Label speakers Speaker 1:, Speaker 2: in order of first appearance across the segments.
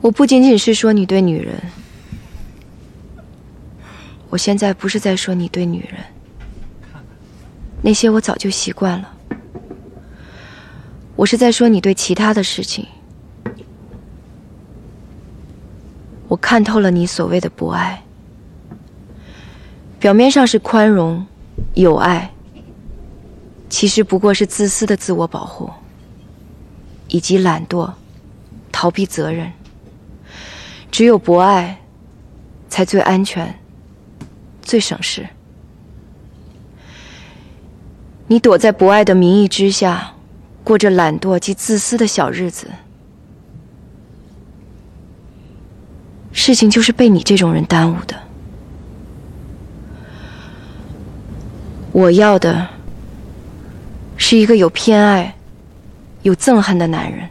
Speaker 1: 我不仅仅是说你对女人，我现在不是在说你对女人，那些我早就习惯了。我是在说你对其他的事情，我看透了你所谓的博爱，表面上是宽容、友爱，其实不过是自私的自我保护，以及懒惰、逃避责任。只有博爱，才最安全，最省事。你躲在博爱的名义之下，过着懒惰及自私的小日子，事情就是被你这种人耽误的。我要的是一个有偏爱、有憎恨的男人。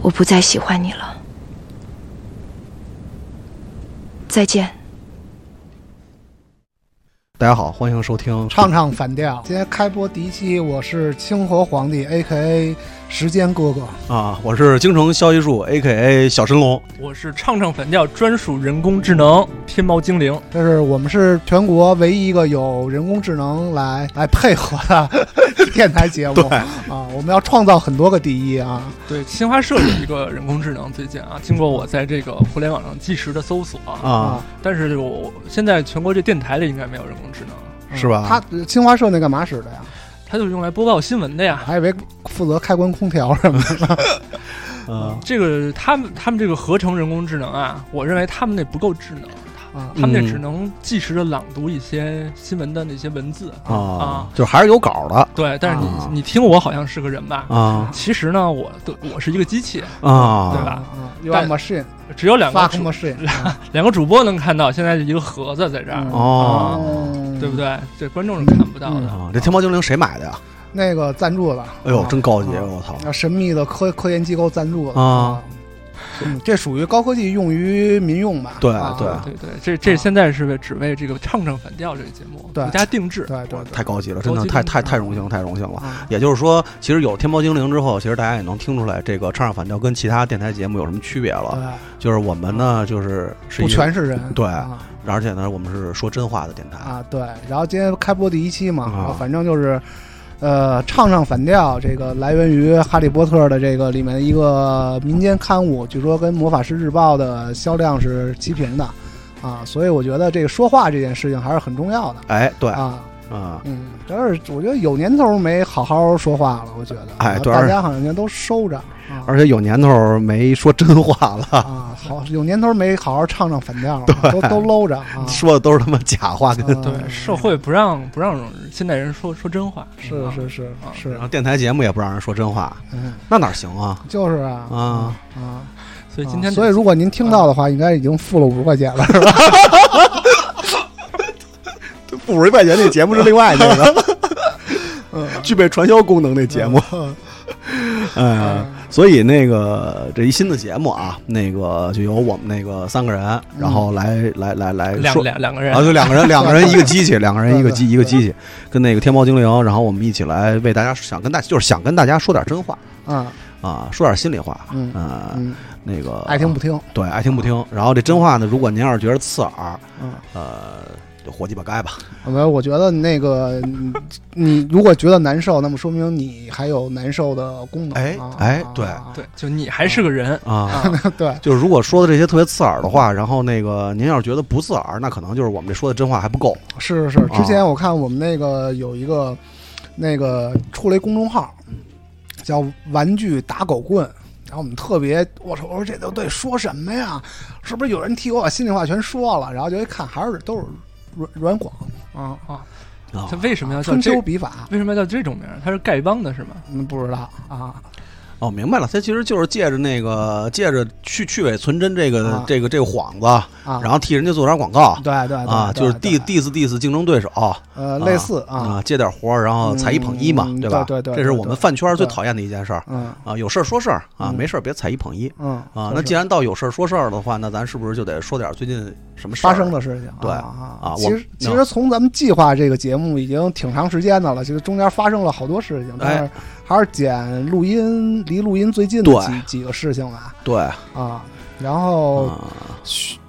Speaker 1: 我不再喜欢你了，再见。
Speaker 2: 大家好，欢迎收听
Speaker 3: 唱唱反调。今天开播第一期，我是清河皇帝 A K A 时间哥哥。
Speaker 2: 啊，我是京城消息术 A K A 小神龙，
Speaker 4: 我是唱唱反调专属人工智能天猫精灵，
Speaker 3: 这是我们是全国唯一一个有人工智能来来配合 的电台节目
Speaker 2: 对
Speaker 3: 啊！我们要创造很多个第一啊！
Speaker 4: 对新华社有一个人工智能，最近啊，经过我在这个互联网上即时的搜索啊，
Speaker 2: 啊，
Speaker 4: 但是我现在全国这电台里应该没有人工智能，
Speaker 3: 嗯
Speaker 2: 是吧
Speaker 3: 他清华社那干嘛使的呀？
Speaker 4: 它就是用来播报新闻的呀。
Speaker 3: 还以为负责开关空调什么 的。啊
Speaker 2: 嗯，
Speaker 4: 这个他们他们这个合成人工智能啊，我认为他们那不够智能，
Speaker 3: 啊
Speaker 4: 他们那
Speaker 2: 嗯
Speaker 4: 只能即时的朗读一些新闻的那些文字。
Speaker 2: 啊
Speaker 4: 啊，
Speaker 2: 就还是有稿的
Speaker 4: 对，但是你、
Speaker 2: 啊
Speaker 4: 你听我好像是个人吧？
Speaker 2: 啊
Speaker 4: 其实呢，我的我是一个机器，对
Speaker 2: 啊
Speaker 4: 吧
Speaker 3: 啊？You are
Speaker 4: 但
Speaker 3: machine,
Speaker 4: 只有两个
Speaker 3: fuck
Speaker 4: 主
Speaker 3: machine
Speaker 4: 两个主播能看到，现在是一个盒子在这儿，
Speaker 3: 嗯
Speaker 2: 哦
Speaker 3: 嗯
Speaker 4: 对不？对？这观众是看不到的。
Speaker 2: 啊，这天猫精灵谁买的呀？
Speaker 3: 那个赞助了，
Speaker 2: 哎呦，
Speaker 3: 啊
Speaker 2: 真高级，
Speaker 3: 啊
Speaker 2: 我操！
Speaker 3: 啊，神秘的科科研机构赞助的
Speaker 2: 啊，
Speaker 3: 嗯这属于高科技用于民用吧？
Speaker 2: 对
Speaker 3: 啊
Speaker 2: 对
Speaker 4: 对对，这这
Speaker 3: 啊
Speaker 4: 现在是为只为这个唱唱反调这个节目
Speaker 3: 对
Speaker 4: 独家定制。啊
Speaker 3: 对对
Speaker 2: 太高级了，真的
Speaker 4: 高级
Speaker 2: 太
Speaker 4: 定制
Speaker 2: 太太荣幸，太荣幸了。
Speaker 3: 啊
Speaker 2: 也就是说，其实有天猫精灵之后，其实大家也能听出来，这个唱上反调跟其他电台节目有什么区别了。
Speaker 3: 对，啊
Speaker 2: 就是我们呢，就是是一
Speaker 3: 不
Speaker 2: 个
Speaker 3: 全是人，
Speaker 2: 对
Speaker 3: 啊
Speaker 2: 而且呢，我们是说真话的电台。
Speaker 3: 啊对。然后今天开播第一期嘛，
Speaker 2: 啊
Speaker 3: 然后反正就是。呃，唱唱反调，这个来源于《哈利波特》的这个里面的一个民间刊物，据说跟《魔法师日报》的销量是齐平的，啊，所以我觉得这个说话这件事情还是很重要的
Speaker 2: 哎，对啊，
Speaker 3: 啊，嗯，主要是我觉得有年头没好好说话了，我觉得，
Speaker 2: 哎
Speaker 3: 啊
Speaker 2: 对
Speaker 3: 大
Speaker 2: 而
Speaker 3: 家好像现在都收着，啊
Speaker 2: 而且有年头没说真话了，
Speaker 3: 啊，好，有年头没好好唱唱反 调了，都都搂着啊，
Speaker 2: 说的都是他妈假话跟。
Speaker 3: 嗯
Speaker 4: 对，社会不让不让现代人说说真话。
Speaker 3: 是
Speaker 4: 啊
Speaker 3: 是是
Speaker 4: 啊
Speaker 3: 是
Speaker 2: 然后，电台节目也不让人说真话，
Speaker 3: 嗯，
Speaker 2: 那哪行啊？
Speaker 3: 就是啊
Speaker 2: 啊
Speaker 3: 啊啊！
Speaker 4: 所以今天
Speaker 3: 所以如果您听到的话，应该已经付了五十块钱了，是吧？
Speaker 2: 不如一块钱那节目是另外那 个，具备传销功能那节目。嗯，所以那个这一新的节目啊，那个就由我们那个三个人，然后来来来来
Speaker 4: 两
Speaker 2: 说。
Speaker 4: 两两个
Speaker 2: 然后
Speaker 3: 啊
Speaker 4: 人，
Speaker 2: 就两个人，两个人一个机 器，两个人一个
Speaker 3: 对
Speaker 2: 机
Speaker 3: 对
Speaker 2: 一个机器，跟那个天猫精灵，然后我们一起来为大家想跟大就是想跟大家说点真话
Speaker 3: 啊
Speaker 2: 啊，说点心里话，
Speaker 3: 嗯
Speaker 2: 呃，
Speaker 3: 嗯，
Speaker 2: 那个
Speaker 3: 爱听不听，
Speaker 2: 对爱听不听，然后这真话呢，如果您要是觉得刺耳，
Speaker 3: 嗯，
Speaker 2: 呃，就活鸡巴该吧，
Speaker 3: 没有，我觉得那个你你如果觉得难受，那么说明你还有难受的功能，
Speaker 2: 哎
Speaker 3: 啊
Speaker 2: 哎
Speaker 3: 啊
Speaker 2: 对
Speaker 3: 啊
Speaker 4: 对，就你还是个人
Speaker 2: 啊。
Speaker 4: 啊，
Speaker 3: 对，
Speaker 2: 就是如果说的这些特别刺耳的话，然后那个您要是觉得不刺耳，那可能就是我们这说的真话还不够
Speaker 3: 是是，之前
Speaker 2: 啊
Speaker 3: 我看我们那个有一个那个出了一公众号，叫“玩具打狗棍”，然后我们特别，我说我说这都得说什么呀？是不是有人替我把心里话全说了？然后就一看，还是都是软软广啊，
Speaker 4: 啊，
Speaker 2: 啊
Speaker 4: 他为什么要叫
Speaker 3: 春
Speaker 4: 这
Speaker 3: 秋？笔法，
Speaker 4: 为什么要叫这种名儿？他是丐帮的是吗？
Speaker 3: 嗯，不知道啊，
Speaker 2: 哦，明白了，他其实就是借着那个借着去去伪存真这个、
Speaker 3: 啊
Speaker 2: 这个这个幌子，
Speaker 3: 啊
Speaker 2: 然后替人家做点广告。
Speaker 3: 对对对
Speaker 2: 啊，
Speaker 3: 对
Speaker 2: 就是
Speaker 3: 对
Speaker 2: diss diss diss 竞争对手
Speaker 3: 呃类似啊，
Speaker 2: 啊，接点活儿，然后踩一捧一嘛，
Speaker 3: 嗯
Speaker 2: 吧？
Speaker 3: 对对对
Speaker 2: 这是我们饭圈最
Speaker 3: 对
Speaker 2: 讨厌的一件事儿
Speaker 3: 嗯
Speaker 2: 啊，有事儿说事儿啊，
Speaker 3: 嗯
Speaker 2: 没事儿别踩一捧一
Speaker 3: 嗯
Speaker 2: 啊。
Speaker 3: 是
Speaker 2: 那
Speaker 3: 是
Speaker 2: 既然到有事儿说事儿的话，那咱是不是就得说点最近什么事儿
Speaker 3: 发生的事情，
Speaker 2: 对
Speaker 3: 啊
Speaker 2: 啊我
Speaker 3: 其实
Speaker 2: 嗯哎
Speaker 3: 其实从咱们计划这个节目已经挺长时间的了，其实中间发生了好多事情，但是还是捡录音离录音最近的
Speaker 2: 对
Speaker 3: 几几个事情吧
Speaker 2: 对，
Speaker 3: 啊。然后
Speaker 2: 啊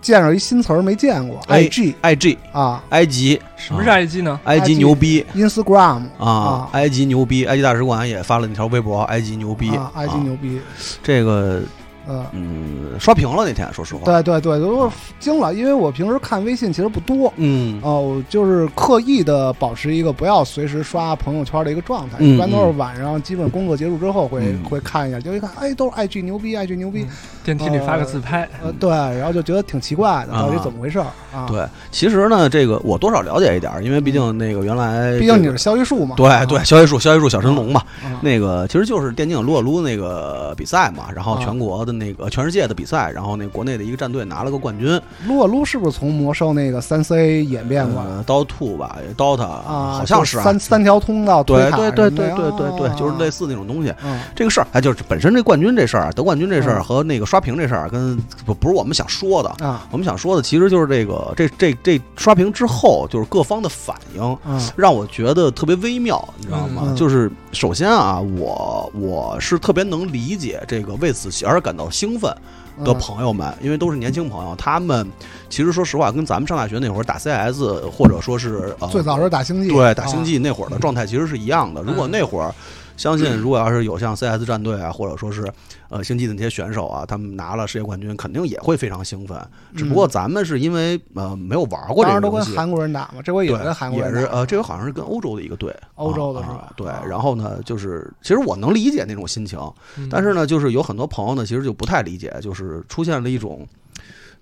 Speaker 3: 见着一新词儿没见过
Speaker 2: 哎
Speaker 3: ，IG
Speaker 2: ，IG
Speaker 3: 啊
Speaker 2: 埃及，
Speaker 4: 什么是 IG 呢？
Speaker 2: 埃及
Speaker 3: 及
Speaker 2: 牛逼
Speaker 3: ，Instagram
Speaker 2: 啊
Speaker 3: 啊，
Speaker 2: 埃及牛逼，埃及大使馆也发了那条微博，埃及牛逼
Speaker 3: 啊，IG 牛逼，
Speaker 2: 这个
Speaker 3: 嗯。
Speaker 2: 嗯刷屏了那天，说实话，
Speaker 3: 对对对，都惊了，因为我平时看微信其实不多，
Speaker 2: 嗯
Speaker 3: 哦，我就是刻意的保持一个不要随时刷朋友圈的一个状态，
Speaker 2: 嗯
Speaker 3: 一般都是晚上，基本工作结束之后会、
Speaker 2: 嗯
Speaker 3: 会看一下，就一看，哎，都是 IG 牛逼，IG 牛逼，
Speaker 4: 电梯里发个自拍，
Speaker 3: 呃，对，然后就觉得挺奇怪的，
Speaker 2: 啊
Speaker 3: 到底怎么回事儿啊？，
Speaker 2: 对，其实呢，这个我多少了解一点儿，因为毕竟那个原来
Speaker 3: 毕
Speaker 2: 这
Speaker 3: 竟你
Speaker 2: 个
Speaker 3: 是消息数嘛，
Speaker 2: 对对，消息术消息术小神龙嘛，
Speaker 3: 啊
Speaker 2: 那个其实就是电竞撸啊撸那个比赛嘛，然后
Speaker 3: 啊
Speaker 2: 全国的那个全世界的比赛，然后那国内的一个战队拿了个冠军，
Speaker 3: 撸啊撸是不是从魔兽那个三 C 演变过来、
Speaker 2: 呃，Dota Two 吧，Dota
Speaker 3: 啊？
Speaker 2: 好像是啊
Speaker 3: 三三条通道推
Speaker 2: 对
Speaker 3: 塔
Speaker 2: 对
Speaker 3: 什
Speaker 2: 对
Speaker 3: 么的，哦
Speaker 2: 对对对对，就是类
Speaker 3: 似，
Speaker 2: 似那种东西。
Speaker 3: 嗯
Speaker 2: 这个事儿，哎，就是本身这冠军这事儿，得冠军这事儿
Speaker 3: 嗯
Speaker 2: 和那个刷屏这事儿，啊跟不不是我们想说的。
Speaker 3: 啊
Speaker 2: 我们想说的其实就是这个，这这这刷屏之后，就是各方的反应，
Speaker 3: 嗯
Speaker 2: 让我觉得特别微妙，你知道吗？
Speaker 3: 嗯嗯
Speaker 2: 就是首先啊，我我是特别能理解这个为此而感到兴奋
Speaker 3: 嗯
Speaker 2: 的朋友们，因为都是年轻朋友，他们其实说实话，跟咱们上大学那会儿打 CS 或者说是呃
Speaker 3: 最早是打星际，
Speaker 2: 对打星
Speaker 3: 啊，嗯
Speaker 2: 际那会儿的状态其实是一样的。如果那会儿，相信如果要是有像 CS 战队啊，或者说是呃星际的那些选手啊，他们拿了世界冠军，肯定也会非常兴奋。只不过咱们是因为呃没有玩过
Speaker 3: 嗯啊当
Speaker 2: 这个
Speaker 3: 时都
Speaker 2: 游
Speaker 3: 跟
Speaker 2: 戏。
Speaker 3: 韩国人打嘛，这回也
Speaker 2: 对，
Speaker 3: 跟韩国
Speaker 2: 也
Speaker 3: 人
Speaker 2: 是
Speaker 3: 打
Speaker 2: 呃，这回好像是跟欧洲的一个队，
Speaker 3: 欧洲的
Speaker 2: 啊
Speaker 3: 是吧
Speaker 2: 啊对
Speaker 3: 啊，
Speaker 2: 然后呢，就是其实我能理解那种心情，
Speaker 4: 嗯
Speaker 2: 但是呢，就是有很多朋友呢，其实就不太理解，就是出现了一种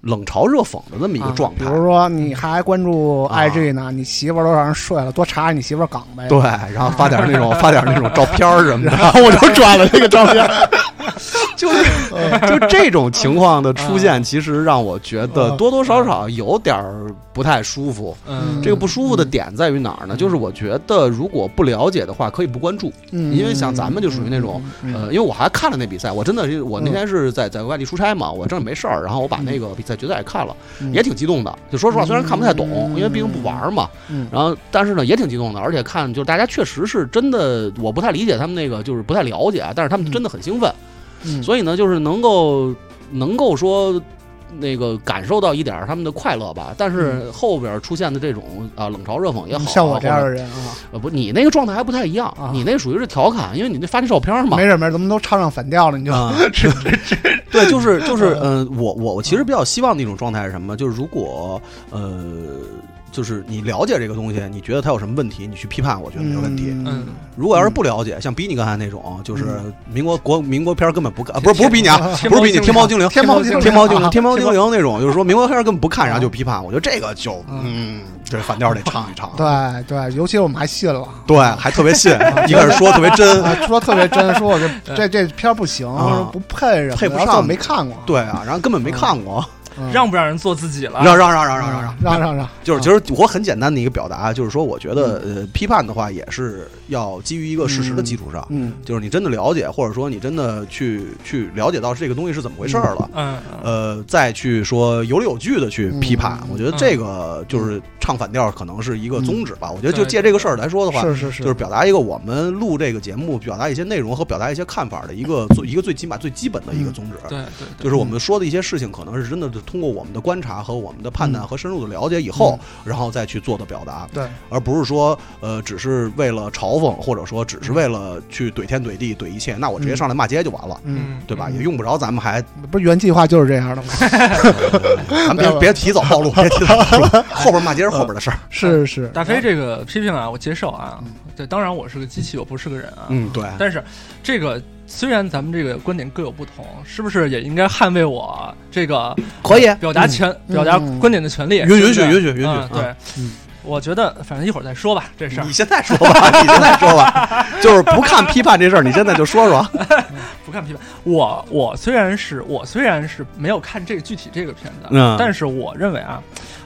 Speaker 2: 冷嘲热讽的那么一个
Speaker 3: 啊
Speaker 2: 状态。
Speaker 3: 比如说你还关注
Speaker 2: 啊
Speaker 3: IG 呢，你媳妇儿都让人睡了，多查查你媳妇儿岗呗。
Speaker 2: 对，然后发点那种发点那种照片儿 什么的，
Speaker 3: 后我就转了这个照片。
Speaker 2: 就是就这种情况的出现，其实让我觉得
Speaker 3: 嗯
Speaker 2: 多多少少有点儿不太舒服。
Speaker 4: 嗯，
Speaker 2: 这个不舒服的点在于哪儿呢？就是我觉得如果不了解的话，可以不关注，
Speaker 3: 嗯，
Speaker 2: 因为像咱们就属于那种，
Speaker 3: 嗯
Speaker 2: 呃，因为我还看了那比赛，我真的是我那天是在在外地出差嘛，我正没事儿，然后我把那个比赛决赛也看了，
Speaker 3: 嗯
Speaker 2: 也挺激动的。就说实话，虽然看不太懂，
Speaker 3: 嗯
Speaker 2: 因为毕竟不玩儿嘛，
Speaker 3: 嗯
Speaker 2: 然后但是呢也挺激动的，而且看就是大家确实是真的，我不太理解他们那个就是不太了解啊，但是他们真的很兴奋。
Speaker 3: 嗯
Speaker 2: 所以呢，就是能够能够说那个感受到一点儿他们的快乐吧。但是后边儿出现的这种啊、冷嘲热讽也好啊，
Speaker 3: 嗯像我这样
Speaker 2: 或
Speaker 3: 的
Speaker 2: 者，
Speaker 3: 人啊，
Speaker 2: 呃，不，你那个状态还不太一样，
Speaker 3: 啊
Speaker 2: 你那属于是调侃，因为你那发那照片儿嘛
Speaker 3: 没。事没事，咱们都唱唱反调了，你就
Speaker 2: 啊，对，就是就是， 嗯、我我我其实比较希望的一种状态是什么？就是如果呃，就是你了解这个东西，你觉得它有什么问题，你去批判，我觉得没有问题。
Speaker 4: 嗯，
Speaker 2: 如果要是不了解，像比你刚才那种，就是
Speaker 3: 嗯
Speaker 2: 民国国民国片儿根本不看，啊不是不是比你啊，
Speaker 4: 天
Speaker 2: 不是
Speaker 4: 猫
Speaker 2: 比你
Speaker 4: 精灵
Speaker 2: 天猫精灵，
Speaker 3: 天猫精啊灵
Speaker 2: 天猫精灵，
Speaker 3: 啊
Speaker 2: 天猫精灵那种，就是说民国片儿根本不看，然后就批判，我觉得这个就嗯，这反调得唱一唱，
Speaker 3: 啊对对，尤其我们还 信了。
Speaker 2: 对，还特别 信，一开始说特别真，
Speaker 3: 啊，说特别真，说我这这这片儿不行
Speaker 2: 啊，
Speaker 3: 不配什么的，
Speaker 2: 配不
Speaker 3: 然后
Speaker 2: 上
Speaker 3: 就没看过，
Speaker 2: 对啊，然后根本没看过，
Speaker 3: 嗯
Speaker 4: 让不让人做自己了？
Speaker 2: 让让让让让让
Speaker 3: 让
Speaker 2: 让，
Speaker 3: 让让让，
Speaker 2: 就是其实我很简单的一个表达，就是说我觉得呃，批判的话也是要基于一个事实的基础上。
Speaker 3: 嗯嗯
Speaker 2: 就是你真的了解，或者说你真的去去了解到这个东西是怎么回事儿了，
Speaker 4: 嗯，嗯
Speaker 2: 呃，再去说有理有据的去批判，
Speaker 3: 嗯
Speaker 2: 我觉得这个就是唱反调，可能是一个宗旨吧。我觉得就借这个事儿来说的话，
Speaker 3: 是是是
Speaker 2: 就是表达一个我们录这个节目，表达一些内容和表达一些看法的一个最一个最起码最基本的
Speaker 3: 嗯
Speaker 2: 一个宗旨。
Speaker 4: 对对对，
Speaker 2: 就是我们说的一些事情，可能是真的是通过我们的观察和我们的判断和深入的了解以后，然后再去做的表达，
Speaker 3: 对，
Speaker 2: 而不是说呃只是为了嘲讽，或者说只是为了去怼天怼地怼一切，那我直接上来骂街就完了，
Speaker 3: 嗯，
Speaker 4: 嗯，
Speaker 2: 对吧？也用不着咱们还
Speaker 3: 不是原计划就是这 样的吗？
Speaker 2: 咱别别提早暴露，别提早暴露，后边骂街是后边的事儿。
Speaker 3: 是是，
Speaker 4: 大飞这个批评啊，我接受啊。对，当然我是个机器，我不是个人啊。
Speaker 2: 嗯嗯，对，
Speaker 4: 但是这个虽然咱们这个观点各有不同，是不是也应该捍卫我这个
Speaker 2: 可以
Speaker 4: 表达权、表达观点的权利？
Speaker 2: 嗯允
Speaker 4: 对不对
Speaker 2: 允许允许允许嗯
Speaker 4: 嗯对
Speaker 3: 嗯，
Speaker 4: 我觉得反正一会儿再说吧，这事儿
Speaker 2: 你现在说吧，你现在说吧，就是不看批判这事儿，你现在就说说。
Speaker 4: 不看批判。我我虽然是我虽然是没有看这个具体这个片子，
Speaker 2: 嗯
Speaker 4: 但是我认为啊，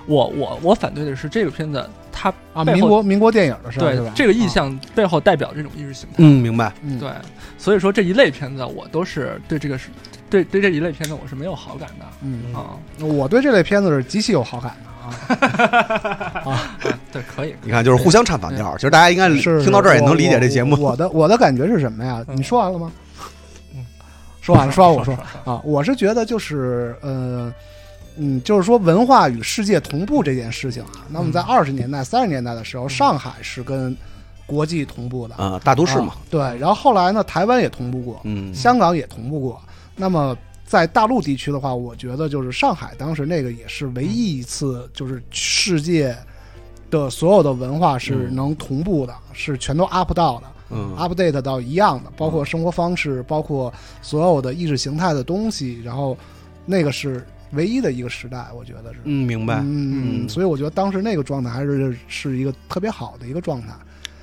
Speaker 4: 我我我反对的是这个片子它
Speaker 3: 啊，
Speaker 4: 背后
Speaker 3: 民国民国电影的事儿，
Speaker 4: 对
Speaker 3: 对吧？
Speaker 4: 这个意
Speaker 3: 啊，
Speaker 4: 象背后代表这种意识形态。
Speaker 2: 嗯，明白。
Speaker 3: 嗯，
Speaker 4: 对，所以说这一类片子我都是对这个是，对对这一类片子我是没有好感的
Speaker 3: 嗯，
Speaker 4: 啊。
Speaker 3: 我对这类片子是极其有好感的啊。
Speaker 4: 对，可以，
Speaker 2: 你看，就是互相唱反调。其实大家应该
Speaker 3: 是
Speaker 2: 听到这儿也
Speaker 3: 我
Speaker 2: 能理解
Speaker 3: 我
Speaker 2: 这节目。
Speaker 3: 我的我的感觉是什么呀？
Speaker 4: 嗯
Speaker 3: 你说完了吗
Speaker 4: 嗯？
Speaker 3: 说完了，说完我
Speaker 4: 说
Speaker 3: 说啊，我是觉得就是呃。嗯，就是说文化与世界同步这件事情啊，那
Speaker 2: 嗯
Speaker 3: 么在二十年代、三十年代的时候，上海是跟国际同步的，
Speaker 2: 啊，大都市嘛
Speaker 3: 啊，对，然后后来呢，台湾也同步过，
Speaker 2: 嗯，
Speaker 3: 香港也同步过。那么在大陆地区的话，我觉得就是上海当时那个也是唯一一次，就是世界的所有的文化是能同步的，是全都 up 到的。
Speaker 2: 嗯
Speaker 3: update 到一样的，包括生活方式，包括所有的意识形态的东西，然后那个是唯一的一个时代，我觉得是。
Speaker 2: 嗯，明白。
Speaker 3: 嗯，
Speaker 2: 嗯
Speaker 3: 所以我觉得当时那个状态还是是一个特别好的一个状态。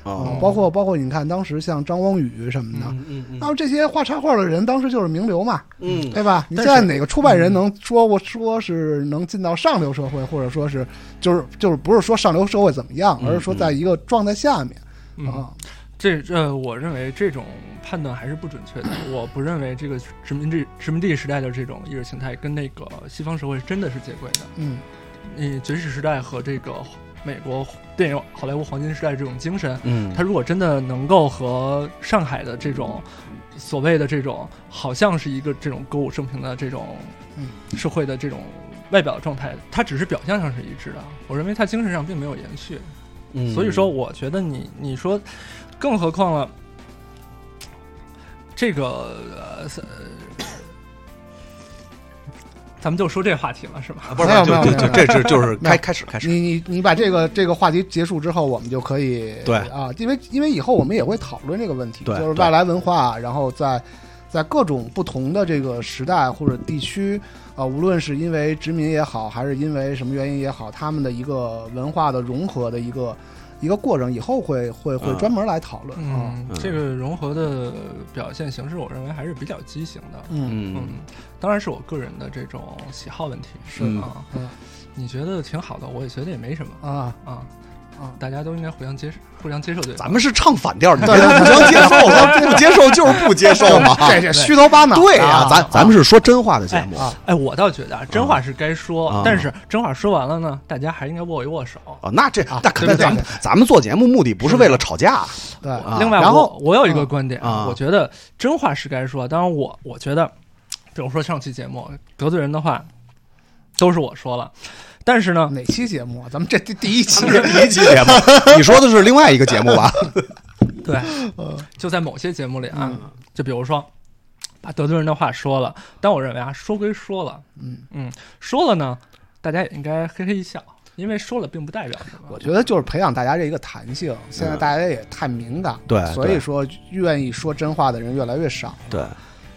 Speaker 2: 哦，
Speaker 3: 嗯包括包括你看当时像张光宇什么的，
Speaker 2: 嗯嗯
Speaker 3: 那么这些画插画的人当时就是名流嘛，
Speaker 2: 嗯
Speaker 3: 对吧？你
Speaker 4: 但
Speaker 3: 现
Speaker 4: 是
Speaker 3: 在哪个出版人能说我说是能进到上流社会，或者说是就是就是不是说上流社会怎么样，
Speaker 2: 嗯
Speaker 3: 而是说在一个状态下面
Speaker 4: 嗯，
Speaker 3: 啊，
Speaker 4: 这这我认为这种判断还是不准 确的。我不认为这个殖民地殖民地时代的这种意识形态跟那个西方社会真的是接轨的。
Speaker 3: 嗯
Speaker 4: 你爵士时代和这个美国电影好莱坞黄金时代这种精神，
Speaker 2: 嗯
Speaker 4: 它如果真的能够和上海的这种所谓的这种好像是一个这种歌舞升平的这种
Speaker 3: 嗯
Speaker 4: 社会的这种外表状态，它只是表象上是一致的，我认为它精神上并没有延续。
Speaker 2: 嗯
Speaker 4: 所以说，我觉得你你说，更何况了，这个呃，是咱们就说这话题了，是吧？
Speaker 2: 啊不是
Speaker 3: 没有
Speaker 2: 就
Speaker 3: 没有
Speaker 2: 就
Speaker 3: 没
Speaker 2: 就
Speaker 3: 有
Speaker 2: 这这就是
Speaker 3: 没
Speaker 2: 开
Speaker 3: 有
Speaker 2: 开始开始，
Speaker 3: 你你你把这个这个话题结束之后，我们就可以
Speaker 2: 对
Speaker 3: 啊，因为因为以后我们也会讨论这个问题，
Speaker 2: 对
Speaker 3: 就是
Speaker 2: 对
Speaker 3: 外来文化，然后在在各种不同的这个时代或者地区啊、无论是因为殖民也好，还是因为什么原因也好，他们的一个文化的融合的一个一个过程，以后会会会
Speaker 2: 嗯
Speaker 3: 专门来讨论啊。
Speaker 4: 嗯，这个融合的表现形式，我认为还是比较畸形的。
Speaker 3: 嗯
Speaker 2: 嗯，
Speaker 4: 嗯，当然是我个人的这种喜好问题，是
Speaker 2: 嗯
Speaker 4: 啊，
Speaker 3: 嗯
Speaker 4: 你觉得挺好的，我也觉得也没什么
Speaker 3: 啊，
Speaker 4: 啊
Speaker 3: 啊
Speaker 4: 大家都应该互相接受，互相接受对方。
Speaker 2: 咱们是唱反调，你别互相接受了，不接受就是不接受嘛。
Speaker 3: 这这虚头巴脑 的啊，
Speaker 2: 对呀，咱咱们是说真话的节目
Speaker 3: 啊
Speaker 4: 哎，我倒觉得啊，真话是该说，
Speaker 2: 啊
Speaker 4: 但是真话说完了呢，大家还应该握一握手。
Speaker 2: 啊，那这那肯定
Speaker 3: 对对
Speaker 2: 咱们咱们做节目目的不是为了吵 架，
Speaker 3: 对
Speaker 2: 啊
Speaker 4: 另外，
Speaker 3: 然后
Speaker 4: 我我有一个观点，
Speaker 2: 啊
Speaker 4: 我觉得真话是该说，当然我我觉得，比如说上期节目得罪人的话，都是我说了，但是呢，
Speaker 3: 哪期节目啊？咱们这第第一期
Speaker 2: 这是第一期节目，你说的是另外一个节目吧？
Speaker 4: 对，
Speaker 2: 嗯
Speaker 4: 就在某些节目里啊，就比如说把得罪人的话说了，但我认为啊，说归说了，
Speaker 3: 嗯
Speaker 4: 说了呢，大家也应该嘿嘿一笑，因为说了并不代表什么
Speaker 3: 我。觉得就是培养大家这一个弹性，现在大家也太敏感了，
Speaker 2: 嗯对
Speaker 3: 所
Speaker 2: 对
Speaker 3: 以说愿意说真话的人越来越少
Speaker 2: 对，
Speaker 3: 啊、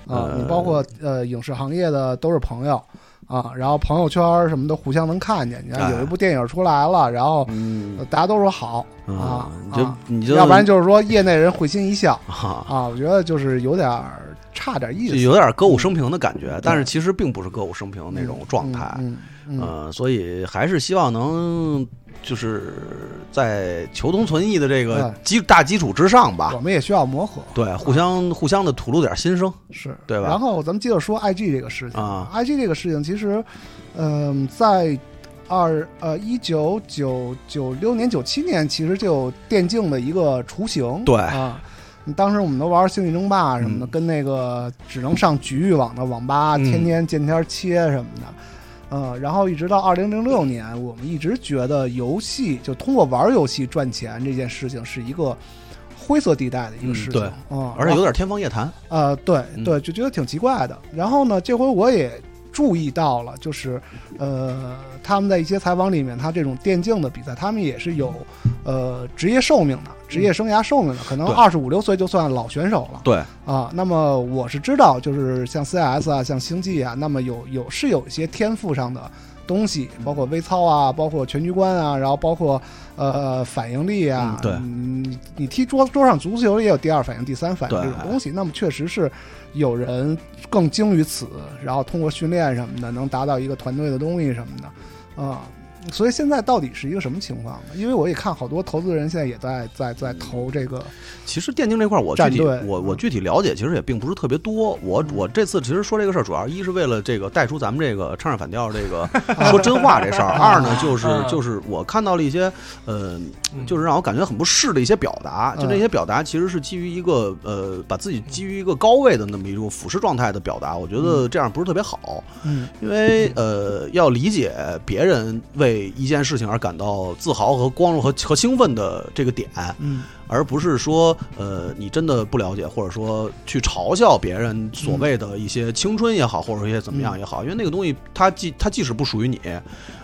Speaker 2: 呃
Speaker 3: 你包括呃影视行业的都是朋友啊，然后朋友圈儿什么的互相能看见。你看
Speaker 2: 哎
Speaker 3: 有一部电影出来了，然后
Speaker 2: 嗯
Speaker 3: 呃大家都说好啊
Speaker 2: 啊，，你就
Speaker 3: 啊
Speaker 2: 你就
Speaker 3: 要不然就是说业内人会心一笑
Speaker 2: 啊，
Speaker 3: 啊，我觉得就是有点儿差点意
Speaker 2: 就
Speaker 3: 思
Speaker 2: 有点歌舞升平的感觉，但是其实并不是歌舞升平那种状态。
Speaker 3: 嗯嗯嗯
Speaker 2: 呃，所以还是希望能就是在求同存异的这个
Speaker 3: 对
Speaker 2: 基大基础之上吧
Speaker 3: 我，们也需要磨合，
Speaker 2: 对，互相互相的吐露点心声。
Speaker 3: 是
Speaker 2: 对吧
Speaker 3: 然后咱们接着说 IG 这个事情
Speaker 2: 啊
Speaker 3: IG 这个事情其实，嗯、在二呃一九九九六年九七年其实就有电竞的一个雏形，
Speaker 2: 对
Speaker 3: 啊。当时我们都玩《星际争霸》什么的，
Speaker 2: 嗯
Speaker 3: 跟那个只能上局域网的网吧，
Speaker 2: 嗯
Speaker 3: 天天见天切什么的，呃，然后一直到二零零六年，我们一直觉得游戏就通过玩游戏赚钱这件事情是一个灰色地带的一个
Speaker 2: 嗯
Speaker 3: 事情，
Speaker 2: 对
Speaker 3: 啊、嗯，
Speaker 2: 而且有点天方夜谭，
Speaker 3: 呃，对
Speaker 2: 嗯
Speaker 3: 对，就觉得挺奇怪的。然后呢，这回我也注意到了，就是呃，他们在一些采访里面，他这种电竞的比赛，他们也是有呃职业寿命的，职业生涯寿命的，可能
Speaker 2: 嗯对
Speaker 3: 二十五六岁就算老选手了
Speaker 2: 对，
Speaker 3: 啊。那么我是知道，就是像 CS 啊，像星际啊，那么有有是有一些天赋上的。东西包括微操啊，包括全局观啊，然后包括呃反应力啊，
Speaker 2: 嗯对
Speaker 3: 你你踢桌桌上足球也有第二反应、第三反应
Speaker 2: 对
Speaker 3: 这种东西，那么确实是有人更精于此，然后通过训练什么的，能达到一个团队的东西什么的，啊、所以现在到底是一个什么情况呢？因为我也看好多投资人现在也在在在投 这个，
Speaker 2: 其实电竞这块儿，我具
Speaker 3: 战
Speaker 2: 体
Speaker 3: 队
Speaker 2: 我我具体了解，其实也并不是特别多。我我这次其实说这个事儿，主要一是为了这个带出咱们这个唱上反调这个
Speaker 3: 啊
Speaker 2: 说真话这事儿；二呢，就是
Speaker 4: 啊
Speaker 2: 就是我看到了一些呃，
Speaker 4: 嗯
Speaker 2: 就是让我感觉很不适的一些表达。就
Speaker 3: 嗯
Speaker 2: 这些表达其实是基于一个呃，把自己基于一个高位的那么一种俯视状态的表达，我觉得这样不是特别好。
Speaker 3: 嗯
Speaker 2: 因为呃，要理解别人为一件事情而感到自豪和光荣和和兴奋的这个点，
Speaker 3: 嗯
Speaker 2: 而不是说呃你真的不了解，或者说去嘲笑别人所谓的一些青春也好，或者说一些怎么样也
Speaker 4: 嗯
Speaker 2: 好，因为那个东西它既它即使不属于你，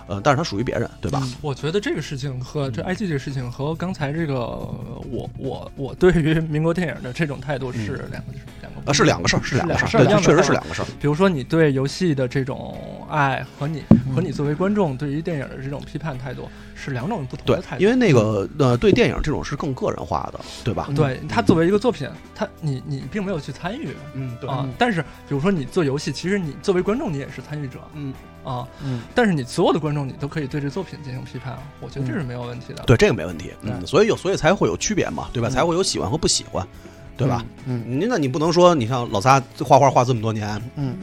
Speaker 2: 呃，但是它属于别人，对吧？
Speaker 4: 我觉得这个事情和
Speaker 2: 嗯
Speaker 4: 这 IG 这个事情和刚才这个呃我我我对于民国电影的这种态度是两个、两
Speaker 2: 啊，
Speaker 4: 个
Speaker 2: 是两个事儿，是两个事儿，
Speaker 4: 嗯是两
Speaker 2: 对，
Speaker 4: 个事儿
Speaker 2: 确实是两个事儿。
Speaker 4: 比如说你对游戏的这种爱和你和
Speaker 2: 嗯
Speaker 4: 你作为观众对于电影的这种批判态度是两种不同
Speaker 2: 对
Speaker 4: 的态，度。
Speaker 2: 因为
Speaker 3: 嗯
Speaker 2: 那个呃，对电影这种是更个人化的，对吧？
Speaker 4: 对它作为一个作品，它你你并没有去参与
Speaker 2: 嗯，对
Speaker 4: 啊。但是比如说你做游戏，其实你作为观众你也是参与者
Speaker 2: 嗯，
Speaker 4: 啊，
Speaker 3: 嗯
Speaker 4: 但是你所有的观众你都可以对这作品进行批判，我觉得这是没有问题的。
Speaker 2: 嗯对，这个没问题。嗯，
Speaker 3: 对
Speaker 2: 所以有，所以才会有区别嘛，对吧？才会有喜欢和不喜欢，对吧？
Speaker 3: 嗯
Speaker 2: 你那你不能说你像老仨画画画这么多年，
Speaker 3: 嗯，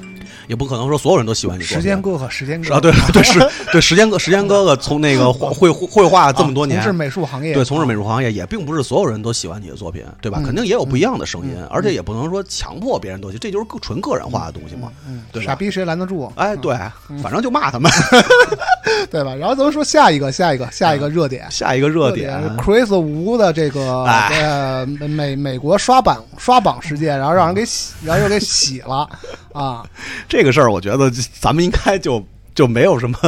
Speaker 2: 也不可能说所有人都喜欢你作品。
Speaker 3: 时间哥哥，时间
Speaker 2: 是嗯
Speaker 3: 哥
Speaker 2: 啊，对对是，对时间哥时间哥哥从那 个画绘绘画这么多年啊
Speaker 3: 是，啊美术行业，
Speaker 2: 对从事美术行业，也并不是所有人都喜欢你的作品，对吧？
Speaker 3: 嗯
Speaker 2: 肯定也有不一样的声音，而且也不能说强迫别人东西，这就是个纯个人化的东西嘛。
Speaker 3: 嗯
Speaker 2: 对吧
Speaker 3: 傻逼谁拦得住？
Speaker 2: 哎，对，
Speaker 3: 嗯
Speaker 2: 反正就骂他们。
Speaker 3: 对吧？然后咱们说下一个，下一个，下一个热点，
Speaker 2: 下一个啊热点，
Speaker 3: Chris Wu 的这个
Speaker 2: 哎
Speaker 3: 呃美美国刷榜刷榜事件，然后让人给洗，然后又给洗了 啊！
Speaker 2: 这个事儿，我觉得咱们应该就就没有什么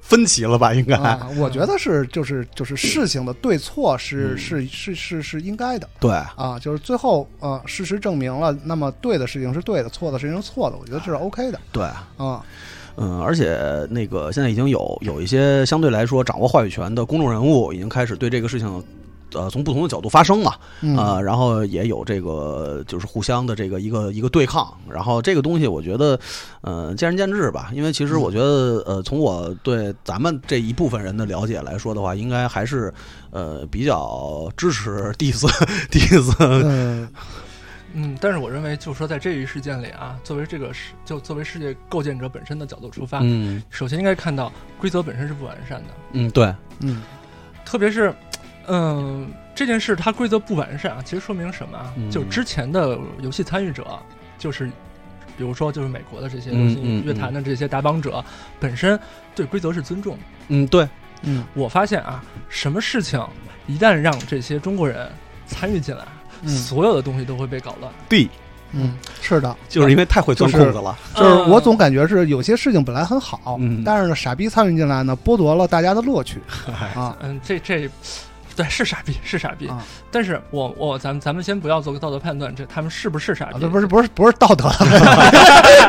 Speaker 2: 分歧了吧？应该。
Speaker 3: 啊，我觉得是就是就是事情的对错是
Speaker 2: 嗯
Speaker 3: 是是是是应该的
Speaker 2: 对，
Speaker 3: 啊，就是最后呃事实证明了，那么对的事情是对的，错的事情是错的，我觉得这是 OK 的
Speaker 2: 对，
Speaker 3: 啊。
Speaker 2: 嗯，而且那个现在已经有有一些相对来说掌握话语权的公众人物，已经开始对这个事情，呃，从不同的角度发声嘛。
Speaker 3: 嗯
Speaker 2: 啊，然后也有这个就是互相的这个一个一个对抗，然后这个东西我觉得，呃，见仁见智吧。因为其实我觉得，呃，从我对咱们这一部分人的了解来说的话，应该还是呃比较支持 diss diss
Speaker 3: 嗯
Speaker 4: 嗯，但是我认为，就说在这一事件里啊，作为这个世，就作为世界构建者本身的角度出发，
Speaker 2: 嗯
Speaker 4: 首先应该看到规则本身是不完善的，
Speaker 2: 嗯，对，
Speaker 3: 嗯
Speaker 4: 特别是，嗯、这件事它规则不完善啊，其实说明什么啊？
Speaker 2: 嗯
Speaker 4: 就之前的游戏参与者，就是比如说就是美国的这些游
Speaker 2: 嗯嗯
Speaker 4: 戏乐坛的这些打榜者，本身对规则是尊重。
Speaker 2: 嗯对，
Speaker 3: 嗯
Speaker 4: 我发现啊，什么事情一旦让这些中国人参与进来，
Speaker 3: 嗯
Speaker 4: 所有的东西都会被搞乱。
Speaker 2: 对，
Speaker 3: 嗯，是的，
Speaker 2: 就是因为太会钻空子了，
Speaker 4: 嗯
Speaker 3: 就是我总感觉是有些事情本来很好，
Speaker 2: 嗯
Speaker 3: 但是呢，傻逼参与进来呢，剥夺了大家的乐趣啊。
Speaker 4: 嗯，这这，对，是傻逼，是傻逼。
Speaker 3: 啊
Speaker 4: 但是我我咱们咱们先不要做个道德判断，这他们是不是傻
Speaker 3: 啊，
Speaker 4: 逼？
Speaker 3: 这不是不是不是道德，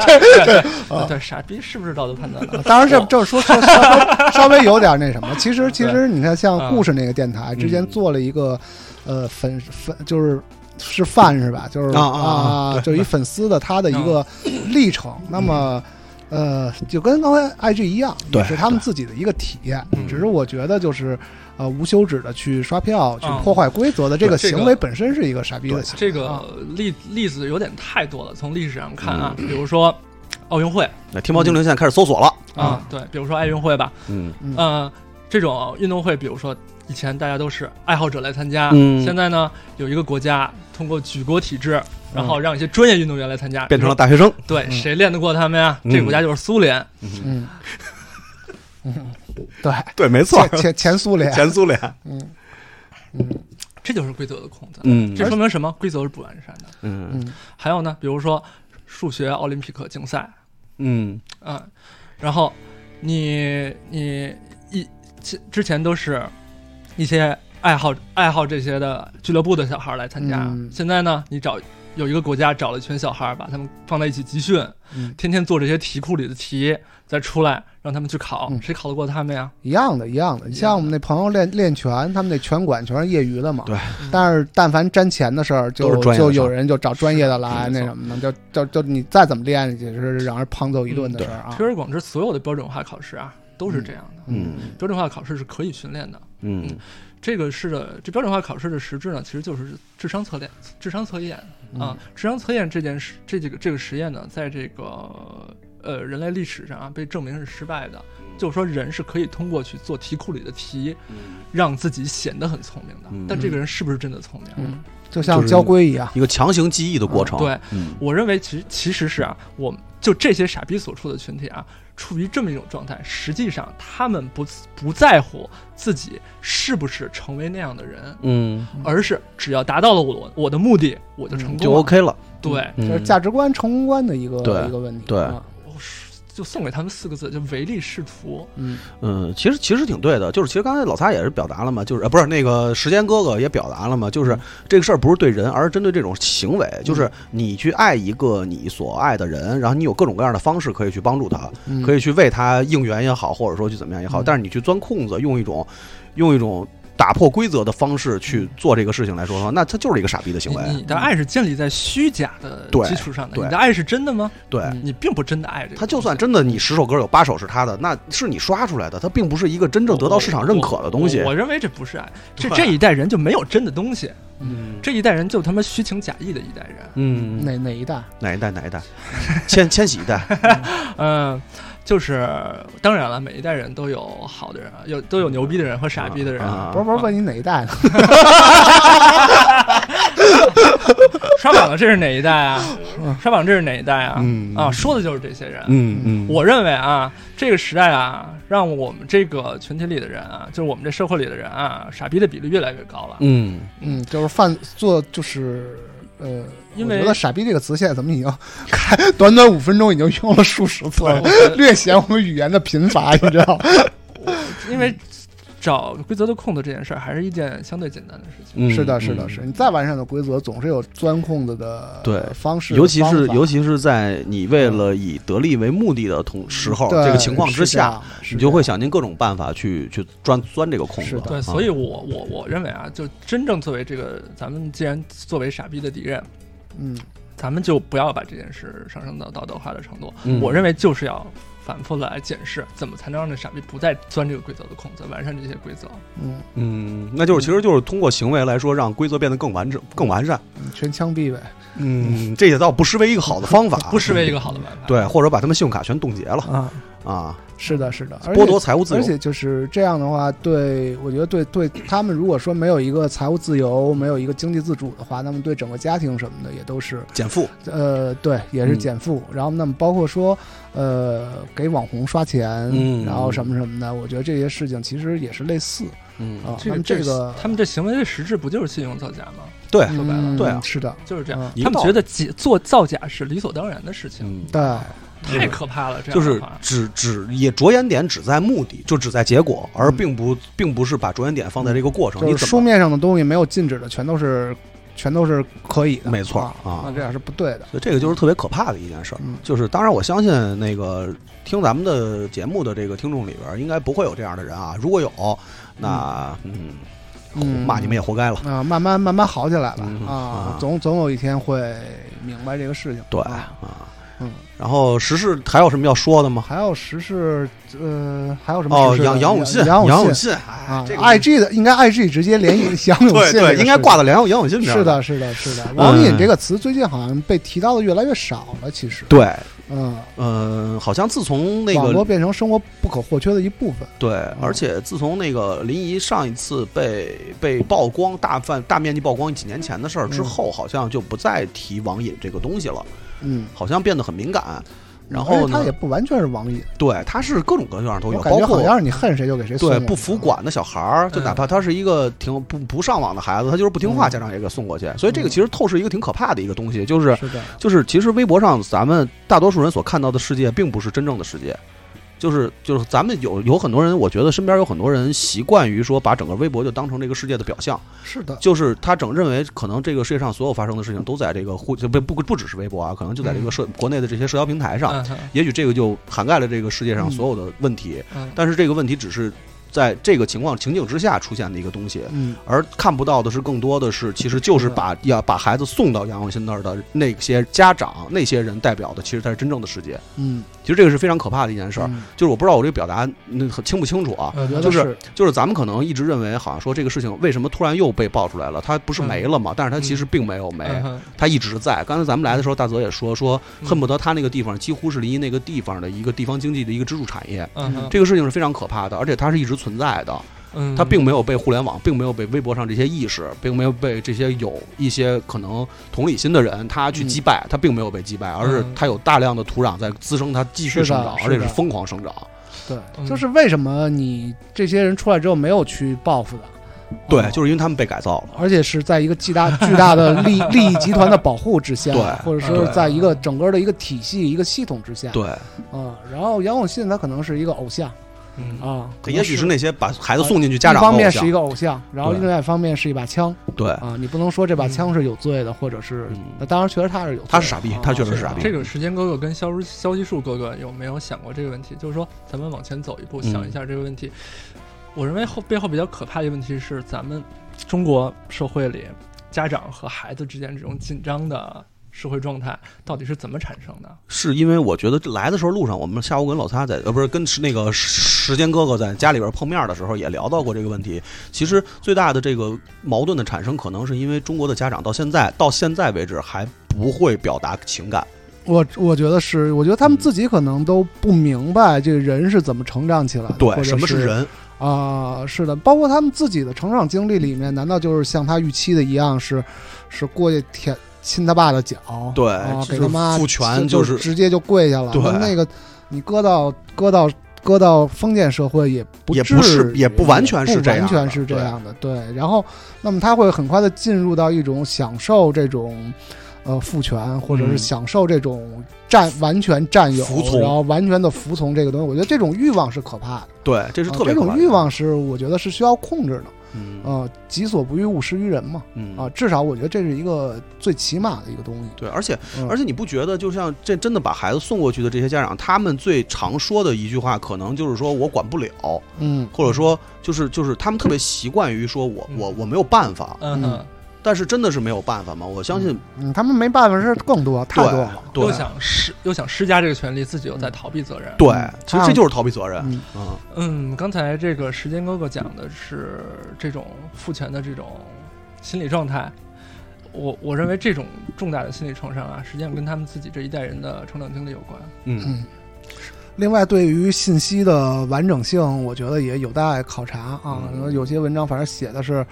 Speaker 4: 对对，傻逼是不是道德判断的？
Speaker 3: 当然
Speaker 2: 哦
Speaker 3: 这
Speaker 4: 我
Speaker 3: 这说说稍微稍微有点那什么。其实其实
Speaker 4: 对
Speaker 3: 你看，像
Speaker 4: 嗯
Speaker 3: 故事那个电台之前
Speaker 2: 嗯
Speaker 3: 做了一个呃粉粉就是。是饭是吧？就是
Speaker 2: 啊啊啊对嗯
Speaker 3: 就一粉丝的他的一个历程。那么，呃，就跟刚才 IG 一样，
Speaker 2: 对
Speaker 3: 也是他们自己的一个体验
Speaker 4: 嗯。
Speaker 3: 只是我觉得就是，呃，无休止的去刷票、去
Speaker 2: 嗯
Speaker 4: 啊
Speaker 3: 破坏规则的这个
Speaker 4: 这个
Speaker 3: 行为本身是一个傻逼的行为。
Speaker 4: 这个例例子有点太多了，从历史上看
Speaker 2: 嗯
Speaker 4: 啊，比如说奥运会
Speaker 2: 那天猫精灵现在开始搜索了，
Speaker 4: 啊，对，比如说爱运会吧，
Speaker 2: 嗯
Speaker 3: 嗯
Speaker 4: 嗯，这种运动会，比如说以前大家都是爱好者来参加，
Speaker 2: 嗯
Speaker 4: 现在呢有一个国家通过举国体制，然后让一些专业运动员来参加，
Speaker 2: 变成了大学生，
Speaker 4: 对，谁练得过他们呀？
Speaker 2: 嗯
Speaker 4: 这个国家就是苏联，
Speaker 3: 嗯， 嗯， 对，
Speaker 2: 对，没
Speaker 3: 前前前苏联，
Speaker 2: 前苏联，
Speaker 4: 这就是规则的空子。
Speaker 2: 嗯
Speaker 4: 这说明什么？规则是不完善的。
Speaker 2: 嗯
Speaker 3: 嗯
Speaker 4: 还有呢，比如说数学奥林匹克竞赛，
Speaker 2: 嗯
Speaker 4: 啊，然后你你一之之前都是一些爱好爱好这些的俱乐部的小孩儿来参加，
Speaker 3: 嗯
Speaker 4: 现在呢，你找有一个国家找了一群小孩儿，把他们放在一起集训，
Speaker 3: 嗯，
Speaker 4: 天天做这些题库里的题，再出来让他们去考，
Speaker 3: 嗯
Speaker 4: 谁考得过他们呀？
Speaker 3: 一样的，一样的。你像我们那朋友练练拳，他们那拳馆全是业余的嘛。
Speaker 2: 对。
Speaker 3: 但是但凡沾钱的事儿，
Speaker 2: 都
Speaker 3: 就是
Speaker 2: 专业的
Speaker 3: 就
Speaker 2: 事儿
Speaker 3: 有人就找专业的来
Speaker 4: 是没
Speaker 3: 那
Speaker 4: 错
Speaker 3: 什么的，就就就你再怎么练，也是让人胖揍一顿的
Speaker 2: 嗯
Speaker 3: 事儿啊
Speaker 4: 推。而广之所有的标准化考试啊，都是这样的。
Speaker 2: 嗯
Speaker 4: 标准化考试是可以训练的。
Speaker 2: 嗯
Speaker 4: 这个是的，这标准化考试的实质呢，其实就是智商测验，智商测验
Speaker 2: 嗯
Speaker 4: 啊，智商测验这件事，这几个这个实验呢，在这个呃人类历史上啊，被证明是失败的。
Speaker 2: 嗯
Speaker 4: 就是说，人是可以通过去做题库里的题，让自己显得很聪明的。
Speaker 2: 嗯
Speaker 4: 但这个人是不是真的聪明？啊
Speaker 3: 嗯，就
Speaker 2: 就
Speaker 3: 像
Speaker 2: 是
Speaker 3: 交规一样，
Speaker 2: 一个强行记忆的过程。
Speaker 4: 对，
Speaker 2: 嗯
Speaker 4: 我认为其其实是啊，我们就这些傻逼所处的群体啊，处于这么一种状态，实际上他们不不在乎自己是不是成为那样的人，
Speaker 2: 嗯，
Speaker 4: 而是只要达到了我我的目的，我就成功了，
Speaker 2: 就 OK 了。
Speaker 4: 对，
Speaker 3: 就
Speaker 2: 嗯
Speaker 3: 是价值观、成功观的一个
Speaker 2: 对
Speaker 3: 一个问题。
Speaker 2: 对
Speaker 3: 啊
Speaker 4: 我是就送给他们四个字，就唯利是图。
Speaker 3: 嗯，
Speaker 2: 嗯，其实其实挺对的，就是其实刚才老擦也是表达了嘛，就是呃不是那个时间哥哥也表达了嘛，就是这个事儿不是对人，而是针对这种行为，就是你去爱一个你所爱的人，然后你有各种各样的方式可以去帮助他，
Speaker 3: 嗯
Speaker 2: 可以去为他应援也好，或者说去怎么样也好，
Speaker 3: 嗯
Speaker 2: 但是你去钻空子，用一种用一种打破规则的方式去做这个事情来说的话，那他就是一个傻逼的行
Speaker 4: 你
Speaker 2: 为。
Speaker 4: 你的爱是建立在虚假的
Speaker 2: 对
Speaker 4: 基础上的，
Speaker 2: 对
Speaker 4: 你的爱是真的吗？
Speaker 2: 对，
Speaker 3: 嗯
Speaker 4: 你并不真的爱这个东西。
Speaker 2: 他就算真的你十首歌有八首是他的，那是你刷出来的，他并不是一个真正得到市场认可的东西
Speaker 4: 我我。我认为这不是爱，这
Speaker 2: 对
Speaker 4: 这一代人就没有真的东西，
Speaker 2: 嗯
Speaker 4: 这一代人就他妈虚情假意的一代人。
Speaker 2: 嗯，
Speaker 3: 哪哪一代？
Speaker 2: 哪一代哪一代，千千禧一代，
Speaker 4: 嗯，就是当然了，每一代人都有好的人，啊有都有牛逼的人和 傻逼的人。
Speaker 2: 啊啊
Speaker 3: 不是不是，问你哪一代呢？
Speaker 4: 刷榜的这是哪一代啊？刷榜这是哪一代啊？
Speaker 2: 嗯
Speaker 4: 啊，说的就是这些人。
Speaker 2: 嗯嗯，
Speaker 4: 我认为啊，这个时代啊，让我们这个群体里的人啊，就是我们这社会里的人啊，傻逼的比例越来越高了。
Speaker 2: 嗯
Speaker 3: 嗯，就是犯做就是呃，
Speaker 4: 因
Speaker 3: 我
Speaker 4: 为
Speaker 3: 觉得“傻逼”这个词现在怎么已经开短短五分钟已经用了数十次了
Speaker 4: 我 觉，得
Speaker 3: 略显我们语言的贫乏，你知道吗？
Speaker 4: 因为找规则的空子这件事儿，还是一件相对简单的事情。
Speaker 2: 嗯，
Speaker 3: 是的，是的，
Speaker 2: 嗯
Speaker 3: 是你再完善的规则，总是有钻空子的
Speaker 2: 对
Speaker 3: 方式，
Speaker 2: 尤其是
Speaker 3: 方法
Speaker 2: 尤其是在你为了以得利为目的的同时候，
Speaker 3: 对
Speaker 2: 这个情况之
Speaker 3: 是这
Speaker 2: 下
Speaker 3: 样，是
Speaker 2: 你就
Speaker 3: 这
Speaker 2: 会
Speaker 3: 样
Speaker 2: 想尽各种办法去去钻钻这个空子
Speaker 3: 是的。嗯
Speaker 4: 对，
Speaker 2: 啊
Speaker 4: 所以我我我认为啊，就真正作为这个，咱们既然作为傻逼的敌人，
Speaker 3: 嗯
Speaker 4: 咱们就不要把这件事上升到道德化的程度。
Speaker 2: 嗯
Speaker 4: 我认为就是要反复来检视，怎么才能让这傻逼不再钻这个规则的空子，完善这些规则。
Speaker 3: 嗯，
Speaker 2: 嗯，那就是其实就是通过行为来说，让规则变得更完整、更完善。
Speaker 3: 嗯全枪毙呗
Speaker 2: 嗯，这也倒不失为一个好的方法， 嗯
Speaker 4: 不失为一个好的办法。
Speaker 2: 对，或者把他们信用卡全冻结了
Speaker 3: 啊！
Speaker 2: 啊，
Speaker 3: 是的，是的，而且
Speaker 2: 剥夺财务自
Speaker 3: 而
Speaker 2: 由。
Speaker 3: 且就是这样的话，对我觉得对对他们，如果说没有一个财务自由，没有一个经济自主的话，那么对整个家庭什么的也都是
Speaker 2: 减负，
Speaker 3: 呃，对，也是
Speaker 2: 嗯
Speaker 3: 减负。然后那么包括说呃给网红刷钱，
Speaker 2: 嗯
Speaker 3: 然后什么什么的，我觉得这些事情其实也是类似
Speaker 2: 嗯
Speaker 3: 啊。
Speaker 4: 这
Speaker 3: 那
Speaker 4: 个
Speaker 3: 么这个
Speaker 4: 他们这行为的实质不就是信用造假吗？
Speaker 2: 对，
Speaker 3: 嗯
Speaker 4: 说白了
Speaker 2: 对啊
Speaker 3: 是的，
Speaker 4: 就是这样，
Speaker 3: 嗯
Speaker 2: 一
Speaker 4: 他
Speaker 2: 个
Speaker 4: 们
Speaker 2: 道
Speaker 4: 觉
Speaker 2: 理
Speaker 4: 得解做造假是理所当然的事情，
Speaker 2: 嗯，
Speaker 3: 对，
Speaker 4: 太可怕了。这
Speaker 2: 就
Speaker 4: 样的
Speaker 2: 是
Speaker 4: 话，
Speaker 2: 只只也着眼点只在目的，就只在结果，而并不并不是把着眼点放在这个过程。
Speaker 3: 嗯就
Speaker 2: 你
Speaker 3: 是
Speaker 2: 怎
Speaker 3: 书
Speaker 2: 么？
Speaker 3: 面上的东西没有禁止的，全都是全都是可以的，
Speaker 2: 没错
Speaker 3: 啊，
Speaker 2: 啊
Speaker 3: 那这样是不对的。
Speaker 2: 所以这个就是特别可怕的一件事儿
Speaker 3: 嗯。
Speaker 2: 就是当然，我相信那个听咱们的节目的这个听众里边儿，应该不会有这样的人啊。如果有，那嗯，
Speaker 3: 嗯，
Speaker 2: 骂你们也活该了。
Speaker 3: 啊，慢慢慢慢好起来吧
Speaker 2: 嗯啊
Speaker 3: 啊，总总有一天会明白这个事情。
Speaker 2: 对
Speaker 3: 啊
Speaker 2: 啊，
Speaker 3: 嗯，
Speaker 2: 然后时事还有什么要说的吗？
Speaker 3: 还有时事，呃，还有什么
Speaker 2: 哦，
Speaker 3: 时事呢？
Speaker 2: 杨杨永信，
Speaker 3: 杨
Speaker 2: 杨永
Speaker 3: 信
Speaker 2: 信，
Speaker 3: 啊
Speaker 2: 哎，这个
Speaker 3: ，IG 的应该 IG 直 接连一杨永
Speaker 2: 对
Speaker 3: 信这个
Speaker 2: 对，
Speaker 3: 事
Speaker 2: 应该挂
Speaker 3: 情
Speaker 2: 到梁杨永信这儿。嗯
Speaker 3: 是的，，是的，是的。网瘾这个词最近好像被提到的越来越少了，其实，
Speaker 2: 对，
Speaker 3: 嗯，
Speaker 2: 嗯，好像自从那
Speaker 3: 网
Speaker 2: 个
Speaker 3: 络嗯变成生活不可或缺的一部分。
Speaker 2: 对，而且自从那个临沂上一次被被曝光大范大面积曝光几年前的事儿之后，好像就不再提网瘾这个东西了，
Speaker 3: 嗯，
Speaker 2: 好像变得很敏感。然
Speaker 3: 而
Speaker 2: 后
Speaker 3: 且它
Speaker 2: 呢
Speaker 3: 也，不完全是网瘾，
Speaker 2: 对，它是各种各样都有，
Speaker 3: 我感觉
Speaker 2: 包
Speaker 3: 好像
Speaker 2: 括
Speaker 3: 是你恨谁就给谁送
Speaker 2: 对
Speaker 3: 过去。
Speaker 2: 不服管的小孩儿，就哪怕他是一个挺不不上网的孩子，他就是不听话，
Speaker 3: 嗯
Speaker 2: 家长也给送过去。所以这个其实透视一个挺可怕的一个东西，就是
Speaker 3: 啊，是的，
Speaker 2: 就是其实微博上咱们大多数人所看到的世界，并不是真正的世界。就是就是咱们有有很多人，我觉得身边有很多人习惯于说把整个微博就当成这个世界的表象，
Speaker 3: 是的，
Speaker 2: 就是他整认为可能这个世界上所有发生的事情都在这个互就不不不只是微博啊，可能就在
Speaker 3: 嗯
Speaker 2: 这个社国内的这些社交平台上，
Speaker 4: 嗯哼
Speaker 2: 也许这个就涵盖了这个世界上所有的问题，
Speaker 4: 嗯
Speaker 2: 但是这个问题只是在这个情况情景之下出现的一个东西。
Speaker 3: 嗯，
Speaker 2: 而看不到的是，更多的是，其实就是把要把孩子送到杨永信那儿的那些家长、那些人代表的，其实才是真正的世界。
Speaker 3: 嗯，
Speaker 2: 其实这个是非常可怕的一件事儿，
Speaker 3: 嗯
Speaker 2: 就是我不知道我这个表达那很清不清楚啊。
Speaker 4: 我觉
Speaker 3: 觉得
Speaker 4: 得
Speaker 2: 就是
Speaker 3: 是
Speaker 2: 就是咱们可能一直认为，好像说这个事情为什么突然又被爆出来了？它不是没了吗？但是它其实并没有没，
Speaker 4: 嗯哼
Speaker 2: 它一直在。刚才咱们来的时候，大泽也说，说
Speaker 4: 嗯
Speaker 2: 恨不得他那个地方几乎是临沂那个地方的一个地方经济的一个支柱产业。
Speaker 4: 嗯哼，
Speaker 2: 这个事情是非常可怕的，而且它是一直存在的。
Speaker 4: 嗯
Speaker 2: 它并没有被互联网，并没有被微博上这些意识，并没有被这些有一些可能同理心的人他
Speaker 3: 嗯
Speaker 2: 去击败，它并没有被击败，而是它有大量的土壤在滋生它继续生长，而
Speaker 3: 是的
Speaker 2: 且
Speaker 3: 是
Speaker 2: 是
Speaker 3: 的
Speaker 2: 疯狂生长。
Speaker 3: 对，
Speaker 4: 嗯
Speaker 3: 就是为什么你这些人出来之后没有去报复的？
Speaker 2: 对，
Speaker 3: 嗯
Speaker 2: 就是因为他们被改造了。
Speaker 3: 而且是在一个巨大巨大的 利利益集团的保护之下，
Speaker 2: 对
Speaker 3: 或者说
Speaker 2: 对
Speaker 3: 在一个整个的一个体系、一个系统之下，
Speaker 2: 对，
Speaker 3: 嗯，然后杨永信他可能是一个偶像
Speaker 4: 嗯
Speaker 3: 啊，可能
Speaker 2: 也许是那些把孩子送进去
Speaker 3: 一
Speaker 2: 家长
Speaker 3: 方面
Speaker 2: 偶
Speaker 3: 是
Speaker 2: 像
Speaker 3: 一。个偶像，然后
Speaker 2: 对
Speaker 3: 另外一方面是一把枪
Speaker 2: 对，
Speaker 3: 啊，你不能说这把枪是有罪的，或者是
Speaker 2: 嗯
Speaker 3: 那当然确实他是有罪的，
Speaker 2: 他是傻逼
Speaker 3: 啊
Speaker 2: 他确实
Speaker 3: 啊
Speaker 2: 是傻逼
Speaker 4: 这个时间哥哥跟消失消息树哥哥有没有想过这个问题？就是说，咱们往前走一步，
Speaker 2: 嗯
Speaker 4: 想一下这个问题。我认为后背后比较可怕的一个问题是，咱们中国社会里家长和孩子之间这种紧张的社会状态到底是怎么产生的？
Speaker 2: 是因为我觉得来的时候路上，我们下午跟老擦在呃不是跟那个时间哥哥在家里边碰面的时候也聊到过这个问题。其实最大的这个矛盾的产生，可能是因为中国的家长到现在到现在为止还不会表达情感。
Speaker 3: 我我觉得是，我觉得他们自己可能都不明白这个人是怎么成长起来的，
Speaker 2: 对，
Speaker 3: 或者
Speaker 2: 什么
Speaker 3: 是
Speaker 2: 是人？
Speaker 3: 啊、是的，包括他们自己的成长经历里面，难道就是像他预期的一样是，是过去舔亲他爸的脚，
Speaker 2: 对
Speaker 3: 啊、
Speaker 2: 就
Speaker 3: 给
Speaker 2: 是
Speaker 3: 他妈
Speaker 2: 父权
Speaker 3: 就
Speaker 2: 就是
Speaker 3: 直接就跪下了。
Speaker 2: 对
Speaker 3: 那那个你搁到搁到搁到封建社会也不
Speaker 2: 也
Speaker 3: 至
Speaker 2: 不是也不
Speaker 3: 不
Speaker 2: 完全是这样
Speaker 3: 完全
Speaker 2: 的
Speaker 3: 是这
Speaker 2: 对
Speaker 3: 样的。对，然后那么他会很快的进入到一种享受这种。呃，父权或者
Speaker 2: 嗯
Speaker 3: 是享受这种占、完全占有，
Speaker 2: 服从
Speaker 3: 然后完全的服从这个东西，我觉得这种欲望是可怕的。
Speaker 2: 对，这是特别
Speaker 3: 啊、
Speaker 2: 可
Speaker 3: 这
Speaker 2: 怕
Speaker 3: 种
Speaker 2: 的
Speaker 3: 欲，望是我觉得是需要控制的。
Speaker 2: 嗯
Speaker 3: 呃，己所不欲，勿施于人嘛。
Speaker 2: 嗯
Speaker 3: 啊，至少我觉得这是一个最起码的一个东西。
Speaker 2: 对，而且
Speaker 3: 嗯、
Speaker 2: 而且你不觉得，就像这真的把孩子送过去的这些家长，他们最常说的一句话，可能就是说我管不了，
Speaker 3: 嗯，
Speaker 2: 或者说就是就是他们特别习惯于说我
Speaker 4: 嗯
Speaker 2: 我我没有办法，
Speaker 4: 嗯哼，
Speaker 2: 但是真的是没有办法吗？我相信
Speaker 3: 嗯，他们没办法事儿更多，太多了。
Speaker 2: 对
Speaker 4: 又
Speaker 2: 对
Speaker 4: 想施又想施加这个权利，自己又在逃避责任。
Speaker 2: 对
Speaker 3: 嗯，
Speaker 2: 其实
Speaker 3: 他
Speaker 2: 这就是逃避责任，
Speaker 3: 嗯
Speaker 2: 嗯，
Speaker 4: 嗯，刚才这个时间哥哥讲的是这种父权的这种心理状态，我我认为这种重大的心理创伤啊，实际上跟他们自己这一代人的成长经历有关。
Speaker 2: 嗯
Speaker 3: 嗯。另外，对于信息的完整性，我觉得也有待考察啊。
Speaker 2: 嗯
Speaker 3: 可能有些文章反正写的是，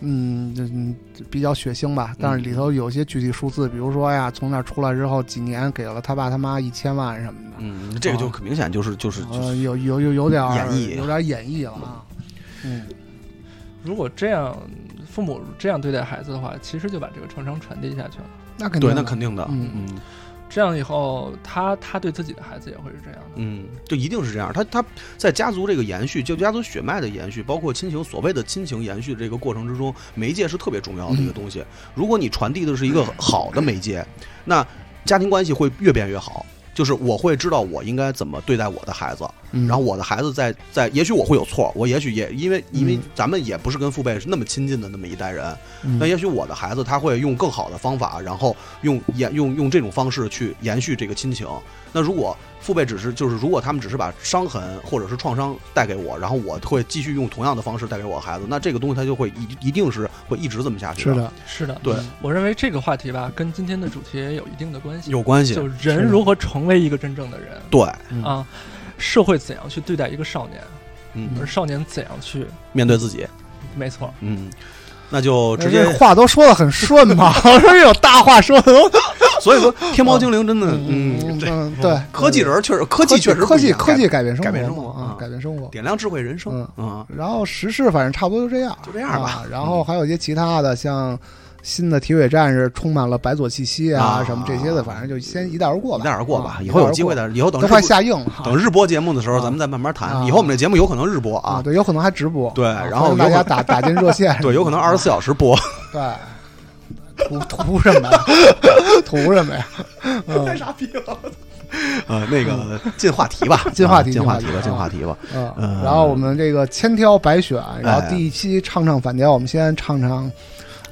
Speaker 3: 嗯，嗯比较血腥
Speaker 2: 嗯
Speaker 3: 吧，但是里头有些具体数字，比如说哎呀，从那儿出来之后几年给了他爸他妈一千万什么的，
Speaker 2: 嗯，这个
Speaker 3: 啊
Speaker 2: 就很明显就是就是嗯就
Speaker 3: 呃，
Speaker 2: 是
Speaker 3: 有有有有点儿
Speaker 2: 演绎
Speaker 3: 有点儿演绎了啊。嗯，
Speaker 4: 如果这样父母这样对待孩子的话，其实就把这个创伤传递下去了。
Speaker 3: 那肯定
Speaker 2: 对，
Speaker 3: 的，
Speaker 2: 那肯定的，
Speaker 3: 嗯
Speaker 2: 嗯
Speaker 4: 这样以后，他他对自己的孩子也会是这样的。
Speaker 2: 嗯，就一定是这样。他他在家族这个延续，就家族血脉的延续，包括亲情所谓的亲情延续的这个过程之中，媒介是特别重要的
Speaker 3: 嗯
Speaker 2: 一个东西。如果你传递的是一个好的媒介，那家庭关系会越变越好。就是我会知道我应该怎么对待我的孩子，
Speaker 3: 嗯
Speaker 2: 然后我的孩子在在，也许我会有错，我也许也因为因为
Speaker 3: 嗯
Speaker 2: 咱们也不是跟父辈是那么亲近的那么一代人，
Speaker 3: 嗯
Speaker 2: 那也许我的孩子他会用更好的方法，然后用延用用这种方式去延续这个亲情。那如果父辈只是就是如果他们只是把伤痕或者是创伤带给我，然后我会继续用同样的方式带给我孩子，那这个东西它就会一一定是会一直这么下去
Speaker 3: 是的，
Speaker 4: 是的，
Speaker 2: 对，
Speaker 4: 我认为这个话题吧，跟今天的主题也有一定的关系，
Speaker 2: 有关系，啊
Speaker 4: 就是人如何成为一个真正的人
Speaker 2: 对，
Speaker 3: 嗯
Speaker 4: 啊，社会怎样去对待一个少年，
Speaker 2: 嗯
Speaker 4: 而，少年怎样去，
Speaker 2: 面对自己，
Speaker 4: 没错，
Speaker 2: 嗯，那就直 接
Speaker 3: 哎这话都说的很顺 嘛，说有大话说的都，
Speaker 2: 所以说，天猫精灵真的，嗯，
Speaker 3: 嗯
Speaker 2: 对，
Speaker 3: 嗯对，
Speaker 2: 科技人儿确实，科
Speaker 3: 科
Speaker 2: 技
Speaker 3: 技
Speaker 2: 确实不
Speaker 3: 科
Speaker 2: 一
Speaker 3: 技
Speaker 2: 样
Speaker 3: 科技
Speaker 2: 改
Speaker 3: 嗯改变生
Speaker 2: 改变
Speaker 3: 活
Speaker 2: 生活
Speaker 3: 嘛
Speaker 2: 啊，
Speaker 3: 啊改变生活。
Speaker 2: 点亮智慧人生啊，
Speaker 3: 然后时事反正差不多就这样，
Speaker 2: 就这样吧
Speaker 3: 啊然后还有一些其他的，像新的铁血战士充满了白左气息啊
Speaker 2: 啊
Speaker 3: 什么这些的，反正就先一带而过吧，
Speaker 2: 一带而过吧
Speaker 3: 啊，
Speaker 2: 以后有机会
Speaker 3: 一带而
Speaker 2: 的，以后等
Speaker 3: 过都
Speaker 2: 日
Speaker 3: 快
Speaker 2: 播
Speaker 3: 下映了哈
Speaker 2: 等啊日播节目的时候，咱们再慢慢谈。以后我们这节目有可能日播
Speaker 3: 啊，
Speaker 2: 啊，
Speaker 3: 对，有可能还直播，
Speaker 2: 对
Speaker 3: 啊
Speaker 2: 然后
Speaker 3: 欢迎大
Speaker 2: 有
Speaker 3: 家
Speaker 2: 可
Speaker 3: 打打进热
Speaker 2: ，
Speaker 3: 线啊
Speaker 2: 对，有可能二十四小时播。
Speaker 3: 对， 图图什么呀？图什么呀？太傻逼了！
Speaker 2: 呃，那个进话 题吧，
Speaker 3: 嗯进话题
Speaker 2: 啊进话题
Speaker 3: 进话
Speaker 2: 吧，
Speaker 3: 题
Speaker 2: 进话题吧。
Speaker 3: 啊
Speaker 2: 嗯，
Speaker 3: 然后我们这个千挑百选，然后
Speaker 2: 哎
Speaker 3: 第一期唱唱反调，我们先唱唱《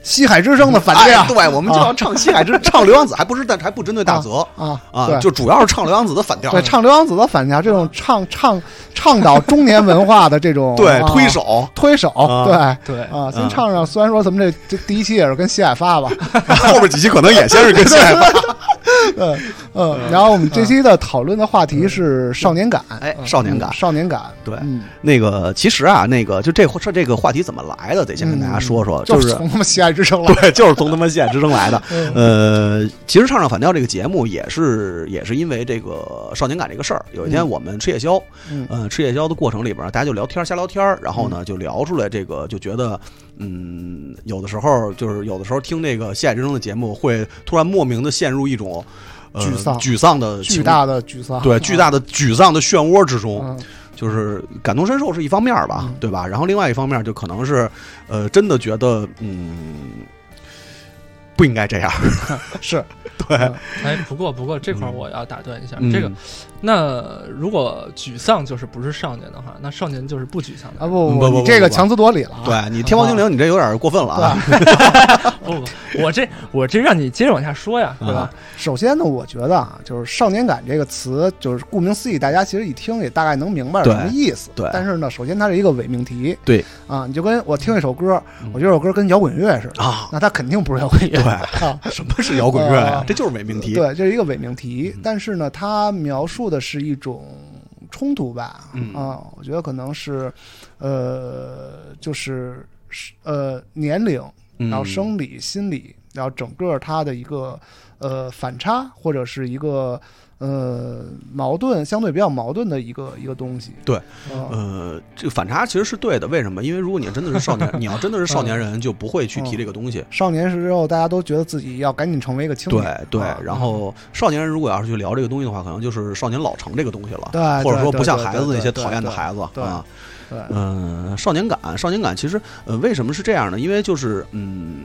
Speaker 3: 西海之声》的反调
Speaker 2: 哎，对，我们就要唱《西海之》 唱刘洋子，还不是，但还不针对大泽
Speaker 3: 啊
Speaker 2: 啊，
Speaker 3: 对
Speaker 2: 就主要是啊唱刘洋子的反调，
Speaker 3: 对，唱刘洋子的反调，这种唱唱倡导中年文化的这种
Speaker 2: 对
Speaker 3: 啊
Speaker 2: 推 手，
Speaker 3: 推手，
Speaker 2: 啊
Speaker 3: 对
Speaker 4: 对
Speaker 3: 啊，先唱唱。虽然说咱们这这第一期也是跟西海 发吧，
Speaker 2: 后边几期可能也先是跟现在
Speaker 3: 嗯嗯，然后我们这期的讨论的话题是少年感，
Speaker 2: 哎少年感
Speaker 3: 嗯。少年感，
Speaker 2: 对
Speaker 3: 嗯，
Speaker 2: 那个其实啊，那个就这说这个话题怎么来的，得先跟大家说说，
Speaker 3: 嗯就是从他们西海之声来，
Speaker 2: 对，就是从他妈西海之声来的。
Speaker 3: 嗯
Speaker 2: 呃，其实《唱唱反调》这个节目也是也是因为这个少年感这个事儿。有一天我们吃夜宵，
Speaker 3: 嗯
Speaker 2: 呃，吃夜宵的过程里边儿，大家就聊天儿，瞎聊天儿，然后呢就聊出来这个，就觉得，嗯，有的时候就是有的时候听这个西海之声的节目，会突然莫名的陷入一种、呃、
Speaker 3: 沮丧
Speaker 2: 沮丧的
Speaker 3: 巨
Speaker 2: 情
Speaker 3: 大的沮丧，
Speaker 2: 对巨大的沮丧的漩涡之中。
Speaker 3: 嗯，
Speaker 2: 就是感同身受是一方面儿吧，对吧？然后另外一方面就可能是，呃，真的觉得嗯不应该这样，
Speaker 3: 是
Speaker 4: 哎，不过不过这块儿我要打断一下，
Speaker 2: 嗯
Speaker 4: 这个那如果沮丧就是不是少年的话，那少年就是不沮丧的
Speaker 3: 啊，不
Speaker 2: 嗯不不
Speaker 3: 你
Speaker 2: 不
Speaker 3: 这个
Speaker 2: 不
Speaker 3: 强词夺理了啊，
Speaker 2: 对你天猫精灵，你这有点过分了
Speaker 3: 对
Speaker 2: 啊！
Speaker 4: 不不，我这我这让你接着往下说呀，
Speaker 3: 嗯
Speaker 4: 对吧？
Speaker 3: 啊首先呢，我觉得啊，就是“少年感”这个词，就是顾名思义，大家其实一听也大概能明白是
Speaker 2: 对
Speaker 3: 什么意思。
Speaker 2: 对
Speaker 3: 但是呢，首先它是一个伪命题。
Speaker 2: 对。
Speaker 3: 啊，你就跟我听一首歌，我觉得这首歌跟摇滚乐似的，
Speaker 2: 啊，
Speaker 3: 那它肯定不是摇滚
Speaker 2: 对
Speaker 3: 乐。啊，
Speaker 2: 什么是摇滚乐呀
Speaker 3: 呃？
Speaker 2: 这就是伪命题。嗯
Speaker 3: 对，这是一个伪命题。但是呢，它描述的是一种冲突吧？
Speaker 2: 嗯
Speaker 3: 啊，我觉得可能是，呃，就是是呃年龄
Speaker 2: 嗯，
Speaker 3: 然后生理、心理，然后整个它的一个呃反差或者是一个呃矛盾，相对比较矛盾的一个一个东西。
Speaker 2: 对
Speaker 3: 嗯，
Speaker 2: 呃，这个反差其实是对的。为什么？因为如果你真的是少年，你要真的是少年人，就不会去提这个东西。
Speaker 3: 少年时之后，大家都觉得自己要赶紧成为一个青
Speaker 2: 对
Speaker 3: 年。
Speaker 2: 对
Speaker 3: 啊，
Speaker 2: 然后少年人如果要是去聊这个东西的话，可能就是少年老成这个东西了，
Speaker 3: 对
Speaker 2: 或者
Speaker 3: 对
Speaker 2: 说
Speaker 3: 对
Speaker 2: 不像
Speaker 3: 对
Speaker 2: 孩
Speaker 3: 对
Speaker 2: 子那
Speaker 3: 对
Speaker 2: 些
Speaker 3: 对
Speaker 2: 讨厌的
Speaker 3: 对
Speaker 2: 孩子
Speaker 3: 对
Speaker 2: 啊。
Speaker 3: 对，
Speaker 2: 嗯，少年感，少年感，其实呃，为什么是这样呢？因为就是嗯，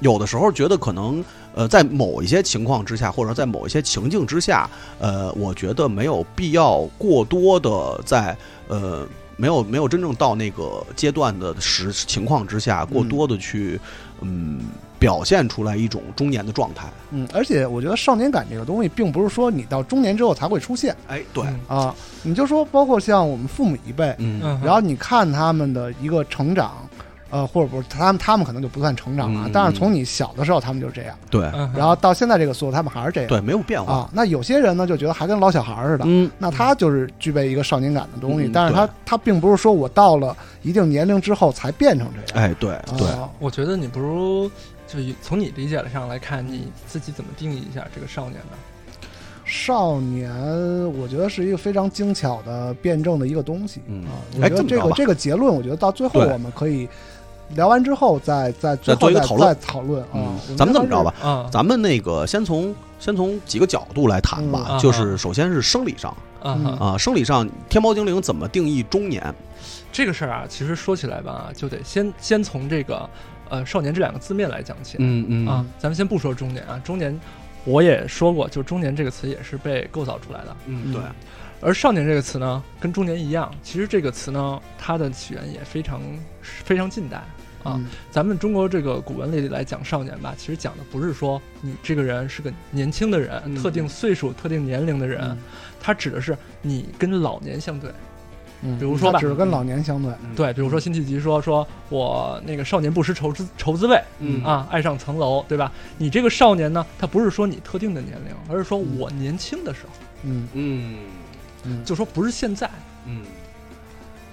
Speaker 2: 有的时候觉得可能呃，在某一些情况之下，或者在某一些情境之下，呃，我觉得没有必要过多的在呃。没有没有真正到那个阶段的时情况之下，过多的去，嗯，表现出来一种中年的状态。
Speaker 3: 嗯，而且我觉得少年感这个东西，并不是说你到中年之后才会出现
Speaker 2: 哎，对，
Speaker 3: 啊。你就说，包括像我们父母一辈，
Speaker 2: 嗯
Speaker 4: 嗯，
Speaker 3: 然后你看他们的一个成长，呃，或者不是他们，他们可能就不算成长啊
Speaker 2: 嗯。
Speaker 3: 但是从你小的时候，他们就是这样，
Speaker 2: 对，
Speaker 4: 嗯，
Speaker 3: 然后到现在这个岁数，他们还是这样。
Speaker 2: 对，没有变化。
Speaker 3: 啊，那有些人呢就觉得还跟老小孩儿似的，
Speaker 2: 嗯，
Speaker 3: 那他就是具备一个少年感的东西，
Speaker 2: 嗯
Speaker 3: 但是他他并不是说我到了一定年龄之后才变成这样。
Speaker 2: 哎，对
Speaker 3: 啊
Speaker 2: 对，
Speaker 4: 我觉得你不如就以从你理解上来看，你自己怎么定义一下这个少年呢？
Speaker 3: 少年，我觉得是一个非常精巧的辩证的一个东西。
Speaker 2: 嗯
Speaker 3: 啊，
Speaker 2: 哎
Speaker 3: 我
Speaker 2: 这
Speaker 3: 觉得
Speaker 2: 么
Speaker 3: 这
Speaker 2: 着
Speaker 3: 个
Speaker 2: 吧
Speaker 3: 这个结论，我觉得到最后
Speaker 2: 对
Speaker 3: 我们可以聊完之后再再最
Speaker 2: 再做
Speaker 3: 后
Speaker 2: 一个
Speaker 3: 再
Speaker 2: 讨论
Speaker 3: 再讨论啊。
Speaker 2: 嗯
Speaker 3: 我觉，得
Speaker 2: 咱们这
Speaker 3: 还
Speaker 2: 么
Speaker 3: 是
Speaker 2: 着吧，，
Speaker 4: 啊，
Speaker 2: 咱们那个先从先从几个角度来谈吧，
Speaker 4: 嗯啊
Speaker 2: 就是首先是生理上
Speaker 3: 嗯
Speaker 4: 啊
Speaker 2: 啊，生理上天猫精灵怎么定义中年？
Speaker 4: 这个事儿啊，其实说起来吧，就得先先从这个呃“少年”这两个字面来讲起、
Speaker 2: 嗯嗯
Speaker 4: 啊。咱们先不说中年啊，中年我也说过，就中年这个词也是被构造出来的。
Speaker 2: 嗯对，
Speaker 4: 而少年这个词呢，跟中年一样，其实这个词呢，它的起源也非常非常近代啊。
Speaker 3: 嗯
Speaker 4: 咱们中国这个古文里来讲少年吧，其实讲的不是说你这个人是个年轻的人，
Speaker 3: 嗯
Speaker 4: 特定岁数、特定年龄的人，它指的是你跟老年相对。
Speaker 3: 嗯，
Speaker 4: 比如说吧
Speaker 3: 它只是跟老年相对，
Speaker 4: 对，比如说辛弃疾说说我那个少年不识愁滋愁滋味
Speaker 2: 嗯
Speaker 4: 啊，爱上层楼，对吧？你这个少年呢，他不是说你特定的年龄，而是说我年轻的时候，
Speaker 3: 嗯
Speaker 2: 嗯
Speaker 3: 嗯，
Speaker 4: 就说不是现在。
Speaker 2: 嗯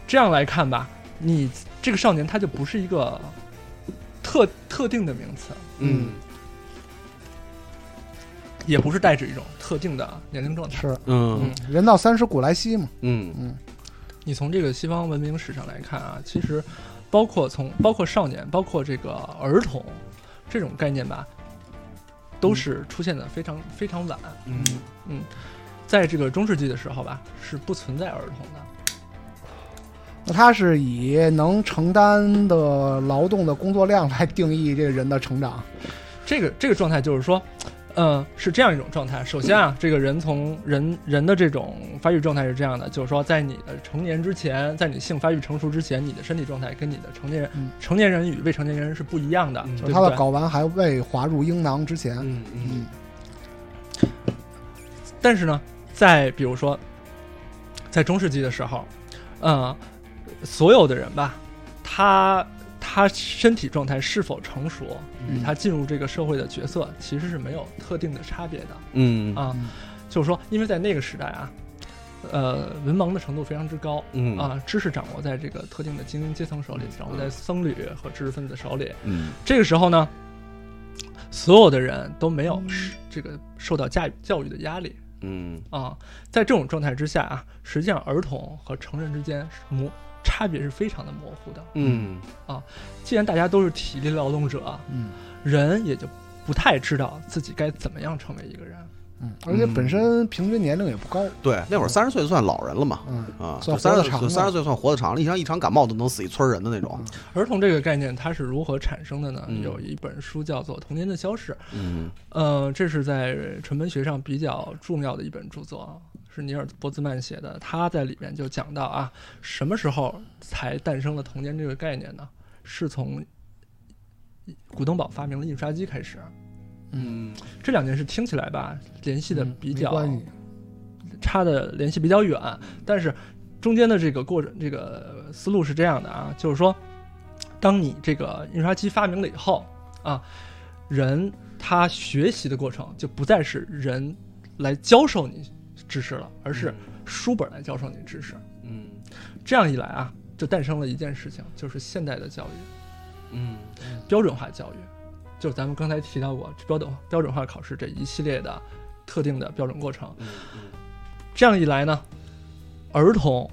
Speaker 4: 这样来看吧，你这个少年他就不是一个特特定的名词，
Speaker 2: 嗯
Speaker 4: 也不是代指一种特定的年龄状态。
Speaker 3: 是
Speaker 2: 嗯
Speaker 3: 人到三十古来稀嘛。
Speaker 2: 嗯
Speaker 3: 嗯
Speaker 4: 你从这个西方文明史上来看啊，其实包括从包括少年，包括这个儿童这种概念吧，都是出现的非常非常晚。
Speaker 2: 嗯
Speaker 4: 在这个中世纪的时候吧，是不存在儿童的。
Speaker 3: 那他是以能承担的劳动的工作量来定义这个人的成长。
Speaker 4: 这个这个状态就是说，嗯，是这样一种状态。首先
Speaker 3: 嗯
Speaker 4: 啊，这个人从人人的这种发育状态是这样的，就是说，在你的成年之前，在你性发育成熟之前，你的身体状态跟你的成年人、
Speaker 3: 嗯
Speaker 4: 成年人与未成年人是不一样的，
Speaker 2: 嗯
Speaker 3: 就是
Speaker 4: 对不
Speaker 3: 他的
Speaker 4: 对？
Speaker 3: 睾丸还未滑入阴囊之前，
Speaker 2: 嗯嗯
Speaker 3: 嗯
Speaker 4: 但是呢，在比如说，在中世纪的时候，嗯，所有的人吧，他他身体状态是否成熟，与
Speaker 3: 嗯
Speaker 4: 他进入这个社会的角色其实是没有特定的差别的。
Speaker 2: 嗯
Speaker 4: 啊
Speaker 3: 嗯，
Speaker 4: 就是说，因为在那个时代啊，呃，文盲的程度非常之高。
Speaker 2: 嗯
Speaker 4: 啊，知识掌握在这个特定的精英阶层手里，掌握在僧侣和知识分子手里。
Speaker 2: 嗯
Speaker 4: 这个时候呢，所有的人都没有是这个受到驾驭教育的压力
Speaker 2: 嗯
Speaker 4: 啊。在这种状态之下啊，实际上儿童和成人之间是模差别是非常的模糊的。
Speaker 2: 嗯
Speaker 4: 既然大家都是体力劳动者，啊
Speaker 3: 嗯
Speaker 4: 人也就不太知道自己该怎么样成为一个人。
Speaker 3: 嗯，而且本身平均年龄也不高，
Speaker 2: 对，那会儿三十岁算老人了嘛。
Speaker 3: 嗯，
Speaker 2: 啊，
Speaker 3: 算
Speaker 2: 三
Speaker 3: 活
Speaker 2: 十
Speaker 3: 得长
Speaker 2: 岁，
Speaker 3: 了
Speaker 2: 三十岁算活得长了，一场一场感冒都能死一村人的那种。
Speaker 4: 儿童这个概念它是如何产生的呢？
Speaker 2: 嗯
Speaker 4: 有一本书叫做《童年的消逝》，
Speaker 2: 嗯
Speaker 4: 呃，这是在纯文学上比较重要的一本著作，啊是尼尔·波兹曼写的。他在里面就讲到啊，什么时候才诞生了童年这个概念呢？是从古登堡发明了印刷机开始。
Speaker 2: 嗯
Speaker 4: 这两件事听起来吧，联系的
Speaker 3: 嗯
Speaker 4: 比
Speaker 3: 没
Speaker 4: 较、
Speaker 3: 关系，
Speaker 4: 差的联系比较远，但是中间的这个过程，这个思路是这样的啊，就是说，当你这个印刷机发明了以后啊，人他学习的过程就不再是人来教授你知识了，而
Speaker 3: 嗯
Speaker 4: 是书本来教授你知识。
Speaker 2: 嗯
Speaker 4: 这样一来啊，就诞生了一件事情，就是现代的教育
Speaker 2: 嗯
Speaker 4: 标准化教育，就是咱们刚才提到过标准标准化考试这一系列的特定的标准过程。这样一来呢，儿童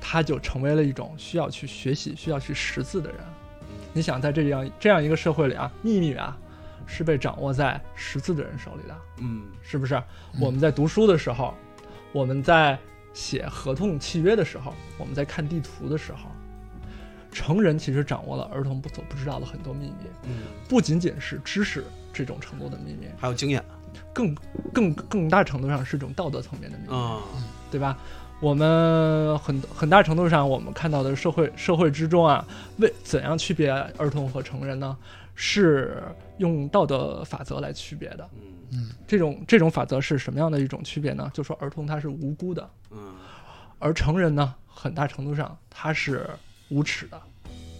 Speaker 4: 他就成为了一种需要去学习、需要去识字的人。
Speaker 2: 嗯
Speaker 4: 你想，在这样这样一个社会里啊，秘密啊是被掌握在识字的人手里的，
Speaker 2: 嗯
Speaker 4: 是不是？我们在读书的时候，我们在写合同契约的时候，我们在看地图的时候，成人其实掌握了儿童不所不知道的很多秘密，
Speaker 2: 嗯，
Speaker 4: 不仅仅是知识这种程度的秘密，
Speaker 2: 还有经验
Speaker 4: 更更更大程度上是一种道德层面的秘密。
Speaker 2: 啊，
Speaker 4: 对吧？我们很很大程度上，我们看到的社会社会之中啊，为怎样区别儿童和成人呢？是用道德法则来区别的。
Speaker 2: 嗯
Speaker 3: 嗯
Speaker 4: 这种这种法则是什么样的一种区别呢？就说儿童他是无辜的，
Speaker 2: 嗯
Speaker 4: 而成人呢，很大程度上他是无耻的，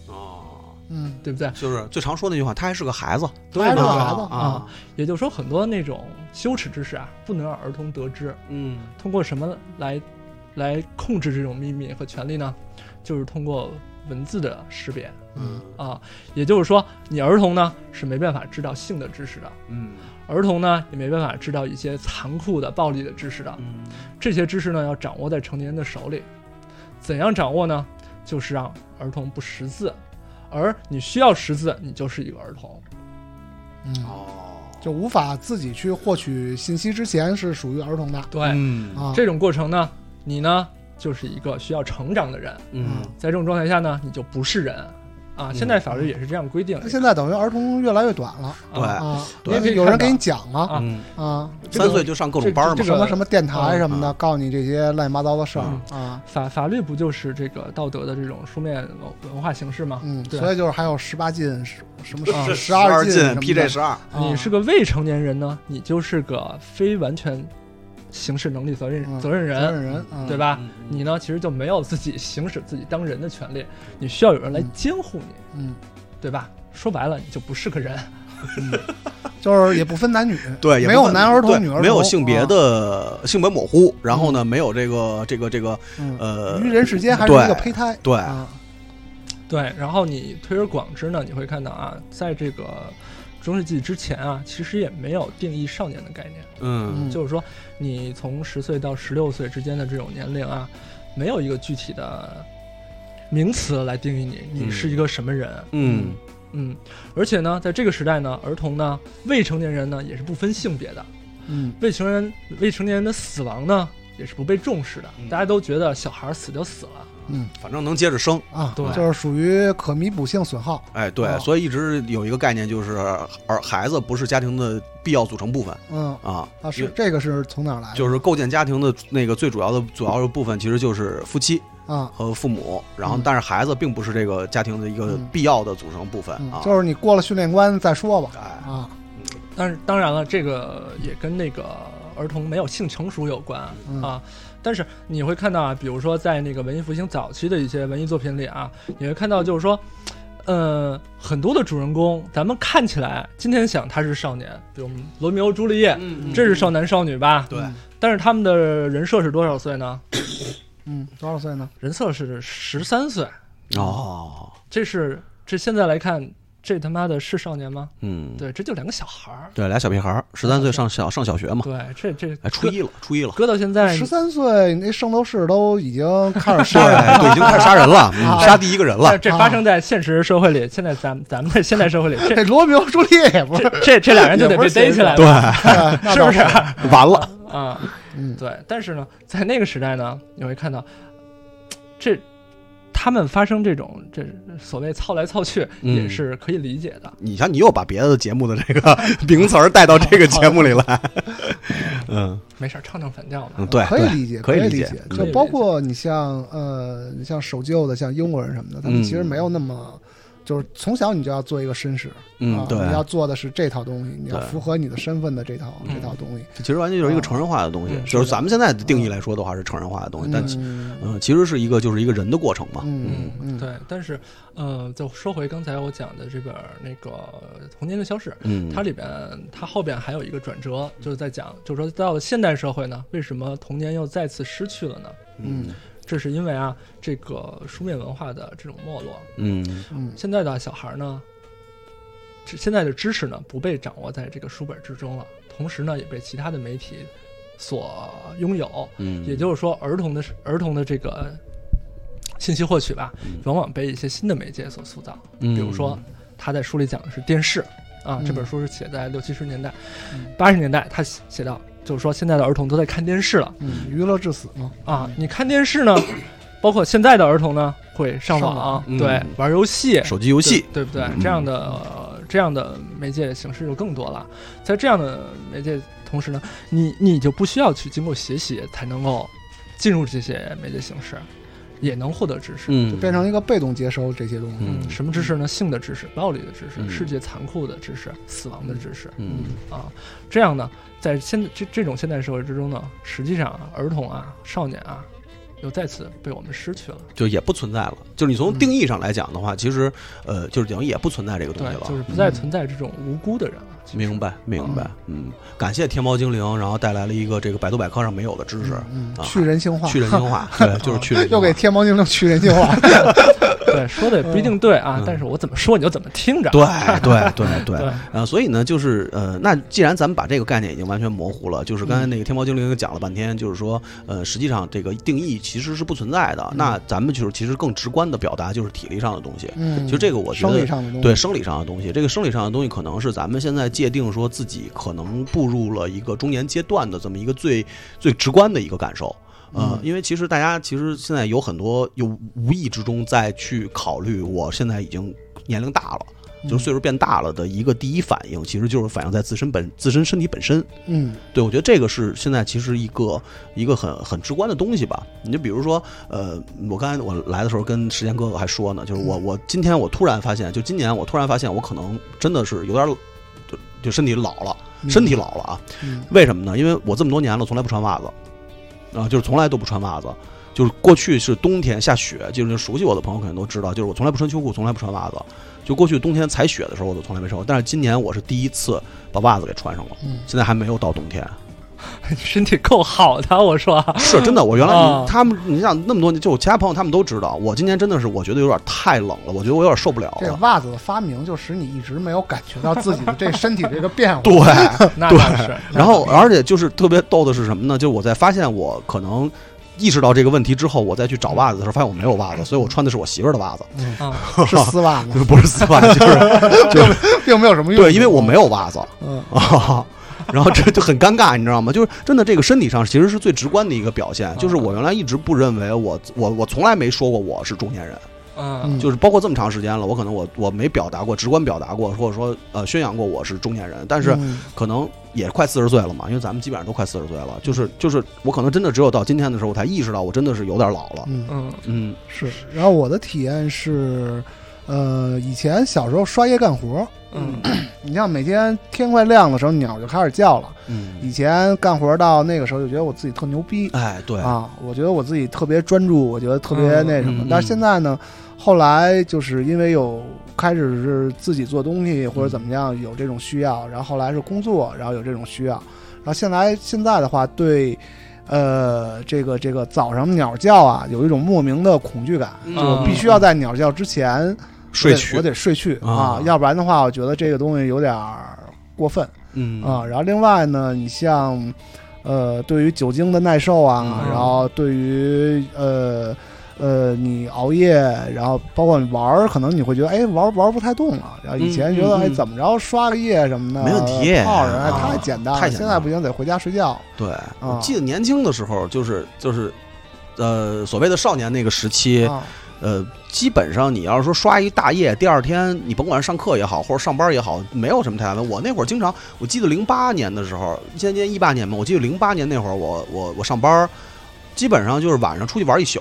Speaker 2: 哦，
Speaker 3: 嗯，
Speaker 4: 对不对？
Speaker 2: 就是最常说那句话，他还是个孩子，
Speaker 3: 他还是个
Speaker 2: 吧
Speaker 3: 孩子，
Speaker 2: 啊，
Speaker 4: 也就是说，很多那种羞耻之事啊，不能让儿童得知。
Speaker 2: 嗯
Speaker 4: 通过什么来来控制这种秘密和权利呢？就是通过文字的识别。
Speaker 2: 嗯
Speaker 4: 啊，也就是说，你儿童呢是没办法知道性的知识的，
Speaker 2: 嗯
Speaker 4: 儿童呢也没办法知道一些残酷的、暴力的知识的。
Speaker 2: 嗯
Speaker 4: 这些知识呢，要掌握在成年人的手里。怎样掌握呢？就是让儿童不识字，而你需要识字，你就是一个儿童。
Speaker 3: 嗯，
Speaker 2: 哦，
Speaker 3: 就无法自己去获取信息之前是属于儿童的
Speaker 4: 对，
Speaker 2: 嗯
Speaker 3: 啊，
Speaker 4: 这种过程呢，你呢就是一个需要成长的人。
Speaker 2: 嗯
Speaker 4: 在这种状态下呢，你就不是人啊。现在法
Speaker 3: 嗯
Speaker 4: 律也是这样规定的
Speaker 3: 那。现在等于儿童越来越短了
Speaker 2: 对
Speaker 4: 啊
Speaker 3: 啊，
Speaker 2: 对
Speaker 3: 因为有人给你讲了
Speaker 4: 啊
Speaker 2: 嗯，
Speaker 3: 啊，
Speaker 2: 三岁就上各种班嘛
Speaker 4: 这
Speaker 3: 什
Speaker 4: 个，
Speaker 3: 么什么电台什么
Speaker 2: 啊
Speaker 3: 的，告诉你这些乱七八糟的事儿
Speaker 4: 嗯
Speaker 3: 啊，
Speaker 4: 法法律不就是这个道德的这种书面文文化形式吗？
Speaker 3: 嗯，
Speaker 4: 对
Speaker 3: 所以就是还有十八禁什什么
Speaker 4: 啊
Speaker 3: 十
Speaker 2: 二
Speaker 3: 禁什么的
Speaker 2: ，PJ 十二，
Speaker 3: 啊
Speaker 4: 你是个未成年人呢，你就是个非完全刑事能力责任、
Speaker 3: 嗯
Speaker 4: 责任
Speaker 3: 责
Speaker 4: 人，
Speaker 3: 任人，嗯
Speaker 4: 对？吧？
Speaker 2: 嗯嗯
Speaker 4: 你呢，其实就没有自己行使自己当人的权利，你需要有人来监护你，
Speaker 3: 嗯，
Speaker 4: 对吧？说白了，你就不是个人。
Speaker 3: 就是也不分男女，
Speaker 2: 对，也
Speaker 3: 没
Speaker 2: 不
Speaker 3: 有
Speaker 2: 分
Speaker 3: 男儿
Speaker 2: 对
Speaker 3: 童、女儿童，
Speaker 2: 没有性别
Speaker 3: 啊，
Speaker 2: 的性别模糊，然后呢，没有这个这个这个
Speaker 3: 嗯
Speaker 2: 呃，
Speaker 3: 于人世间还是一个
Speaker 2: 对哎
Speaker 3: 胚胎，
Speaker 2: 对，
Speaker 3: 啊，
Speaker 4: 对，然后你推而广之呢，你会看到啊，在这个中世纪之前啊，其实也没有定义少年的概念，
Speaker 2: 嗯
Speaker 3: 嗯
Speaker 4: 就是说你从十岁到十六岁之间的这种年龄啊，没有一个具体的名词来定义你，你是一个什么人。
Speaker 2: 嗯
Speaker 4: 嗯，而且呢，在这个时代呢，儿童呢，未成年人呢也是不分性别的。
Speaker 3: 嗯
Speaker 4: 未成年未成年人的死亡呢，也是不被重视的
Speaker 2: 嗯，
Speaker 4: 大家都觉得小孩儿死就死了，
Speaker 3: 嗯
Speaker 2: 反正能接着生。
Speaker 3: 啊，
Speaker 4: 对
Speaker 3: 就是属于可弥补性损耗，
Speaker 2: 哎，对，
Speaker 3: 哦
Speaker 2: 所以一直有一个概念，就是儿孩子不是家庭的必要组成部分
Speaker 3: 嗯
Speaker 2: 啊
Speaker 3: 啊是这个是从哪儿来的？
Speaker 2: 就是构建家庭的那个最主要的主要的部分，其实就是夫妻
Speaker 3: 啊，
Speaker 2: 和父母。然后
Speaker 3: 嗯，
Speaker 2: 但是孩子并不是这个家庭的一个
Speaker 3: 嗯
Speaker 2: 必要的组成部分
Speaker 3: 嗯
Speaker 2: 啊。
Speaker 3: 就是你过了训练关再说吧
Speaker 2: 哎，
Speaker 3: 啊，
Speaker 4: 但是当然了，这个也跟那个儿童没有性成熟有关啊。
Speaker 3: 嗯
Speaker 4: 但是你会看到啊，比如说在那个文艺复兴早期的一些文艺作品里啊，你会看到就是说，呃，很多的主人公，咱们看起来今天想他是少年，比如我们罗密欧朱丽叶，
Speaker 2: 嗯
Speaker 4: 这是少男少女吧？
Speaker 2: 对
Speaker 4: 但是他们的人设是多少岁呢？
Speaker 3: 嗯，多少岁呢？
Speaker 4: 人设是十三岁，
Speaker 3: 嗯
Speaker 2: 哦，
Speaker 4: 这是这现在来看，这他妈的是少年吗？
Speaker 2: 嗯，
Speaker 4: 对，这就两个小孩儿。
Speaker 2: 对，俩小屁孩儿，十三岁上小上小学嘛，
Speaker 4: 对，这这
Speaker 2: 哎，初一了，初 一了，
Speaker 4: 搁到现在，
Speaker 3: 十三岁，那圣斗士都已经开始
Speaker 2: 对
Speaker 3: 杀人了，
Speaker 2: 对，已经开始杀人了，嗯
Speaker 3: 啊
Speaker 2: 杀第一个人了啊
Speaker 4: 但。这发生在现实社会里，现在咱们咱们在现代社会里，这
Speaker 3: 这罗密欧朱丽叶也不是，
Speaker 4: 这这这俩人就得被逮起来
Speaker 2: 对
Speaker 4: 了，，
Speaker 3: 哎
Speaker 4: 是不是？？
Speaker 2: 完了，
Speaker 4: 啊，
Speaker 3: 嗯
Speaker 4: 对。但是呢，在那个时代呢，你会看到，这他们发生这种这所谓操来操去，
Speaker 2: 嗯
Speaker 4: 也是可以理解的。
Speaker 2: 你瞧，你又把别的节目的这个 名词儿带到这个节目里 来，嗯
Speaker 4: 没事儿，唱唱反调嘛
Speaker 2: 嗯，。对，
Speaker 3: 可以
Speaker 2: 对
Speaker 3: 理解，
Speaker 2: 可以
Speaker 3: 以
Speaker 2: 理
Speaker 3: 理
Speaker 2: 解嗯
Speaker 3: 就包括你像呃，你像守旧的，像英国人什么的，他们其实没有那么，就是从小你就要做一个绅士，
Speaker 2: 嗯
Speaker 3: 啊，
Speaker 2: 对，
Speaker 3: 你要做的是这套东西，你要
Speaker 2: 对嗯
Speaker 3: 符合你的身份的这套这套东西。
Speaker 2: 其实完全就是一个成人化的东西，
Speaker 4: 嗯
Speaker 2: 就是咱们现在的定义来说的话是成人化的东西，但其
Speaker 3: 嗯
Speaker 2: 嗯，其实是一个就是一个人的过程嘛，
Speaker 3: 嗯嗯，
Speaker 4: 对，但是，呃，就说回刚才我讲的这本儿那个《童年的消逝》，
Speaker 2: 嗯，
Speaker 4: 它里边它后边还有一个转折，就是在讲，就是说到了现代社会呢，为什么童年又再次失去了呢？
Speaker 2: 嗯
Speaker 4: 这是因为啊，这个书面文化的这种没落，
Speaker 2: 嗯
Speaker 3: 嗯
Speaker 4: 现在的小孩呢，这现在的知识呢不被掌握在这个书本之中了，同时呢也被其他的媒体所拥有，
Speaker 2: 嗯，
Speaker 4: 也就是说，儿童的儿童的这个信息获取吧，
Speaker 3: 嗯
Speaker 4: 往往被一些新的媒介所塑造。
Speaker 2: 比
Speaker 4: 比如说，他在书里讲的是电视啊，
Speaker 3: 嗯
Speaker 4: 这本书是写在六七十年代
Speaker 3: 嗯、
Speaker 4: 八十年代，他写写到就是说现在的儿童都在看电视了
Speaker 3: 嗯，娱乐至死嘛，
Speaker 4: 啊，你看电视呢，包括现在的儿童呢会上
Speaker 3: 上
Speaker 4: 网
Speaker 3: 网，
Speaker 2: 嗯
Speaker 4: 对，玩游戏，
Speaker 2: 手机游戏，
Speaker 4: 对对不对
Speaker 2: 嗯？
Speaker 4: 这样的、呃这样的媒介形式就更多了。在这样的媒介同时呢，你你就不需要去经过学习才能够进入这些媒介形式，也能获得知识。
Speaker 2: 嗯，
Speaker 3: 变成一个被动接收这些东西。
Speaker 2: 嗯
Speaker 4: 什么知识呢？性的知识、暴力的知识、
Speaker 2: 嗯
Speaker 4: 世界残酷的知识、死亡的知识
Speaker 2: 嗯
Speaker 4: 啊，这样呢，在现这这种现代社会之中呢，实际上啊儿童啊、少年啊，又再次被我们失去了。
Speaker 2: 就也不存在了，就是你从定义上来讲的话，其实呃就是等于也不存在这个东
Speaker 4: 对
Speaker 2: 西，了，嗯
Speaker 4: 就是不再存在这种无辜的人了。其实
Speaker 2: 明白，明白，嗯，感谢天猫精灵，然后带来了一个这个百度百科上没有的知识，
Speaker 3: 嗯
Speaker 2: 啊，
Speaker 3: 去人性化，啊
Speaker 2: 去人性化，对，就是去人性化。
Speaker 3: 又给天猫精灵去人 性化。
Speaker 4: 对，说的也不一定对啊，
Speaker 2: 嗯
Speaker 4: 但是我怎么说你就怎么听着。
Speaker 2: 对对对对
Speaker 4: 对，
Speaker 2: 呃，所以呢，就是呃，那既然咱们把这个概念已经完全模糊了，就是刚才
Speaker 3: 嗯
Speaker 2: 那个天猫精灵也讲了半天，就是说，呃，实际上这个定义其实是不存在的。那咱们就是其实更直观的表达就是体力上的东西，
Speaker 3: 嗯，
Speaker 2: 其实这个我觉
Speaker 3: 生
Speaker 2: 得
Speaker 3: 理上的东西，
Speaker 2: 对生理上的东西，这个生理上的东西可能是咱们现在界定说自己可能步入了一个中年阶段的这么一个最最直观的一个感受。
Speaker 3: 嗯
Speaker 2: 呃，因为其实大家其实现在有很多有无意之中在去考虑，我现在已经年龄大了，
Speaker 3: 嗯
Speaker 2: 就是岁数变大了的一个第一反应，其实就是反映在自身本自身身体本身。
Speaker 3: 嗯
Speaker 2: 对，我觉得这个是现在其实一个一个很很直观的东西吧。你就比如说，呃，我刚才我来的时候跟时间哥哥还说呢，就是我我今天我突然发现，就今年我突然发现我可能真的是有点儿就就身体老了，
Speaker 3: 嗯
Speaker 2: 身体老了啊。
Speaker 3: 嗯
Speaker 2: 为什么呢？因为我这么多年了，从来不穿袜子，啊，就是从来都不穿袜子。就是过去是冬天下雪，就是熟悉我的朋友可能都知道，就是我从来不穿秋裤，从来不穿袜子。就过去冬天踩雪的时候，我都从来没穿过。但是今年我是第一次把袜子给穿上了，
Speaker 3: 嗯
Speaker 2: 现在还没有到冬天。
Speaker 4: 身体够好的，我说啊
Speaker 2: 是真的，我原来你
Speaker 4: 啊
Speaker 2: 他们，你想那么多年，就我其他朋友他们都知道，我今年真的是我觉得有点太冷了，我觉得我有点受不了
Speaker 3: 这
Speaker 2: 了。
Speaker 3: 袜子的发明就使你一直没有感觉到自己的这身体这个变化。
Speaker 2: 对，
Speaker 4: 那
Speaker 2: 对
Speaker 4: 倒是。
Speaker 2: 然后而且就是特别逗的是什么呢？就我在发现我可能意识到这个问题之后，我再去找袜子的时候，发现我没有袜子，所以我穿的是我媳妇儿的袜子，
Speaker 4: 啊，
Speaker 3: 是丝袜 吗？
Speaker 2: 不是丝袜，就是
Speaker 3: 并没有什么用。
Speaker 2: 对，因为我没有袜子
Speaker 3: 嗯
Speaker 2: 啊。 然后这就很尴尬，你知道吗？就是真的，这个身体上其实是最直观的一个表现。就是我原来一直不认为我我我从来没说过我是中年人，
Speaker 4: 嗯，
Speaker 2: 就是包括这么长时间了，我可能我我没表达过，直观表达过，或者说呃宣扬过我是中年人，但是
Speaker 3: 嗯
Speaker 2: 可能也快四十岁了嘛，因为咱们基本上都快四十岁了，就是就是我可能真的只有到今天的时候，我才意识到我真的是有点老了。
Speaker 3: 嗯
Speaker 4: 嗯
Speaker 2: 嗯
Speaker 3: 是。然后我的体验是，呃，以前小时候刷夜干活，
Speaker 4: 嗯
Speaker 3: 你像每天天快亮的时候，鸟就开始叫了。
Speaker 2: 嗯，
Speaker 3: 以前干活到那个时候，就觉得我自己特牛逼
Speaker 2: 哎对，
Speaker 3: 啊，我觉得我自己特别专注，我觉得特别那什么。
Speaker 2: 嗯嗯
Speaker 3: 但是现在呢，后来就是因为有开始是自己做东西或者怎么样，有这种需要，然后后来是工作，然后有这种需要，然后现在现在的话对。呃，这个这个早上鸟叫啊，有一种莫名的恐惧感，
Speaker 2: 嗯
Speaker 3: 就我必须要在鸟叫之前
Speaker 2: 睡
Speaker 3: 我得
Speaker 2: 去
Speaker 3: 我得睡去
Speaker 2: 啊
Speaker 3: 啊，要不然的话，我觉得这个东西有点儿过分
Speaker 2: 嗯
Speaker 3: 啊。然后另外呢，你像呃，对于酒精的耐受啊，
Speaker 2: 嗯
Speaker 3: 然后对于呃呃你熬夜，然后包括你玩儿，可能你会觉得哎玩儿玩儿不太动了。然后以前觉得
Speaker 2: 嗯嗯
Speaker 3: 哎
Speaker 2: 嗯
Speaker 3: 怎么着刷个夜什么的
Speaker 2: 没问题
Speaker 3: 泡人哎
Speaker 2: 啊
Speaker 3: 太简单了，
Speaker 2: 太简单
Speaker 3: 现
Speaker 2: 了
Speaker 3: 在不行得回家睡觉。啊
Speaker 2: 对，我记得年轻的时候就是就是。呃，所谓的少年那个时期，
Speaker 3: 啊，
Speaker 2: 呃，基本上你要是说刷一大夜，第二天你甭管是上课也好，或者上班也好，没有什么太大问题。我那会儿经常，我记得零八年的时候，今年一八年嘛，我记得零八年那会儿我，我我上班，基本上就是晚上出去玩一宿，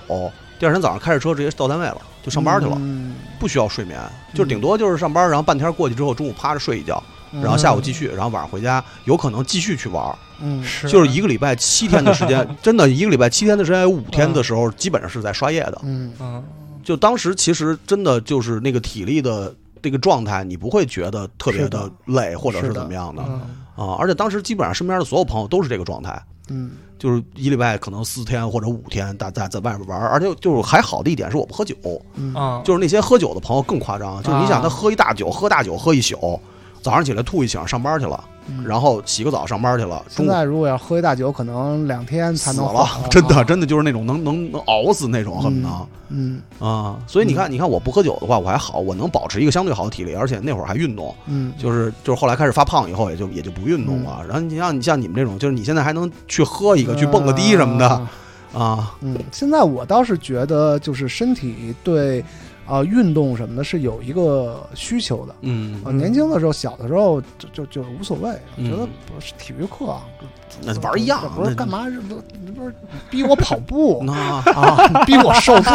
Speaker 2: 第二天早上开着车直接到单位了，就上班去了，
Speaker 3: 嗯，
Speaker 2: 不需要睡眠，就顶多就是上班，然后半天过去之后，中午趴着睡一觉，然后下午继续，然后晚上回家，有可能继续去玩。
Speaker 3: 嗯，
Speaker 4: 是
Speaker 2: 就是一个礼拜七天的时 间，真的一个礼拜七天的时间，有五天的时候基本上是在刷夜的。
Speaker 3: 嗯
Speaker 4: 嗯
Speaker 2: 就当时其实真的就是那个体力的这个状态，你不会觉得特别的累或者是怎么样的
Speaker 4: 嗯
Speaker 2: 啊。而且当时基本上身边的所有朋友都是这个状态，
Speaker 3: 嗯
Speaker 2: 就是一礼拜可能四天或者五天，大家在外边玩儿。而且就是还好的一点是我不喝酒，
Speaker 3: 嗯
Speaker 4: 啊，
Speaker 2: 就是那些喝酒的朋友更夸张，就是你想
Speaker 4: 啊
Speaker 2: 他喝一大酒，喝大酒喝一宿，早上起来吐一宿上班去了，
Speaker 3: 嗯
Speaker 2: 然后洗个澡上班去了，中
Speaker 3: 现
Speaker 2: 午
Speaker 3: 在如果要喝一大酒，可能两天才
Speaker 2: 死
Speaker 3: 能
Speaker 2: 了
Speaker 3: 好，
Speaker 2: 真的
Speaker 3: 啊
Speaker 2: 真的就是那种能能能熬死那种，恨不能
Speaker 3: 嗯
Speaker 2: 啊！所以你看，你看我不喝酒的话，我还好，我能保持一个相对好的体力，而且那会儿还运动，
Speaker 3: 嗯，
Speaker 2: 就是就是后来开始发胖以后，也就也就不运动了。然后你像你像你们这种，就是你现在还能去喝一个，去蹦个迪什么的
Speaker 3: 啊
Speaker 2: 啊，
Speaker 3: 嗯，现在我倒是觉得，就是身体对啊、呃运动什么的是有一个需求的。
Speaker 2: 嗯
Speaker 3: 呃，
Speaker 4: 嗯
Speaker 3: 年轻的时候，小的时候就就就无所谓，我
Speaker 2: 嗯
Speaker 3: 觉得不是体育课啊，
Speaker 2: 那玩儿一样啊
Speaker 3: 这不是
Speaker 2: 那
Speaker 3: 干嘛？这不你不是逼我跑步
Speaker 2: 那
Speaker 3: 啊，你逼我受罪，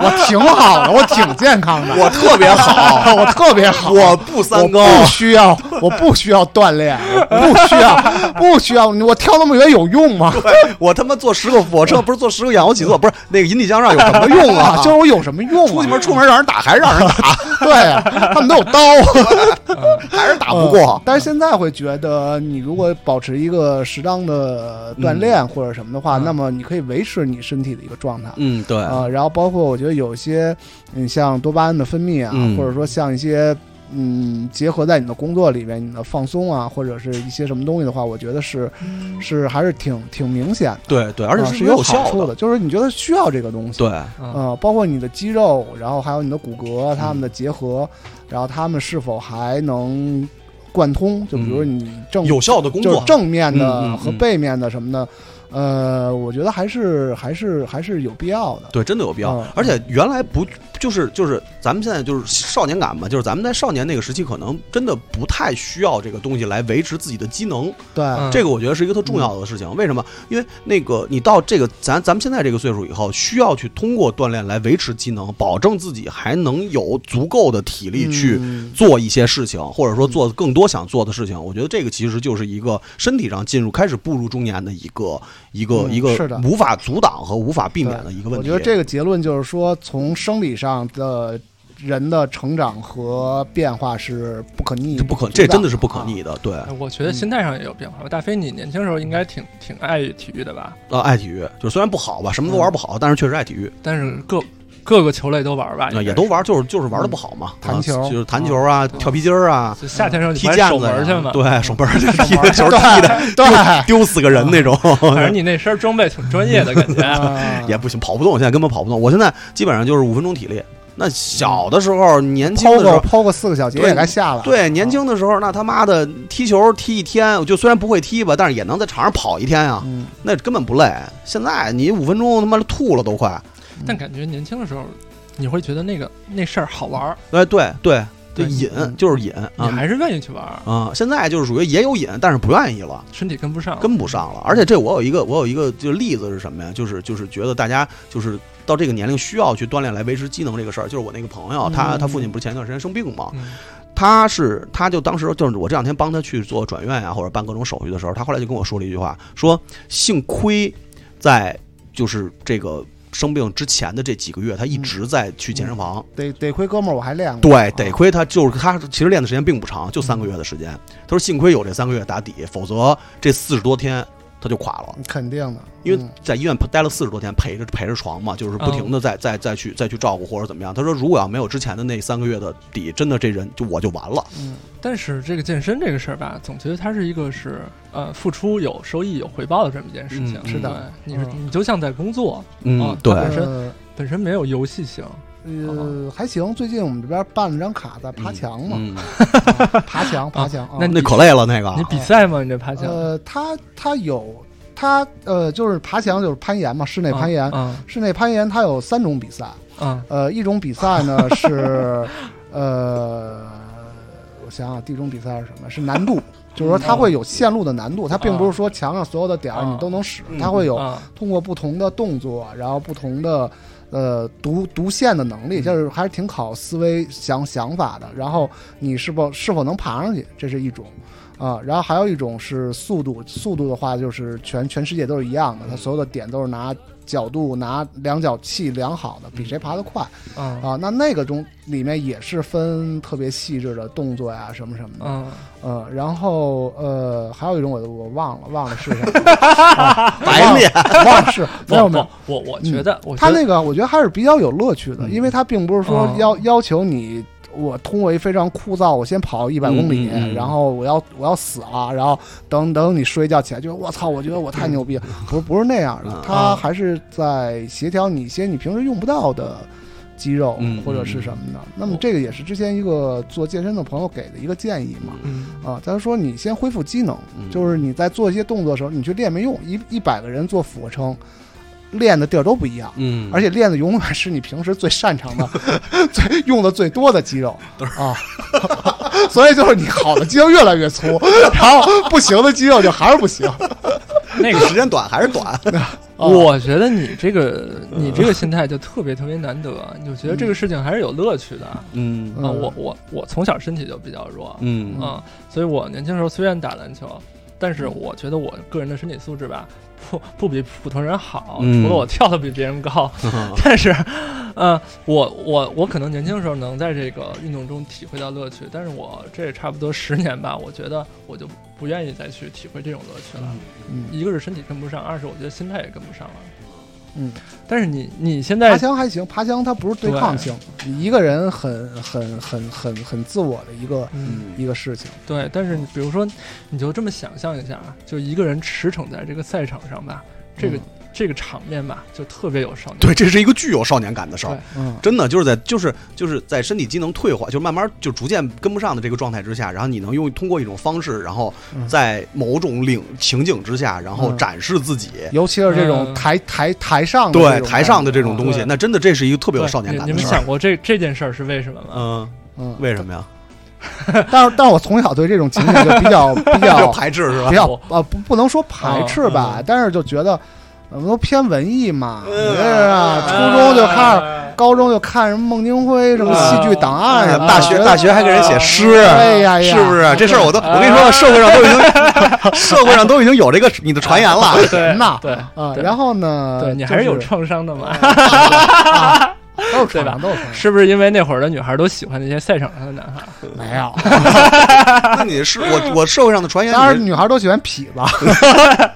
Speaker 3: 我挺好的，我挺健康 的，
Speaker 2: 我特别好，
Speaker 3: 我特别好，
Speaker 2: 我不
Speaker 3: 我
Speaker 2: 三高，
Speaker 3: 不需要，我不需要锻炼，我不需要，不需要，我跳那么远有用吗？
Speaker 2: 我他妈做十个俯卧撑，不是做十个仰卧起坐，不是那个引体向上有什么用 啊？
Speaker 3: 就是我有什么用、啊？
Speaker 2: 出去门出门让人打，还让人打，
Speaker 3: 对啊，他们都有刀，
Speaker 2: 还是打啊不过
Speaker 3: 嗯。但是现在会觉得，你如果保持一个适当的锻炼或者什么的话，
Speaker 4: 嗯
Speaker 3: 那么你可以维持你身体的一个状态。
Speaker 2: 嗯，对，
Speaker 3: 呃，然后包括我觉得有些，嗯，像多巴胺的分泌啊，
Speaker 2: 嗯
Speaker 3: 或者说像一些，嗯，结合在你的工作里面，你的放松啊，或者是一些什么东西的话，我觉得是，是还是挺挺明显的，
Speaker 2: 对对，嗯而
Speaker 3: 啊
Speaker 2: 且
Speaker 3: 是
Speaker 2: 是有
Speaker 3: 好
Speaker 2: 效
Speaker 3: 处的，就是你觉得需要这个东西，
Speaker 2: 对，
Speaker 4: 嗯
Speaker 3: 呃，包括你的肌肉，然后还有你的骨骼，它们的结合，然后它们是否还能贯通？就比如你正、
Speaker 2: 嗯有效的工
Speaker 3: 就
Speaker 2: 作
Speaker 3: 是。正面
Speaker 2: 嗯嗯
Speaker 3: 的和
Speaker 2: 嗯
Speaker 3: 背面的什么的，呃，我觉得还是还是还是有必要的。
Speaker 2: 对，真的有必要
Speaker 3: 嗯。
Speaker 2: 而且原来不就是就是咱们现在就是少年感嘛，就是咱们在少年那个时期，可能真的不太需要这个东西来维持自己的机能。
Speaker 3: 对，
Speaker 4: 嗯
Speaker 2: 这个我觉得是一个特重要的事情。为什么？因为那个你到这个咱咱们现在这个岁数以后，需要去通过锻炼来维持机能，保证自己还能有足够的体力去
Speaker 3: 嗯
Speaker 2: 做一些事情，或者说做更多想做的事情。我觉得这个其实就是一个身体上进入开始步入中年的一个一个、
Speaker 3: 嗯
Speaker 2: 一个
Speaker 3: 是的
Speaker 2: 无法阻挡和无法避免的一个问
Speaker 3: 我
Speaker 2: 题。
Speaker 3: 觉得这个结论就是说，从生理上的人的成长和变化是不可逆，
Speaker 2: 这不可，这真的是不可
Speaker 3: 啊
Speaker 2: 逆的。对，
Speaker 4: 哎我觉得心态上也有变化。大飞，你年轻时候应该挺挺爱体育的吧？
Speaker 2: 呃，爱体育就虽然不好吧，什么都玩不好，但是确实爱体育，
Speaker 4: 但是各各个球类都玩吧，
Speaker 2: 啊
Speaker 4: 应该
Speaker 2: 也都玩，就是就是玩的不好嘛，
Speaker 3: 嗯弹球
Speaker 2: 啊就是弹球啊，跳皮筋儿啊，
Speaker 4: 就夏天时候你
Speaker 2: 踢
Speaker 4: 玩
Speaker 2: 毽
Speaker 4: 手
Speaker 2: 子呀
Speaker 4: 门去嘛。
Speaker 2: 对，手门儿就踢
Speaker 3: 手门儿
Speaker 2: 球踢的
Speaker 3: 对。
Speaker 2: 丢死个人那种，
Speaker 4: 反正你那身装备挺专业的感觉。
Speaker 3: 啊
Speaker 2: 也不行，跑不动，现在根本跑不动。我现在基本上就是五分钟体力，那小的时候，年轻
Speaker 3: 抛
Speaker 2: 的时
Speaker 3: 个
Speaker 2: 候，
Speaker 3: 抛个四个小节
Speaker 2: 对
Speaker 3: 也该下了。
Speaker 2: 对，年轻的时候，那他妈的踢球踢一天，我就虽然不会踢吧，但是也能在场上跑一天啊，
Speaker 3: 嗯，
Speaker 2: 那根本不累。现在你五分钟他妈吐了都快。
Speaker 4: 但感觉年轻的时候，你会觉得那个那事儿好玩儿，
Speaker 2: 哎，对对，就
Speaker 4: 对
Speaker 2: 瘾
Speaker 3: 嗯
Speaker 2: 就是瘾
Speaker 4: 你
Speaker 2: 啊
Speaker 4: 还是愿意去玩儿，
Speaker 2: 啊！现在就是属于也有瘾，但是不愿意了。
Speaker 4: 身体跟不上了，
Speaker 2: 跟不上了。而且这我有一个我有一个就例子是什么呀？就是就是觉得大家就是到这个年龄需要去锻炼来维持机能这个事儿。就是我那个朋友，他
Speaker 3: 嗯
Speaker 2: 他父亲不是前一段时间生病嘛，
Speaker 4: 嗯
Speaker 2: 他是他就当时就是我这两天帮他去做转院呀、或者办各种手续的时候，他后来就跟我说了一句话，说幸亏在就是这个。生病之前的这几个月，他一直在去健身房。
Speaker 3: 得得亏哥们儿我还练过。
Speaker 4: 啊
Speaker 2: 对，得亏他就是他，其实练的时间并不长，就
Speaker 4: 嗯
Speaker 2: 三个月的时间。他说幸亏有这三个月打底，否则这四十多天他就垮了。
Speaker 3: 嗯肯定的，
Speaker 2: 因为
Speaker 3: 嗯
Speaker 2: 在医院待了四十多天，陪着陪着床嘛，就是
Speaker 4: 嗯
Speaker 2: 不停的在在在去再去照顾或者怎么样。他说，如果要没有之前的那三个月的底，真的这人就我就完了。
Speaker 3: 嗯
Speaker 4: 但是这个健身这个事儿吧，总觉得它是一个是呃付出有收益有回报的这么一件事情。
Speaker 2: 嗯是
Speaker 3: 的
Speaker 4: 对，你是
Speaker 3: 嗯
Speaker 4: 你就像在工作，哦
Speaker 2: 对，
Speaker 4: 本身
Speaker 3: 呃
Speaker 4: 本身没有游戏性，
Speaker 3: 呃还行。最近我们这边办了张卡，在爬墙嘛，
Speaker 2: 嗯，哦
Speaker 3: 爬墙爬墙啊
Speaker 4: 那。
Speaker 2: 那可累了那
Speaker 4: 你
Speaker 2: 个，
Speaker 4: 比赛吗？你这爬墙？
Speaker 3: 呃，他他有他呃，就是爬墙就是攀岩嘛，室
Speaker 2: 哦
Speaker 3: 内攀岩。
Speaker 4: 嗯
Speaker 3: 室内攀岩它有三种比赛，
Speaker 4: 嗯
Speaker 3: 呃，一种比 赛呢是呃，我想想，第一种比赛是什么？是难
Speaker 2: 嗯
Speaker 3: 度，就是说
Speaker 2: 哦
Speaker 3: 它会有线路的难度，它并不是说墙上所有的点儿
Speaker 4: 啊
Speaker 3: 你都能使，
Speaker 2: 嗯
Speaker 3: 它会有
Speaker 4: 啊
Speaker 3: 通过不同的动作，然后不同的呃读读线的能力，就是还是挺考思维想想法的。然后你是否是否能爬上去，这是一种啊、然后还有一种是速度，速度的话就是全全世界都是一样的，它所有的点都是拿角度拿量角器量好的，比谁爬得快
Speaker 4: 嗯
Speaker 3: 啊、那那个中里面也是分特别细致的动作呀什么什么的。
Speaker 4: 嗯，
Speaker 3: 呃，然后呃还有一种我我忘了忘了 是什么，
Speaker 2: 白练。
Speaker 3: 忘了是没有
Speaker 4: 我
Speaker 3: 没有
Speaker 4: 我。我我觉得，我
Speaker 3: 嗯
Speaker 4: 觉
Speaker 3: 他
Speaker 4: 得
Speaker 3: 那个我觉得还是比较有乐趣的，
Speaker 2: 嗯
Speaker 3: 因为他并不是说
Speaker 4: 哦
Speaker 3: 要、要求你。我通过一非常枯燥，我先跑一百公里，
Speaker 2: 嗯嗯嗯
Speaker 3: 然后我要我要死了，然后等等你睡一觉起来，就是我操，我觉得我太牛逼了，不是不是那样的
Speaker 2: 嗯，
Speaker 3: 他还是在协调你一些你平时用不到的肌肉
Speaker 2: 嗯嗯
Speaker 3: 或者是什么的。那么这个也是之前一个做健身的朋友给的一个建议嘛，
Speaker 4: 嗯
Speaker 3: 啊，他说你先恢复机能
Speaker 2: 嗯，
Speaker 3: 就是你在做一些动作的时候，你去练没用，一一百个人做俯卧撑，练的地儿都不一样。
Speaker 2: 嗯，
Speaker 3: 而且练的永远是你平时最擅长 的、最用的最多的肌肉啊， 所以就是你好的肌肉越来越粗，然后不行的肌肉就还是不 行。
Speaker 4: 那个
Speaker 2: 时间短还是 短。
Speaker 3: 啊
Speaker 4: 我觉得你这个 你这个心态就特别特别难得，你就觉得
Speaker 3: 嗯
Speaker 4: 这个事情还是有乐趣的。
Speaker 2: 嗯
Speaker 4: 啊，我我我从小身体就比较弱，
Speaker 2: 嗯
Speaker 4: 啊，所以我年轻时候虽然打篮球，但是我觉得我个人的身体素质吧，不不比普通人好，
Speaker 2: 嗯
Speaker 4: 除了我跳的比别人高，但是，呃，我我我可能年轻的时候能在这个运动中体会到乐趣，但是我这也差不多十年吧，我觉得我就不愿意再去体会这种乐趣了。
Speaker 3: 嗯
Speaker 4: 一个是身体跟不上，二是我觉得心态也跟不上了。
Speaker 3: 嗯，
Speaker 4: 但是你你现
Speaker 3: 爬
Speaker 4: 在
Speaker 3: 墙还行，爬墙它不是对抗性，你一个人很很很很很自我的一个
Speaker 4: 嗯。
Speaker 3: 一个事情。
Speaker 4: 对，但是你比如说，你就这么想象一下啊，就一个人驰骋在这个赛场上吧，这个、
Speaker 3: 嗯
Speaker 4: 这个场面吧，就特别有少年。
Speaker 2: 对，这是一个具有少年感的事儿
Speaker 4: 对。
Speaker 3: 嗯，
Speaker 2: 真的就是在就是就是在身体机能退化，就慢慢就逐渐跟不上的这个状态之下，然后你能用通过一种方式，然后
Speaker 3: 嗯
Speaker 2: 在某种领情景之下，然后
Speaker 3: 嗯
Speaker 2: 展示自己。
Speaker 3: 尤其是这种
Speaker 4: 嗯
Speaker 3: 台台台上的
Speaker 2: 呃对
Speaker 3: 这种
Speaker 2: 台上的这种
Speaker 3: 感觉
Speaker 2: 东西，
Speaker 4: 对
Speaker 2: 那真的这是一个特别有
Speaker 4: 对
Speaker 2: 少年
Speaker 4: 你
Speaker 2: 感
Speaker 4: 你
Speaker 2: 的
Speaker 4: 们
Speaker 2: 事儿。
Speaker 4: 想过这这件事儿是为什么吗？
Speaker 2: 嗯，
Speaker 3: 嗯，
Speaker 2: 为什么呀？
Speaker 3: 但是但是我从小对这种情景就比 较比较
Speaker 2: 就排斥是吧
Speaker 3: 比？较
Speaker 4: 我
Speaker 3: 啊不不能说排斥吧，
Speaker 4: 嗯嗯
Speaker 3: 但是就觉得我们都偏文艺嘛，
Speaker 2: 嗯
Speaker 3: 是啊，初中
Speaker 4: 嗯
Speaker 3: 就看，高中就看什么孟京辉什么戏剧档
Speaker 4: 嗯
Speaker 3: 案什么的，
Speaker 2: 大学
Speaker 3: 觉得
Speaker 2: 大学还给人写诗，啊
Speaker 3: 哎呀呀，
Speaker 2: 是不？是？这事儿我都我跟你说，社会上都已经 社会上都已经有这个你的传言了。
Speaker 4: 对
Speaker 3: 人呐
Speaker 4: 对
Speaker 3: 啊，
Speaker 4: 对
Speaker 3: 然后呢？
Speaker 4: 对你还是
Speaker 3: 就呃啊
Speaker 4: 有创伤的嘛，
Speaker 3: 都有传，都有
Speaker 4: 对吧
Speaker 3: 传，
Speaker 4: 是不是因为那会儿的女孩都喜欢那些赛场上的男孩？
Speaker 3: 没有。
Speaker 2: 那你是我我社会上的传言，
Speaker 3: 当然，
Speaker 2: 你
Speaker 3: 女孩都喜欢痞子。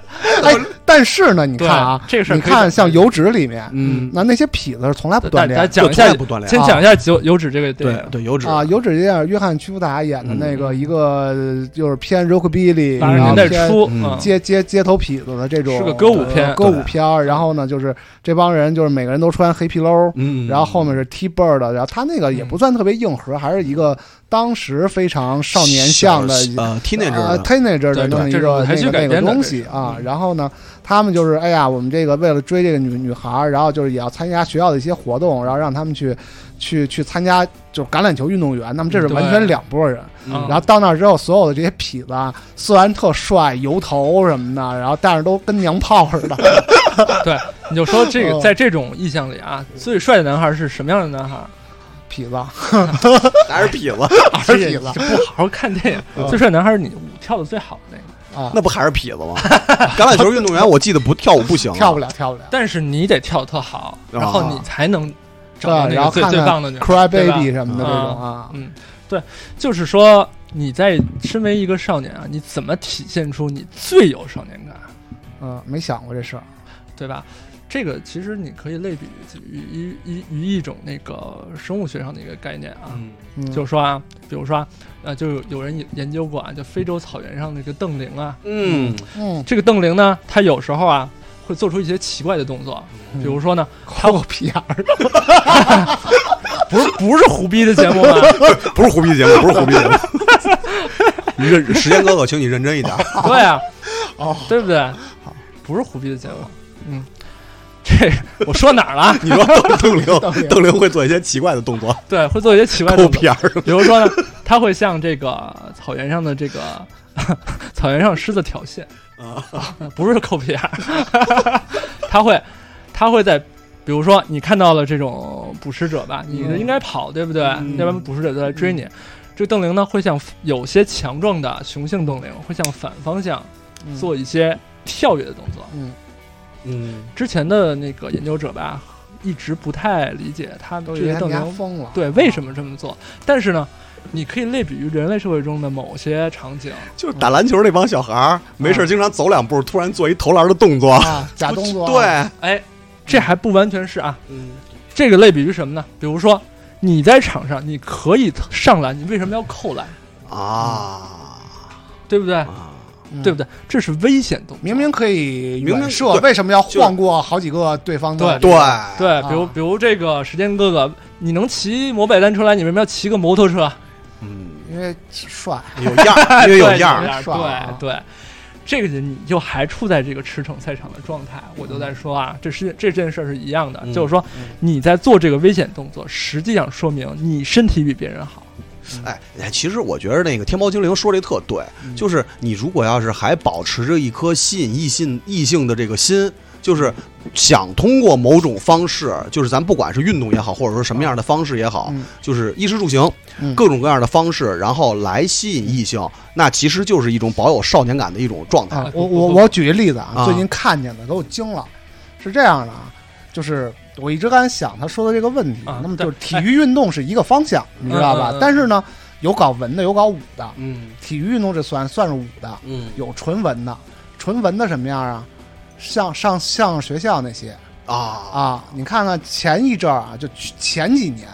Speaker 3: 哎，但但是呢，你
Speaker 4: 对
Speaker 3: 看啊，
Speaker 4: 这个事儿
Speaker 3: 你
Speaker 4: 可以
Speaker 3: 看像油脂里面，
Speaker 2: 嗯，
Speaker 3: 那那些痞子是从来不锻
Speaker 4: 咱咱
Speaker 3: 炼
Speaker 4: 讲一
Speaker 2: 对从
Speaker 4: 下
Speaker 2: 来不锻炼
Speaker 4: 先讲一下油油脂这个电
Speaker 2: 对
Speaker 4: 影，
Speaker 2: 对，油脂
Speaker 3: 啊。油脂电影，约翰·屈福达演
Speaker 4: 嗯
Speaker 3: 的那个，一个呃就是偏 rockabilly，
Speaker 4: 八十
Speaker 3: 然后
Speaker 4: 年代
Speaker 3: 偏
Speaker 4: 初
Speaker 2: 嗯
Speaker 4: 啊，
Speaker 3: 街街街头痞子的这种，
Speaker 4: 是个歌舞片
Speaker 3: 呃歌舞片儿。然后呢，就是这帮人就是每个人都穿黑皮褛，
Speaker 2: 嗯，
Speaker 3: 然后后面是 T bird 的，然后他那个也
Speaker 4: 嗯
Speaker 3: 不算特别硬核，还是一个当时非常少年向的
Speaker 2: 小呃 teenager
Speaker 3: 啊
Speaker 2: 的
Speaker 3: teenager 的
Speaker 4: 对
Speaker 3: 那么一
Speaker 4: 这种
Speaker 3: 个
Speaker 4: 还
Speaker 3: 那
Speaker 4: 是
Speaker 3: 个
Speaker 4: 改
Speaker 3: 那
Speaker 4: 编的
Speaker 3: 个东西
Speaker 4: 这是
Speaker 3: 啊。
Speaker 4: 嗯
Speaker 3: 然后呢，他们就是哎呀，我们这个为了追这个女女孩儿，然后就是也要参加学校的一些活动，然后让他们去去去参加就是橄榄球运动员，那么这是完全
Speaker 4: 嗯对
Speaker 3: 两拨人。
Speaker 4: 嗯
Speaker 3: 然后到那儿之后，所有的这些痞子啊虽然特帅、油头什么的，然后但是都跟娘炮似的。
Speaker 4: 对，你就说这个
Speaker 3: 嗯
Speaker 4: 在这种意象里啊，最帅的男孩是什么样的男孩？
Speaker 3: 痞子，
Speaker 2: 还是痞子，
Speaker 3: 还是痞
Speaker 4: 这
Speaker 3: 子
Speaker 4: 不好好看电影，
Speaker 3: 嗯
Speaker 4: 最帅的男孩是你舞跳的最好的那个，
Speaker 3: 啊，
Speaker 2: 那不还是痞子吗？ 橄榄球运动员，我记得不跳舞不行， 啊
Speaker 3: 跳不。了，跳不了。
Speaker 4: 但是你得跳得特好，然后你才能找到
Speaker 3: 啊对，然后
Speaker 4: 那个最
Speaker 3: 看
Speaker 4: 最棒
Speaker 3: 看
Speaker 4: 的女孩。
Speaker 3: Cry
Speaker 4: 对吧
Speaker 3: Baby 什么的这
Speaker 4: 嗯
Speaker 3: 种啊，
Speaker 4: 嗯，对，就是说你在身为一个少年啊，你怎么体现出你最有少年感，
Speaker 3: 嗯，没想过这事儿。
Speaker 4: 对吧？这个其实你可以类比于于于于一种那个生物学上的一个概念啊，
Speaker 2: 嗯
Speaker 3: 嗯
Speaker 4: 就是说啊，比如说啊，呃，就有人研究过啊，就非洲草原上那个瞪羚啊，
Speaker 2: 嗯，
Speaker 3: 嗯，
Speaker 4: 这个瞪羚呢，它有时候啊会做出一些奇怪的动作，比如说呢，
Speaker 3: 抠个屁眼儿，
Speaker 4: 不是不是胡逼的节 目吗？
Speaker 2: 不是胡逼节目，不是胡逼节目。你认时间哥哥，请你认真一点。
Speaker 4: 对啊，
Speaker 3: 哦，
Speaker 4: 对不对？不是胡逼的节目，嗯，这我说哪儿了？
Speaker 2: 你说邓
Speaker 3: 邓
Speaker 2: 玲，
Speaker 3: 玲
Speaker 2: 邓玲会做一些奇怪的动作，
Speaker 4: 对，会做一些奇怪的
Speaker 2: 抠
Speaker 4: 动作
Speaker 2: 屁，眼儿。
Speaker 4: 比如说呢，它会向这个草原上的这个 草原上狮子挑衅，啊，不是抠屁眼儿， 它会，它会在。比如说，你看到了这种捕食者吧，你应该跑，对不对？要不然捕食者就来追你。这个瞪羚呢，会向有些强壮的雄性瞪羚会向反方向
Speaker 3: 嗯
Speaker 4: 做一些跳跃的动作。
Speaker 3: 嗯
Speaker 2: 嗯，
Speaker 4: 之前的那个研究者吧，一直不太理解他这
Speaker 3: 都以为
Speaker 4: 些
Speaker 3: 他
Speaker 4: 瞪
Speaker 3: 们家
Speaker 4: 羚
Speaker 3: 疯了。
Speaker 4: 对为什么这么做。但是呢，你可以类比于人类社会中的某些场景，
Speaker 2: 就是打篮球那帮小孩儿，没事儿经常走两步，突然做一投篮的动作，
Speaker 3: 啊？假动作，
Speaker 2: 对，
Speaker 4: 哎，这还不完全是啊。
Speaker 2: 嗯
Speaker 4: 这个类比于什么呢？比如说你在场上你可以上篮，你为什么要扣篮？
Speaker 2: 啊，
Speaker 4: 对不对？
Speaker 3: 嗯
Speaker 4: 对不对？这是危险动作。
Speaker 3: 明明可以
Speaker 2: 明明
Speaker 3: 远射，
Speaker 2: 对
Speaker 3: 为什么要晃过好几个嗯对方的？
Speaker 2: 对，
Speaker 4: 对，比如
Speaker 3: 啊
Speaker 4: 比如这个时间哥哥，你能骑摩拜单车来，你为什么要骑个摩托车？
Speaker 2: 嗯，
Speaker 3: 因为帅，
Speaker 2: 有样儿，因为有样儿，
Speaker 4: 儿
Speaker 3: 爽啊
Speaker 4: 对对，这个就你就还处在这个驰骋赛场的状态。我就在说啊，这是这件事儿是一样的，
Speaker 2: 嗯
Speaker 4: 就是说你在做这个危险动作，实际上说明你身体比别 人好。
Speaker 2: 哎，哎，其实我觉得那个天猫精灵说这特对，
Speaker 3: 嗯
Speaker 2: 就是你如果要是还保持着一颗吸引异性异性的这个心，就是想通过某种方式，就是咱不管是运动也好，或者说什么样的方式也好，
Speaker 3: 嗯
Speaker 2: 就是衣食住行
Speaker 3: 嗯
Speaker 2: 各种各样的方式，然后来吸引异性，那其实就是一种保有少年感的一种状
Speaker 4: 哎
Speaker 2: 态。
Speaker 3: 啊，我我我举一例子啊，
Speaker 2: 啊
Speaker 3: 最近看见的给我惊了，是这样的啊，就是我一直刚才想他说的这个问题，
Speaker 4: 啊
Speaker 3: 那么就是
Speaker 4: 对
Speaker 3: 体育运动是一个方向，你知道吧
Speaker 4: 嗯嗯嗯？
Speaker 3: 但是呢，有搞文的，有搞武的，
Speaker 2: 嗯
Speaker 3: 体育运动这算算是武的，
Speaker 2: 嗯
Speaker 3: 有纯文的，纯文的什么样啊？像上像学校那些
Speaker 2: 啊
Speaker 3: 啊，你看看前一阵儿啊，就去前几年。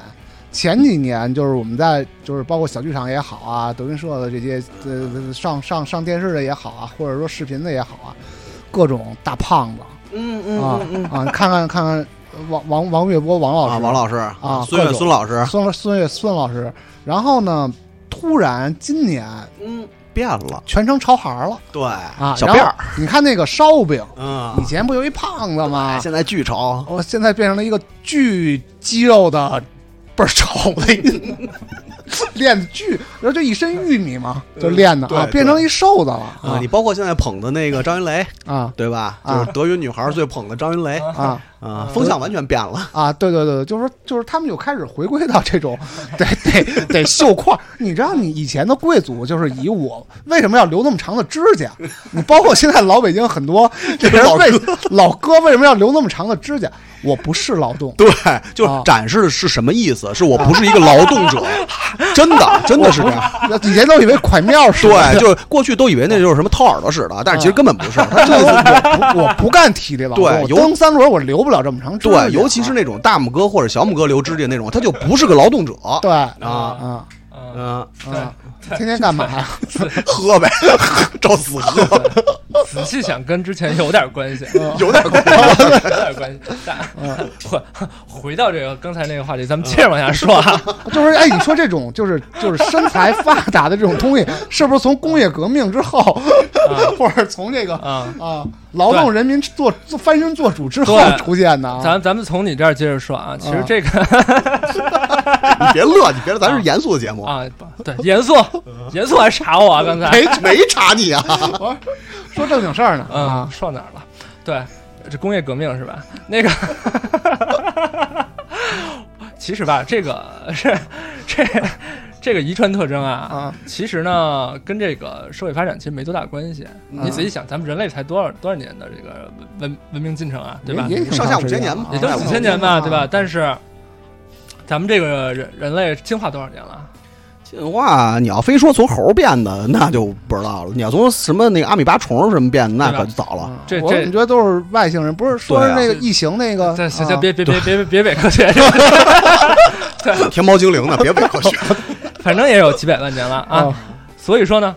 Speaker 3: 前几年就是我们在就是包括小剧场也好啊，德云社的这些呃上上上电视的也好啊，或者说视频的也好啊，各种大胖子
Speaker 2: 嗯
Speaker 3: 啊啊，看看看看王王王岳波王老师
Speaker 2: 啊，王老师
Speaker 3: 啊
Speaker 2: 孙
Speaker 3: 各
Speaker 2: 悦
Speaker 3: 种
Speaker 2: 孙老师，
Speaker 3: 孙孙岳孙老师，然后呢，突然今年
Speaker 2: 嗯，变了，
Speaker 3: 全程潮孩儿了
Speaker 2: 对
Speaker 3: 啊，
Speaker 2: 小辫
Speaker 3: 然
Speaker 2: 儿
Speaker 3: 后，你看那个烧饼，
Speaker 2: 嗯
Speaker 3: 以，前不有一胖子吗？
Speaker 2: 现在巨潮，
Speaker 3: 我哦现在变成了一个巨肌肉的倍儿丑的一 个，练的巨，然后就一身玉米嘛，就练的
Speaker 2: 对
Speaker 3: 啊，
Speaker 2: 对
Speaker 3: 变成一瘦子了
Speaker 2: 啊，
Speaker 3: 啊
Speaker 2: 你包括现在捧的那个张云雷，
Speaker 3: 啊
Speaker 2: 对吧？就
Speaker 3: 啊
Speaker 2: 是德云女孩最捧的张云雷
Speaker 3: 啊
Speaker 2: 啊，风向完全变了。，
Speaker 3: 啊！对对对，对就是说就是他们就开始回归到这种 得得得秀块儿。你知道，你以前的贵族就是以我为什么要留那么长的指甲？你包括现在老北京很多这人为老哥为什么要留那么长的指甲？我不是劳动
Speaker 2: 对，就是
Speaker 3: 啊
Speaker 2: 展示的是什么意思？是我不是一个劳动 者，真的，真的是这样。
Speaker 3: 以前都以为蒯庙是的
Speaker 2: 对，就是过去都以为那就是什么掏耳朵使的，但是其实根本不 是。 它啊真的
Speaker 3: 我 不我不干体力劳动，
Speaker 2: 对
Speaker 3: 我
Speaker 2: 尤
Speaker 3: 蹬三轮我留不了这么长指甲
Speaker 2: 对，尤其
Speaker 3: 啊
Speaker 2: 是那种大拇哥或者小拇哥留指甲那种，他就不是个劳动者。
Speaker 3: 对啊
Speaker 2: 啊，
Speaker 3: 啊，
Speaker 4: 嗯，
Speaker 2: 嗯，
Speaker 3: 天天干嘛呀？
Speaker 2: 喝呗， 照死喝，
Speaker 4: 仔细想跟之前有点关系，
Speaker 2: 嗯
Speaker 4: 啊
Speaker 2: 有点关系。嗯
Speaker 4: 有 点关系。但 回回到这个刚才那个话题，咱们接着往下 说啊。
Speaker 3: 就是哎，你说这种就是就是身材发达的这种东西，是不是从工业革命之后，或者从这个
Speaker 4: 啊
Speaker 3: 啊劳动人民做做翻身做主之后
Speaker 4: 对
Speaker 3: 出现的啊？
Speaker 4: 咱咱们从你这儿接着说啊，其实这个
Speaker 2: 你别乐，你别乐，咱是严肃的节目，
Speaker 4: 啊，不对，严肃，严肃还查我啊，刚 才，
Speaker 2: 没没查你啊。
Speaker 3: 我说正经事儿呢
Speaker 4: 嗯，
Speaker 3: 啊，
Speaker 4: 说哪儿了？对，这工业革命是吧？那个，其实吧，这个是这这个遗传特征啊
Speaker 3: 啊，
Speaker 4: 其实呢跟这个社会发展其实没多大关系。你仔细想，咱们人类才多少多少年的这个文文明进程啊，对吧？
Speaker 3: 也也挺
Speaker 2: 上下
Speaker 3: 长时
Speaker 2: 5000
Speaker 3: 间
Speaker 2: 年
Speaker 3: 了
Speaker 2: 嘛
Speaker 3: 啊
Speaker 4: 也就
Speaker 2: 哎
Speaker 4: 几千年吧，对？吧
Speaker 3: 啊？
Speaker 4: 但是咱们这个人人类进化多少年了？
Speaker 2: 进化，你要非说从猴变的，那就不知道了。你要从什么那个阿米巴虫什么变的，那
Speaker 4: 对吧
Speaker 2: 可早了。
Speaker 4: 这
Speaker 3: 啊我
Speaker 4: 这
Speaker 3: 怎么觉得都是外星人？不是说
Speaker 2: 对
Speaker 3: 是
Speaker 2: 啊
Speaker 3: 那个异形那个？
Speaker 4: 这行行，
Speaker 3: 啊
Speaker 4: 别别别别别伪科学，
Speaker 2: 天猫精灵呢，别伪科学。
Speaker 4: 反正也有几百万年了啊
Speaker 3: 啊。
Speaker 4: 所以说呢，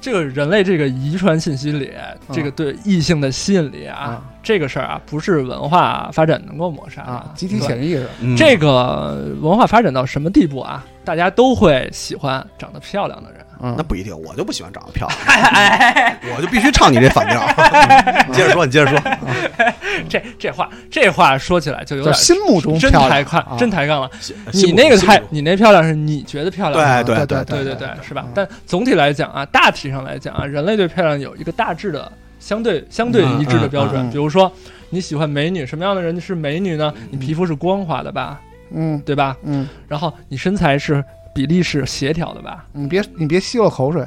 Speaker 4: 这个人类这个遗传信息里，
Speaker 3: 嗯
Speaker 4: 这个对异性的吸引力啊
Speaker 3: 啊，
Speaker 4: 这个事儿啊，不是文化发展能够抹杀
Speaker 3: 啊
Speaker 4: 的，
Speaker 3: 集体潜
Speaker 4: 对
Speaker 3: 意识
Speaker 2: 嗯
Speaker 4: 这个文化发展到什么地步啊？大家都会喜欢长得漂亮的人。
Speaker 2: 那
Speaker 3: 嗯，
Speaker 2: 不一定，我就不喜欢长得 漂
Speaker 4: 哎
Speaker 2: 亮，我就必须唱你这反调。你接着说，你接着说。
Speaker 4: 这这话这话说起来就有
Speaker 3: 嗯叫
Speaker 4: 点
Speaker 3: 心目中
Speaker 4: 真
Speaker 3: 漂
Speaker 4: 抬
Speaker 3: 亮
Speaker 4: 杠，
Speaker 3: 啊
Speaker 4: 真抬杠了。
Speaker 2: 辛
Speaker 4: 你
Speaker 2: 苦
Speaker 4: 那个
Speaker 2: 辛
Speaker 4: 太
Speaker 2: 苦
Speaker 4: 你那漂亮是你觉得漂亮的，
Speaker 2: 对对
Speaker 3: 对
Speaker 4: 哎对对对，是吧？但总体来讲啊，大体上来讲啊，人类对漂亮有一个大致的相对相对一致的标
Speaker 3: 嗯
Speaker 4: 准。
Speaker 3: 嗯嗯
Speaker 4: 比如说，你喜欢美女，什么样的人是美女呢？你皮肤是光滑的吧，
Speaker 3: 嗯
Speaker 4: 对吧？
Speaker 3: 嗯，
Speaker 4: 然后你身材是比例是协调的吧？
Speaker 3: 你别你别吸我口水，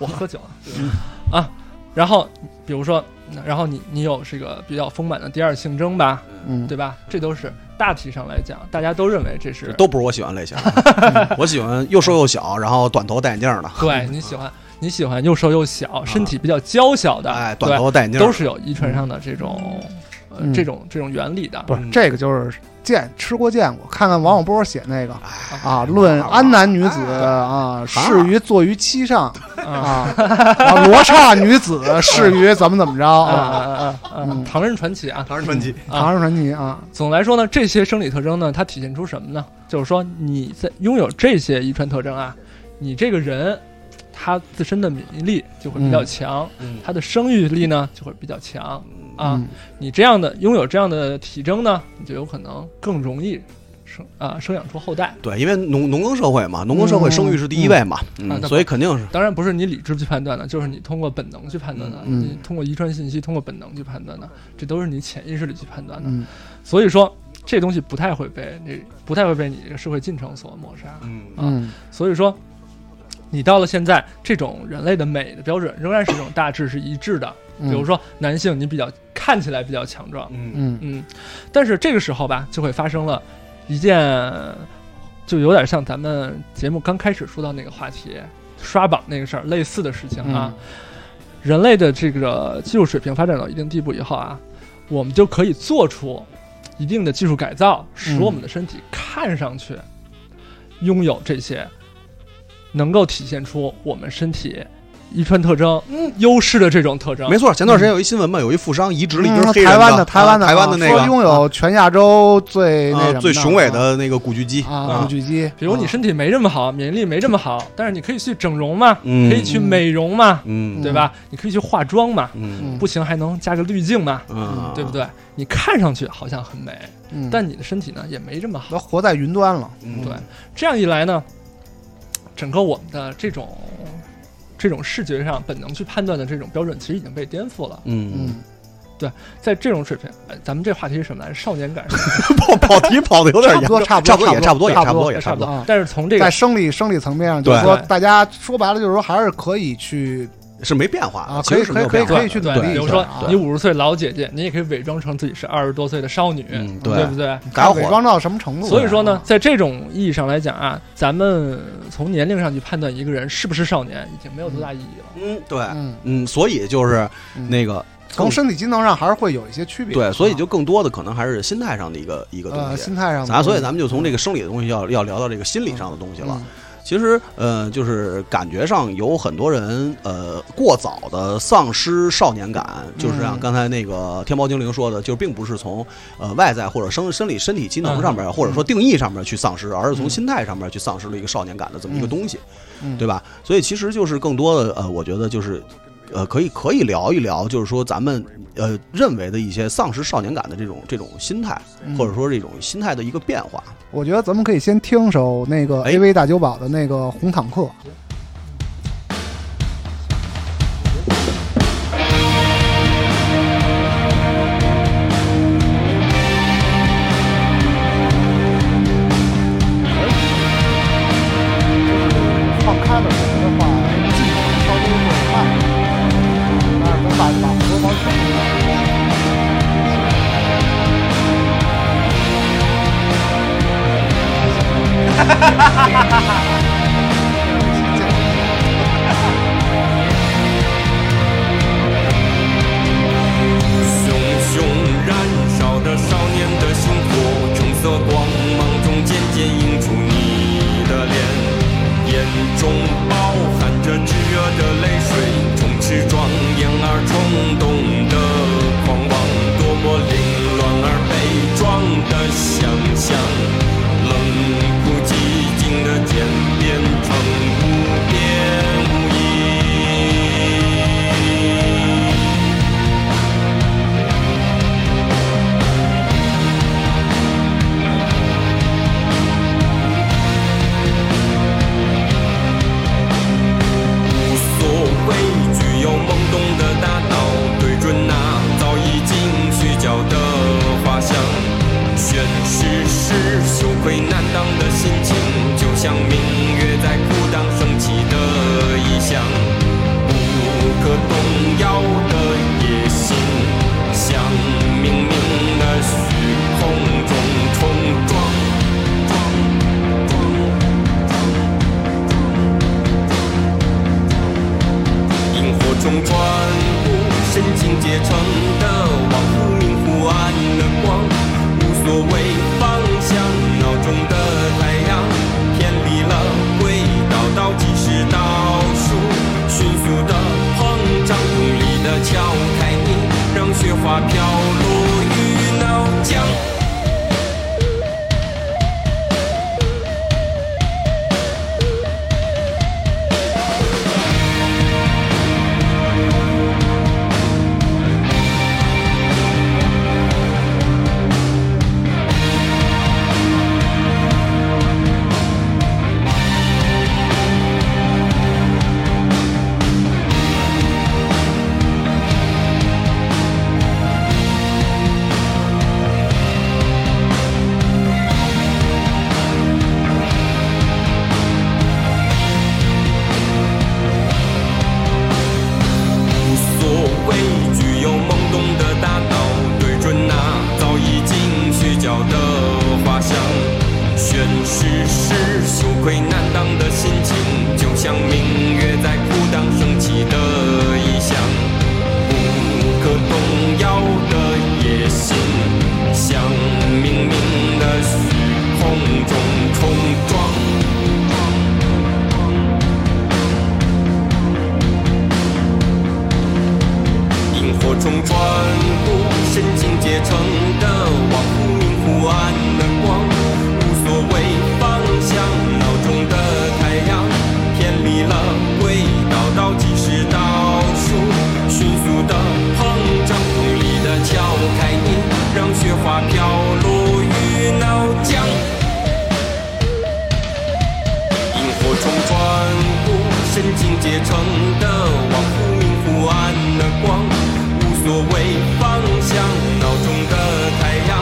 Speaker 4: 我喝酒了啊。然后比如说，然后你你有这个比较丰满的第二性征吧，
Speaker 3: 嗯，
Speaker 4: 对吧？这都是大体上来讲，大家都认为这是
Speaker 2: 都不是我喜欢类型，
Speaker 4: 嗯
Speaker 2: 我喜欢又瘦又小，然后短头戴眼镜的，
Speaker 4: 对你喜欢你喜欢又瘦又小、身体比较娇小的，
Speaker 2: 哎，短
Speaker 4: 对，
Speaker 2: 头戴眼镜
Speaker 4: 都是有遗传上的这种呃
Speaker 3: 嗯
Speaker 4: 这种这种原理的。
Speaker 3: 不是
Speaker 2: 嗯
Speaker 3: 这个就是见吃过见过，看看王小波写那个啊，论
Speaker 2: 好吧
Speaker 3: 安南女子啊，适于坐于妻上
Speaker 4: 啊
Speaker 3: 啊，然后罗刹女子适于怎么怎么着
Speaker 4: 啊
Speaker 3: 啊，
Speaker 4: 啊啊！啊！唐人传奇啊，
Speaker 2: 唐人传奇，
Speaker 4: 啊
Speaker 3: 唐人传奇啊，
Speaker 4: 总的来说呢，这些生理特征呢，它体现出什么呢？就是说你在拥有这些遗传特征啊，你这个人他自身的免疫力就会比较强，
Speaker 2: 嗯
Speaker 4: 他的生育力呢就会比较强啊。
Speaker 3: 嗯
Speaker 4: 你这样的拥有这样的体征呢，你就有可能更容易生啊、生养出后代。
Speaker 2: 对，因为农农耕社会嘛，农耕社会生育是第一位嘛，
Speaker 4: 啊
Speaker 2: 嗯，
Speaker 4: 那
Speaker 2: 所以肯定是
Speaker 4: 当然不是你理智去判断的，就是你通过本能去判断的，
Speaker 3: 嗯
Speaker 4: 你通过遗传信息、通过本能去判断的，这都是你潜意识里去判断的。
Speaker 3: 嗯，
Speaker 4: 所以说，这东西不太会被你不太会被你这个社会进程所抹杀。
Speaker 2: 嗯
Speaker 3: 嗯
Speaker 4: 所以说，你到了现在，这种人类的美的标准仍然是一种大致是一致的。比
Speaker 3: 嗯
Speaker 4: 如说，男性你比较看起来比较强壮，
Speaker 2: 嗯
Speaker 3: 嗯
Speaker 4: 嗯，但是这个时候吧，就会发生了一件，就有点像咱们节目刚开始说到那个话题刷榜那个事儿类似的事情
Speaker 3: 嗯
Speaker 4: 啊。人类的这个技术水平发展到一定地步以后啊，我们就可以做出一定的技术改造，使我们的身体看上去拥有这些，能够体现出我们身体遗传特征、优势的这种特征。
Speaker 2: 没错。前段时间有一新闻嘛，有一富商移植了一
Speaker 3: 嗯
Speaker 2: 堆黑人
Speaker 3: 台湾的
Speaker 2: 台
Speaker 3: 湾的
Speaker 2: 台湾的
Speaker 3: 啊
Speaker 2: 那
Speaker 3: 说拥
Speaker 2: 个
Speaker 3: 有全亚洲最那什
Speaker 2: 啊
Speaker 3: 么
Speaker 2: 最雄伟
Speaker 3: 啊
Speaker 2: 的那个古巨基
Speaker 3: 啊古，巨基，
Speaker 4: 比如你身体没这么好，免疫力没这么好，但是你可以去整容嘛，
Speaker 2: 嗯
Speaker 4: 可以去美容嘛，
Speaker 2: 嗯
Speaker 4: 对吧？你可以去化妆嘛，
Speaker 2: 嗯
Speaker 3: 嗯
Speaker 4: 不行还能加个滤镜嘛，
Speaker 2: 嗯，
Speaker 4: 对不？对？你看上去好像很美，
Speaker 3: 嗯
Speaker 4: 但你的身体呢也没这么好
Speaker 3: 都。活在云端了，
Speaker 2: 嗯
Speaker 4: 对，这样一来呢，整个我们的这种这种视觉上本能去判断的这种标准，其实已经被颠覆了。
Speaker 2: 嗯，
Speaker 3: 嗯，
Speaker 4: 在这种水平，哎咱们这话题是什么来着？少年感是 吧
Speaker 2: 跑跑题跑的有点
Speaker 3: 差
Speaker 2: 严
Speaker 3: 不
Speaker 2: 重
Speaker 3: 多，差不
Speaker 2: 差
Speaker 3: 多
Speaker 2: 不多也差不多也差不多也差
Speaker 4: 差
Speaker 2: 不
Speaker 4: 不
Speaker 2: 多。
Speaker 4: 多
Speaker 3: 啊。
Speaker 4: 但是从这
Speaker 3: 在
Speaker 4: 个
Speaker 3: 生理生理层面上，就
Speaker 2: 对
Speaker 3: 是说大家说白了就是说还是可以去
Speaker 2: 是没变化的，
Speaker 3: 啊
Speaker 2: 其实是没有
Speaker 3: 可以
Speaker 2: 变
Speaker 3: 可
Speaker 2: 化
Speaker 3: 以
Speaker 2: 的
Speaker 3: 去努
Speaker 4: 对，
Speaker 3: 力
Speaker 4: 比如
Speaker 3: 一下
Speaker 4: 说
Speaker 3: 啊
Speaker 4: 你五十岁老姐姐，你也可以伪装成自己是二十多岁的少女，
Speaker 2: 嗯对
Speaker 4: 对不对？
Speaker 2: 打
Speaker 3: 伪
Speaker 2: 火
Speaker 3: 装到什么程度？
Speaker 4: 所以说呢，，在这种意义上来讲啊，咱们从年龄上去判断一个人是不是少年，已经没有多大意义了。
Speaker 2: 嗯，对，
Speaker 3: 嗯，
Speaker 2: 嗯，所以就是
Speaker 3: 嗯
Speaker 2: 那个
Speaker 3: 从身体机能上还是会有一些区别。
Speaker 2: 对，所以
Speaker 3: 啊
Speaker 2: 就更多的可能还是心态上的一个一个
Speaker 3: 呃
Speaker 2: 东西。
Speaker 3: 心态上的东西，
Speaker 2: 咱所以咱们就从这个生理的东西要要聊到这个心理上的东西了。
Speaker 3: 嗯
Speaker 2: 其实，呃，就是感觉上有很多人，呃，过早的丧失少年感，就是像
Speaker 3: 嗯
Speaker 2: 刚才那个天猫精灵说的，就并不是从呃外在或者生生理身体机能上面，或者说定义上面去丧失，而是从心态上面去丧失了一个少年感的这么一个东西，
Speaker 3: 嗯
Speaker 2: 对吧？所以其实就是更多的，呃，我觉得就是。呃，可以可以聊一聊，就是说咱们呃认为的一些丧失少年感的这种这种心态，
Speaker 3: 嗯
Speaker 2: 或者说这种心态的一个变化。
Speaker 3: 我觉得咱们可以先听首那个
Speaker 2: 哎
Speaker 3: AV 大酒保的那个《红坦克》。放开了点的话，哎技术稍微有点慢，但是能把把活往前面。
Speaker 5: 熊熊燃烧着少年的心火，橙色光芒中渐渐映出你的脸，眼中饱含着炙热的泪水，充斥庄严而冲动的狂妄，多么凌乱而悲壮的想象，冷酷寂静的渐变成无边无垠。无所畏惧又懵懂的大脑，对准那早已经虚焦的画像。宣誓是羞愧难当的心情，就像明月在裤裆升起的异象，不可动摇的野心，像冥冥的虚空中冲撞。撞撞撞萤火虫穿过神经结成的网，忽明忽暗的光，无所谓方向，脑中的太阳偏离了轨道，倒计时倒数，迅速的膨胀，用力的敲开你，让雪花飘落于脑浆。无所畏惧又懵懂的大脑，对准那早已经虚焦的画像。宣誓是羞愧难当的心情，就像明月在裤裆升起的异象，不可动摇的野心，像冥冥的虚空中冲撞。萤火虫穿过神经结成的网，忽明忽暗的光，无所谓方向，脑中的太阳偏离了轨道，倒计时倒数，迅速的膨胀，用力的敲开你，让雪花飘落于脑浆。萤火虫穿过神经结成的网，忽明忽暗的光，无所谓方向，脑中的太阳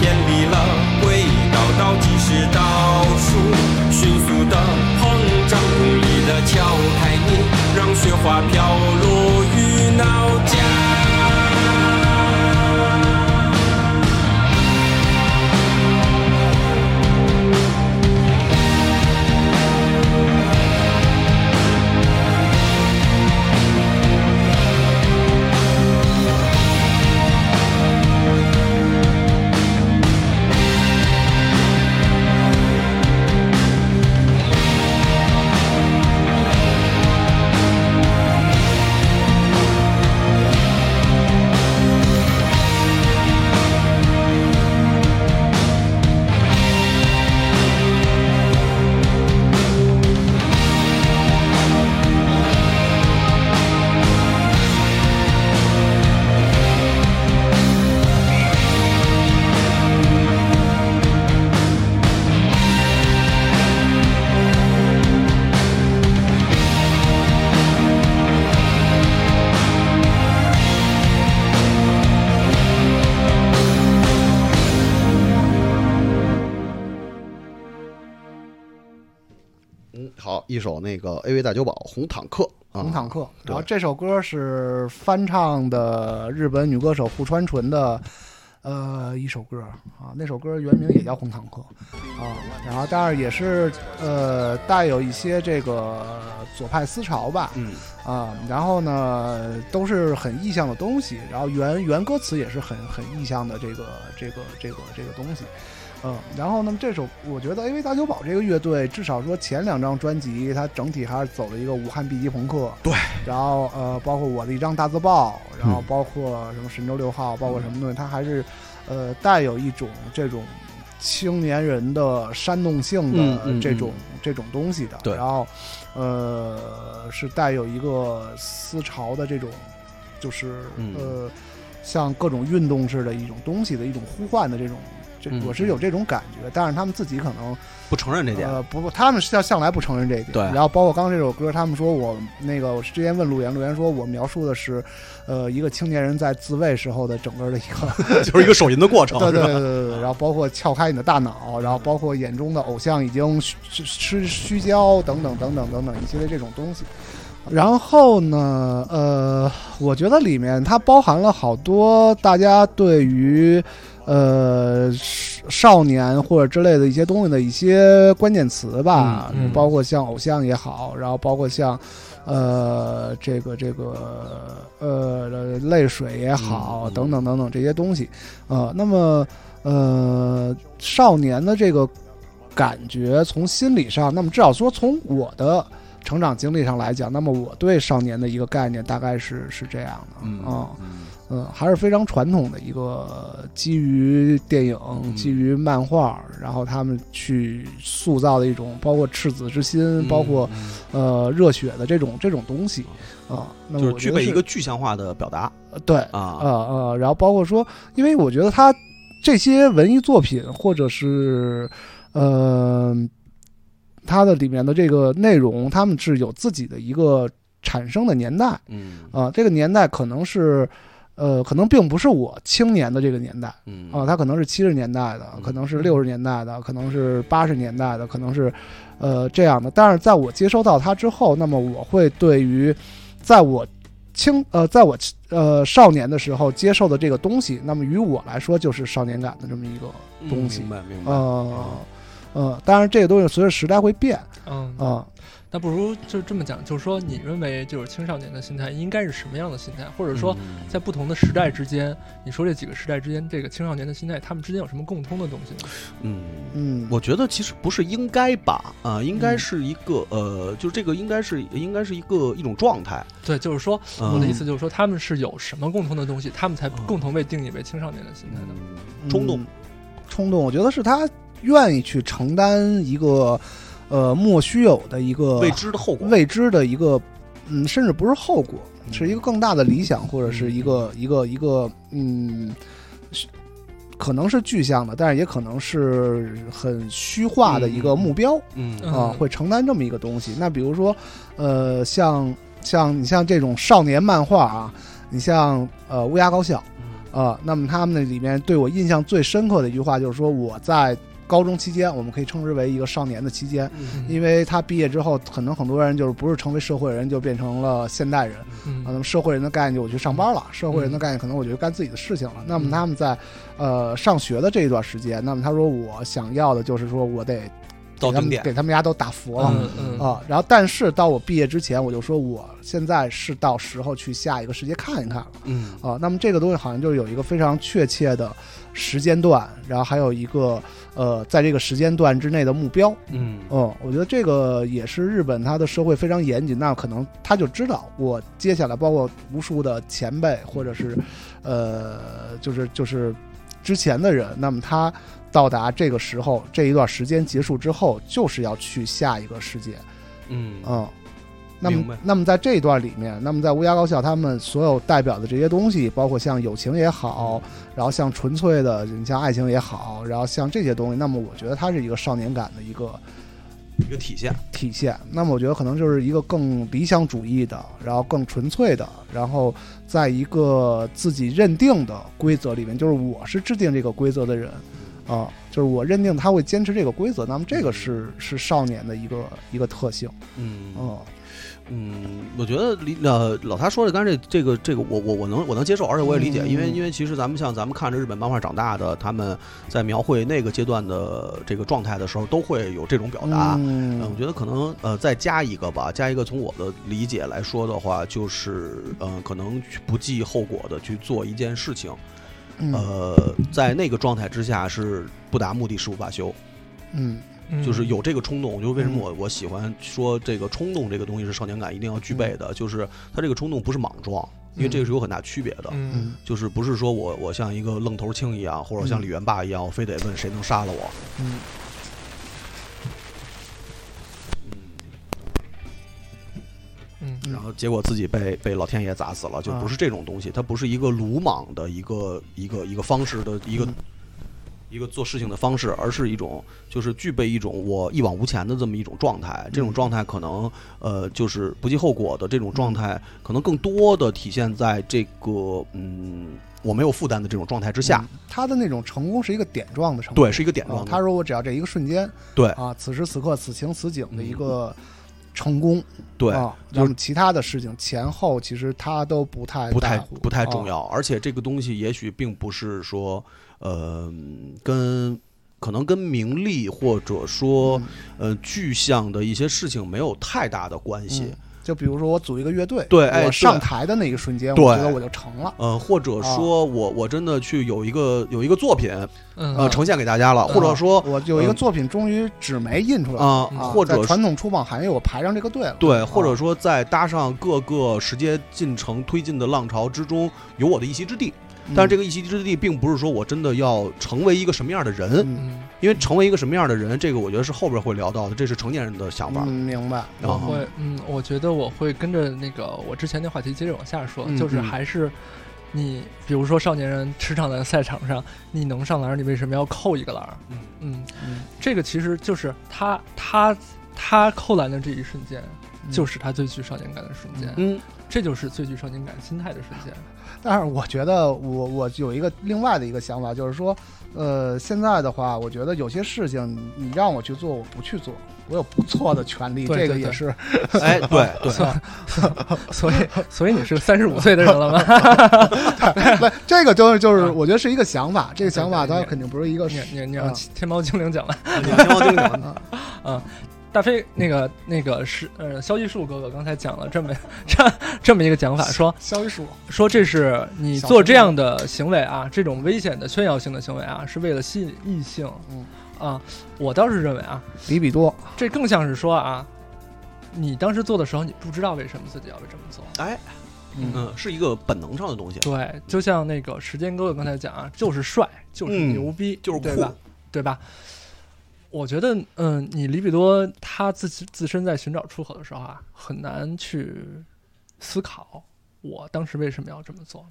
Speaker 5: 偏离了轨道，倒计时倒数，迅速的膨胀，用力的敲开你，让雪花飘落
Speaker 2: 好一首那个 AV 大酒保《红坦克》啊，
Speaker 3: 红坦克》
Speaker 2: 对
Speaker 3: 然后这首歌是翻唱的日本女歌手户川纯的，呃，一首歌啊，那首歌原名也叫《红坦克》啊，然后但是也是呃带有一些这个左派思潮吧，
Speaker 2: 嗯
Speaker 3: 啊，然后呢都是很意象的东西，然后原原歌词也是很很意象的这个这个这个这个东西，嗯，然后呢这首我觉得 AV 大酒保这个乐队至少说前两张专辑它整体还是走了一个武汉 B 级朋克，
Speaker 2: 对，
Speaker 3: 然后呃包括我的一张大字报，然后
Speaker 2: 嗯
Speaker 3: 包括什么神州六号，包括什么东西，它还是呃带有一种这种青年人的煽动性
Speaker 2: 嗯
Speaker 3: 的
Speaker 2: 嗯
Speaker 3: 这
Speaker 2: 嗯
Speaker 3: 种、这种东西的，
Speaker 2: 对
Speaker 3: 然后。呃，是带有一个思潮的这种，就是、
Speaker 2: 嗯
Speaker 3: 呃，像各种运动式的一种东西的一种呼唤的这种，这
Speaker 2: 嗯
Speaker 3: 我是有这种感觉，但是他们自己可能
Speaker 2: 不承认这点，
Speaker 3: 呃不不，他们向向来不承认这一点。
Speaker 2: 对
Speaker 3: 然后包括刚刚这首歌，他们说我那个我之前问陆岩，陆岩说我描述的是，呃，一个青年人在自卫时候的整个的一个
Speaker 2: 就是一个手淫的过程，
Speaker 3: 呃对对
Speaker 2: 是吧
Speaker 3: 对对对对，然后包括撬开你的大脑，然后包括眼中的偶像已经虚吃虚焦等等等等等等一系列这种东西。然后呢，呃，我觉得里面它包含了好多大家对于呃少少年或者之类的一些东西的一些关键词吧，
Speaker 4: 嗯嗯
Speaker 3: 包括像偶像也好，然后包括像呃这个这个呃泪水也好，
Speaker 2: 嗯嗯
Speaker 3: 等等等等这些东西，呃，那么呃少年的这个感觉从心理上，那么至少说从我的。成长经历上来讲，那么我对少年的一个概念大概是是这样的，
Speaker 2: 嗯
Speaker 3: 嗯，还是非常传统的一个基于电影、
Speaker 2: 嗯
Speaker 3: 基于漫画，然后他们去塑造的一种，包括赤子之心，
Speaker 2: 嗯，
Speaker 3: 包括
Speaker 2: 嗯
Speaker 3: 呃热血的这种这种东西啊、那
Speaker 2: 就是
Speaker 3: 我
Speaker 2: 具
Speaker 3: 觉得
Speaker 2: 备一
Speaker 3: 是
Speaker 2: 个具象化的表达
Speaker 3: 呃对
Speaker 2: 啊，
Speaker 3: 呃呃，然后包括说，因为我觉得他这些文艺作品或者是呃它的里面的这个内容，他们是有自己的一个产生的年代。
Speaker 2: 嗯
Speaker 3: 啊，这个年代可能是，呃，可能并不是我青年的这个年代
Speaker 2: 嗯
Speaker 3: 啊，它可能是七十年代的
Speaker 2: 嗯，
Speaker 3: 可能是六十年代的，可能是八十年代的，可能是，呃，这样的。但是在我接收到它之后，那么我会对于，在我青呃，在我呃少年的时候接受的这个东西，那么于我来说就是少年感的这么一个
Speaker 2: 嗯
Speaker 3: 东西
Speaker 2: 明白明白，
Speaker 3: 呃呃，当然这个东西随着时代会变
Speaker 4: 嗯，
Speaker 2: 哦
Speaker 3: 啊、
Speaker 4: 那不如就这么讲，就是说，你认为就是青少年的心态应该是什么样的心态，或者说
Speaker 2: 嗯
Speaker 4: 在不同的时代之间，你说这几个时代之间，这个青少年的心态，他们之间有什么共通的东西呢？
Speaker 2: 嗯
Speaker 3: 嗯，
Speaker 2: 我觉得其实不是应该吧，啊、应该是一个、呃，就是这个应该是应该是一个一种状态。
Speaker 4: 对，就是说，
Speaker 2: 嗯
Speaker 4: 我的意思就是说，他们是有什么共通的东西，他们才共同被定义为青少年的心态的。
Speaker 2: 嗯冲动
Speaker 3: 嗯，冲动，我觉得是他愿意去承担一个呃莫须有的一个
Speaker 2: 未知的后果，
Speaker 3: 未知的一个，嗯，甚至不是后果，
Speaker 2: 嗯
Speaker 3: 是一个更大的理想，或者是一个一个一个嗯。是可能是具象的，但是也可能是很虚化的一个目标
Speaker 2: 嗯
Speaker 4: 嗯
Speaker 3: 啊、会承担这么一个东西。那比如说，呃，像像你像这种少年漫画啊，你像呃乌鸦高校，
Speaker 4: 嗯
Speaker 3: 啊，那么他们那里面对我印象最深刻的一句话就是说，我在高中期间，我们可以称之为一个少年的期间，
Speaker 4: 嗯
Speaker 3: 因为他毕业之后，可能很多人就是不是成为社会人，就变成了现代人。啊，那
Speaker 4: 嗯
Speaker 3: 么社会人的概念，我去上班了；社会人的概念，可能我就干自己的事情了。
Speaker 4: 嗯
Speaker 3: 那么他们在呃上学的这一段时间，那么他说我想要的就是说我得
Speaker 2: 到
Speaker 3: 给
Speaker 2: 顶
Speaker 3: 他们
Speaker 2: 点
Speaker 3: 给他们家都打服了。
Speaker 4: 嗯嗯
Speaker 2: 哦
Speaker 3: 啊，然后但是到我毕业之前，我就说我现在是到时候去下一个世界看一看了。
Speaker 2: 嗯
Speaker 3: 啊，那么这个东西好像就是有一个非常确切的时间段，然后还有一个呃，在这个时间段之内的目标。
Speaker 2: 嗯
Speaker 3: 嗯，我觉得这个也是日本它的社会非常严谨，那可能他就知道我接下来包括无数的前辈或者是呃，就是就是之前的人，那么他到达这个时候这一段时间结束之后，就是要去下一个世界。
Speaker 2: 嗯
Speaker 3: 嗯，那
Speaker 2: 明白
Speaker 3: 么，那么在这一段里面，那么在乌鸦高校，他们所有代表的这些东西，包括像友情也好，然后像纯粹的，你像爱情也好，然后像这些东西，那么我觉得它是一个少年感的一个
Speaker 2: 一个体现。
Speaker 3: 体现。那么我觉得可能就是一个更理想主义的，然后更纯粹的，然后在一个自己认定的规则里面，就是我是制定这个规则的人，啊，就是我认定他会坚持这个规则，那么这个是是少年的一个一个特性，
Speaker 2: 嗯
Speaker 3: 嗯
Speaker 2: 嗯，我觉得理呃老他说的，刚才这这个这个我我我能我能接受，而且我也理解，
Speaker 3: 嗯
Speaker 2: 因为因为其实咱们像咱们看着日本漫画长大的，他们在描绘那个阶段的这个状态的时候，都会有这种表达。
Speaker 3: 嗯
Speaker 2: 呃我觉得可能呃再加一个吧，加一个从我的理解来说的话，就是呃可能去不计后果的去做一件事情，
Speaker 3: 嗯
Speaker 2: 呃在那个状态之下是不达目的誓不罢休。
Speaker 3: 嗯
Speaker 2: 哦就是有这个冲动，就是为什么我我喜欢说这个冲动这个东西是少年感一定要具备
Speaker 3: 嗯
Speaker 2: 的，就是他这个冲动不是莽撞，因为这个是有很大区别的，
Speaker 4: 嗯
Speaker 3: 嗯
Speaker 2: 就是不是说我我像一个愣头青一样，或者像李元霸一样，我非得问谁能杀了我。
Speaker 3: 嗯
Speaker 4: 嗯
Speaker 3: 嗯
Speaker 2: 然后结果自己被被老天爷砸死了，就不是这种东西，它不是一个鲁莽的一个一个一个方式的一个、一个做事情的方式，而是一种就是具备一种我一往无前的这么一种状态。这种状态可能呃就是不计后果的这种状态，可能更多的体现在这个嗯我没有负担的这种状态之下。
Speaker 3: 嗯他的那种成功是一个点状的成功，
Speaker 2: 对，是一个点
Speaker 3: 啊
Speaker 2: 状，
Speaker 3: 他说我只要这一个瞬间
Speaker 2: 对
Speaker 3: 啊，此时此刻此情此景的一个成功，
Speaker 2: 对，
Speaker 3: 啊，
Speaker 2: 就是
Speaker 3: 那么其他的事情前后其实他都不太
Speaker 2: 不太
Speaker 3: 在乎
Speaker 2: 不太重，
Speaker 3: 啊
Speaker 2: 要，而且这个东西也许并不是说，呃，跟可能跟名利或者说、
Speaker 3: 嗯
Speaker 2: 呃具象的一些事情没有太大的关系，
Speaker 3: 就比如说我组一个乐队，
Speaker 2: 对哎
Speaker 3: 我
Speaker 2: 对
Speaker 3: 上台的那一瞬间，我
Speaker 2: 对
Speaker 3: 觉得我就成了，
Speaker 2: 呃，或者
Speaker 3: 啊
Speaker 2: 说我、我真的去有一个有一个作品
Speaker 4: 嗯
Speaker 2: 呃呈现给大家了，或者说
Speaker 3: 我有一个
Speaker 2: 嗯
Speaker 3: 作品终于纸媒印出来了，
Speaker 2: 啊、
Speaker 4: 嗯
Speaker 3: 啊
Speaker 2: 或
Speaker 3: 在
Speaker 2: 者是
Speaker 3: 传统出版行业我排上这个队了，
Speaker 2: 对，
Speaker 3: 啊
Speaker 2: 或者说在搭上各个时间进程推进的浪潮之中，有我的一席之地。但是这
Speaker 3: 个
Speaker 2: 个一席之地，并不是说我真的要成为一个什么样的人，
Speaker 3: 嗯
Speaker 4: 嗯，
Speaker 2: 因为成为一个什么样的人，这个我觉得是后边会聊到的，这是成年人的想法。
Speaker 3: 嗯，明白，
Speaker 2: 然
Speaker 4: 我
Speaker 2: 后
Speaker 4: 会嗯，我觉得我会跟着那个我之前那话题接着往下说
Speaker 2: 嗯，
Speaker 4: 就是
Speaker 2: 嗯
Speaker 4: 还是。你比如说，少年人驰骋在赛场上，你能上篮儿，你为什么要扣一个篮儿？
Speaker 2: 嗯
Speaker 4: 嗯，
Speaker 3: 嗯
Speaker 4: 这个其实就是他他他扣篮的这一瞬间，
Speaker 3: 嗯
Speaker 4: 就是他最具少年感的瞬间，
Speaker 2: 嗯
Speaker 4: 这就是最具少年感心态的瞬间。
Speaker 3: 嗯但是我觉得我我有一个另外的一个想法，就是说，呃，现在的话，我觉得有些事情你让我去做，我不去做，我有不做的权利，
Speaker 4: 对
Speaker 3: 这个
Speaker 4: 对
Speaker 3: 也
Speaker 4: 对
Speaker 3: 是
Speaker 2: 哎，对对，
Speaker 4: 所以，所以你是三十五岁的人 了吗？
Speaker 3: 不，这个就是就是，
Speaker 4: 啊
Speaker 3: 我觉得是一个想法，这个想法
Speaker 4: 对对
Speaker 3: 它
Speaker 4: 对
Speaker 3: 肯定不是一个
Speaker 4: 你
Speaker 3: 是
Speaker 4: 你你让
Speaker 3: 啊
Speaker 2: 嗯
Speaker 4: 天猫精灵讲完。
Speaker 2: 天猫精灵，
Speaker 4: 大飞，那个那个是呃，萧一树哥哥刚才讲了这么 这这么一个讲法，说
Speaker 3: 消息数，
Speaker 4: 说这是你做这样的行为啊，这种危险的炫耀性的行为啊，是为了吸引异性。
Speaker 3: 嗯
Speaker 4: 啊，我倒是认为啊，
Speaker 3: 比比多，
Speaker 4: 这更像是说啊，你当时做的时候，你不知道为什么自己要这么做。
Speaker 2: 哎，
Speaker 3: 嗯
Speaker 2: 嗯，是一个本能上的东西，
Speaker 4: 对，就像那个时间哥哥刚才讲啊，就是帅，就是
Speaker 2: 嗯
Speaker 4: 牛逼，
Speaker 2: 就是
Speaker 4: 对
Speaker 2: 酷
Speaker 4: 吧？对吧？我觉得，嗯，你里比多他自己自身在寻找出口的时候啊，很难去思考我当时为什么要这么做，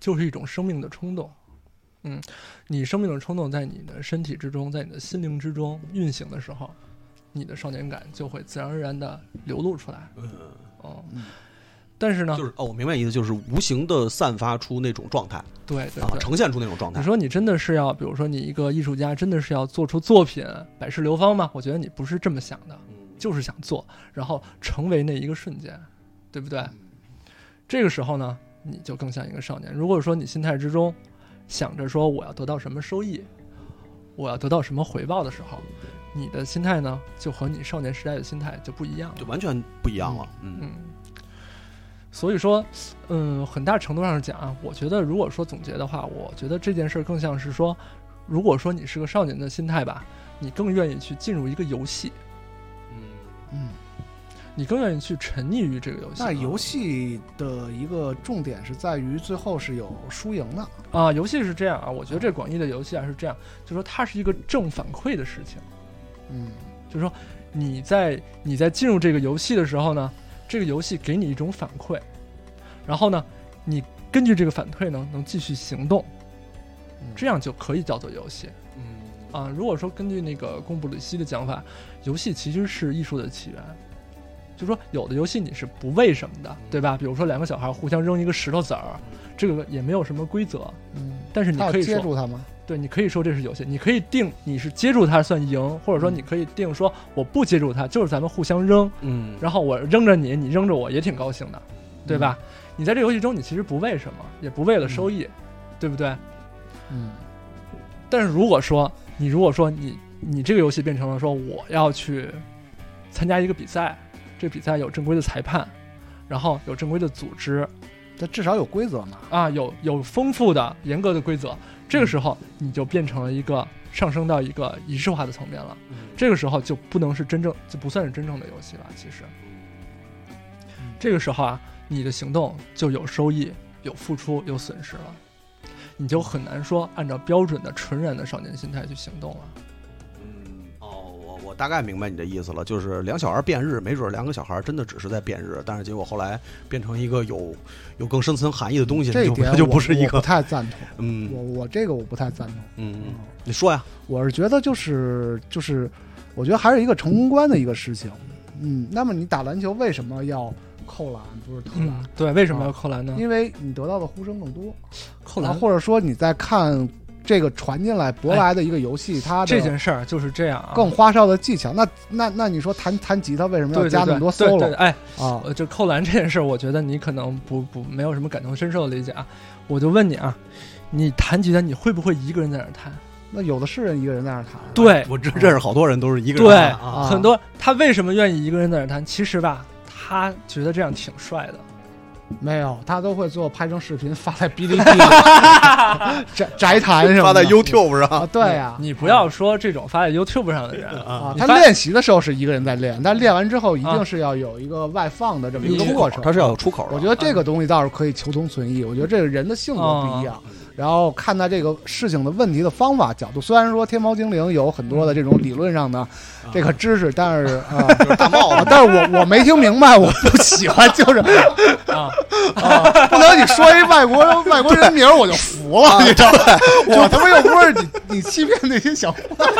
Speaker 4: 就是一种生命的冲动。嗯，你生命的冲动在你的身体之中，在你的心灵之中运行的时候，你的少年感就会自然而然的流露出来。嗯，哦，但是呢，
Speaker 3: 嗯
Speaker 2: 就是哦，我明白意思，就是无形的散发出那种状态啊，
Speaker 4: 对对对，
Speaker 2: 呈现出那种状态
Speaker 4: 你。说你真的是要，比如说你一个艺术家，真的是要做出作品百世流芳吗？我觉得你不是这么想
Speaker 2: 嗯
Speaker 4: 的，就是想做，然后成为那一个瞬间，对不对？
Speaker 2: 嗯
Speaker 4: 这个时候呢，你就更像一个少年。如果说你心态之中想着说我要得到什么收益，我要得到什么回报的时候，
Speaker 2: 嗯
Speaker 4: 你的心态呢，就和你少年时代的心态就不一样了
Speaker 2: 就。完全不一样了，嗯
Speaker 4: 嗯，所以说，嗯，很大程度上讲啊，我觉得如果说总结的话，我觉得这件事儿更像是说，如果说你是个少年的心态吧，你更愿意去进入一个游戏，
Speaker 3: 嗯，
Speaker 4: 你更愿意去沉溺于这个游戏。
Speaker 3: 那游戏的一个重点是在于最后是有输赢的，
Speaker 4: 啊，游戏是这样啊，我觉得这广义的游戏啊是这样，就说它是一个正反馈的事情，
Speaker 3: 嗯
Speaker 4: 就是说你在你在进入这个游戏的时候呢，这个游戏给你一种反馈，然后呢，你根据这个反馈呢，能继续行动，
Speaker 3: 嗯
Speaker 4: 这样就可以叫做游戏。
Speaker 2: 嗯
Speaker 4: 啊，如果说根据那个贡布里希的讲法，游戏其实是艺术的起源。就说有的游戏你是不为什么的，
Speaker 3: 嗯
Speaker 4: 对吧？比如说两个小孩互相扔一个石头子儿，这个也没有什么规则，
Speaker 3: 嗯，
Speaker 4: 但是你
Speaker 3: 他嗯
Speaker 4: 可
Speaker 3: 要
Speaker 4: 以
Speaker 3: 接
Speaker 4: 说
Speaker 3: 住他吗？
Speaker 4: 对，你可以说这是游戏，你可以定你是接住它算赢，或者说你可以定说我不接住它，就是咱们互相扔，
Speaker 2: 嗯，
Speaker 4: 然后我扔着你，你扔着我也挺高兴的，对吧？你在这游戏中，你其实不为什么，也不为了收益，对不对？
Speaker 3: 嗯
Speaker 4: 但是如果说你如果说你你这个游戏变成了说我要去参加一个比赛，这比赛有正规的裁判，然后有正规的组织，
Speaker 3: 这至少有规则嘛。
Speaker 4: 啊，有有丰富的、严格的规则。这个时候，你就变成了一个上升到一个仪式化的层面了。
Speaker 3: 嗯
Speaker 4: 这个时候就不能是真正，就不算是真正的游戏了。其实，
Speaker 3: 嗯
Speaker 4: 这个时候啊，你的行动就有收益、有付出、有损失了，你就很难说按照标准的纯然的少年心态去行动了。
Speaker 3: 嗯
Speaker 2: 哦，我我大概明白你的意思了，就是两小孩变日，没准两个小孩真的只是在变日，但是结果后来变成一个有有更深层含义的东西，
Speaker 3: 这一
Speaker 2: 就
Speaker 3: 点
Speaker 2: 它就
Speaker 3: 我
Speaker 2: 不是一
Speaker 3: 我
Speaker 2: 个
Speaker 3: 不太赞同。我
Speaker 2: 嗯
Speaker 3: 我这个我不太赞同。
Speaker 2: 嗯，你说呀，
Speaker 3: 我是觉得就是就是，我觉得还是一个成功观的一个事情。嗯，那么你打篮球为什么要扣篮，不是投篮
Speaker 4: 嗯？，对，为什么要扣篮呢？
Speaker 3: 啊
Speaker 4: 啊
Speaker 3: 因为你得到的呼声更多，
Speaker 4: 扣
Speaker 3: 然
Speaker 4: 篮
Speaker 3: 后或者说你在看这个传进来博来的一个游戏，它
Speaker 4: 嗯这
Speaker 3: 的
Speaker 4: 件事儿就是这样啊。
Speaker 3: 更花哨的技巧。那那那你说弹弹吉他为什么
Speaker 4: 对
Speaker 3: 要
Speaker 4: 对
Speaker 3: 加那么多
Speaker 4: 对对对
Speaker 3: solo
Speaker 4: 哎，
Speaker 3: 啊？
Speaker 4: 呃，就扣篮这件事儿，我觉得你可能不不没有什么感同身受的理解啊。我就问你啊，你弹吉他你会不会一个人在那儿弹？
Speaker 3: 那有的是人一个人在那儿弹。
Speaker 4: 对，
Speaker 2: 我认认识好多人都是一个人
Speaker 4: 对
Speaker 2: 看啊，
Speaker 3: 啊
Speaker 4: 很多他为什么愿意一个人在那儿弹？其实吧，他觉得这样挺帅的。
Speaker 3: 没有，他都会最后拍成视频发在哔哩哔 哩、宅宅弹什么的，
Speaker 2: 发在 YouTube 上
Speaker 3: 啊，，对呀、
Speaker 4: 你不要说这种发在 YouTube 上的人，
Speaker 3: 啊，
Speaker 4: 嗯你
Speaker 3: 他
Speaker 4: 发啊
Speaker 3: 练习的时候是一个人在练，但练完之后一定是要有一个外放的这么一个过程。
Speaker 2: 它是要有出口的，
Speaker 3: 我觉得这个东西倒是可以求同存异。我觉得这个人的性格不一样，然后看待这个事情的问题的方法角度。虽然说天猫精灵有很多的这种理论上的这个知识，但是啊，
Speaker 2: 就是大帽
Speaker 3: 啊
Speaker 2: 子，
Speaker 3: 但是我我没听明白，我不喜欢，就是
Speaker 4: 啊，
Speaker 3: 啊，不能你说一外国外国人名儿我就服了，你知道吗？我他妈又不是你你欺骗那些小姑娘。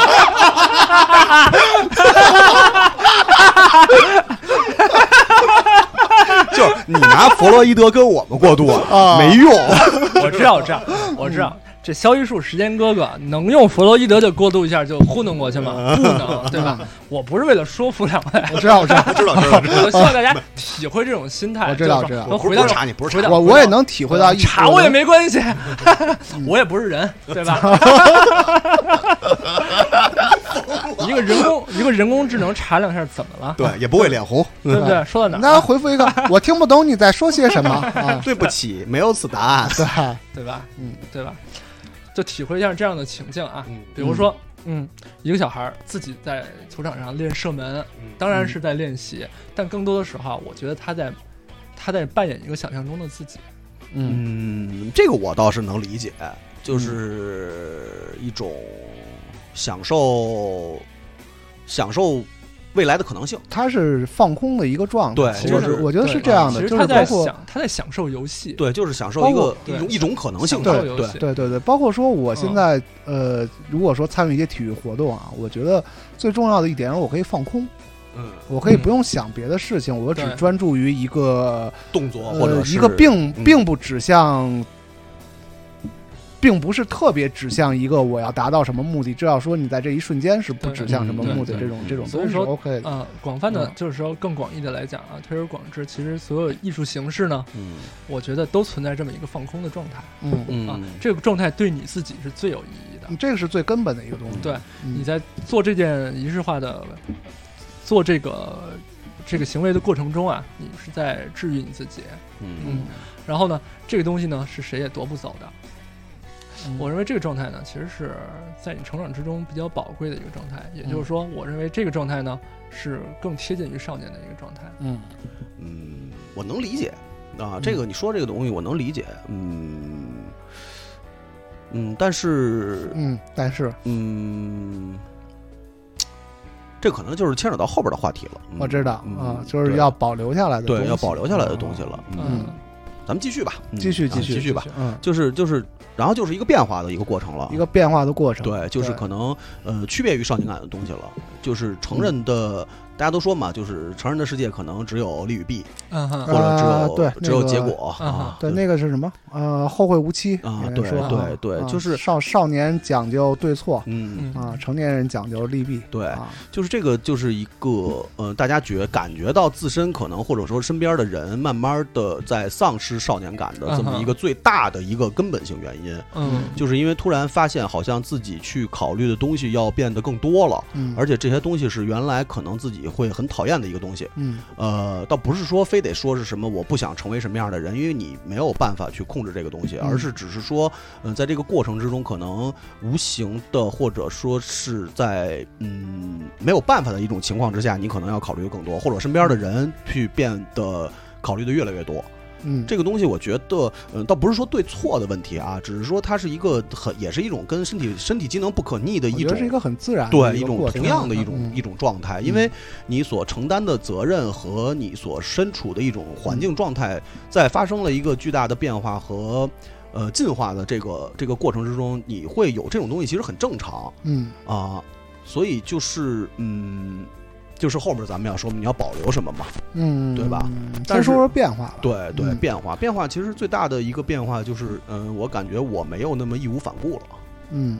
Speaker 2: 就是你拿弗洛伊德跟我们过渡
Speaker 3: 啊
Speaker 2: 没用，
Speaker 4: 我知道，我知 道，我知道。这肖一树、时间哥哥能用弗洛伊德就过渡一下就糊弄过去吗？不能，对吧？我不是为了说服两 位，
Speaker 3: 我知道，我知 道，
Speaker 2: 知道知道知道，
Speaker 4: 我希望大家体会这种心态。
Speaker 3: 我知道
Speaker 4: 就是
Speaker 3: 知
Speaker 4: 说
Speaker 3: 道
Speaker 4: 能
Speaker 2: 不
Speaker 4: 回
Speaker 2: 是
Speaker 4: 到
Speaker 2: 不是查你，不是
Speaker 4: 回
Speaker 2: 查
Speaker 4: 到
Speaker 2: 你，
Speaker 3: 我我也能体会到一
Speaker 4: 查我也没关系， 我也不是人，对吧？ 一个人工一个人工智能查两下怎么了，
Speaker 2: 对，也不会脸红，
Speaker 4: 对不对？说到哪儿
Speaker 3: 那
Speaker 4: 了，
Speaker 3: 回复一个，我听不懂你在说些什么啊？
Speaker 2: 对不起，没有此答案，
Speaker 3: 对，
Speaker 4: 对吧？
Speaker 3: 嗯，
Speaker 4: 对吧？就体会一下这样的情境啊
Speaker 2: 嗯，
Speaker 4: 比如说，嗯，一个小孩儿自己在球场上练射门，
Speaker 3: 嗯
Speaker 4: 当然是在练习，但更多的时候啊，我觉得他在他在扮演一个想象中的自己。
Speaker 3: 嗯，
Speaker 2: 嗯，这个我倒是能理解，就是一种享受，享受未来的可能性。
Speaker 3: 他是放空的一个状态。
Speaker 2: 对
Speaker 3: 其实
Speaker 2: 就是
Speaker 3: 我觉得是
Speaker 4: 对
Speaker 3: 这样
Speaker 4: 其
Speaker 3: 的，
Speaker 4: 实
Speaker 3: 就
Speaker 4: 他
Speaker 3: 是
Speaker 4: 在
Speaker 3: 包括
Speaker 4: 想他在享受游戏，
Speaker 2: 对，就是享受一个
Speaker 4: 包括
Speaker 2: 一种
Speaker 4: 对
Speaker 2: 一种可能性
Speaker 4: 享
Speaker 2: 吧。
Speaker 4: 受游
Speaker 2: 对
Speaker 4: 戏，
Speaker 3: 对对对，包括说我
Speaker 4: 嗯
Speaker 3: 现在呃，如果说参与一些体育活动啊，我觉得最重要的一点，我可以放空，
Speaker 2: 嗯，
Speaker 3: 我可以
Speaker 4: 嗯
Speaker 3: 不用想别的事情，我只
Speaker 4: 对
Speaker 3: 专注于一个
Speaker 2: 动作或
Speaker 3: 呃
Speaker 2: 者
Speaker 3: 一
Speaker 2: 是
Speaker 3: 个并
Speaker 2: 嗯
Speaker 3: 并不指向。并不是特别指向一个我要达到什么目的，至少说你在这一瞬间是不
Speaker 4: 对
Speaker 3: 指向什么
Speaker 4: 嗯
Speaker 3: 目的，
Speaker 2: 对
Speaker 3: 这种
Speaker 2: 嗯
Speaker 3: 这种
Speaker 4: 所
Speaker 3: 都
Speaker 4: 以
Speaker 3: 是
Speaker 4: 说
Speaker 3: OK 的。
Speaker 4: 呃，广泛的
Speaker 3: 嗯
Speaker 4: 就是说更广义的来讲啊，推而广之，其实所有艺术形式呢，
Speaker 2: 嗯
Speaker 4: 我觉得都存在这么一个放空的状态
Speaker 3: 嗯，
Speaker 4: 啊
Speaker 2: 嗯，，
Speaker 4: 这个状态对你自己是最有意义的。
Speaker 3: 这个是最根本的一个东西。
Speaker 4: 对，
Speaker 3: 嗯
Speaker 4: 你在做这件仪式化的做这个这个行为的过程中啊，你是在治愈你自己。
Speaker 2: 嗯
Speaker 4: 然后呢，这个东西呢是谁也夺不走的。
Speaker 3: 嗯
Speaker 4: 我认为这个状态呢，其实是在你成长之中比较宝贵的一个状态。也就是
Speaker 2: 嗯
Speaker 4: 说，我认为这个状态呢是更贴近于少年的一个状态。
Speaker 3: 嗯
Speaker 2: 嗯，我能理解啊，这个你说这个东西我能理解，嗯嗯，但是
Speaker 3: 嗯，但是
Speaker 2: 嗯，这可能就是牵扯到后边的话题了。嗯
Speaker 3: 我知道啊、
Speaker 2: 嗯
Speaker 3: 就是要保留下来的东西，啊
Speaker 2: 对要保留下来的东西了。嗯，
Speaker 4: 嗯
Speaker 3: 嗯，
Speaker 2: 咱们继续吧，嗯
Speaker 3: 继续
Speaker 2: 啊
Speaker 3: 继续
Speaker 2: 继续吧。
Speaker 3: 嗯，
Speaker 2: 就是就是，然后就是一个变化的一个过程了。
Speaker 3: 一个变化的过程。
Speaker 2: 对，就是
Speaker 3: 对
Speaker 2: 可能呃，区别于少年感的东西了，就是成人的大家都说嘛，就是成人的世界可能只有利与弊，
Speaker 4: 嗯
Speaker 2: 或
Speaker 4: 哼，
Speaker 2: 者只有、
Speaker 3: 啊对
Speaker 2: 只有
Speaker 3: 那个
Speaker 2: 结果
Speaker 4: 啊
Speaker 2: 啊。
Speaker 3: 对，那个是什么？呃，后会无期
Speaker 2: 啊
Speaker 3: 应该
Speaker 2: 对
Speaker 3: 说
Speaker 2: 对对
Speaker 3: 啊
Speaker 2: 就是
Speaker 3: 少少年讲究对错
Speaker 2: 嗯，
Speaker 3: 啊，成年人讲究利弊。
Speaker 2: 对
Speaker 3: 啊，
Speaker 2: 就是这个，就是一个呃，大家觉感觉到自身可能或者说身边的人慢慢的在丧失少年感的这
Speaker 4: 嗯
Speaker 2: 么
Speaker 4: 哼
Speaker 2: 一个最大的一个根本性原因，
Speaker 4: 嗯
Speaker 2: 就是因为突然发现好像自己去考虑的东西要变得更多了，
Speaker 3: 嗯，
Speaker 2: 而且这些东西是原来可能自己会很讨厌的一个东西。
Speaker 3: 嗯
Speaker 2: 呃，倒不是说非得说是什么我不想成为什么样的人，因为你没有办法去控制这个东西，而是只是说，嗯、在这个过程之中，可能无形的或者说是在嗯没有办法的一种情况之下，你可能要考虑更多，或者身边的人去变得考虑的越来越多。
Speaker 3: 嗯，
Speaker 2: 这个东西我觉得，嗯、倒不是说对错的问题啊，只是说它是一个很，也是一种跟身体身体机能不可逆的
Speaker 3: 我
Speaker 2: 一
Speaker 3: 觉
Speaker 2: 种
Speaker 3: 得是一个很自然的
Speaker 2: 对
Speaker 3: 一
Speaker 2: 一
Speaker 3: 个
Speaker 2: 种
Speaker 3: 过程
Speaker 2: 同样的一种、
Speaker 3: 嗯
Speaker 2: 一种状态，因为你所承担的责任和你所身处的一种环
Speaker 3: 嗯
Speaker 2: 境状态，在发生了一个巨大的变化和呃进化的这个这个过程之中，你会有这种东西，其实很正常
Speaker 3: 嗯
Speaker 2: 啊。所以就是嗯，就是后面咱们要说你要保留什么嘛？
Speaker 3: 嗯，
Speaker 2: 对吧
Speaker 3: 嗯？
Speaker 2: 但
Speaker 3: 先
Speaker 2: 是
Speaker 3: 说说变化吧。
Speaker 2: 对对，
Speaker 3: 嗯
Speaker 2: 变化变化其实最大的一个变化就是，嗯、我感觉我没有那么义无反顾了。
Speaker 3: 嗯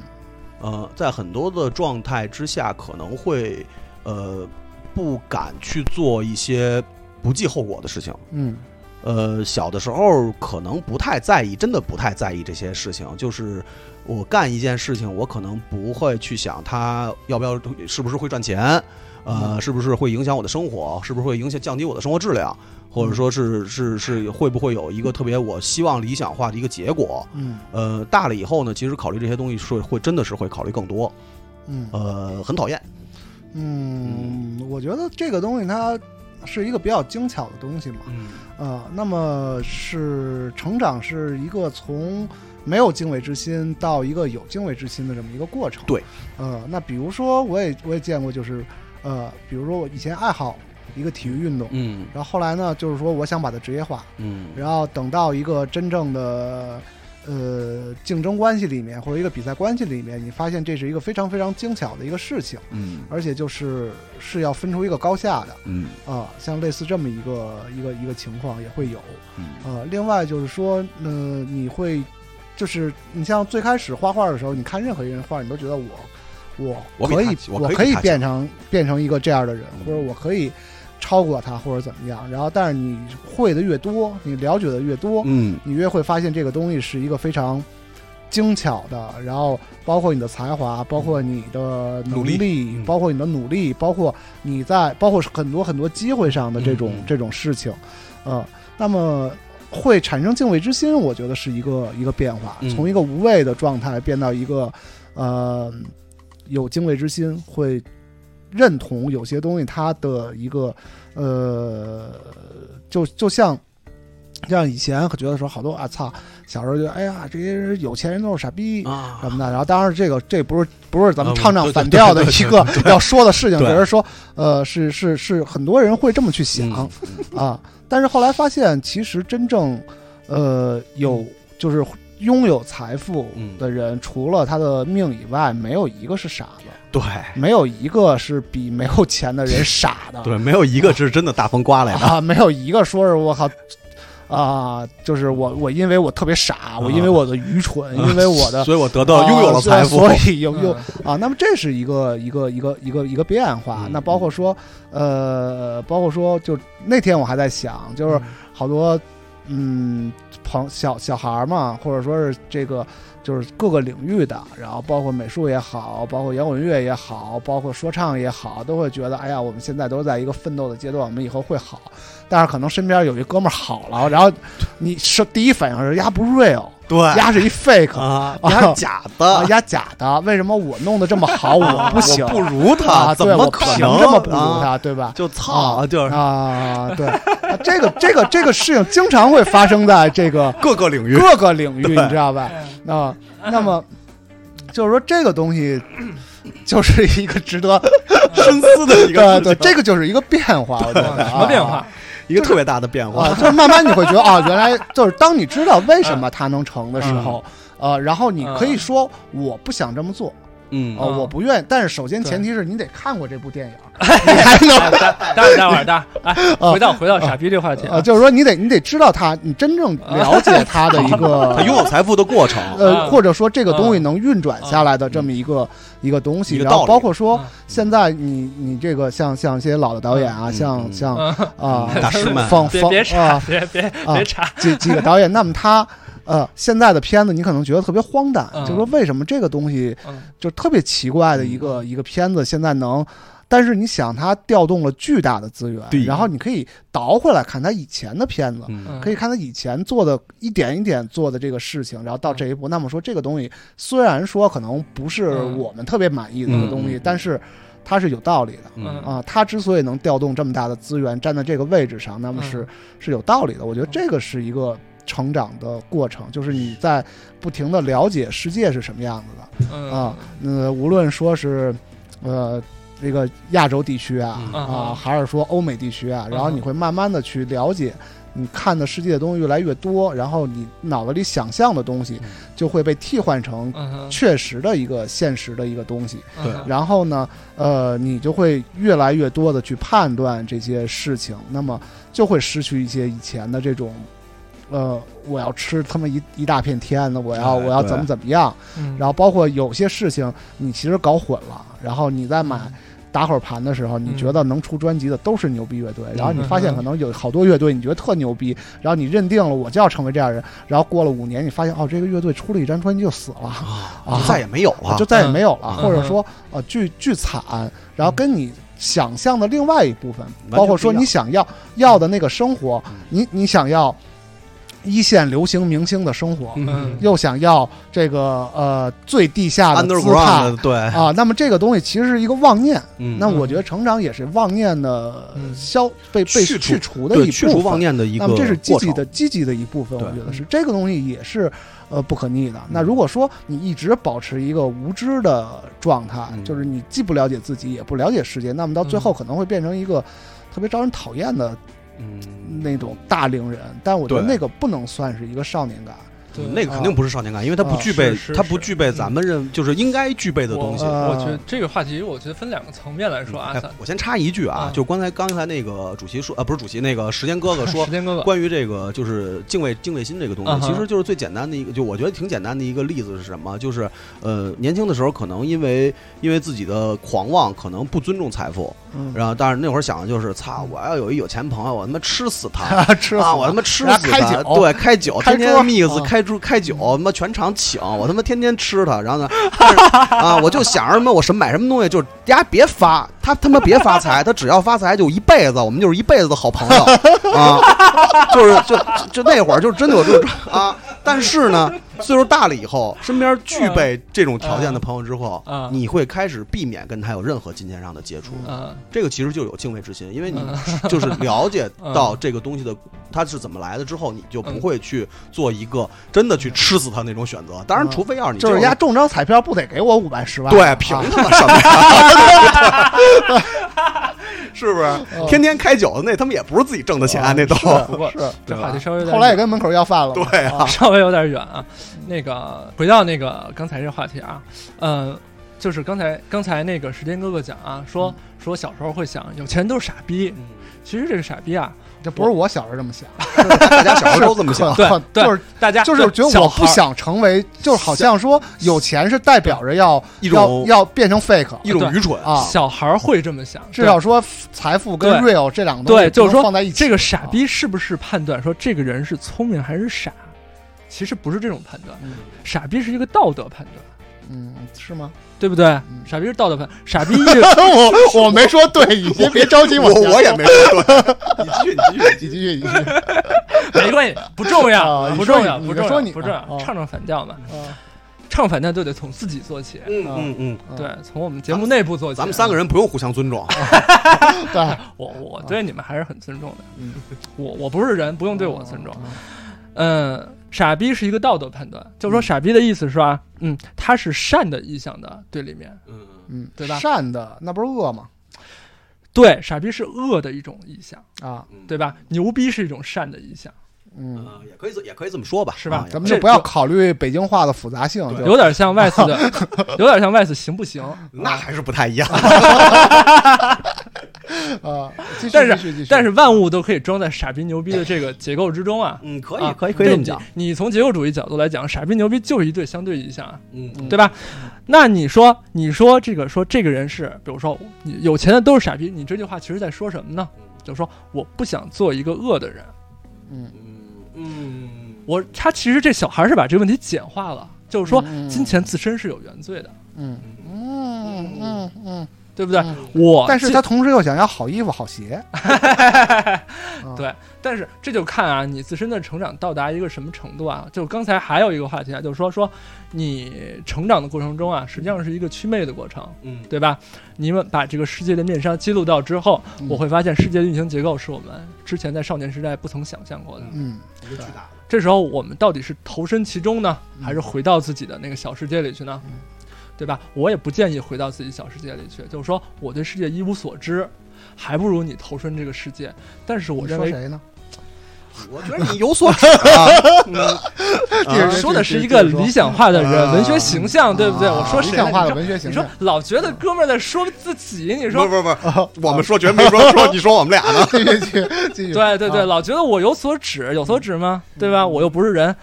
Speaker 2: 呃，在很多的状态之下，可能会呃不敢去做一些不计后果的事情。
Speaker 3: 嗯
Speaker 2: 呃，小的时候可能不太在意，真的不太在意这些事情。就是我干一件事情，我可能不会去想它要不要是不是会赚钱，呃，是不是会影响我的生活，是不是会影响降低我的生活质量，或者说是是是会不会有一个特别我希望理想化的一个结果。
Speaker 3: 嗯
Speaker 2: 呃，大了以后呢，其实考虑这些东西是会真的是会考虑更多，
Speaker 3: 嗯
Speaker 2: 呃，很讨厌。
Speaker 3: 嗯，我觉得这个东西它是一个比较精巧的东西嘛。
Speaker 2: 嗯
Speaker 3: 啊、那么是成长是一个从没有敬畏之心到一个有敬畏之心的这么一个过程。
Speaker 2: 对，
Speaker 3: 呃，那比如说我也我也见过，就是呃，比如说我以前爱好一个体育运动，
Speaker 2: 嗯
Speaker 3: 然后后来呢，就是说我想把它职业化，
Speaker 2: 嗯
Speaker 3: 然后等到一个真正的呃竞争关系里面或者一个比赛关系里面，你发现这是一个非常非常精巧的一个事情，
Speaker 2: 嗯
Speaker 3: 而且就是是要分出一个高下的。
Speaker 2: 嗯
Speaker 3: 啊，像类似这么一个一个一个情况也会有。
Speaker 2: 嗯
Speaker 3: 呃，另外就是说，呃，你会，就是你像最开始画画的时候，你看任何一个人画，你都觉得我，
Speaker 2: 我
Speaker 3: 我
Speaker 2: 比
Speaker 3: 可
Speaker 2: 他
Speaker 3: 以，
Speaker 2: 强我
Speaker 3: 我
Speaker 2: 可以
Speaker 3: 可
Speaker 2: 比
Speaker 3: 以
Speaker 2: 他
Speaker 3: 变成变成一个这样的人，
Speaker 2: 嗯
Speaker 3: 或者我可以超过他，或者怎么样。然后，但是你会的越多，你了解的越多，
Speaker 2: 嗯
Speaker 3: 你越会发现这个东西是一个非常精巧的，然后包括你的才华，包括你的能
Speaker 2: 努
Speaker 3: 力，
Speaker 2: 嗯
Speaker 3: 包括你的努力，包括你在包括很多很多机会上的这种、
Speaker 2: 嗯嗯
Speaker 3: 这种事情，呃，那么。会产生敬畏之心，我觉得是一个一个变化
Speaker 2: 嗯，
Speaker 3: 从一个无畏的状态变到一个，呃，有敬畏之心，会认同有些东西它的一个呃，就就像像以前觉得说好多啊操，小时候就哎呀这些人有钱人都是傻逼。
Speaker 2: 啊
Speaker 3: 什么的，然后当然这个这不是不是咱们
Speaker 2: 啊
Speaker 3: 唱唱
Speaker 2: 对对
Speaker 3: 反调的
Speaker 2: 对
Speaker 3: 一
Speaker 2: 对
Speaker 3: 个要说 的事情，只
Speaker 2: 对
Speaker 3: 是说呃是是是很多人会这么去
Speaker 2: 嗯
Speaker 3: 想啊，但是后来发现其实真正呃有就是拥有财富的
Speaker 2: 嗯
Speaker 3: 人，除了他的命以外，没有一个是傻子。
Speaker 2: 对
Speaker 3: 没有一个是比没有钱的人傻的。
Speaker 2: 对，没有一个是真的大风刮来的。
Speaker 3: 啊，没有一个说是我靠。啊，就是我，我因为我特别傻，我因为我的愚蠢，因为我的
Speaker 2: 啊所以我得到拥有了财富
Speaker 3: 啊。所以又又
Speaker 4: 嗯
Speaker 3: 啊，那么这是一个一个一个一个一个变化。
Speaker 2: 嗯
Speaker 3: 那包括说，呃，包括说，就那天我还在想，就是好多嗯朋小小孩儿嘛，或者说是这个就是各个领域的，然后包括美术也好，包括摇滚乐也好，包括说唱也好，都会觉得哎呀，我们现在都在一个奋斗的阶段，我们以后会好。但是可能身边有一哥们儿好了，然后你是第一反应是 丫不 real，
Speaker 2: 对
Speaker 3: 丫是一 fake，
Speaker 2: 啊，
Speaker 3: 啊
Speaker 2: 你还是假
Speaker 3: 啊，
Speaker 2: 的，
Speaker 3: 压假的，为什么我弄得这么好，我不行？
Speaker 2: 我不如他，
Speaker 3: 啊，
Speaker 2: 怎
Speaker 3: 对，
Speaker 2: 么
Speaker 3: 我
Speaker 2: 可
Speaker 3: 凭
Speaker 2: 能
Speaker 3: 什么不如
Speaker 2: 啊
Speaker 3: 他？对吧？
Speaker 2: 就操， 就是
Speaker 3: 啊，对，啊这个这个这个事情经常会发生在这个
Speaker 2: 各个领域。
Speaker 3: 各个领域，
Speaker 2: 对
Speaker 3: 你知道吧？
Speaker 4: 嗯
Speaker 3: 啊，那么就是说这个东西就是一个值得，
Speaker 2: 深思的 一个
Speaker 3: 对
Speaker 2: 事情
Speaker 3: 对，这个就是一个变化，我觉得
Speaker 4: 什么变化？？
Speaker 2: 一个特别大的变
Speaker 3: 啊，
Speaker 2: 化。
Speaker 3: 就是慢慢你会觉得啊，原来就是当你
Speaker 4: 嗯
Speaker 3: 知道为什么它能成的时候，呃，然后你可以说我不想这么做，
Speaker 2: 嗯
Speaker 3: 哦，我不愿意。但是首先前提是你得看过这部 电影，
Speaker 4: 待待会儿待会儿待会儿，来回到回到傻逼这话题
Speaker 3: 啊，就是说你得你得知道它，你真正了 解它的一个
Speaker 2: 他拥有财富的过程，
Speaker 3: 呃，
Speaker 4: 啊
Speaker 3: 或者说这个东西能运转下来的这么一个、一个东西，
Speaker 2: 一个
Speaker 3: 然后
Speaker 2: 道理
Speaker 3: 包括说
Speaker 4: 嗯
Speaker 3: 现在你你这个像像一些老的导演啊，
Speaker 2: 嗯
Speaker 3: 像、
Speaker 2: 嗯
Speaker 3: 像
Speaker 4: 嗯
Speaker 3: 啊、
Speaker 2: 大师们
Speaker 3: 方
Speaker 4: 别
Speaker 3: 方
Speaker 4: 别查，
Speaker 3: 啊
Speaker 4: 别别别查，
Speaker 3: 几几个导演，那么他呃现在的片子你可能觉得特别荒诞，
Speaker 4: 嗯
Speaker 3: 就说为什么这个东西
Speaker 4: 嗯
Speaker 3: 就特别奇怪的一个、一个片子现在能。但是你想，它调动了巨大的资源
Speaker 2: 对，
Speaker 3: 然后你可以倒回来看他以前的片子，
Speaker 2: 嗯
Speaker 3: 可以看他以前做的一点一点做的这个事情，然后到这一
Speaker 2: 嗯
Speaker 3: 步。那么说，这个东西虽然说可能不是
Speaker 4: 嗯
Speaker 3: 我们特别满意的一个东西，
Speaker 2: 嗯
Speaker 3: 但是它是有道理的。
Speaker 4: 嗯
Speaker 3: 啊，它之所以能调动这么大的资源，站在这个位置上，那么是、
Speaker 2: 嗯
Speaker 3: 是有道理的。我觉得这个是一个成长的过程，就是你在不停的了解世界是什么样子的。
Speaker 4: 嗯
Speaker 3: 啊，呃，无论说是呃这个亚洲地区啊
Speaker 2: 嗯
Speaker 3: 啊，
Speaker 4: 嗯
Speaker 3: 还是说欧美地区啊，然后
Speaker 4: 嗯
Speaker 3: 你会慢慢的去了解，你看的世界的东西越来越多，然后你脑子里想象的东西
Speaker 2: 嗯
Speaker 3: 就会被替换成
Speaker 4: 嗯哼
Speaker 3: 确实的一个现实的一个东西，
Speaker 4: 嗯
Speaker 2: 对
Speaker 4: 哼
Speaker 3: 然后呢，呃，你就会越来越多的去判断这些事情，那么就会失去一些以前的这种。呃，我要吃他妈一一大片天的，我要
Speaker 2: 哎
Speaker 3: 我要
Speaker 2: 对
Speaker 3: 怎么怎么样，
Speaker 4: 嗯
Speaker 3: 然后包括有些事情你其实搞混了，然后你在买打会儿盘的时候，你觉得能出专辑的都是牛逼乐队，然后你发现可能有好多乐队你觉得特牛逼，然后你认定了我就要成为这样的人，然后过了五年你发现哦这个乐队出了一张专辑就死了。
Speaker 2: 啊，再也没有了，
Speaker 3: 就再也没有了，
Speaker 4: 嗯
Speaker 3: 或者说呃巨巨惨，然后跟你想象的另外一部分，
Speaker 2: 嗯全
Speaker 3: 包括说
Speaker 2: 不一样
Speaker 3: 你想要要的那个生活
Speaker 2: 嗯，
Speaker 3: 你你想要一线流行明星的生活，
Speaker 4: 嗯
Speaker 3: 又想要这个呃最地下的姿态
Speaker 2: underground 的对，
Speaker 3: 啊，那么这个东西其实是一个妄念。
Speaker 2: 嗯
Speaker 3: 那我觉得成长也是妄念的
Speaker 4: 嗯
Speaker 3: 消被被
Speaker 2: 去除
Speaker 3: 去除的一
Speaker 2: 对
Speaker 3: 部分，
Speaker 2: 去除妄念的一个
Speaker 3: 那
Speaker 2: 过
Speaker 3: 么
Speaker 2: 程，
Speaker 3: 这是积极的积极的一部分，我
Speaker 2: 对嗯
Speaker 3: 觉得是这个东西也是呃不可逆的。那如果说你一直保持一个无知的状态，
Speaker 2: 嗯
Speaker 3: 就是你既不了解自己，也不了解世界，那么到最后
Speaker 4: 嗯
Speaker 3: 可能会变成一个特别招人讨厌的
Speaker 2: 嗯，
Speaker 3: 那种大龄人。但我觉得
Speaker 2: 对
Speaker 3: 那个不能算是一个少年感。
Speaker 4: 对
Speaker 2: 那个肯定不是少年感，因为它不
Speaker 3: 啊
Speaker 2: 具备
Speaker 4: 是，是
Speaker 2: 它不
Speaker 4: 是
Speaker 2: 具备咱们认就是应该具备的
Speaker 4: 我
Speaker 2: 东西。
Speaker 4: 我呃
Speaker 3: 啊
Speaker 4: 觉得这个话题，我觉得分两个层面来说啊，
Speaker 3: 嗯
Speaker 2: 哎
Speaker 4: 咱
Speaker 2: 我先插一句啊
Speaker 4: 啊，
Speaker 2: 就刚才刚才那个主席说，呃，不是主席，那个时间哥哥说
Speaker 4: 时，间哥哥，
Speaker 2: 关于这个就是敬畏敬畏心这个东
Speaker 4: 嗯
Speaker 2: 西，
Speaker 4: 哼
Speaker 2: 其实就是最简单的一个，就我觉得挺简单的一个例子是什么？就是呃，年轻的时候可能因为因为自己的狂妄，可能不尊重财富，
Speaker 3: 嗯，
Speaker 2: 然后但是那会儿想的就是，操，我要有一有钱朋友，我他妈吃死他。
Speaker 3: 吃死
Speaker 2: 啊！
Speaker 3: 了
Speaker 2: 我他妈吃
Speaker 3: 然后
Speaker 2: 死
Speaker 3: 开
Speaker 2: 他！
Speaker 3: 酒
Speaker 2: 对，开酒，
Speaker 3: 开
Speaker 2: 天天
Speaker 3: 桌
Speaker 2: miss
Speaker 3: 啊
Speaker 2: 开桌开酒，他妈全场请，我他妈天天吃他。然后呢，但是啊，我就想着什么，我什么买什么东西，就是大家别发，他他妈别发财，他只要发财就一辈子，我们就是一辈子的好朋友啊。就是就就就那会儿就真的有这种啊，但是呢，岁数大了以后，身边
Speaker 3: 嗯
Speaker 2: 具备这种条件的朋友之后
Speaker 4: 啊啊，
Speaker 2: 你会开始避免跟他有任何金钱上的接触。
Speaker 4: 嗯
Speaker 2: 这个其实就有敬畏之心，因为你 就是了解到这个东西的它是怎么来的之后，你就不会去做一个真的去吃死它那种选择。当然，除非要是你
Speaker 3: 就是
Speaker 2: 这
Speaker 3: 压
Speaker 2: 种
Speaker 3: 中张彩票不得给我五百十万？啊
Speaker 2: 对凭他妈什 么呀？是不是？天天开酒的那他们也不是自己挣的钱，那都
Speaker 4: 不过
Speaker 3: 哦是
Speaker 4: 这
Speaker 2: 对
Speaker 4: 话题
Speaker 2: 吧
Speaker 4: 稍微有点
Speaker 3: 后来也跟门口要饭了嘛。
Speaker 2: 对啊，
Speaker 4: 稍微有点远啊。那个回到那个刚才这话题啊，嗯、就是刚才刚才那个时间哥哥讲啊，
Speaker 3: 嗯
Speaker 4: 说、说小时候会想有钱人都是傻逼，其实这个傻逼啊，
Speaker 3: 这不是我小时候这么想，
Speaker 2: 大家小时候都这么想。
Speaker 4: 对 对，
Speaker 3: 就是
Speaker 4: 大家
Speaker 3: 就是觉得
Speaker 4: 小
Speaker 3: 我不
Speaker 4: 孩儿
Speaker 3: 想成为，就是好像说有钱是代表着要
Speaker 2: 一种
Speaker 3: 要要变成 fake
Speaker 2: 一种愚蠢，
Speaker 3: 啊，
Speaker 4: 小孩儿会这么想，
Speaker 3: 至少说财富跟
Speaker 4: 对
Speaker 3: real 这两个东西
Speaker 4: 对，就是
Speaker 3: 不能
Speaker 4: 说
Speaker 3: 放在一起。啊
Speaker 4: 这个傻逼是不是判断说这个人是聪明还是傻？其实不是这种判断，
Speaker 3: 嗯
Speaker 4: 傻逼是一个道德判断，
Speaker 3: 嗯，是吗？
Speaker 4: 对不对？
Speaker 3: 嗯
Speaker 4: 傻逼是道德判，傻逼是
Speaker 3: 我我没说对，你先别着急，
Speaker 2: 我
Speaker 3: 想
Speaker 2: 我也没说对，你继续，你继续。
Speaker 3: 几句几句。
Speaker 4: 没关系，不重要
Speaker 3: 啊，
Speaker 4: 不重要，
Speaker 3: 你
Speaker 4: 不
Speaker 3: 说
Speaker 4: 重
Speaker 3: 你
Speaker 4: 要，
Speaker 3: 你说
Speaker 4: 不重
Speaker 3: 你
Speaker 4: 要
Speaker 3: 啊，
Speaker 4: 唱唱反调嘛，
Speaker 3: 啊
Speaker 4: 唱反调就得从自己做起，
Speaker 2: 嗯嗯嗯，
Speaker 3: 嗯
Speaker 4: 对，从我们节目内部做起。
Speaker 2: 咱们三个，人不用互相尊重，
Speaker 3: 对，
Speaker 4: 我我对你们还是很尊重的
Speaker 3: 嗯，
Speaker 4: 我我不是人，不用对我尊重。嗯，傻逼是一个道德判断，就是
Speaker 2: 嗯
Speaker 4: 说傻逼的意思是吧？嗯，他是善的意向的对立面，
Speaker 3: 嗯，
Speaker 4: 对吧
Speaker 3: 善的那不是恶吗？
Speaker 4: 对，傻逼是恶的一种意向，
Speaker 3: 啊，
Speaker 4: 对吧？牛逼是一种善的意向，
Speaker 3: 嗯，
Speaker 2: 啊，也可以这也可以这么说吧，
Speaker 4: 是吧
Speaker 2: 啊也
Speaker 3: 咱们
Speaker 2: 可以
Speaker 3: 就不要考虑北京话的复杂性，就
Speaker 4: 有点像 West 的， 有点像 West 行不行？
Speaker 2: 那还是不太一样。
Speaker 3: 啊，继续
Speaker 4: 但
Speaker 3: 继续继
Speaker 4: 是
Speaker 3: 续
Speaker 4: 但是万物都可以装在傻逼牛逼的这个结构之中啊。
Speaker 2: 嗯，可
Speaker 4: 啊
Speaker 2: 以，可以，可以这么讲
Speaker 4: 对。你。你从结构主义角度来讲，傻逼牛逼就是一对相对意象啊，
Speaker 2: 嗯，
Speaker 4: 对吧？那你说，你说这个说这个人是，比如说你有钱的都是傻逼，你这句话其实在说什么呢？就是说我不想做一个恶的人。
Speaker 2: 嗯，
Speaker 4: 我他其实这小孩是把这个问题简化了，就是说金钱自身是有原罪的，
Speaker 3: 嗯嗯嗯嗯，
Speaker 4: 对不对？我
Speaker 3: 但是
Speaker 4: 这
Speaker 3: 他同时又想要好衣服、好鞋，
Speaker 4: 对，但是这就看啊，你自身的成长到达一个什么程度啊？就刚才还有一个话题啊，就是说说你成长的过程中啊，实际上是一个祛魅的过程，
Speaker 2: 嗯，
Speaker 4: 对吧？你们把这个世界的面纱揭露到之后，我会发现世界的运行结构是我们之前在少年时代不曾想象过的。
Speaker 3: 嗯
Speaker 2: 一个巨大的，
Speaker 4: 这时候我们到底是投身其中呢，还是回到自己的那个小世界里去呢？对吧？我也不建议回到自己小世界里去，就是说我对世界一无所知，还不如你投身这个世界。但是我
Speaker 3: 你
Speaker 4: 认
Speaker 3: 说
Speaker 4: 为
Speaker 3: 谁 呢？
Speaker 2: 我觉得你有所指啊。
Speaker 4: 你啊说的是一个理想化的人，
Speaker 2: 啊
Speaker 4: 文学形象，对不对？我说
Speaker 3: 啊理
Speaker 4: 谁
Speaker 3: 想化的
Speaker 4: 呢？
Speaker 3: 文学
Speaker 4: 你
Speaker 3: 形
Speaker 4: 说
Speaker 3: 象，
Speaker 4: 老觉得哥们儿在说自己，你
Speaker 2: 不
Speaker 4: 说
Speaker 2: 不 不，我们说绝没说说，你说我们俩呢？
Speaker 3: 继续继续继续，
Speaker 4: 对对对，
Speaker 3: 啊，
Speaker 4: 老觉得我有所指，有所指吗？对吧？我又不是人。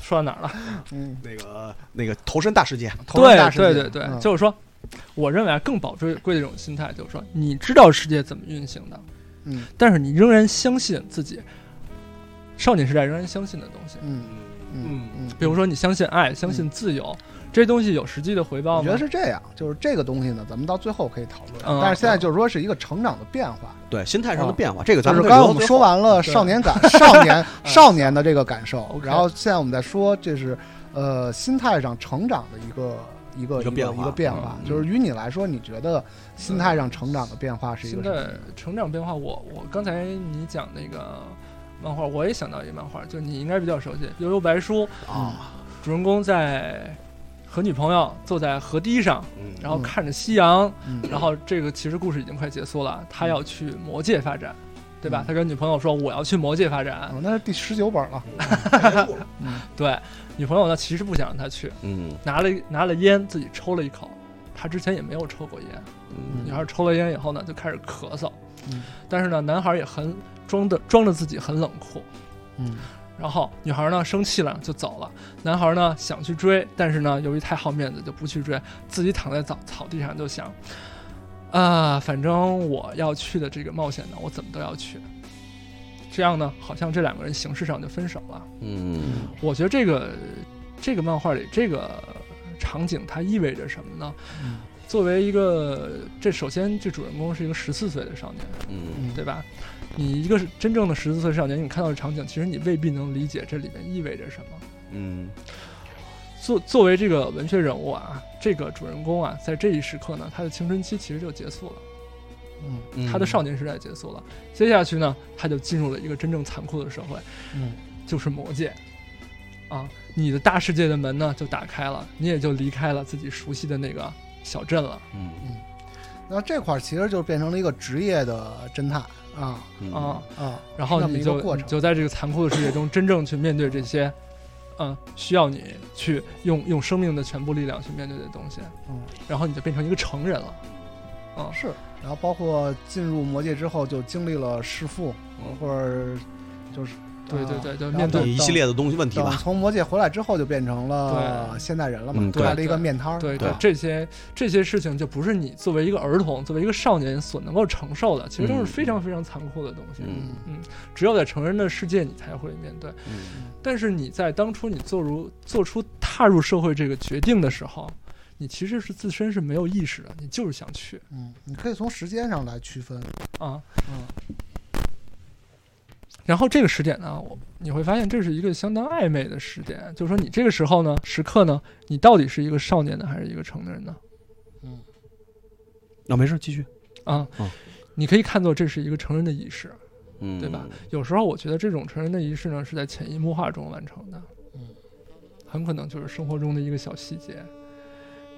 Speaker 4: 说到哪儿了？
Speaker 3: 嗯，
Speaker 2: 那个那个投身大世界，
Speaker 3: 投身大
Speaker 4: 对
Speaker 3: 世界
Speaker 4: 对对对，
Speaker 3: 嗯
Speaker 4: 就是说，我认为啊，更宝贵贵的一种心态，就是说，你知道世界怎么运行的，
Speaker 3: 嗯
Speaker 4: 但是你仍然相信自己少年时代仍然相信的东西，
Speaker 3: 嗯嗯嗯，
Speaker 4: 比如说你相信爱，相信自由，这些东西有实际的回报
Speaker 3: 我嗯觉
Speaker 4: 吗
Speaker 3: 得？是这样，就是这个东西呢，咱们到最后可以讨论。
Speaker 4: 嗯
Speaker 3: 但是现在就是说是一个成长的变化，
Speaker 2: 对心态上的变化，这个
Speaker 3: 哦就
Speaker 2: 咱
Speaker 3: 是
Speaker 2: 们
Speaker 3: 刚才我们说完了
Speaker 4: 对
Speaker 3: 少年感、少 年、
Speaker 4: 嗯
Speaker 3: 少年的这个感受，
Speaker 4: OK
Speaker 3: 然后现在我们在说这是呃心态上成长的一个一个
Speaker 2: 一个变化
Speaker 3: 一个变化，
Speaker 2: 嗯
Speaker 3: 就是于你来说，你觉得心态上成长的变化是一
Speaker 4: 现
Speaker 3: 个什么
Speaker 4: 在？成长变化，我我刚才你讲那个漫画，我也想到一个漫画，就你应该比较熟悉《悠悠白书》，
Speaker 2: 啊，
Speaker 4: 主人公在和女朋友坐在河堤上，
Speaker 2: 嗯
Speaker 4: 然后看着夕阳，
Speaker 3: 嗯
Speaker 4: 然后这个其实故事已经快结束了，他要去魔界发展，对吧
Speaker 3: 嗯？
Speaker 4: 他跟女朋友说我要去魔界发展，
Speaker 3: 哦，那是第十九本了，
Speaker 4: 对，女朋友呢其实不想让他去，
Speaker 2: 嗯
Speaker 4: 拿了拿了烟自己抽了一口，他之前也没有抽过烟，
Speaker 2: 嗯
Speaker 4: 女孩抽了烟以后呢，就开始咳嗽，
Speaker 3: 嗯
Speaker 4: 但是呢，男孩也很装的装着自己很冷酷，
Speaker 3: 嗯
Speaker 4: 然后女孩呢生气了就走了，男孩呢想去追，但是呢由于太好面子就不去追，自己躺在草草地上就想，啊、反正我要去的这个冒险呢，我怎么都要去。这样呢，好像这两个人形式上就分手了。
Speaker 2: 嗯
Speaker 4: 我觉得这个这个漫画里这个场景它意味着什么呢？
Speaker 3: 嗯
Speaker 4: 作为一个这首先这主人公是一个十四岁的少年，
Speaker 2: 嗯
Speaker 3: 嗯，
Speaker 4: 对吧？你一个是真正的十四岁少年，你看到的场景，其实你未必能理解这里面意味着什么。
Speaker 2: 嗯
Speaker 4: 作作为这个文学人物啊，这个主人公啊，在这一时刻呢，他的青春期其实就结束了，
Speaker 3: 嗯
Speaker 2: 嗯，
Speaker 4: 他的少年时代结束了。接下去呢，他就进入了一个真正残酷的社会，
Speaker 3: 嗯
Speaker 4: 就是魔界。啊，你的大世界的门呢就打开了，你也就离开了自己熟悉的那个小镇了。
Speaker 2: 嗯
Speaker 3: 那这块儿其实就变成了一个职业的侦探啊
Speaker 2: 嗯
Speaker 4: 啊，
Speaker 3: 啊，
Speaker 4: 然后
Speaker 3: 那么
Speaker 4: 你
Speaker 3: 一个
Speaker 4: 就
Speaker 3: 过
Speaker 4: 你
Speaker 3: 程，
Speaker 4: 就在这个残酷的世界中，真正去面对这些，嗯，需要你去用用生命的全部力量去面对的东西，
Speaker 3: 嗯，
Speaker 4: 然后你就变成一个成人了，嗯，
Speaker 3: 是，然后包括进入魔界之后，就经历了弑父，或者就是
Speaker 4: 对对
Speaker 3: 啊
Speaker 4: 对就
Speaker 3: 然后
Speaker 4: 面对
Speaker 3: 等
Speaker 2: 嗯一系列的东西问题
Speaker 3: 等等
Speaker 2: 吧，
Speaker 3: 从魔界回来之后，就变成了
Speaker 4: 对
Speaker 3: 现代人了嘛，
Speaker 2: 嗯
Speaker 3: 开
Speaker 4: 对
Speaker 3: 了一个面摊儿，
Speaker 4: 对
Speaker 2: 对
Speaker 4: 这些这些事情就不是你作为一个儿童、作为一个少年所能够承受的，其实都是
Speaker 2: 嗯
Speaker 4: 非常非常残酷的东西。
Speaker 2: 嗯
Speaker 4: 只有在成人的世界，你才会面对。
Speaker 2: 嗯
Speaker 4: 但是你在当初你做如做出踏入社会这个决定的时候，你其实是自身是没有意识的，你就是想去
Speaker 3: 嗯，你可以从时间上来区分，
Speaker 4: 啊。
Speaker 3: 嗯
Speaker 4: 然后这个时点呢，我你会发现这是一个相当暧昧的时点，就是说你这个时候呢，时刻呢，你到底是一个少年呢，还是一个成年人呢？
Speaker 2: 那没事，继续，
Speaker 4: 啊，
Speaker 2: 哦
Speaker 4: 你可以看作这是一个成人的仪式。
Speaker 2: 嗯
Speaker 4: 对吧？有时候我觉得这种成人的仪式呢，是在潜移默化中完成的，
Speaker 3: 嗯，
Speaker 4: 很可能就是生活中的一个小细节，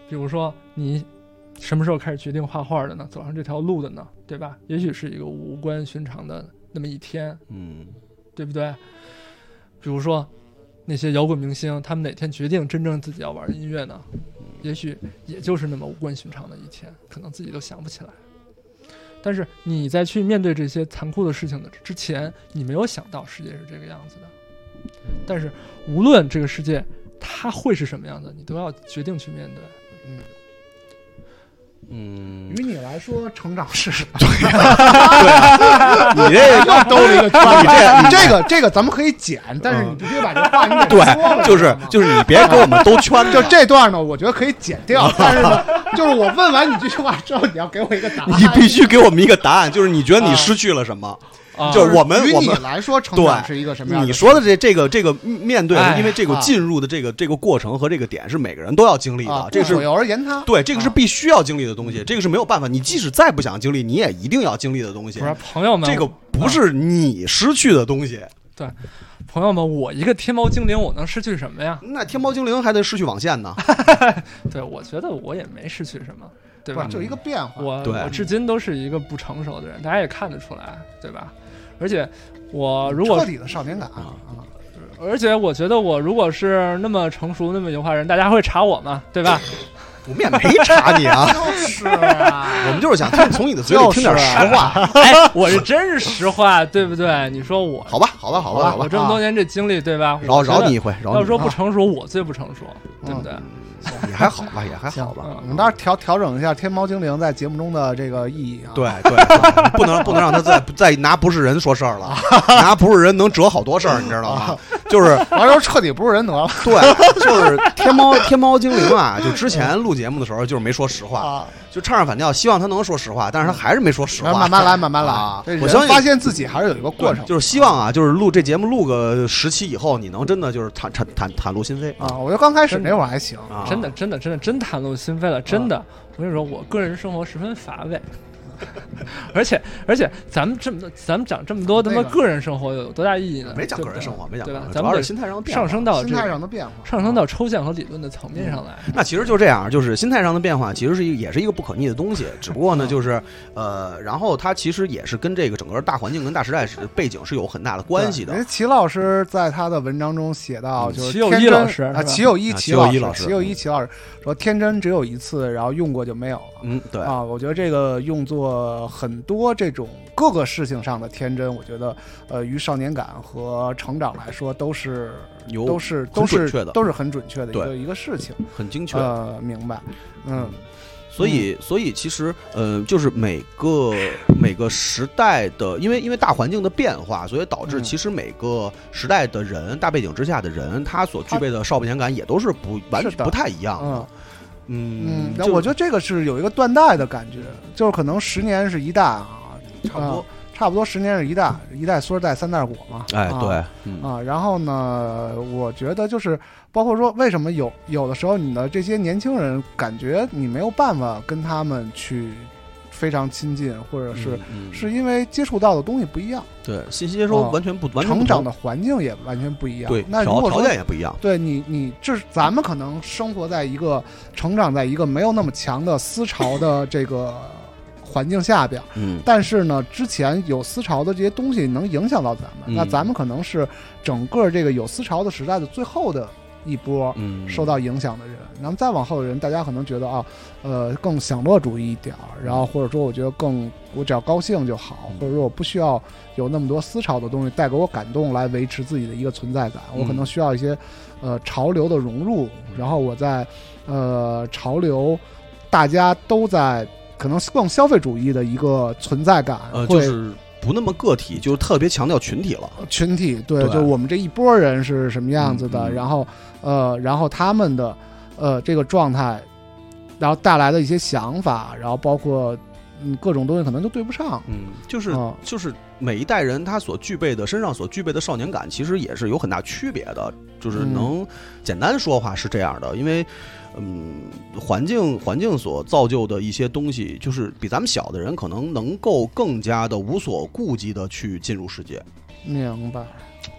Speaker 4: 比如说你什么时候开始决定画画的 呢？走上这条路的呢？对吧？也许是一个无关寻常的那么一天，
Speaker 2: 嗯
Speaker 4: 对不对？比如说那些摇滚明星，他们哪天决定真正自己要玩音乐呢？
Speaker 2: 嗯
Speaker 4: 也许也就是那么无关寻常的一天，可能自己都想不起来。但是你在去面对这些残酷的事情的之前，你没有想到世界是这个样子的。但是无论这个世界它会是什么样的，你都要决定去面对。
Speaker 2: 嗯，
Speaker 3: 于你来说，成长是什么？
Speaker 2: 你这
Speaker 3: 哎
Speaker 2: 又兜了一个圈，你这
Speaker 3: 这个这个咱们可以剪，但是你必须把这话你给说了
Speaker 2: 对，就是
Speaker 3: 知道吗
Speaker 2: 就是你别给我们兜 圈子，
Speaker 3: 就这段呢，我觉得可以剪 掉，但是呢，就是我问完你这句话之后，你要给我一个答案。
Speaker 2: 你必须给我们一个答案，就是你觉得你失去了什么？
Speaker 4: 啊
Speaker 2: 就是我们
Speaker 3: 于
Speaker 2: 我
Speaker 3: 你
Speaker 2: 们
Speaker 3: 来说，成
Speaker 2: 对
Speaker 3: 长是一个什么样的？
Speaker 2: 你说的这这个这个面对，
Speaker 4: 哎
Speaker 2: 因为这个
Speaker 3: 啊
Speaker 2: 进入的这个这个过程和这个点是每个人都要经历
Speaker 3: 啊
Speaker 2: 的，，这是
Speaker 3: 不。有而言他，
Speaker 2: 对，这个是
Speaker 3: 啊
Speaker 2: 必须要经历的东西，这个是没有办法。你即使再不想经历，你也一定要经历的东西
Speaker 4: 不。是朋友们，
Speaker 2: 这个不是你失去的东西。
Speaker 4: 朋友们，我一个天猫精灵，我能失去什么呀？
Speaker 2: 那天猫精灵还得失去网线 呢。
Speaker 4: 对，我觉得我也没失去什么，对
Speaker 3: 不
Speaker 4: 吧
Speaker 3: 是？就一个变化。
Speaker 4: 我
Speaker 2: 对
Speaker 4: 我至今都是一个不成熟的人，大家也看得出来，对吧？而且
Speaker 2: 嗯
Speaker 4: 我如果
Speaker 3: 彻，底的少年感啊，
Speaker 4: 而且我觉得我如果是那么成熟、那么油画人，大家会查我嘛，对吧？
Speaker 2: 我们也没查你啊，
Speaker 3: 就是啊，
Speaker 2: 我们就是啊想听从你的嘴里听点实话。
Speaker 4: 哎，我是真是实话，对不对？你说我，
Speaker 2: 好吧，好吧，好吧，好
Speaker 4: 我
Speaker 2: 吧，
Speaker 4: 这么多年这经历，对吧？
Speaker 2: 啊饶
Speaker 4: 我觉得
Speaker 2: 饶你一回，饶
Speaker 4: 要
Speaker 2: 你。啊嗯
Speaker 4: 说不成熟，我最不成熟，对不对？
Speaker 2: 也还好吧，也还好吧。
Speaker 4: 嗯
Speaker 3: 我们到时候调调整一下天猫精灵在节目中的这个意义啊。
Speaker 2: 对对对，不能不能让他再 再拿不是人说事儿 了，拿不是人能折好多事儿，你知道吗？就是
Speaker 3: 完了之后彻底不是人得了
Speaker 2: 对， 就是天猫天猫精灵啊，就之前录节目的时候就是没说实话，
Speaker 3: 啊！
Speaker 2: 就唱上反调，希望他能说实话，但是他还是没说实话。
Speaker 3: 慢慢来，慢慢
Speaker 2: 啊
Speaker 3: 来。这人
Speaker 2: 我相信
Speaker 3: 发现自己还是有一个过程
Speaker 2: 对就是希望啊，就是录这节目录个十期以后，你能真的就是坦坦坦袒露心扉
Speaker 3: 啊。我觉得刚开始那会儿还行，
Speaker 2: 啊，
Speaker 4: 真的，真的，真的，真袒露心扉了，真的。我跟你说，我个人生活十分乏味， 而且而且，咱们这么多，咱们讲这么多他妈
Speaker 3: 那个
Speaker 4: 个人生活有多大意义呢？
Speaker 2: 没讲
Speaker 4: 对
Speaker 2: 个
Speaker 4: 不
Speaker 2: 人
Speaker 4: 对
Speaker 2: 生活，没讲个
Speaker 4: 对
Speaker 2: 人生？活，
Speaker 4: 吧咱
Speaker 2: 主要
Speaker 4: 们
Speaker 2: 是心态上的
Speaker 4: 得
Speaker 2: 变化
Speaker 4: 上升到
Speaker 3: 心
Speaker 4: 这
Speaker 3: 态
Speaker 4: 个
Speaker 3: 上的变化，
Speaker 4: 上升
Speaker 2: 啊
Speaker 4: 到抽象和理论的层面上来。
Speaker 2: 那其实就这样，就是心态上的变化，其实是一个也是一个不可逆的东 西。只不过呢，就是呃，然后它其实也是跟这个整个大环境跟大时代是背景是有很大的关系的
Speaker 3: 对因。为齐老师在他的文章中写到，
Speaker 2: 嗯
Speaker 3: 就是
Speaker 4: 齐友一
Speaker 3: 天真
Speaker 4: 老师是吧
Speaker 3: 啊，齐友一
Speaker 2: 啊
Speaker 3: 齐
Speaker 2: 齐友一老
Speaker 3: 老
Speaker 2: 师
Speaker 3: 师，齐友一齐老师说，天真只有一次，然后用过就没有了。
Speaker 2: 嗯，对，
Speaker 3: 啊，我觉得这个用作很多这种各个事情上的天真，我觉得呃，于少年感和成长来说，都是
Speaker 2: 有
Speaker 3: 都是
Speaker 2: 很
Speaker 3: 都
Speaker 2: 准
Speaker 3: 是
Speaker 2: 确的
Speaker 3: 都是很准确的一个
Speaker 2: 对
Speaker 3: 一个事情。
Speaker 2: 很精确。
Speaker 3: 呃，明白，嗯，
Speaker 2: 所以，所以其实，呃，就是每个每个时代的，因为因为大环境的变化，所以导致
Speaker 3: 嗯
Speaker 2: 其实每个时代的人，大背景之下的人，他所具备的少年感也都是不完
Speaker 3: 是的
Speaker 2: 不太一样的嗯
Speaker 3: 嗯。嗯，，但我觉
Speaker 2: 得
Speaker 3: 得这个是有一个断代的感觉，就是可能十年是一代啊，
Speaker 2: 差不多。
Speaker 3: 差不多十年是一代，一代缩代三代果嘛。
Speaker 2: 哎，
Speaker 3: 啊
Speaker 2: 对，嗯，
Speaker 3: 啊，然后呢，我觉得就是包括说，为什么有有的时候你的这些年轻人感觉你没有办法跟他们去非常亲近，或者是、
Speaker 2: 嗯，
Speaker 3: 是因为接触到的东西不一样，
Speaker 2: 对，信息接收
Speaker 3: 啊
Speaker 2: 完全不完全不
Speaker 3: 成
Speaker 2: 同
Speaker 3: 长的环境也完全不一样。
Speaker 2: 对，
Speaker 3: 那如
Speaker 2: 条
Speaker 3: 果
Speaker 2: 条
Speaker 3: 说
Speaker 2: 件也不一样。
Speaker 3: 对你，你这是咱们可能生活在一个成长在一个没有那么强的思潮的这个环境下边，
Speaker 2: 嗯，
Speaker 3: 但是呢，之前有思潮的这些东西能影响到咱们，
Speaker 2: 嗯
Speaker 3: 那咱们可能是整个这个有思潮的时代的最后的一波
Speaker 2: 嗯，
Speaker 3: 受到影响的人。然后再往后的人，大家可能觉得啊，呃，更享乐主义一点儿，然后或者说我觉得更我只要高兴就好
Speaker 2: 嗯，
Speaker 3: 或者说我不需要有那么多思潮的东西带给我感动来维持自己的一个存在感，
Speaker 2: 嗯
Speaker 3: 我可能需要一些呃潮流的融入，然后我在呃潮流大家都在。可能更消费主义的一个存在感，
Speaker 2: 呃，就
Speaker 3: 会
Speaker 2: 是不那么个体，就是特别强调群体了。
Speaker 3: 群体，对，
Speaker 2: 对
Speaker 3: 就我们这一波人是什么样子
Speaker 2: 嗯
Speaker 3: 的，
Speaker 2: 嗯
Speaker 3: 然后呃，然后他们的呃这个状态，然后带来的一些想法，然后包括嗯各种东西可能都对不上，
Speaker 2: 嗯，就是
Speaker 3: 啊
Speaker 2: 就是每一代人他所具备的身上所具备的少年感，其实也是有很大区别的。就是
Speaker 3: 嗯
Speaker 2: 能简单说话是这样的，因为嗯，环境环境所造就的一些东西，就是比咱们小的人可能能够更加的无所顾忌的去进入世界。
Speaker 3: 明白？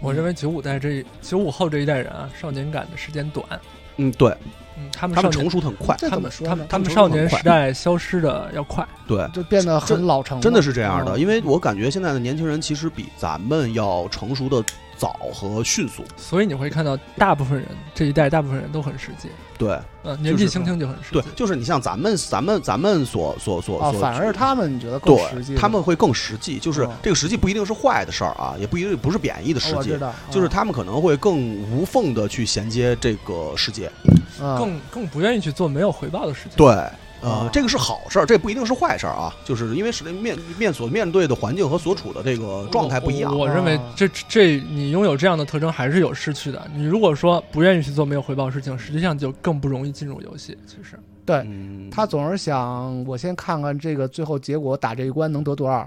Speaker 4: 我认为九五代这九五后这一代人啊，少年感的时间短，
Speaker 2: 嗯，对
Speaker 4: 嗯，他们
Speaker 2: 他
Speaker 4: 少
Speaker 2: 们
Speaker 4: 年
Speaker 2: 成熟得很快，
Speaker 3: 这
Speaker 4: 他
Speaker 3: 怎么
Speaker 4: 们
Speaker 3: 说
Speaker 4: 他
Speaker 3: 呢
Speaker 4: 们他们
Speaker 2: 成熟
Speaker 4: 少
Speaker 2: 得
Speaker 4: 年
Speaker 2: 很
Speaker 4: 时
Speaker 2: 快
Speaker 4: 代消失的要快，
Speaker 2: 对，
Speaker 3: 就变得很老成了，
Speaker 2: 真的是这样的。
Speaker 3: 嗯
Speaker 2: 因为我感觉现在的年轻人其实比咱们要成熟的早和迅速，
Speaker 4: 所以你会看到大部分人这一代大部分人都很实际，
Speaker 2: 对
Speaker 4: 嗯，年
Speaker 2: 就是
Speaker 4: 纪轻轻就很实际，
Speaker 2: 对，就是你像咱们咱们咱们所所所
Speaker 3: 啊，
Speaker 2: 所，
Speaker 3: 反而他们你觉得更实际
Speaker 2: 对，
Speaker 3: 了，
Speaker 2: 他们会更实际，就是
Speaker 3: 哦
Speaker 2: 这个实际不一定是坏的事儿啊，也不一定不是贬义的实
Speaker 3: 我
Speaker 2: 际
Speaker 3: 知，道，哦
Speaker 2: 就是他们可能会更无缝的去衔接这个世界。
Speaker 3: 嗯
Speaker 4: 更更不愿意去做没有回报的事情。
Speaker 2: 啊对，
Speaker 3: 哦
Speaker 2: 呃，这个是好事儿，这不一定是坏事儿啊，就是因为是面面所面对的环境和所处的这个状态不一样
Speaker 4: 我。我认为
Speaker 3: 啊
Speaker 4: 这这你拥有这样的特征还是有失去的。你如果说不愿意去做没有回报的事情，实际上就更不容易进入游戏。其实，
Speaker 3: 对
Speaker 2: 嗯，
Speaker 3: 他总是想我先看看这个最后结果打这一关能得多少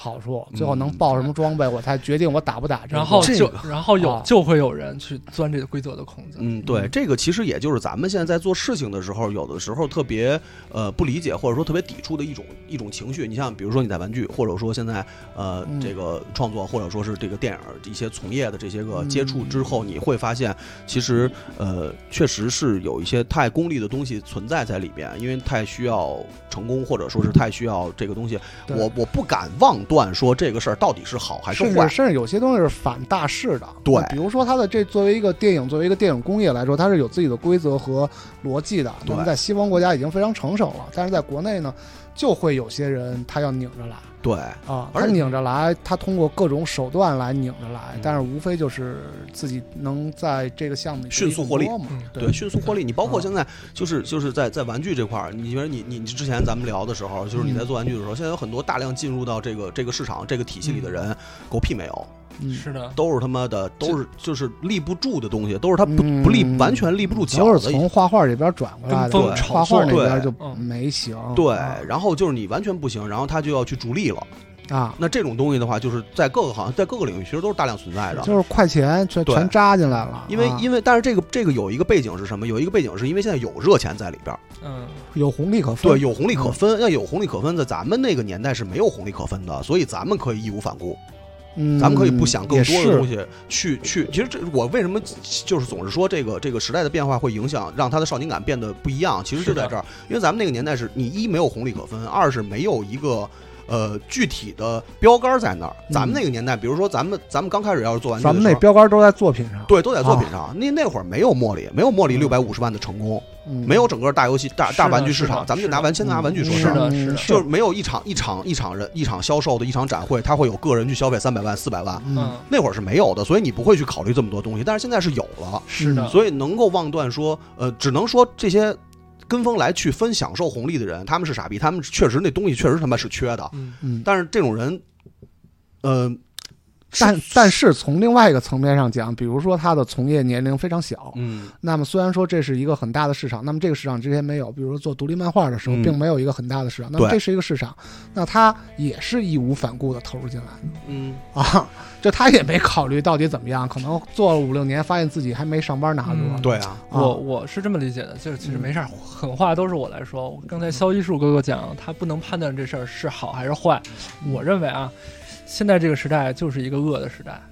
Speaker 3: 好处，最后
Speaker 2: 嗯
Speaker 3: 能爆什么装备，我才决定我打不打这个。
Speaker 4: 然后
Speaker 2: 这
Speaker 4: 就、
Speaker 2: 个
Speaker 4: 然后有、
Speaker 3: 啊
Speaker 4: 就会有人去钻这个规则的空子。
Speaker 2: 嗯，对，这个其实也就是咱们现在在做事情的时候，有的时候特别呃不理解或者说特别抵触的一种一种情绪。你像比如说你在玩具，或者说现在呃、
Speaker 3: 嗯
Speaker 2: 这个创作，或者说是这个电影儿一些从业的这些个
Speaker 3: 嗯
Speaker 2: 接触之后，你会发现其实呃确实是有一些太功利的东西存在在里边，因为太需要成功，或者说是太需要这个东西。
Speaker 3: 对
Speaker 2: 我我不敢妄断说这个事儿到底是好还是
Speaker 3: 甚
Speaker 2: 坏
Speaker 3: 至。甚至有些东西是反大势的，
Speaker 2: 对
Speaker 3: 那比如说它的这作为一个电影，作为一个电影工业来说，它是有自己的规则和逻辑的。
Speaker 2: 对
Speaker 3: 那么在西方国家已经非常成熟了，但是在国内呢，就会有些人他要拧着来
Speaker 2: 对，
Speaker 3: 啊，
Speaker 2: 而
Speaker 3: 他
Speaker 2: 且
Speaker 3: 拧着来，他通过各种手段来拧着来，
Speaker 2: 嗯
Speaker 3: 但是无非就是自己能在这个项目里
Speaker 2: 迅速获利
Speaker 3: 得更多嘛
Speaker 4: 嗯，
Speaker 2: 对，迅速获利。你包
Speaker 3: 嗯
Speaker 2: 括现在就是就是在在玩具这块儿，你觉得你你你之前咱们聊的时候，就是你
Speaker 3: 嗯
Speaker 2: 在做玩具的时候，现在有很多大量进入到这个这个市场这个体系里的人，狗屁没有，
Speaker 3: 嗯
Speaker 4: 是的，
Speaker 2: 都是他妈的都是就是立不住的东西，都是他不
Speaker 3: 嗯
Speaker 2: 不立完全立不住脚
Speaker 3: 都是
Speaker 2: 的一些。
Speaker 3: 从画画这边转过来的，
Speaker 4: 跟风
Speaker 2: 对
Speaker 4: 炒
Speaker 3: 画
Speaker 4: 作
Speaker 3: 画那边就
Speaker 4: 嗯
Speaker 3: 没行。
Speaker 2: 对
Speaker 3: 啊，
Speaker 2: 然后就是你完全不行，然后他就要去逐利了。
Speaker 3: 啊，
Speaker 2: 那这种东西的话，就是在各个行，在各个领域其实都是大量存在的。
Speaker 3: 就是快钱全
Speaker 2: 对
Speaker 3: 全扎进来了，
Speaker 2: 因为
Speaker 3: 啊
Speaker 2: 因为，但是这个这个有一个背景是什么？有一个背景是因为现在有热钱在里边儿，
Speaker 4: 嗯，
Speaker 3: 有红利可分。
Speaker 2: 对，有红利可分。要有红利可分，在咱们那个年代是没有红利可分的，所以咱们可以义无反顾。
Speaker 3: 嗯，
Speaker 2: 咱们可以不想更多的东
Speaker 3: 西。
Speaker 2: 西去去。其实这我为什么就是总是说这个这个时代的变化会影响让他的少年感变得不一样，其实就是
Speaker 4: 的
Speaker 2: 在这儿，因为咱们那个年代是你一没有红利可分，二是没有一个。呃，具体的标杆在那儿。
Speaker 4: 嗯
Speaker 2: 咱们那个年代，比如说咱们咱们刚开始要是做玩具
Speaker 3: 咱
Speaker 2: 的
Speaker 3: 们
Speaker 2: 时
Speaker 3: 那
Speaker 2: 候，
Speaker 3: 标杆都在作品上，
Speaker 2: 对，都在作品
Speaker 4: 啊
Speaker 2: 上。那那会儿没有茉莉，没有茉莉六百五十万的成功，
Speaker 3: 嗯，
Speaker 2: 没有整个大游戏大
Speaker 4: 嗯是的
Speaker 2: 大玩具市
Speaker 4: 是
Speaker 2: 场。
Speaker 4: 的
Speaker 2: 咱们就拿
Speaker 4: 是的
Speaker 2: 玩先拿玩具说
Speaker 3: 嗯
Speaker 2: 事儿
Speaker 4: 是，的是的
Speaker 2: 就是没有一场一场一场人一场销售的一场展会，他会有个人去消费三百万四百万，
Speaker 3: 嗯，
Speaker 2: 那会儿是没有的，所以你不会去考虑这么多东西。但是现在是有了，
Speaker 4: 是的，
Speaker 2: 嗯所以能够妄断说，呃，只能说这些跟风来去分享受红利的人，他们是傻逼，他们确实那东西确实他妈是缺的。
Speaker 4: 嗯，
Speaker 3: 嗯，
Speaker 2: 但是这种人，呃，
Speaker 3: 但但是从另外一个层面上讲，比如说它的从业年龄非常小，
Speaker 2: 嗯，
Speaker 3: 那么虽然说这是一个很大的市场，那么这个市场之前没有，比如说做独立漫画的时候，
Speaker 2: 嗯
Speaker 3: 并没有一个很大的市场，那么
Speaker 2: 对
Speaker 3: 这是一个市场，那他也是义无反顾的投入进来
Speaker 2: 嗯，
Speaker 3: 啊，这他也没考虑到底怎么样，可能做了五六年，发现自己还没上班拿多，
Speaker 4: 嗯
Speaker 2: 对啊，
Speaker 3: 啊
Speaker 4: 我我是这么理解的，就是其实没啥，狠话都是我来说。我刚才肖一树哥哥讲，他不能判断这事儿是好还是坏。我认为啊，现在这个时代就是一个恶的时代。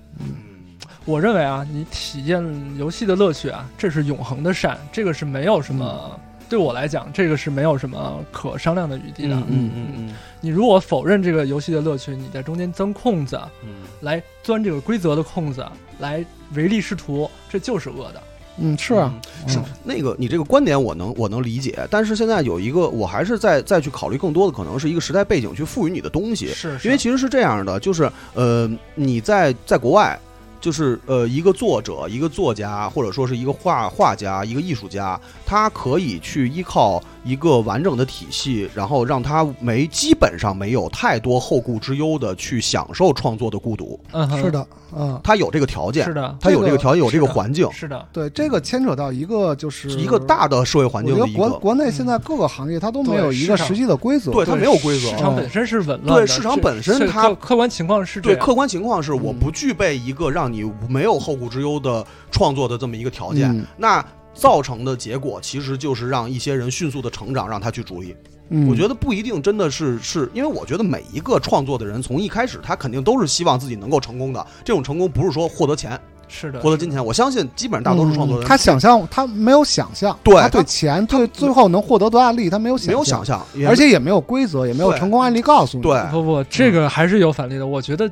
Speaker 4: 我认为啊，你体验游戏的乐趣啊，这是永恒的善，这个是没有什么，对我来讲，这个是没有什么可商量的余地的。
Speaker 2: 嗯嗯
Speaker 4: 你如果否认这个游戏的乐趣，你在中间钻空子，
Speaker 2: 嗯
Speaker 4: 来钻这个规则的空子，来唯利是图，这就是恶的。
Speaker 3: 嗯，是啊，
Speaker 2: 是
Speaker 3: 嗯
Speaker 2: 那个你这个观点我能我能理解，但是现在有一个我还是再再去考虑更多的可能是一个时代背景去赋予你的东西，
Speaker 4: 是
Speaker 2: 因为其实是这样的，就是呃，你在在国外，就是呃，一个作者、一个作家，或者说是一个画画家、一个艺术家，他可以去依靠一个完整的体系，然后让他没基本上没有太多后顾之忧的去享受创作的孤独，
Speaker 4: 嗯哼
Speaker 3: 是的，嗯，
Speaker 2: 他有这个条件
Speaker 4: 是，的，哦
Speaker 2: 他有这
Speaker 3: 这
Speaker 2: 个
Speaker 3: 个
Speaker 2: 条件，有这个
Speaker 4: 是的
Speaker 2: 环境，
Speaker 4: 是的，
Speaker 3: 对，这个牵扯到一个就是
Speaker 2: 一个大的社会环境
Speaker 3: 我
Speaker 2: 的
Speaker 3: 觉得
Speaker 2: 一
Speaker 3: 国
Speaker 2: 个。
Speaker 3: 国内现在各个行业它都没有
Speaker 4: 对
Speaker 3: 一个
Speaker 4: 市场
Speaker 3: 实际的规则，
Speaker 2: 对它没有规则
Speaker 4: 嗯
Speaker 2: 嗯
Speaker 4: 市场本身是紊乱的，
Speaker 2: 对市场
Speaker 4: 这
Speaker 2: 本身
Speaker 4: 这
Speaker 2: 它
Speaker 4: 客客观情况是这
Speaker 2: 对
Speaker 4: 样
Speaker 3: 啊
Speaker 2: 客观情况是，我
Speaker 3: 嗯
Speaker 2: 不具备一个让你没有后顾之忧的创作的这么一个条件，
Speaker 3: 嗯
Speaker 2: 那造成的结果其实就是让一些人迅速的成长，让他去主义。
Speaker 3: 嗯，
Speaker 2: 我觉得不一定真的是是，因为我觉得每一个创作的人从一开始，他肯定都是希望自己能够成功的。这种成功不是说获得钱，
Speaker 4: 是的，
Speaker 2: 获得金钱。我相信，基本上大多数创作人、
Speaker 3: 嗯他想象他没有想象，
Speaker 2: 对
Speaker 3: 他对
Speaker 2: 他
Speaker 3: 钱对最后能获得多大利益，他没有想
Speaker 2: 没有想象，也
Speaker 3: 而且也没有规则，也没有
Speaker 2: 对
Speaker 3: 成功案例告诉你。
Speaker 2: 对，
Speaker 4: 不不，这个还是有返利的。我觉得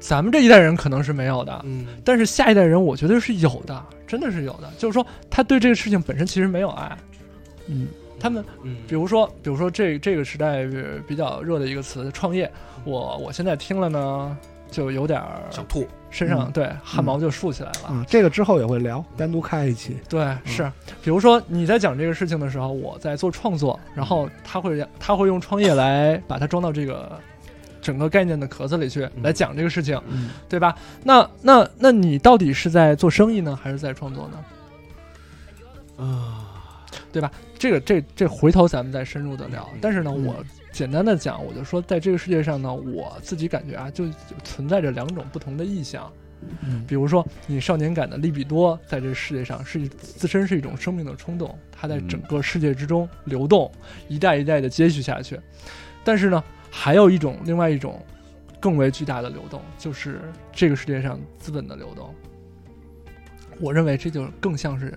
Speaker 4: 咱们这一代人可能是没有的，
Speaker 2: 嗯，
Speaker 4: 但是下一代人我觉得是有的，真的是有的。就是说，他对这个事情本身其实没有爱。
Speaker 3: 嗯，
Speaker 4: 他们比如说，比如说这这个时代呃比较热的一个词，创业。我我现在听了呢，就有点儿
Speaker 2: 想吐，
Speaker 4: 身上、
Speaker 3: 嗯
Speaker 4: 对汗毛就竖起来了。
Speaker 3: 啊，这个之后也会聊，单独开一期。
Speaker 4: 对，是，比如说你在讲这个事情的时候，我在做创作，然后他会他会用创业来把它装到这个整个概念的壳子里去来讲这个事情，
Speaker 3: 嗯
Speaker 4: 对吧？那那那你到底是在做生意呢，还是在创作呢？
Speaker 2: 啊，
Speaker 4: 对吧？这个这这回头咱们再深入的聊
Speaker 2: 嗯。
Speaker 4: 但是呢，
Speaker 3: 嗯
Speaker 4: 我简单的讲，我就说在这个世界上呢，我自己感觉啊，就存在着两种不同的意象。
Speaker 3: 嗯
Speaker 4: 比如说，你少年感的利比多在这世界上是一自身是一种生命的冲动，它在整个世界之中流动，一代一代的接续下去。但是呢，还有一种另外一种更为巨大的流动，就是这个世界上资本的流动。我认为这就更像是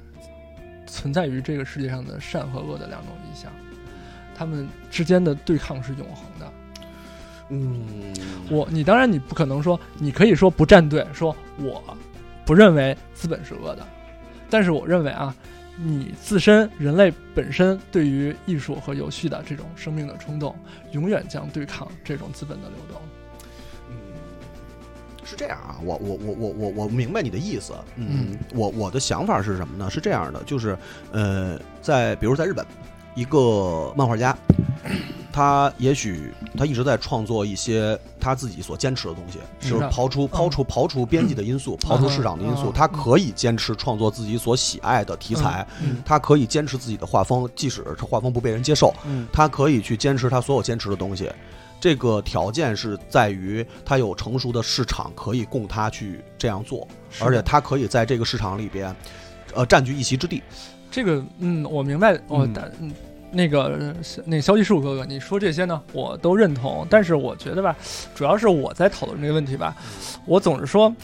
Speaker 4: 存在于这个世界上的善和恶的两种意象，它们之间的对抗是永恒的。
Speaker 2: 嗯，
Speaker 4: 我你当然你不可能说，你可以说不站队，说我不认为资本是恶的，但是我认为啊，你自身人类本身对于艺术和游戏的这种生命的冲动，永远将对抗这种资本的流动。
Speaker 2: 是这样啊，我我我我我我明白你的意思，嗯，我我的想法是什么呢？是这样的，就是呃，在比如在日本，一个漫画家，他也许他一直在创作一些他自己所坚持的东西，
Speaker 4: 是
Speaker 2: 就
Speaker 4: 的
Speaker 2: 是刨出刨出刨除编辑的因素，刨出市场的因素，
Speaker 3: 嗯
Speaker 2: 他可以坚持创作自己所喜爱的题材，
Speaker 3: 嗯
Speaker 2: 他可以坚持自己的画风，即使这画风不被人接受，
Speaker 3: 嗯
Speaker 2: 他可以去坚持他所有坚持的东西。这个条件是在于他有成熟的市场可以供他去这样做，
Speaker 4: 是的
Speaker 2: 而且他可以在这个市场里边，呃，占据一席之地。
Speaker 4: 这个，嗯，我明白，我
Speaker 2: 嗯
Speaker 4: 但、嗯、那个那个消息树哥哥，你说这些呢，我都认同，但是我觉得吧，主要是我在讨论这个问题吧，
Speaker 2: 嗯
Speaker 4: 我总是说。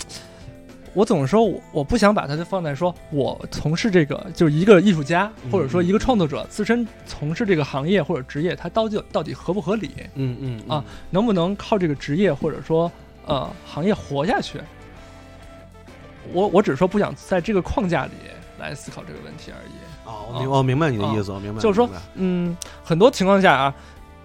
Speaker 4: 我总是说我我不想把它就放在说我从事这个就是一个艺术家
Speaker 2: 嗯
Speaker 4: 或者说一个创作者自身从事这个行业或者职业，它到底到底合不合理，
Speaker 2: 嗯嗯
Speaker 4: 啊，能不能靠这个职业或者说呃行业活下去？我我只是说不想在这个框架里来思考这个问题而已。
Speaker 3: 啊
Speaker 2: 哦，我明我明白你的意思，我明白。
Speaker 4: 就是说
Speaker 2: 明白，
Speaker 4: 嗯，很多情况下啊，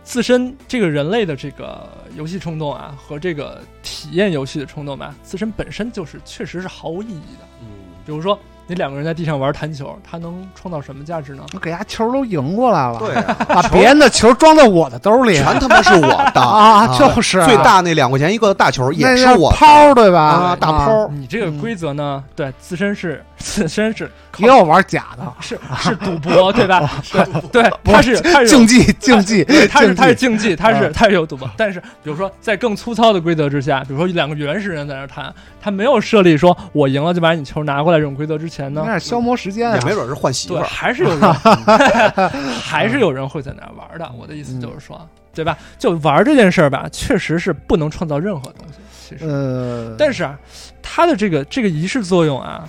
Speaker 4: 自身这个人类的这个游戏冲动啊，和这个体验游戏的冲动吧，自身本身就是确实是毫无意义的。
Speaker 2: 嗯，
Speaker 4: 比如说，你两个人在地上玩弹球，它能创造什么价值呢？
Speaker 3: 我给伢球都赢过来了，
Speaker 2: 对 啊，
Speaker 3: 把别人的球装到我的兜里
Speaker 2: 全他妈是我的
Speaker 3: 哎 啊，就是
Speaker 2: 最大那两块钱一个的大球也
Speaker 3: 那
Speaker 2: 是
Speaker 3: 叫
Speaker 2: 我的
Speaker 3: 抛对吧？
Speaker 2: 啊，大
Speaker 3: 啊
Speaker 2: 抛。
Speaker 4: 你这个规则呢，对自身是自身是靠
Speaker 3: 也有玩假的，
Speaker 4: 是是赌博， 对吧？对，对它是它是有
Speaker 3: 竞技 竞技
Speaker 4: 对，，它是
Speaker 3: 竞技
Speaker 4: 它是竞技，它是
Speaker 3: 啊
Speaker 4: 它是有赌博。但是，比如说在更粗糙的规则之下，比如说两个原始人在那儿谈，他没有设立说我赢了就把你球拿过来这种规则之前呢，
Speaker 3: 那是消磨时间啊
Speaker 2: 也没准是换媳妇
Speaker 4: 对，
Speaker 2: 儿，
Speaker 4: 还是有 人，还是有人会在那儿玩的。我的意
Speaker 3: 嗯
Speaker 4: 思就是说，对吧？就玩这件事儿吧，确实是不能创造任何东西。其实，
Speaker 3: 呃，
Speaker 4: 但是啊，它的这个这个仪式作用啊，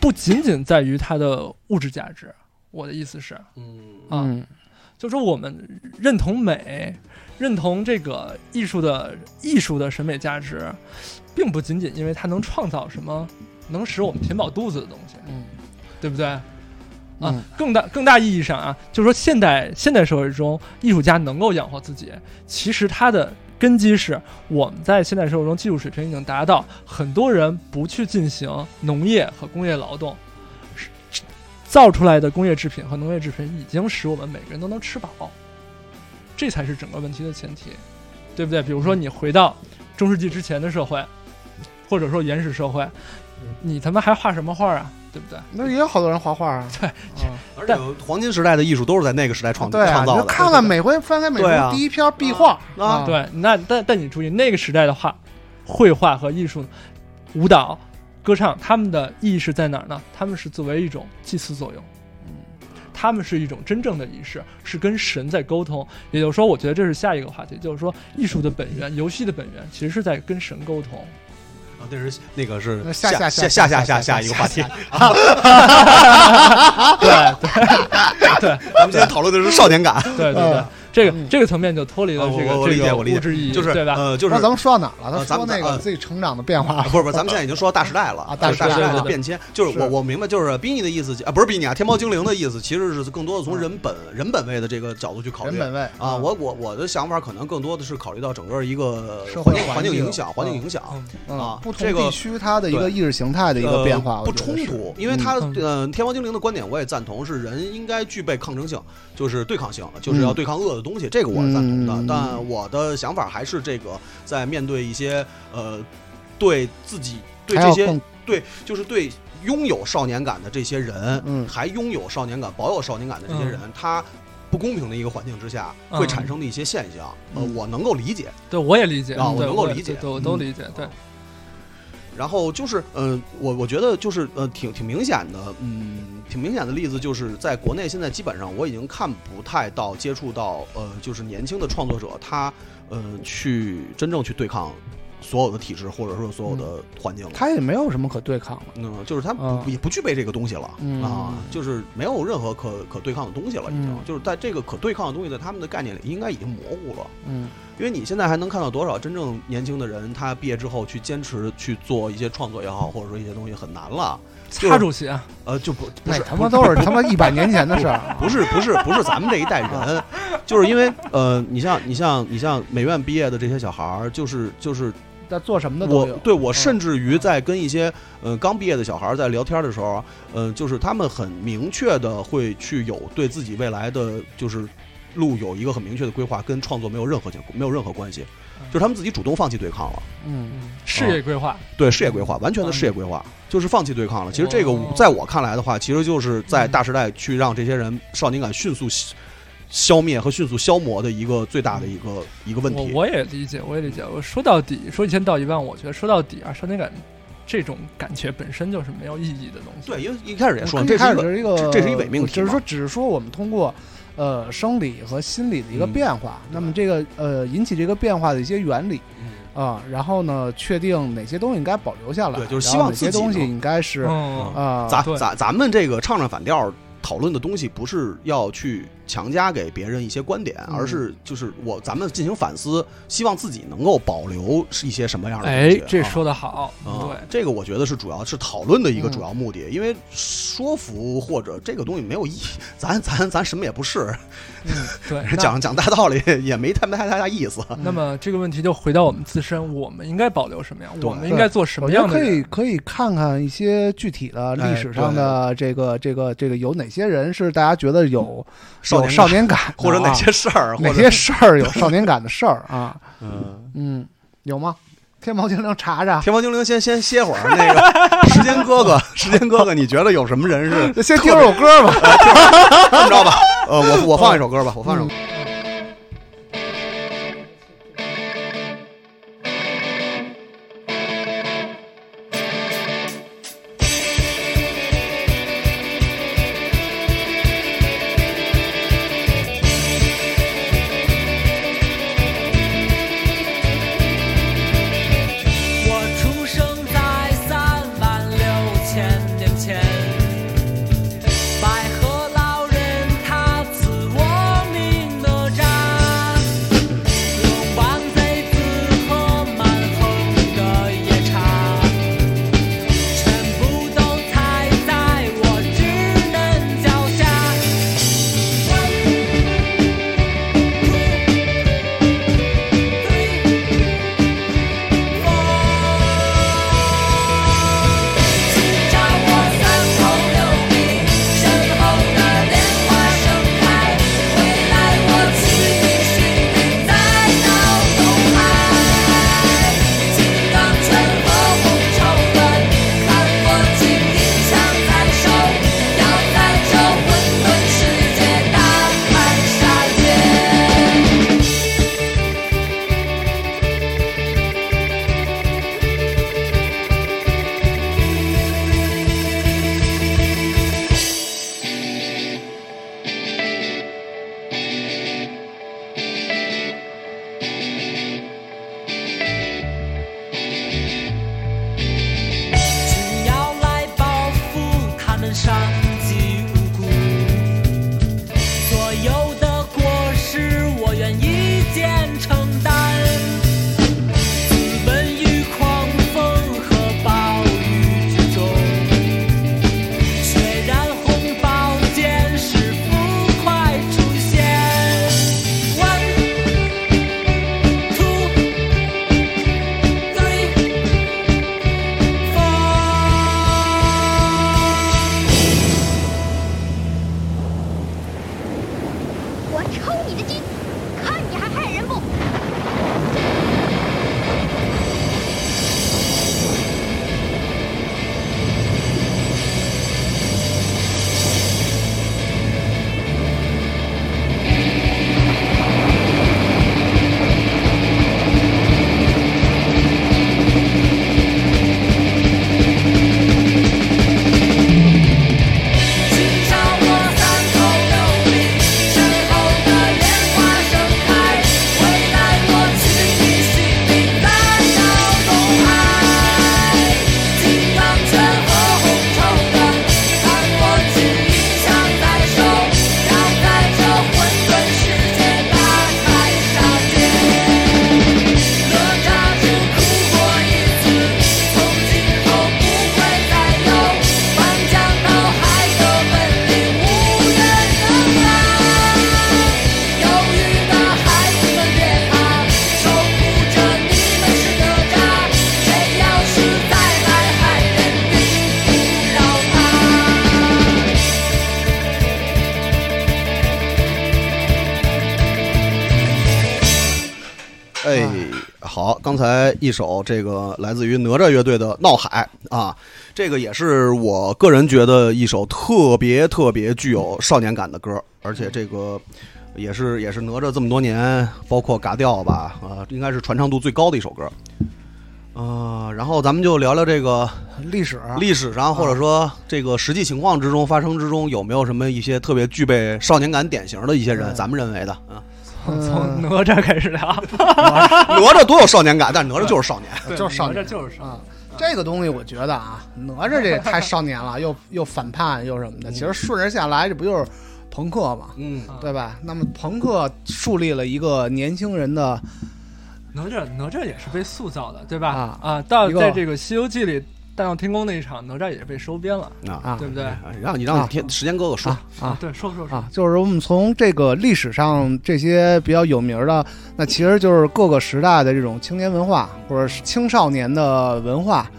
Speaker 4: 不仅仅在于它的物质价值。我的意思是，
Speaker 2: 嗯
Speaker 4: 啊
Speaker 3: 嗯
Speaker 4: 就说我们认同美，认同这个艺术的艺术的审美价值，并不仅仅因为它能创造什么能使我们填饱肚子的东西，
Speaker 3: 嗯
Speaker 4: 对不对？啊，
Speaker 3: 嗯
Speaker 4: 更大更大意义上啊，就是说现代现代社会中，艺术家能够养活自己，其实它的根基是我们在现代社会中技术水平已经达到，很多人不去进行农业和工业劳动，是造出来的工业制品和农业制品已经使我们每个人都能吃饱，这才是整个问题的前提，对不对？比如说你回到中世纪之前的社会，或者说原始社会，你他妈还画什么画啊？对不对？
Speaker 3: 那也有好多人画 画啊，
Speaker 4: 对
Speaker 3: 啊，
Speaker 2: 而且黄金时代的艺术都是在那个时代创
Speaker 3: 对啊，
Speaker 2: 创
Speaker 3: 你
Speaker 2: 造的。
Speaker 3: 就看看每回翻开每
Speaker 2: 对啊
Speaker 3: 回第一篇壁画
Speaker 2: 啊啊
Speaker 4: 对，那但但你注意，那个时代的画、绘画和艺术、舞蹈、歌唱，他们的意义是在哪儿呢？他们是作为一种祭祀作用，
Speaker 2: 嗯
Speaker 4: 他们是一种真正的仪式，是跟神在沟通。也就是说，我觉得这是下一个话题，就是说艺术的本源、游戏的本源，其实是在跟神沟通。
Speaker 2: 啊，那是那个是
Speaker 3: 那下
Speaker 2: 下
Speaker 3: 下
Speaker 2: 下下
Speaker 3: 下下
Speaker 2: 下
Speaker 3: 下
Speaker 2: 一个话题。 啊
Speaker 3: 下
Speaker 2: 咱们今天讨论的是少年感，啊
Speaker 4: 对对对
Speaker 3: 嗯，
Speaker 4: 这个这个层面就脱离了这
Speaker 2: 我我
Speaker 4: 个
Speaker 2: 理
Speaker 4: 这
Speaker 2: 解
Speaker 4: 个
Speaker 2: 我理
Speaker 4: 物质
Speaker 2: 解，
Speaker 4: 意义，
Speaker 2: 就是
Speaker 4: 对吧？
Speaker 2: 呃，就是
Speaker 3: 那咱们说到哪儿了？
Speaker 2: 呃
Speaker 3: 他
Speaker 2: 咱
Speaker 3: 说
Speaker 2: 们
Speaker 3: 那
Speaker 2: 呃
Speaker 3: 个自己成长的变化了。
Speaker 2: 不是不是，咱们现在已经说到大时代了
Speaker 3: 啊大
Speaker 2: 就是
Speaker 3: 时代
Speaker 2: 大时代
Speaker 4: 对
Speaker 2: 的
Speaker 4: 对对
Speaker 2: 变迁，就是
Speaker 3: 是
Speaker 2: 我我明白，就是逼你的意思啊，不是逼你啊，天猫精灵的意思，其实是更多的从人本人本位的这个角度去考虑。
Speaker 3: 人本嗯位
Speaker 2: 啊，我我我的想法可能更多的是考虑到整个一个
Speaker 3: 社
Speaker 2: 环
Speaker 3: 会
Speaker 2: 境环
Speaker 3: 环
Speaker 2: 境
Speaker 3: 境
Speaker 2: 影响，环境
Speaker 3: 嗯
Speaker 2: 影响。
Speaker 4: 嗯
Speaker 3: 嗯
Speaker 2: 啊
Speaker 3: 不同
Speaker 2: 这个
Speaker 3: 地区它的一个
Speaker 2: 对
Speaker 3: 意识形态的一个变化，
Speaker 2: 呃、
Speaker 3: 我
Speaker 2: 不
Speaker 3: 觉
Speaker 2: 冲
Speaker 3: 得是
Speaker 2: 突，因为它
Speaker 4: 嗯
Speaker 2: 呃，天王精灵的观点我也赞同，是人应该具备抗争性，就是对抗性，就是要对抗恶的东西，这个我是赞同的。
Speaker 3: 嗯
Speaker 2: 但我的想法还是这个，在面对一些呃，对自己对
Speaker 3: 还
Speaker 2: 这
Speaker 3: 要
Speaker 2: 些
Speaker 3: 更
Speaker 2: 对，就是对拥有少年感的这些人，
Speaker 3: 嗯
Speaker 2: 还拥有少年感、保有少年感的这些人，他不公平的一个环境之下，
Speaker 4: 嗯
Speaker 2: 会产生的一些现象，呃
Speaker 3: 嗯，
Speaker 2: 我能够理解。
Speaker 4: 对，我也理解，
Speaker 2: 啊我
Speaker 4: 对
Speaker 2: 能够
Speaker 4: 也
Speaker 2: 理解
Speaker 4: 对，我都
Speaker 3: 嗯
Speaker 4: 理解，对，
Speaker 2: 然后就是，呃，我我觉得就是，呃，挺挺明显的，嗯，挺明显的例子就是，在国内现在基本上我已经看不太到接触到，呃，就是年轻的创作者他，呃，去真正去对抗所有的体制或者说所有的环境了。
Speaker 3: 它嗯也没有什么可对抗的。
Speaker 2: 嗯，就是他不、
Speaker 3: 啊
Speaker 2: 也不具备这个东西了、
Speaker 3: 嗯
Speaker 2: 啊，就是没有任何可可对抗的东西了，已经、
Speaker 3: 嗯
Speaker 2: 就是在这个可对抗的东西在他们的概念里应该已经模糊了，
Speaker 3: 嗯
Speaker 2: 因为你现在还能看到多少真正年轻的人，他毕业之后去坚持去做一些创作也好，或者说一些东西很难了，就是
Speaker 4: 擦主席啊，
Speaker 2: 呃，就不不
Speaker 3: 那
Speaker 2: 是
Speaker 3: 他妈都是他妈一百年前的事儿。
Speaker 2: 不是不是不是咱们这一代人，就是因为呃，你像你像你像美院毕业的这些小孩儿，就是就是
Speaker 3: 在做什么 的
Speaker 2: 我
Speaker 3: 都有。
Speaker 2: 对我甚至于在跟一些呃刚毕业的小孩儿在聊天的时候，呃，就是他们很明确的会去有对自己未来的就是路有一个很明确的规划，跟创作没有任何关没有任何关系，就是他们自己主动放弃对抗了，
Speaker 3: 嗯，
Speaker 4: 嗯事业规划，
Speaker 2: 对事业规划完全的事业规划就是放弃对抗了。其实这个
Speaker 4: 哦
Speaker 2: 在我看来的话，其实就是在大时代去让这些人少年感迅速消消灭和迅速消磨的一个最大的一个一个问
Speaker 4: 我
Speaker 2: 题。
Speaker 4: 我也理解，我也理解。我说到底，说一千道一万，我觉得说到底啊，少年感这种感觉本身就是没有意义的东西。
Speaker 2: 对，因为一开始也说
Speaker 3: 我
Speaker 2: 了，
Speaker 3: 跟
Speaker 2: 这
Speaker 3: 你开
Speaker 2: 是一
Speaker 3: 始
Speaker 2: 个
Speaker 3: 是一个，
Speaker 2: 这是一伪命题嘛
Speaker 3: 只是说，只是说我们通过。呃，生理和心理的一个
Speaker 2: 嗯
Speaker 3: 变化，那么这个呃引起这个变化的一些原理啊、然后呢，确定哪些东西应该保留下来，
Speaker 2: 嗯对就是
Speaker 3: 然
Speaker 2: 希
Speaker 3: 后
Speaker 2: 望
Speaker 3: 哪
Speaker 2: 自
Speaker 3: 些
Speaker 2: 己
Speaker 3: 东西
Speaker 2: 能
Speaker 3: 应该是啊、
Speaker 4: 嗯，
Speaker 2: 咱
Speaker 4: 对
Speaker 2: 咱咱们这个唱唱反调讨论的东西，不是要去强加给别人一些观点，
Speaker 3: 嗯
Speaker 2: 而是就是我咱们进行反思，希望自己能够保留是一些什么样的东
Speaker 4: 哎
Speaker 2: 西。，
Speaker 4: 这
Speaker 2: 啊
Speaker 4: 说的好，嗯
Speaker 2: 啊
Speaker 4: 对，，
Speaker 2: 这个我觉得是主要是讨论的一个主要目的，因为说服或者这个东西没有意义， 咱咱咱什么也不是，
Speaker 4: 嗯对。那啊
Speaker 2: 讲讲大道理 也没太没太大意思。
Speaker 4: 那么这个问题就回到我们自身，我们应该保留什么样？
Speaker 2: 对
Speaker 4: 我们应该做什
Speaker 3: 我
Speaker 4: 么
Speaker 3: 觉得
Speaker 4: 样的
Speaker 3: 可以嗯
Speaker 4: 人？
Speaker 3: 可以看看一些具体的
Speaker 2: 哎
Speaker 3: 历史上的这个、这个这个有哪些人是大家觉得有
Speaker 2: 嗯少
Speaker 3: 有
Speaker 2: 年
Speaker 3: 少
Speaker 2: 感
Speaker 3: 年感的啊，
Speaker 2: 或者哪些事儿，
Speaker 3: 哪
Speaker 2: 或者
Speaker 3: 些事儿有少年感的事儿啊？
Speaker 2: 嗯，
Speaker 3: 嗯，有吗？天猫精灵查查，
Speaker 2: 天猫精灵先先歇会儿。 那个时间哥 哥，时间哥哥，你觉得有什么人是
Speaker 3: 先听首歌吧。
Speaker 2: 这么着吧？呃，我我放一首歌吧，我放一首歌。
Speaker 6: 我出生在三万六千年前，百合老人他赐我名呢。
Speaker 7: 你的筋，看你还害人不？
Speaker 6: 请赏我三头六臂，身后的莲花盛开，回带我去你心里，蓝到东海。金刚拳和红绸灯，看我去一枪在手，要在这混沌世界大开杀戒。哪吒只哭过一次，从今后不会再有翻江倒海的本领无人能挡。忧郁的孩子们别怕，守护着你们是哪吒，谁要是再来害人，定不饶他。
Speaker 2: 哎，好，刚才一首这个来自于哪吒乐队的《闹海》啊，这个也是我个人觉得一首特别特别具有少年感的歌，而且这个也是也是哪吒这么多年，包括嘎调吧，啊，应该是传唱度最高的一首歌。呃，然后咱们就聊聊这个
Speaker 3: 历史
Speaker 2: 历史上，或者说这个实际情况之中发生之中，有没有什么一些特别具备少年感典型的一些人？咱们认为的啊，
Speaker 3: 嗯
Speaker 4: 从从哪吒开始 聊，
Speaker 2: 哪吒多有少年感，但哪吒就是少年。
Speaker 4: 对
Speaker 3: 就是少
Speaker 4: 哪吒
Speaker 3: 年
Speaker 4: 就是少
Speaker 3: 啊。这个东西我觉得啊，哪吒这太少年 了，又又反叛又什么
Speaker 4: 嗯
Speaker 3: 的。其实顺着下来，这不就是朋克嘛，
Speaker 2: 嗯
Speaker 3: 对吧？那么朋克树立了一个年轻人的
Speaker 4: 哪吒，哪吒也是被塑造的，对吧？
Speaker 3: 啊
Speaker 4: 到
Speaker 3: 一个
Speaker 4: 在这个《西游记》里，大闹天宫那一场，哪吒也是被收编了，
Speaker 2: 啊
Speaker 3: 啊
Speaker 4: 对不对？
Speaker 2: 啊，让你让
Speaker 3: 啊
Speaker 2: 天时间哥哥说
Speaker 3: 啊，啊
Speaker 4: 对，说说说，
Speaker 3: 啊，就是我们从这个历史上这些比较有名儿的，那其实就是各个时代的这种青年文化或者是青少年的文化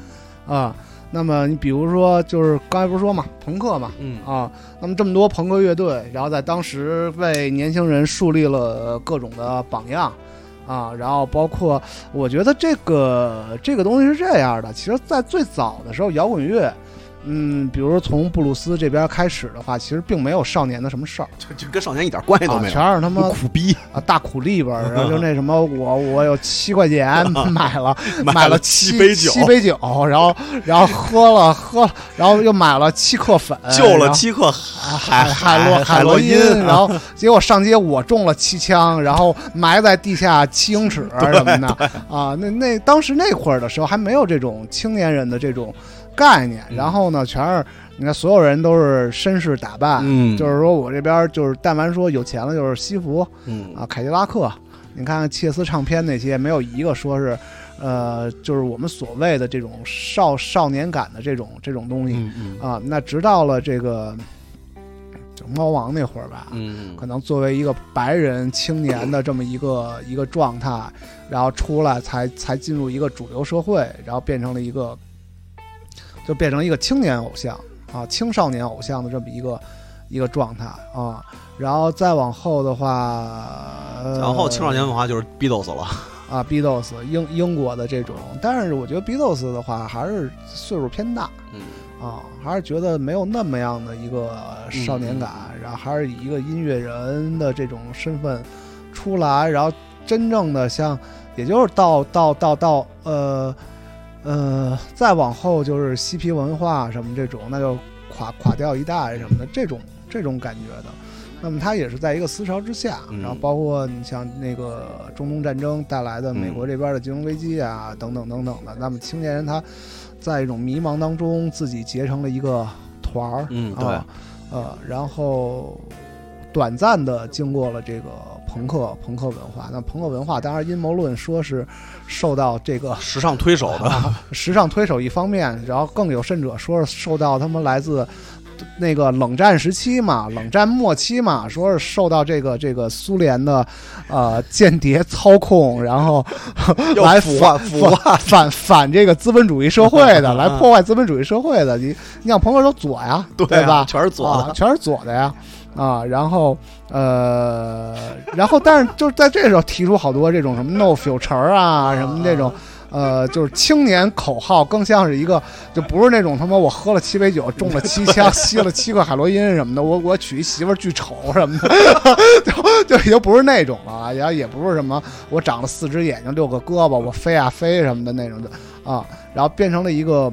Speaker 3: 啊。那么你比如说，就是刚才不是说嘛，朋克嘛，
Speaker 2: 嗯
Speaker 3: 啊，那么这么多朋克乐队，然后在当时为年轻人树立了各种的榜样。啊，然后包括，我觉得这个这个东西是这样的，其实，在最早的时候，摇滚乐，嗯，比如说从布鲁斯这边开始的话，其实并没有少年的什么事儿，
Speaker 2: 就就跟少年一点关系都
Speaker 3: 啊，
Speaker 2: 没有，
Speaker 3: 全是 他妈
Speaker 2: 苦逼，
Speaker 3: 啊大苦力 吧，然后就那什么，我我有七块钱 买了
Speaker 2: 买了
Speaker 3: 了
Speaker 2: 七
Speaker 3: 七
Speaker 2: 杯酒
Speaker 3: 七杯酒，然后然后喝了喝了，然后又买了七克 粉，
Speaker 2: 救了
Speaker 3: 哎然后啊
Speaker 2: 七克海
Speaker 3: 海
Speaker 2: 洛
Speaker 3: 洛
Speaker 2: 海
Speaker 3: 洛因啊
Speaker 2: 因，，
Speaker 3: 然后结果上街我中了七枪，然后埋在地下七英尺什么的啊，那那当时那会儿的时候还没有这种青年人的这种概念，然后呢，全是你看所有人都是绅士打扮，
Speaker 2: 嗯
Speaker 3: 就是说我这边就是但凡说有钱了就是西服
Speaker 2: 嗯
Speaker 3: 啊，凯迪拉克，你看看切斯唱片那些没有一个说是。呃，就是我们所谓的这种少少年感的这种这种东西，
Speaker 2: 嗯
Speaker 3: 啊，那直到了这个就猫王那会儿吧，
Speaker 2: 嗯
Speaker 3: 可能作为一个白人青年的这么一个一个状态，然后出来才才进入一个主流社会，然后变成了一个就变成一个青年偶像啊，青少年偶像的这么一个一个状态啊。然后再往后的话，呃、
Speaker 2: 嗯，然后青少年文化就是 Beatles 了，
Speaker 3: 啊，Beatles 英英国的这种，但是我觉得 Beatles 的话还是岁数偏大，
Speaker 2: 嗯
Speaker 3: 啊，还是觉得没有那么样的一个少年感，然后还是以一个音乐人的这种身份出来，然后真正的像，也就是到到到到呃呃，再往后就是嬉皮文化什么这种，那就垮垮掉一代什么的这种这种感觉的。那么它也是在一个思潮之下，
Speaker 2: 嗯
Speaker 3: 然后包括你像那个中东战争带来的美国这边的金融危机啊，等等等等的。那么青年人他在一种迷茫当中，自己结成了一个团儿，
Speaker 2: 嗯
Speaker 3: 啊，呃，然后短暂的经过了这个朋克朋克文化。那朋克文化当然阴谋论说是受到这个
Speaker 2: 时尚推手的，
Speaker 3: 啊时尚推手一方面，然后更有甚者说是受到他们来自那个冷战时期嘛，冷战末期嘛，说是受到这个这个苏联的呃间谍操控，然后
Speaker 2: 又
Speaker 3: 来
Speaker 2: 腐化
Speaker 3: 反
Speaker 2: 腐化
Speaker 3: 反反反这个资本主义社会 的，来破坏资本主义社会的，你你像朋克都左呀，
Speaker 2: 对啊
Speaker 3: 吧？啊
Speaker 2: 全是左
Speaker 3: 啊，全是左的呀。啊，然后呃，然后但是就是在这时候提出好多这种什么 no future 啊，什么这种。呃，就是青年口号，更像是一个，就不是那种他妈我喝了七杯酒，中了 七枪，吸了七个海洛因什么的，我我娶一媳妇儿巨丑什么的， 就就已经不是那种了啊，然后也不是什么我长了四只眼睛六个胳
Speaker 2: 嗯
Speaker 3: 膊，我飞啊飞什么的那种的啊，然后变成了一个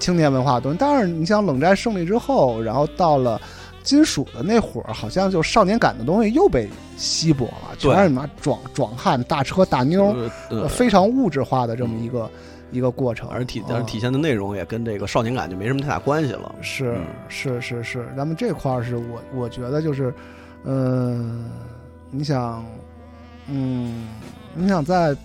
Speaker 3: 青年文化的东西。但是你像冷战胜利之后，然后到了。金属的那会儿，好像就少年感的东西又被稀薄了，
Speaker 2: 对
Speaker 3: 全是什么壮壮汉、大车、大妞儿，
Speaker 2: 呃
Speaker 3: 呃，非常物质化的这么一个、一个过程，
Speaker 2: 嗯而体
Speaker 3: 啊
Speaker 2: 而体现的内容也跟这个少年感就没什么太大关系了。
Speaker 3: 是
Speaker 2: 嗯
Speaker 3: 是是是，咱们这块儿是我我觉得就是，呃，你想，嗯，你想在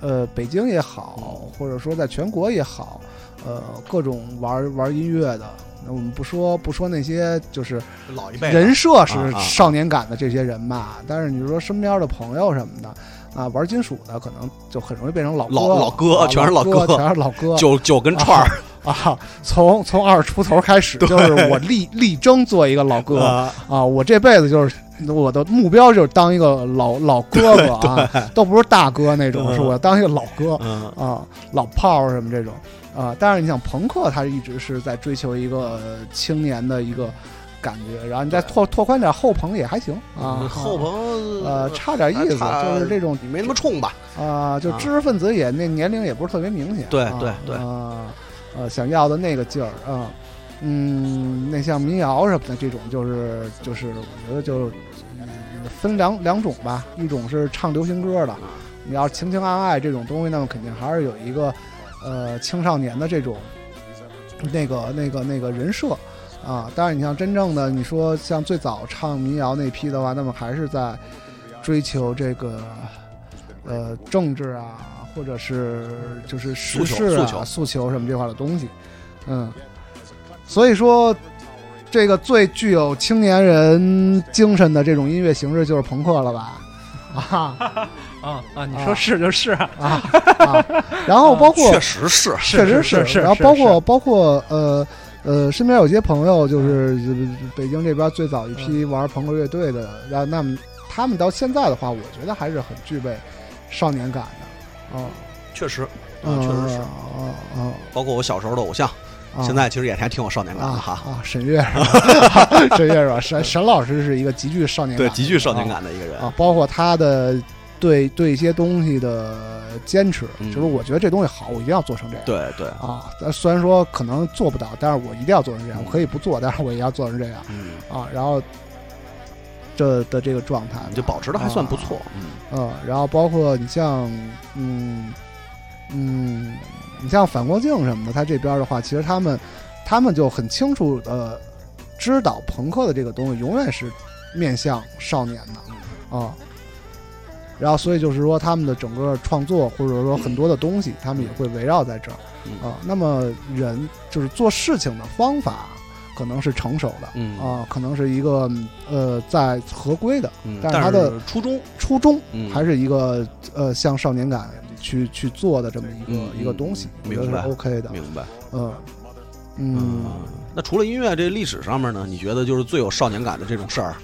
Speaker 3: 呃北京也好，
Speaker 2: 嗯
Speaker 3: 或者说在全国也好，呃，各种玩玩音乐的，那我们不说不说那些就是
Speaker 2: 老一
Speaker 3: 人设是
Speaker 2: 啊啊
Speaker 3: 少年感的这些人吧，但是你说身边的朋友什么的。啊，玩金属的可能就很容易变成老哥
Speaker 2: 老
Speaker 3: 了
Speaker 2: 老哥
Speaker 3: 啊
Speaker 2: 全是
Speaker 3: 老
Speaker 2: 老哥
Speaker 3: 全是老 哥，
Speaker 2: 酒酒跟串儿
Speaker 3: 啊，从从二十出头开始，就是我力力争做一个老哥啊
Speaker 2: 啊
Speaker 3: 我这辈子就是我的目标就是当一个老老哥哥啊，都不是大哥那种，
Speaker 2: 嗯
Speaker 3: 是我要当一个老哥
Speaker 2: 嗯
Speaker 3: 啊，老炮儿什么这种啊。但是你想，朋克他一直是在追求一个呃青年的一个感觉，然后你再拓拓宽点后朋也还行啊，
Speaker 2: 嗯后
Speaker 3: 啊
Speaker 2: 朋
Speaker 3: 呃差点意思，
Speaker 2: 差
Speaker 3: 就是这种
Speaker 2: 你没那么冲吧？
Speaker 3: 啊，就
Speaker 2: 啊
Speaker 3: 知识分子也那年龄也不是特别明显，
Speaker 2: 对
Speaker 3: 啊
Speaker 2: 对对
Speaker 3: 啊，呃，想要的那个劲儿啊，嗯，那像民谣什么的这种，就是就是我觉得就是嗯分两两种吧，一种是唱流行歌的，你要是情情爱爱这种东西，那么肯定还是有一个呃青少年的这种那个那个那个人设。啊，但是你像真正的你说像最早唱民谣那批的话，那么还是在追求这个呃政治啊，或者是就是时事
Speaker 2: 诉求
Speaker 3: 啊、诉
Speaker 2: 诉求
Speaker 3: 什么这块的东西，嗯，所以说这个最具有青年人精神的这种音乐形式就是朋克了吧？啊
Speaker 4: 啊啊！你
Speaker 3: 啊
Speaker 4: 说是就是啊，
Speaker 3: 啊啊！然后包括
Speaker 2: 确实是
Speaker 3: 确实
Speaker 4: 是是，
Speaker 3: 然后
Speaker 4: 是
Speaker 3: 包
Speaker 4: 是
Speaker 3: 括包括呃呃，身边有些朋友就是
Speaker 2: 嗯
Speaker 3: 呃北京这边最早一批玩朋克乐队的，然后那么他们到现在的话，我觉得还是很具备少年感的，啊，
Speaker 2: 确实哦啊
Speaker 3: 嗯
Speaker 2: 确实是
Speaker 3: 啊。啊
Speaker 2: 包括我小时候的偶像，
Speaker 3: 啊！
Speaker 2: 现在其实也还挺有少年感
Speaker 3: 啊
Speaker 2: 的哈。
Speaker 3: 啊，沈月是吧？ 沈月是吧？沈沈老师是一个极具少年感
Speaker 2: 对，
Speaker 3: 的，
Speaker 2: 极具少年感的一个人。
Speaker 3: 啊，包括他的对对一些东西的坚持，
Speaker 2: 嗯
Speaker 3: 就是我觉得这东西好，我一定要做成这样。
Speaker 2: 对对，
Speaker 3: 啊，但虽然说可能做不到，但是我一定要做成这样。我可以不做，但是我也要做成这样
Speaker 2: 嗯，
Speaker 3: 啊。然后这的这个状态吧
Speaker 2: 你就保持的还算不错。嗯，
Speaker 3: 嗯，然后包括你像嗯嗯，你像反光镜什么的，他这边的话，其实他们他们就很清楚的知道朋克的这个东西永远是面向少年的啊。然后，所以就是说，他们的整个创作，或者说很多的东西，他们也会围绕在这儿
Speaker 2: 嗯
Speaker 3: 啊。那么，人就是做事情的方法，可能是成熟的，
Speaker 2: 嗯
Speaker 3: 啊，可能是一个呃，在合规的，
Speaker 2: 嗯，
Speaker 3: 但是
Speaker 2: 但
Speaker 3: 他的
Speaker 2: 初衷
Speaker 3: 初衷
Speaker 2: 嗯
Speaker 3: 还是一个呃向少年感去去做的这么一个、
Speaker 2: 嗯
Speaker 3: 一个东西，我
Speaker 2: 嗯
Speaker 3: 觉得
Speaker 2: 明白
Speaker 3: 是 OK 的。
Speaker 2: 明白。
Speaker 3: 嗯嗯，
Speaker 2: 那除了音乐，这历史上面呢，你觉得就是最有少年感的这种事儿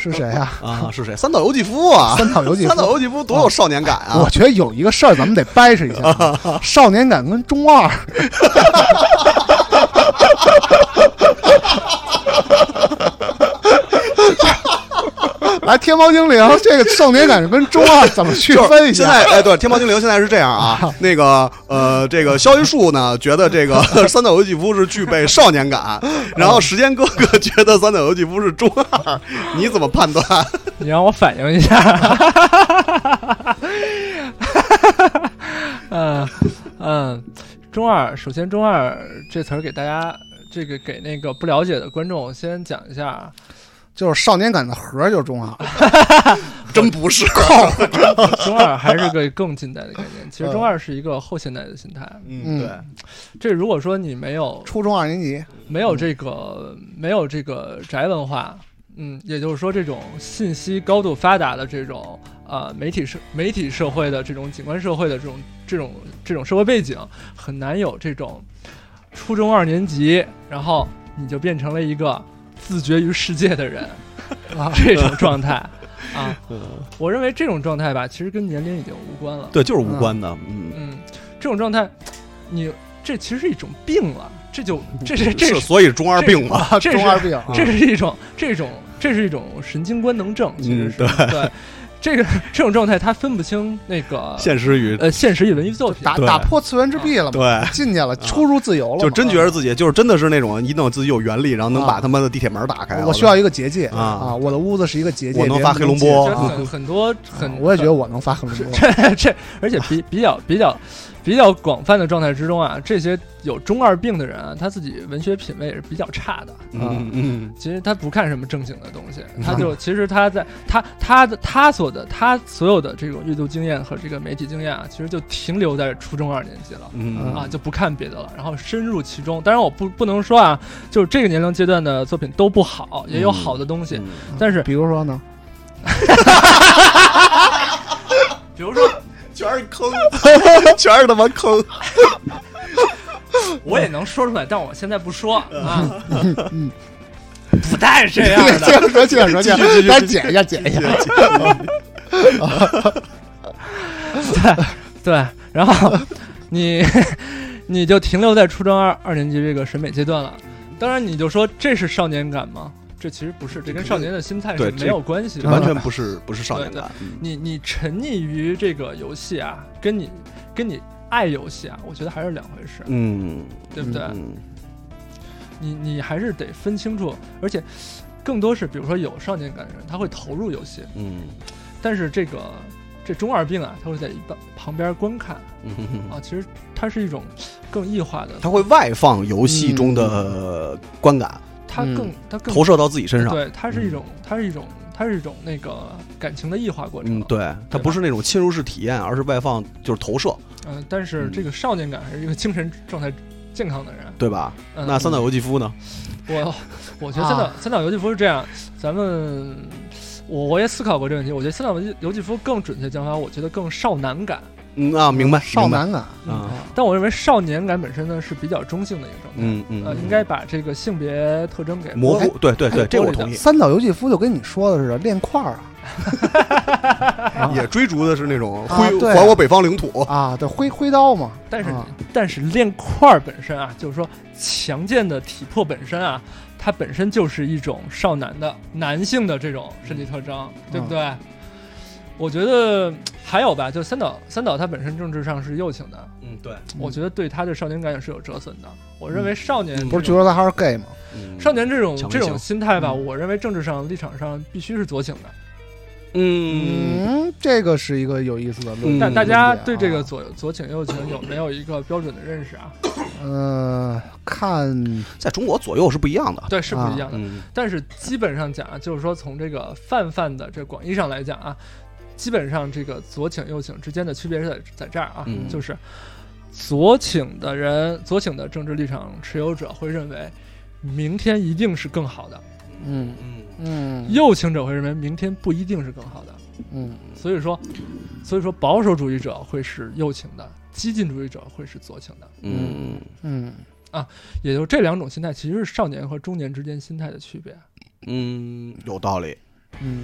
Speaker 3: 是谁呀、
Speaker 2: 啊，是谁？三岛由纪夫啊，
Speaker 3: 三岛由纪 夫哦
Speaker 2: 三岛由纪夫多有少年感啊
Speaker 3: 我！觉得有一个事儿咱们得掰扯一下啊，少年感跟中二。 来，天猫精灵，这个少年感跟中二怎么区
Speaker 2: 就是
Speaker 3: 分一
Speaker 2: 现
Speaker 3: 下？
Speaker 2: 在，哎，对，天猫精灵现在是这样啊，那个呃，这个肖一树呢，觉得这个 三岛由纪夫是具备少年 感，然后时间哥哥觉得三岛由纪夫是中二，你怎么判断？
Speaker 4: 你让我反应一下。 嗯嗯，中二，首先中二这词儿给大家，这个给那个不了解的观众先讲一下。
Speaker 3: 就是少年感的核儿就是中二。
Speaker 2: 真不是，
Speaker 4: 中二还是个更近代的概念，其实中二是一个后现代的心态。
Speaker 3: 嗯对
Speaker 4: 这如果说你没有
Speaker 3: 初中二年级，
Speaker 4: 没有这个没有这个宅文化，嗯，也就是说这种信息高度发达的这种呃媒体社媒体社会的这种景观社会的这种这种这种社会背景，很难有这种初中二年级，然后你就变成了一个自绝于世界的人，
Speaker 3: 啊
Speaker 4: 这种状态啊，我认为这种状态吧，其实跟年龄已经无关了。
Speaker 2: 对，就是无关的，嗯，
Speaker 4: 嗯，这种状态，你这其实是一种病了，这就这是这
Speaker 2: 是
Speaker 4: 是
Speaker 2: 所以中二病嘛，
Speaker 4: 这是
Speaker 3: 中二 病，
Speaker 4: 啊这
Speaker 2: 嗯
Speaker 4: 是一种这种这是一种神经官能症，其实是、
Speaker 2: 嗯
Speaker 4: 对这个这种状态，他分不清那个
Speaker 2: 现实与
Speaker 4: 呃现实与文艺作品。
Speaker 3: 打
Speaker 2: 对
Speaker 3: 打破次元之壁了嘛，
Speaker 2: 对。啊
Speaker 3: 进去了，出入自由了嘛，
Speaker 2: 就真觉得自己就是真的是那种一弄自己有原力，然后能把他妈的地铁门打开。
Speaker 3: 啊我需要一个结界
Speaker 2: 啊
Speaker 3: 啊！我的屋子是一个结界，
Speaker 2: 我能
Speaker 3: 别人
Speaker 2: 发
Speaker 3: 不
Speaker 2: 黑龙
Speaker 3: 进
Speaker 2: 波
Speaker 4: 就
Speaker 2: 啊
Speaker 4: 很很多很，
Speaker 3: 我也觉得我能发黑龙波，
Speaker 4: 这这，而且比比较比较比较广泛的状态之中啊，这些有中二病的人啊，他自己文学品味也是比较差的。
Speaker 2: 嗯嗯
Speaker 4: 其实他不看什么正经的东西，他就其实他在他他的他所的他所有的这种阅读经验和这个媒体经验啊，其实就停留在初中二年级了。
Speaker 2: 嗯
Speaker 4: 啊，就不看别的了，然后深入其中。当然，我不不能说啊，就是这个年龄阶段的作品都不好，也有好的东西，
Speaker 2: 嗯
Speaker 4: 但是
Speaker 3: 比如 说呢，
Speaker 4: 比如说，
Speaker 2: 全是坑， 全是他妈坑。
Speaker 4: 我也能说出来，但我现在不说啊， 不带这样
Speaker 3: 对，接
Speaker 4: 的。
Speaker 3: 着说， 接着说，接着
Speaker 2: 继续继
Speaker 3: 说，
Speaker 2: 续
Speaker 3: 咱剪一下，剪一下，
Speaker 4: 对对，然后你 你就停留在初中二二年级这个审美阶段了。当然，你就说这是少年感吗？这其实不是，这跟少年的心态
Speaker 2: 对
Speaker 4: 是
Speaker 2: 这
Speaker 4: 没有关系的，
Speaker 2: 完全
Speaker 3: 嗯
Speaker 2: 不是不是少年
Speaker 4: 对对
Speaker 2: 感，嗯
Speaker 4: 你你沉溺于这个游戏啊，跟你跟你爱游戏啊，我觉得还是两回事，
Speaker 2: 嗯
Speaker 4: 对不对？
Speaker 2: 嗯
Speaker 4: 你你还是得分清楚，而且更多是比如说有少年感的人，他会投入游戏，
Speaker 2: 嗯
Speaker 4: 但是这个这中二病啊，他会在一旁旁边观看
Speaker 2: 嗯，
Speaker 4: 啊，其实它是一种更异化的，
Speaker 2: 他会外放游戏中
Speaker 3: 嗯
Speaker 2: 的观感，
Speaker 4: 它更它
Speaker 2: 嗯
Speaker 4: 更
Speaker 2: 投射到自己身上。嗯
Speaker 4: 对，它是一种它是一种它是一种那个感情的异化过程，
Speaker 2: 嗯，，对，它不是那种侵入式体验，而是外放，就是投射，
Speaker 4: 嗯，但是这个少年感还是一个精神状态健康的人，
Speaker 2: 对吧？
Speaker 4: 嗯
Speaker 2: 那三岛由纪夫呢？
Speaker 4: 我我觉得三岛、三岛由纪夫是这样，咱们我我也思考过这个问题，我觉得三岛由纪由纪夫更准确讲法，我觉得更少男感，
Speaker 2: 嗯啊，明白，
Speaker 3: 少男感，
Speaker 2: 明白啊，
Speaker 4: 但我认为少年感本身呢是比较中性的一个状态，
Speaker 2: 嗯嗯，
Speaker 4: 呃，
Speaker 2: 嗯
Speaker 4: 应该把这个性别特征给
Speaker 2: 模糊，对对
Speaker 4: 哎
Speaker 2: 对，这我
Speaker 4: 玻璃的
Speaker 2: 同意。
Speaker 3: 三岛由纪夫就跟你说的似的，练块儿啊
Speaker 2: 也追逐的是那种
Speaker 3: 啊
Speaker 2: 挥
Speaker 3: 对
Speaker 2: 还我北方领土，
Speaker 3: 啊啊，对，挥挥刀嘛，
Speaker 4: 但是、
Speaker 3: 啊
Speaker 4: 但是练块儿本身啊，就是说强健的体魄本身啊，它本身就是一种少男的男性的这种身体特征，对不对？我觉得还有吧，就三岛三岛他本身政治上是右倾的，
Speaker 2: 嗯对，
Speaker 4: 我觉得对他的少年感也是有折损的。我认为少年
Speaker 2: 嗯
Speaker 4: 这种、
Speaker 3: 不是据说他还是 gay 嘛，
Speaker 4: 少年这种
Speaker 2: 强
Speaker 4: 这
Speaker 2: 行
Speaker 4: 种心态吧，我认为政治上立场上必须是左倾的。
Speaker 2: 嗯
Speaker 3: 嗯，这个是一个有意思的论
Speaker 2: 嗯
Speaker 3: 点，
Speaker 4: 但大家
Speaker 3: 啊
Speaker 4: 对这个左左倾右倾有没有一个标准的认识啊？
Speaker 3: 呃，看，
Speaker 2: 在中国左右是不一样的。
Speaker 4: 对，是不一样的。
Speaker 2: 嗯
Speaker 4: 但是基本上讲啊，就是说从这个泛泛的这广义上来讲啊，基本上这个左倾右倾之间的区别是在在这儿啊，
Speaker 2: 嗯
Speaker 4: 就是左倾的人，左倾的政治立场持有者会认为明天一定是更好的，
Speaker 3: 嗯
Speaker 2: 嗯
Speaker 3: 嗯
Speaker 4: 右倾者会认为明天不一定是更好的。
Speaker 3: 嗯
Speaker 4: 所以说，所以说保守主义者会是右倾的，激进主义者会是左倾的。
Speaker 2: 嗯
Speaker 3: 嗯，
Speaker 4: 也就这两种心态，其实是少年和中年之间心态的区别。
Speaker 2: 嗯，有道理。
Speaker 3: 嗯，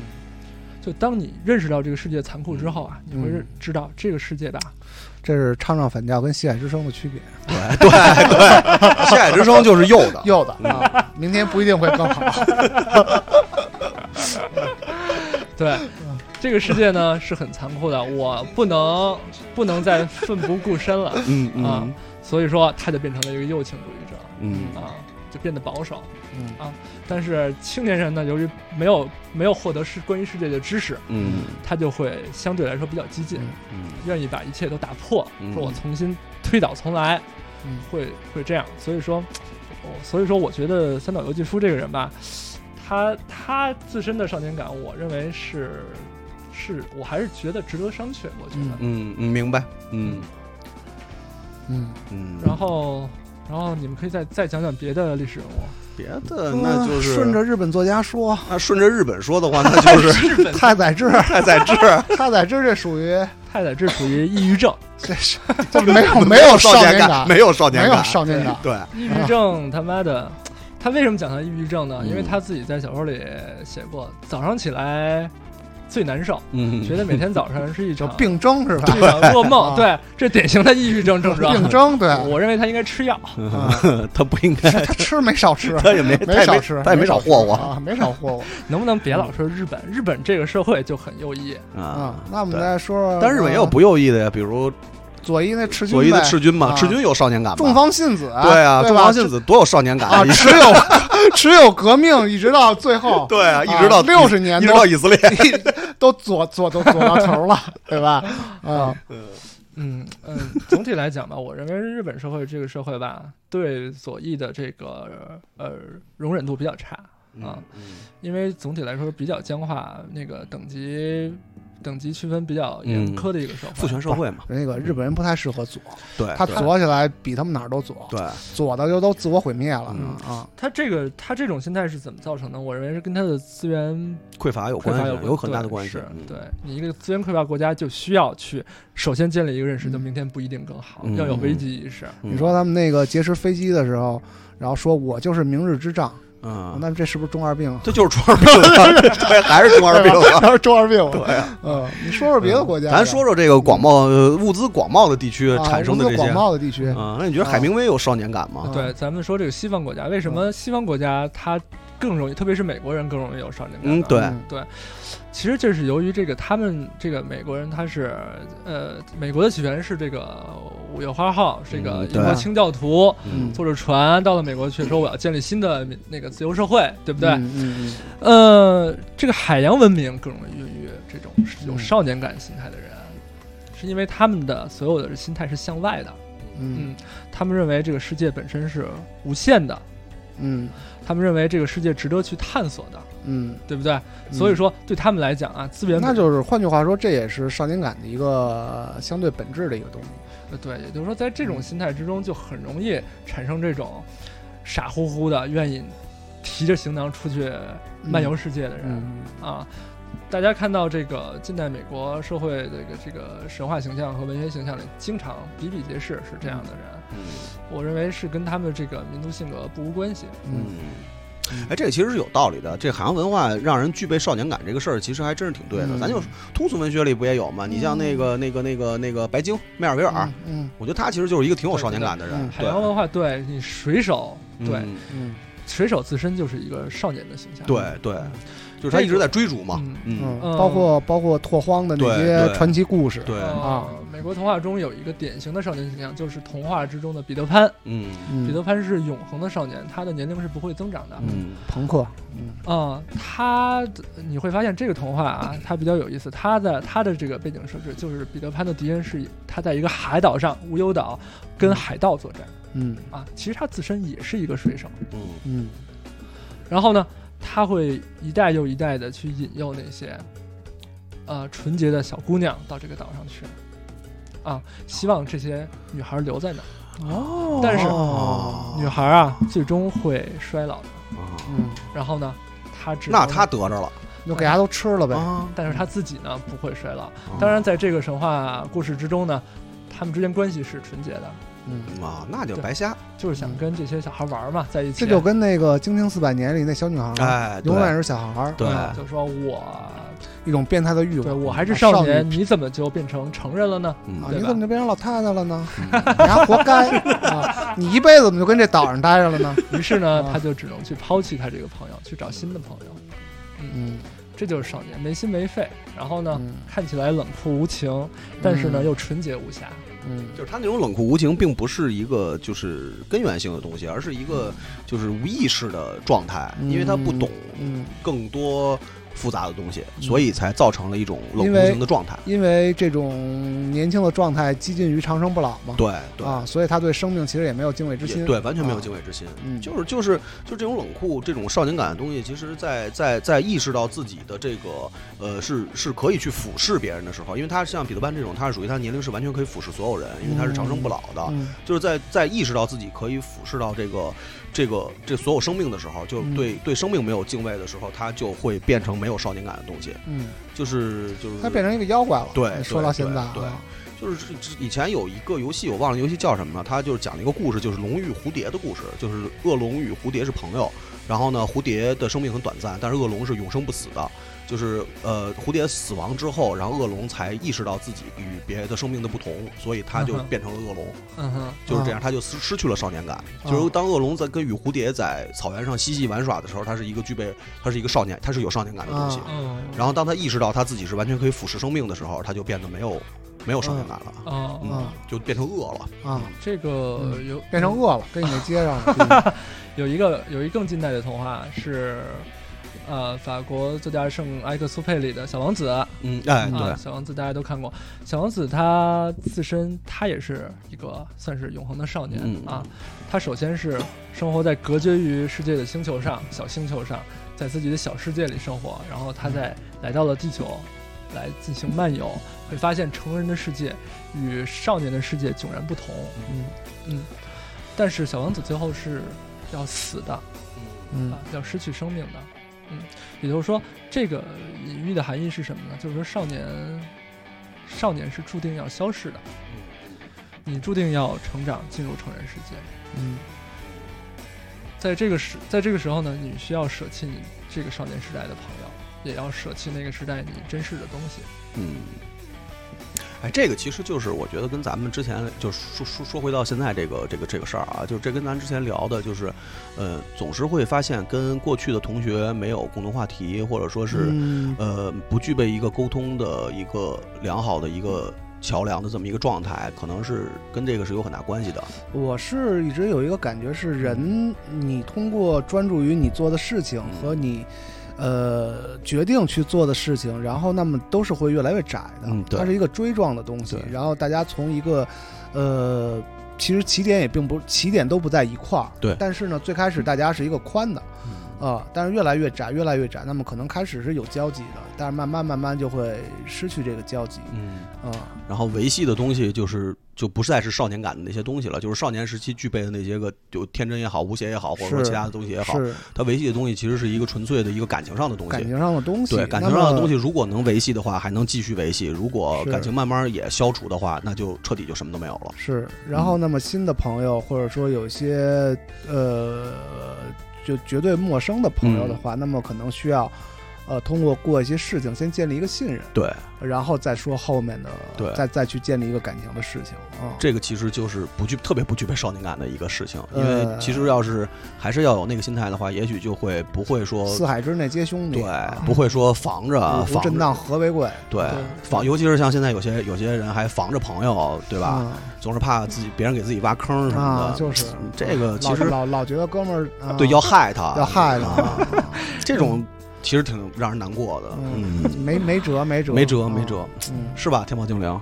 Speaker 4: 就当你认识到这个世界残酷之后啊，你会
Speaker 3: 嗯
Speaker 4: 知道这个世界吧，啊
Speaker 3: 这是唱唱反调跟西海之声的区别，啊
Speaker 2: 对对，西海之声就是右的。
Speaker 3: 右的啊，明天不一定会更好，啊
Speaker 4: 对，这个世界呢是很残酷的，我不能不能再奋不顾身了，
Speaker 2: 嗯
Speaker 4: 啊
Speaker 2: 嗯
Speaker 4: 所以说他就变成了一个右倾主义者
Speaker 2: 嗯
Speaker 4: 啊，就变得保守
Speaker 3: 嗯
Speaker 4: 啊。但是青年人呢，由于没有没有获得世关于世界的知识，
Speaker 2: 嗯
Speaker 4: 他就会相对来说比较激进，
Speaker 2: 嗯
Speaker 4: 愿意把一切都打破，
Speaker 2: 嗯
Speaker 4: 说我重新推倒重来，
Speaker 3: 嗯
Speaker 4: 会会这样。所以说，我所以说，我觉得三岛由纪夫这个人吧，他他自身的少年感，我认为是是我还是觉得值得商榷。我觉得，
Speaker 2: 嗯嗯，明白。嗯
Speaker 3: 嗯，
Speaker 2: 嗯，
Speaker 4: 然后然后你们可以再再讲讲别的历史人物，
Speaker 2: 别的 那就是
Speaker 3: 啊顺着日本作家说，
Speaker 2: 那顺着日本说的话，那就是
Speaker 3: 太宰治，
Speaker 2: 太宰治。
Speaker 3: 太宰治这属 于
Speaker 4: 太宰治属于抑郁症，
Speaker 3: 这 是这没有没有
Speaker 2: 少
Speaker 3: 年
Speaker 2: 感，没有少年
Speaker 3: 没有
Speaker 2: 感，
Speaker 3: 少年感，
Speaker 2: 对，
Speaker 4: 抑郁症他妈的。他为什么讲他抑郁症呢？
Speaker 2: 嗯
Speaker 4: 因为他自己在小说里写过，早上起来最难受，
Speaker 2: 嗯，
Speaker 4: 觉得每天早上 是一
Speaker 3: 就
Speaker 4: 场
Speaker 3: 病征是吧
Speaker 4: 一？场噩梦。
Speaker 3: 啊
Speaker 4: 对，这典型的抑郁症症状。
Speaker 3: 病 征对，啊
Speaker 4: 我认为他应该吃药。
Speaker 2: 嗯他不应该，
Speaker 3: 他吃没少吃，
Speaker 2: 他也没他也
Speaker 3: 少
Speaker 2: 没
Speaker 3: 吃，
Speaker 2: 他也没
Speaker 3: 没
Speaker 2: 少
Speaker 3: 吃
Speaker 2: 霍霍
Speaker 3: 啊，没少霍霍
Speaker 4: 能不能别老说日本？日本这个社会就很右翼。
Speaker 3: 啊
Speaker 2: 啊。。
Speaker 3: 那我们
Speaker 2: 对
Speaker 3: 再说说，
Speaker 2: 但日本也有不右翼的呀，比如
Speaker 3: 左一那赤军呗，
Speaker 2: 左翼的赤军嘛，
Speaker 3: 啊
Speaker 2: 赤军有少年感吧？
Speaker 3: 众方信子，
Speaker 2: 对啊，
Speaker 3: 对
Speaker 2: 众
Speaker 3: 吧？
Speaker 2: 方信子多有少年感
Speaker 3: 啊，只有 只有革命，一直到最后，
Speaker 2: 对啊，一
Speaker 3: 啊
Speaker 2: 直到
Speaker 3: 60年
Speaker 2: 一直
Speaker 3: 都
Speaker 2: 到以色列。
Speaker 3: 都左左都左到头了，对吧？啊，
Speaker 4: 嗯嗯，总体来讲吧，我认为日本社会这个社会吧，对左翼的这个呃容忍度比较差
Speaker 2: 嗯
Speaker 4: 啊，因为总体来说比较僵化，那个等级等级区分比较严苛的一个社会。
Speaker 2: 嗯父权社会嘛，
Speaker 3: 那个日本人不太适合左，
Speaker 2: 对，
Speaker 3: 他
Speaker 2: 哎对
Speaker 3: 左起来比他们哪儿都左，
Speaker 2: 对，
Speaker 3: 左的就都自我毁灭了
Speaker 2: 嗯
Speaker 3: 啊。
Speaker 4: 他这个他这种心态是怎么造成的？我认为是跟他的资源
Speaker 2: 匮乏有
Speaker 4: 匮
Speaker 2: 关
Speaker 4: 乏
Speaker 2: 系，啊
Speaker 4: 关
Speaker 2: 有很大的关系
Speaker 4: 是。
Speaker 2: 嗯
Speaker 4: 对你一个资源匮乏国家，就需要去首先建立一个认识，就明天不一定更好，
Speaker 2: 嗯
Speaker 4: 要有危机意识。
Speaker 2: 嗯
Speaker 3: 你说他们那个劫持飞机的时候，然后说我就是明日之障，
Speaker 2: 嗯，
Speaker 3: 那这是不是中二病？
Speaker 2: 这就是中二病 了，对，啊还是中二病了。
Speaker 3: 还是中二病？对嗯，你说说别的国家吧，
Speaker 2: 咱说说这个广袤呃物资广袤的地区
Speaker 3: 啊
Speaker 2: 产生的
Speaker 3: 乌
Speaker 2: 这
Speaker 3: 兹
Speaker 2: 些
Speaker 3: 广袤的地区，
Speaker 2: 啊，那你觉得海明威有少年感吗？
Speaker 3: 啊
Speaker 4: 对，咱们说这个西方国家，为什
Speaker 2: 嗯
Speaker 4: 么西方国家它更容易，特别是美国人更容易有少年感呢？
Speaker 2: 嗯，对，
Speaker 3: 嗯
Speaker 4: 其实这是由于这个他们这个美国人他是呃，美国的起源是这个五月花号，这
Speaker 2: 嗯
Speaker 4: 个英
Speaker 2: 对
Speaker 4: 国清教徒
Speaker 3: 嗯
Speaker 4: 坐着船到了美国去，说我要建立新的民那个自由社会，对不对？
Speaker 3: 嗯嗯
Speaker 4: 呃，这个海洋文明更容易孕育这种有
Speaker 3: 嗯
Speaker 4: 少年感心态的人，是因为他们的所有的心态是向外的，
Speaker 3: 嗯
Speaker 4: 嗯，他们认为这个世界本身是无限的，
Speaker 3: 嗯
Speaker 4: 他们认为这个世界值得去探索的，
Speaker 3: 嗯
Speaker 4: 对不对？所以说对他们来讲啊，资源
Speaker 3: 嗯，那
Speaker 4: 本
Speaker 3: 就是换句话说，这也是少年感的一个相对本质的一个东西。
Speaker 4: 呃对，也就是说在这种心态之中，就很容易产生这种傻乎乎的愿意提着行囊出去漫游世界的人、
Speaker 3: 嗯
Speaker 4: 啊。大家看到这个近代美国社会的这个这个神话形象和文学形象里，经常比比皆是是这样的人。
Speaker 3: 嗯
Speaker 2: 嗯
Speaker 4: 我认为是跟他们这个民族性格不无关系。
Speaker 3: 嗯，
Speaker 2: 哎，这个其实是有道理的。这海洋文化让人具备少年感这个事儿，其实还真是挺对的。
Speaker 3: 嗯
Speaker 2: 咱就通俗文学里不也有吗？你像那个、那个、那个、那个白鲸迈尔维尔，
Speaker 3: 嗯
Speaker 2: 我觉得他其实就是一个挺有少年感的人。
Speaker 4: 海洋文化对你水手，
Speaker 2: 对
Speaker 4: 对、
Speaker 2: 嗯
Speaker 3: 嗯
Speaker 4: 水手自身就是一个少年的形象。
Speaker 2: 对对，就是他一直在追逐嘛。
Speaker 4: 嗯
Speaker 2: 嗯，
Speaker 3: 嗯，包括包括拓荒的那
Speaker 2: 对
Speaker 3: 些
Speaker 2: 对
Speaker 3: 传奇故事，
Speaker 2: 对，
Speaker 4: 啊，美国童话中有一个典型的少年形象，就是童话之中的彼得潘。
Speaker 2: 嗯
Speaker 3: 嗯
Speaker 4: 彼得潘是永恒的少年，他的年龄是不会增长的。
Speaker 2: 嗯
Speaker 3: 朋克，
Speaker 4: 嗯，他的你会发现这个童话啊，它比较有意思。他的他的这个背景设置就是彼得潘的敌人是他在一个海岛上无忧岛跟海盗作战
Speaker 3: 嗯
Speaker 4: 啊，其实他自身也是一个水手。
Speaker 2: 嗯
Speaker 3: 嗯
Speaker 4: 然后呢，他会一代又一代的去引诱那些，呃，纯洁的小姑娘到这个岛上去，啊，希望这些女孩留在那儿。哦，但是
Speaker 2: 哦
Speaker 4: 女孩啊，最终会衰老的。
Speaker 2: 啊
Speaker 3: 嗯，
Speaker 4: 然后呢，她只
Speaker 2: 那
Speaker 4: 能
Speaker 2: 他，得着了
Speaker 3: 就给大家都吃了呗，
Speaker 2: 啊！
Speaker 4: 但是她自己呢不会衰老。
Speaker 3: 嗯哦
Speaker 2: 嗯
Speaker 4: 当然，在这个神话故事之中呢，他们之间关系是纯洁的，
Speaker 3: 嗯。
Speaker 2: 啊，那就白瞎。
Speaker 4: 就是想跟这些小孩玩嘛，在一起。
Speaker 3: 这就跟那个《惊情四百年》里那小女孩儿，
Speaker 2: 哎，对
Speaker 3: 永远是小孩儿，
Speaker 2: 对
Speaker 4: 啊就说我，
Speaker 3: 一种变态的欲望。
Speaker 4: 对我还是
Speaker 3: 啊少
Speaker 4: 少年，
Speaker 3: 女
Speaker 4: 你怎么就变成成人了呢？
Speaker 3: 啊，
Speaker 2: 嗯
Speaker 4: 对
Speaker 3: 你
Speaker 4: 吧
Speaker 3: 怎么就变成老太太了呢？
Speaker 4: 嗯
Speaker 3: 你还活该 啊！你一辈子怎么就跟这岛上待着了呢？
Speaker 4: 于是呢，
Speaker 3: 啊
Speaker 4: 他就只能去抛弃他这个朋友，去找新的朋友。
Speaker 3: 嗯
Speaker 4: 这就是少年，没心没肺。然后呢，
Speaker 3: 嗯
Speaker 4: 看起来冷酷无情，但是呢、又纯洁无瑕。
Speaker 3: 嗯
Speaker 2: 就是他那种冷酷无情，并不是一个就是根源性的东西，而是一个就是无意识的状态，
Speaker 3: 嗯
Speaker 2: 因为他不懂
Speaker 3: 嗯，
Speaker 2: 更多复杂的东西，所以才造成了一种冷酷
Speaker 3: 因
Speaker 2: 无
Speaker 3: 为
Speaker 2: 情的状态。
Speaker 3: 因为这种年轻的状态接近于长生不老嘛，
Speaker 2: 对对、
Speaker 3: 啊，所以他对生命其实也没有敬畏之
Speaker 2: 也
Speaker 3: 心，
Speaker 2: 对，完全没有
Speaker 3: 啊
Speaker 2: 敬畏之心。
Speaker 3: 嗯，
Speaker 2: 就是就是就这种冷酷，这种少年感的东西，其实在，在在意识到自己的这个呃是是可以去俯视别人的时候，因为他像彼得潘这种，他是属于他年龄是完全可以俯视所有人，因为他是长生不老的。
Speaker 3: 嗯
Speaker 2: 就是在在意识到自己可以俯视到这个这个这所有生命的时候，就是对、对生命没有敬畏的时候，他就会变成没有少年感的东西，
Speaker 3: 嗯，
Speaker 2: 就是就是
Speaker 3: 他变成一个妖怪了。
Speaker 2: 对
Speaker 3: 说到
Speaker 2: 对
Speaker 3: 现在
Speaker 2: 对
Speaker 3: 啊，
Speaker 2: 就是这以前有一个游戏，我忘了游戏叫什么了，它就是讲了一个故事，就是龙与蝴蝶的故事，就是恶龙与蝴蝶是朋友，然后呢，蝴蝶的生命很短暂，但是恶龙是永生不死的，就是呃，蝴蝶死亡之后，然后恶龙才意识到自己与别的生命的不同，所以它就
Speaker 4: 嗯哼
Speaker 2: 变成了恶龙，
Speaker 4: 嗯哼，
Speaker 2: 就是这样，它就失失去了少年感。就是当恶龙在跟与蝴蝶在草原上嬉戏玩耍的时候，它是一个具备，它是一个少年，它是有少年感的东西。
Speaker 3: 啊
Speaker 4: 嗯，
Speaker 2: 然后当他意识到他自己是完全可以腐蚀生命的时候，他就变得没有没有少年感了，
Speaker 4: 哦、
Speaker 2: 嗯，
Speaker 3: 啊
Speaker 2: 就变成恶了。
Speaker 3: 啊，
Speaker 4: 这个
Speaker 3: 嗯
Speaker 4: 有
Speaker 3: 变成饿了，跟你那接上 了。
Speaker 4: 有一个有一更近代的童话是，呃，法国作家圣埃克苏佩里的《小王子》
Speaker 2: 嗯，哎，
Speaker 4: 啊，
Speaker 2: 对，
Speaker 4: 小王子大家都看过。小王子他自身他也是一个算是永恒的少年、
Speaker 2: 嗯
Speaker 4: 啊。他首先是生活在隔绝于世界的星球上，小星球上，在自己的小世界里生活，然后他再来到了地球，来进行漫游，会发现成人的世界与少年的世界迥然不同。嗯嗯。但是小王子最后是要死的，
Speaker 3: 嗯
Speaker 4: 啊，要失去生命的。嗯，也就是说，这个隐喻的含义是什么呢？就是说，少年，少年是注定要消逝的，你注定要成长，进入成人世界。
Speaker 3: 嗯
Speaker 4: 在这个时，在这个时候呢，你需要舍弃你这个少年时代的朋友，也要舍弃那个时代你珍视的东西。
Speaker 2: 嗯。哎，这个其实就是我觉得跟咱们之前就是说说说回到现在这个这个这个事儿啊，就是这跟咱之前聊的，就是，呃，总是会发现跟过去的同学没有共同话题，或者说是、
Speaker 3: 嗯
Speaker 2: 呃不具备一个沟通的一个良好的一个桥梁的这么一个状态，可能是跟这个是有很大关系的。
Speaker 3: 我是一直有一个感觉是人，你通过专注于你做的事情
Speaker 2: 嗯
Speaker 3: 和你，呃，决定去做的事情，然后那么都是会越来越窄的。
Speaker 2: 嗯对
Speaker 3: 它是一个锥状的东西
Speaker 2: 对。
Speaker 3: 然后大家从一个，呃，其实起点也并不起点都不在一块儿。
Speaker 2: 对
Speaker 3: 但是呢，最开始大家是一个宽的。啊、
Speaker 2: 嗯
Speaker 3: 但是越来越窄，越来越窄。那么可能开始是有交集的，但是慢慢慢慢就会失去这个交集
Speaker 2: 嗯。
Speaker 3: 啊、
Speaker 2: 然后维系的东西就是就不再是少年感的那些东西了，就是少年时期具备的那些个就天真也好、无邪也好，或者说
Speaker 3: 是
Speaker 2: 其他的东西也好，
Speaker 3: 是
Speaker 2: 它维系的东西其实是一个纯粹的一个感情上的东
Speaker 3: 感
Speaker 2: 西。
Speaker 3: 情上的东西。
Speaker 2: 对感情上的东
Speaker 3: 西。
Speaker 2: 西，如果能维系的话，还能继续维系；如果
Speaker 3: 是
Speaker 2: 感情慢慢也消除的话，那就彻底就什么都没有了。
Speaker 3: 是，嗯然后那么新的朋友，或者说有一些呃，就绝对陌生的朋友的话，那么可能需要呃，通过过一些事情先建立一个信任，
Speaker 2: 对，
Speaker 3: 然后再说后面的，
Speaker 2: 对
Speaker 3: 再再去建立一个感情的事情啊。
Speaker 2: 这个其实就是不具特别不具备少年感的一个事情，因为
Speaker 3: 呃
Speaker 2: 其实要是还是要有那个心态的话，也许就会不会说
Speaker 3: 四海之内皆兄弟，
Speaker 2: 对
Speaker 3: 啊，
Speaker 2: 不会说防着
Speaker 3: 五
Speaker 2: 防
Speaker 3: 谷震
Speaker 2: 着
Speaker 3: 荡和为贵，
Speaker 2: 对
Speaker 4: 对，
Speaker 2: 防，尤其是像现在有些有些人还防着朋友，对吧？
Speaker 3: 啊
Speaker 2: 总是怕自己别人给自己挖坑什么的。
Speaker 3: 啊，就是
Speaker 2: 这个呃其
Speaker 3: 老
Speaker 2: 实
Speaker 3: 老老觉得哥们儿、啊、
Speaker 2: 对要害他，
Speaker 3: 要害他
Speaker 2: 啊，这种其实挺让人难过的。
Speaker 3: 嗯
Speaker 2: 嗯，
Speaker 3: 没没辙没辙
Speaker 2: 没辙
Speaker 3: 啊
Speaker 2: 没辙，
Speaker 3: 嗯
Speaker 2: 是吧？天猫精灵，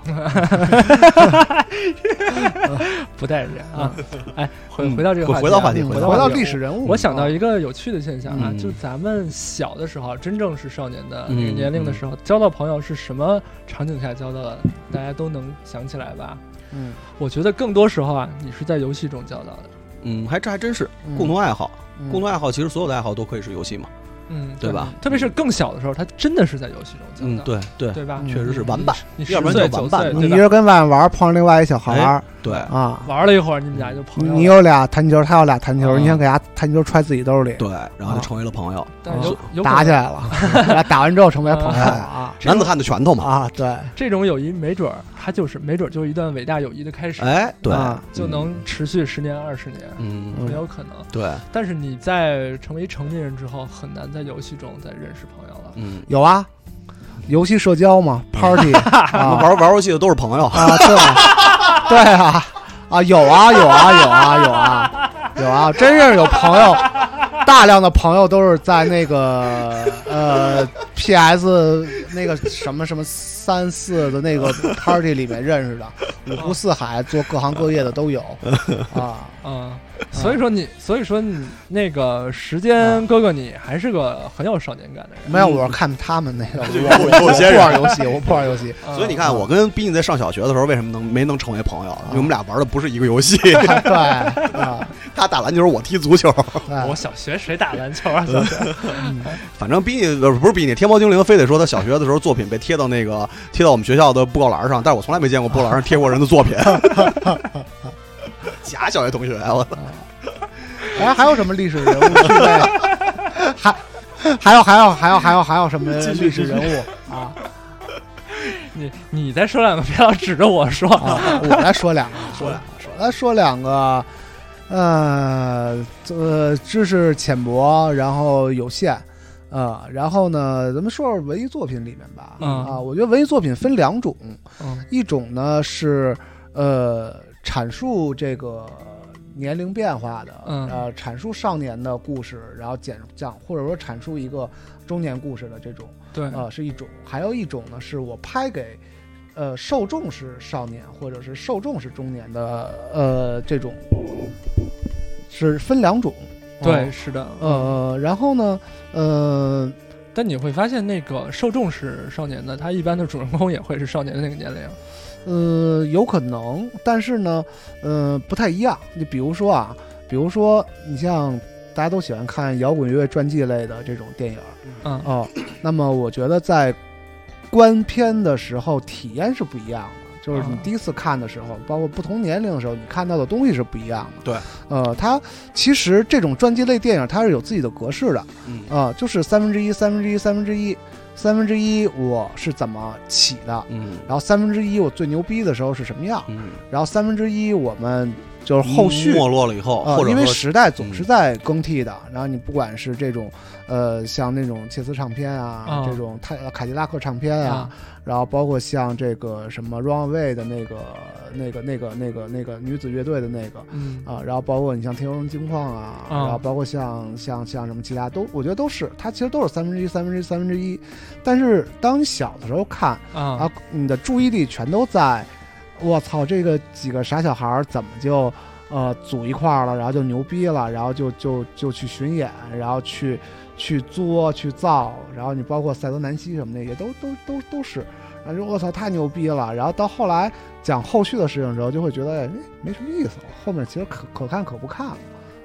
Speaker 4: 不带人啊！哎，回
Speaker 2: 嗯
Speaker 4: 回到这个
Speaker 2: 回
Speaker 4: 话题啊、
Speaker 2: 回到话题
Speaker 4: 回
Speaker 2: 回
Speaker 4: 到
Speaker 3: 回到
Speaker 4: 话题
Speaker 3: 历史人物，
Speaker 4: 我想到
Speaker 3: 啊
Speaker 4: 一个有趣的现象啊，
Speaker 2: 嗯
Speaker 4: 就咱们小的时候，真正是少年的
Speaker 2: 嗯
Speaker 4: 那个年龄的时候，交到朋友是什么场景下交到的，大家都能想起来吧？
Speaker 3: 嗯
Speaker 4: 我觉得更多时候啊，你是在游戏中交到的。
Speaker 2: 嗯，还这还真是
Speaker 3: 嗯
Speaker 2: 共同爱好，
Speaker 3: 嗯
Speaker 2: 共同爱好其实所有的爱好都可以是游戏嘛，
Speaker 4: 嗯，
Speaker 2: 对吧？
Speaker 4: 特别是更小的时候，他真的是在游戏中
Speaker 2: 嗯，
Speaker 4: 交到的，
Speaker 2: 对对
Speaker 4: 对吧？
Speaker 3: 嗯
Speaker 2: 确实是玩伴，
Speaker 4: 你十
Speaker 2: 要不然
Speaker 4: 岁
Speaker 2: 就
Speaker 4: 九
Speaker 2: 玩伴
Speaker 4: 岁
Speaker 2: 嘛
Speaker 3: 你
Speaker 4: 对
Speaker 3: 一
Speaker 4: 吧？
Speaker 3: 人跟外面玩，碰上另外一小孩儿、
Speaker 2: 对，
Speaker 3: 啊，
Speaker 4: 玩了一会儿，你们俩就朋友了。
Speaker 3: 你有俩弹球，他有俩弹球，
Speaker 4: 啊
Speaker 3: 你想给他弹球揣自己兜里，
Speaker 2: 对，然后就成为了朋友。
Speaker 4: 但是有
Speaker 3: 啊
Speaker 4: 有可
Speaker 3: 打起
Speaker 4: 能
Speaker 3: 来了，然后打完之后成为朋友了啊
Speaker 2: 男子汉的拳头嘛，
Speaker 3: 啊！对，
Speaker 4: 这种友谊，没准儿他就是没准儿就是一段伟大友谊的开始，
Speaker 2: 哎，对
Speaker 3: 啊，
Speaker 4: 就能持续十年二十年，
Speaker 2: 嗯，嗯
Speaker 4: 很有可能。
Speaker 2: 对，
Speaker 4: 但是你在成为成年人之后，很难在游戏中再认识朋友了。
Speaker 2: 嗯，
Speaker 3: 有啊，游戏社交 嘛，party 啊
Speaker 2: 嗯玩玩游戏的都是 朋友，
Speaker 3: 啊，对对啊啊，有啊有啊有啊有啊有啊，真是有朋友。大量的朋友都是在那个呃 PS 那个什么什么三四的那个 party 里面认识的，五湖四海做各行各业的都有啊。
Speaker 4: 嗯，所以说你，所以说你那个时间哥哥，你还是个很有少年感的人。
Speaker 3: 没有，我是看他们那个，
Speaker 2: 有
Speaker 3: 我
Speaker 2: 有
Speaker 3: 我
Speaker 2: 些人
Speaker 3: 不玩游戏，我不玩游戏，
Speaker 4: 嗯
Speaker 2: 所以你看，我跟斌你在啊上小学的时候，为什么能没能成为朋友？因为我们俩玩的不是一个游戏，
Speaker 3: 对啊，
Speaker 2: 他打篮球，我踢足 球。
Speaker 3: 哎
Speaker 4: 啊我小学谁打篮球啊？小学
Speaker 2: 反正比你不是比你天猫精灵，非得说他小学的时候作品被贴到那个贴到我们学校的布告栏上，但是我从来没见过布告栏上贴过人的作 品。假小学同学，啊我操！
Speaker 3: 哎，还有什么历史人物是在？还 还有还有还有还有还有什么历史人物啊
Speaker 4: 你你再说两个，别老指着我说。
Speaker 3: 啊！ 我来说两个，
Speaker 2: 说两
Speaker 3: 个，我来说两个。呃，呃，知识浅薄，然后有限，呃，然后呢，咱们说说文艺作品里面吧。
Speaker 4: 嗯
Speaker 3: 啊，我觉得文艺作品分两种，
Speaker 4: 嗯
Speaker 3: 一种呢是呃阐述这个年龄变化的，
Speaker 4: 嗯
Speaker 3: 呃阐述少年的故事，然后讲讲或者说阐述一个中年故事的这种，
Speaker 4: 对，
Speaker 3: 呃是一种；还有一种呢是我拍给。呃，受众是少年，或者是受众是中年的，呃，这种是分两种。哦
Speaker 4: 对，是的。
Speaker 3: 呃，然后呢，呃，
Speaker 4: 但你会发现，那个受众是少年的，他一般的主人公也会是少年的那个年龄。
Speaker 3: 呃，有可能，但是呢，呃，不太一样。你比如说啊，比如说你像大家都喜欢看摇滚乐传记类的这种电影儿
Speaker 4: 嗯，
Speaker 3: 哦，那么我觉得在观片的时候体验是不一样的。就是
Speaker 8: 嗯
Speaker 3: 你
Speaker 4: 啊
Speaker 3: 第一次看的时候，包括不同年龄的时候，你看到的东西是不一样的。
Speaker 2: 对，
Speaker 3: 呃，它其实这种传记类电影它是有自己的格式的，
Speaker 8: 嗯
Speaker 3: 啊、就是三分之一、三分之一、三分之一、三分之一，我是怎么起的，
Speaker 8: 嗯
Speaker 3: 然后三分之一我最牛逼的时候是什么样，
Speaker 8: 嗯，
Speaker 3: 然后三分之一我们就是后续。
Speaker 8: 没落了以后，
Speaker 3: 呃
Speaker 8: 或，者
Speaker 3: 因为
Speaker 8: 说嗯
Speaker 3: 时代总是在更替的，然后你不管是这种，呃，像那种切斯唱片啊，
Speaker 4: 啊
Speaker 3: 这种泰凯迪拉克唱片啊，然后包括像这个什么 Runway 的那个、那个、那个、那个、那个女子乐队的那个
Speaker 4: 嗯
Speaker 3: 啊，然后包括你像天空中金矿啊，
Speaker 4: 啊
Speaker 3: 然后包括像像像什么其他都，我觉得都是，它其实都是三分之一、三分之一、三分之一，但是当你小的时候看，
Speaker 4: 啊
Speaker 3: 啊，你的注意力全都在，我操，这个几个傻小孩儿怎么就呃组一块儿了，然后就牛逼了，然后就就就去巡演，然后去去作去造，然后你包括赛德南希什么的也都都都都是，然后就我操太牛逼了，然后到后来讲后续的事情的时候，就会觉得哎没什么意思了，后面其实可可看可不看了。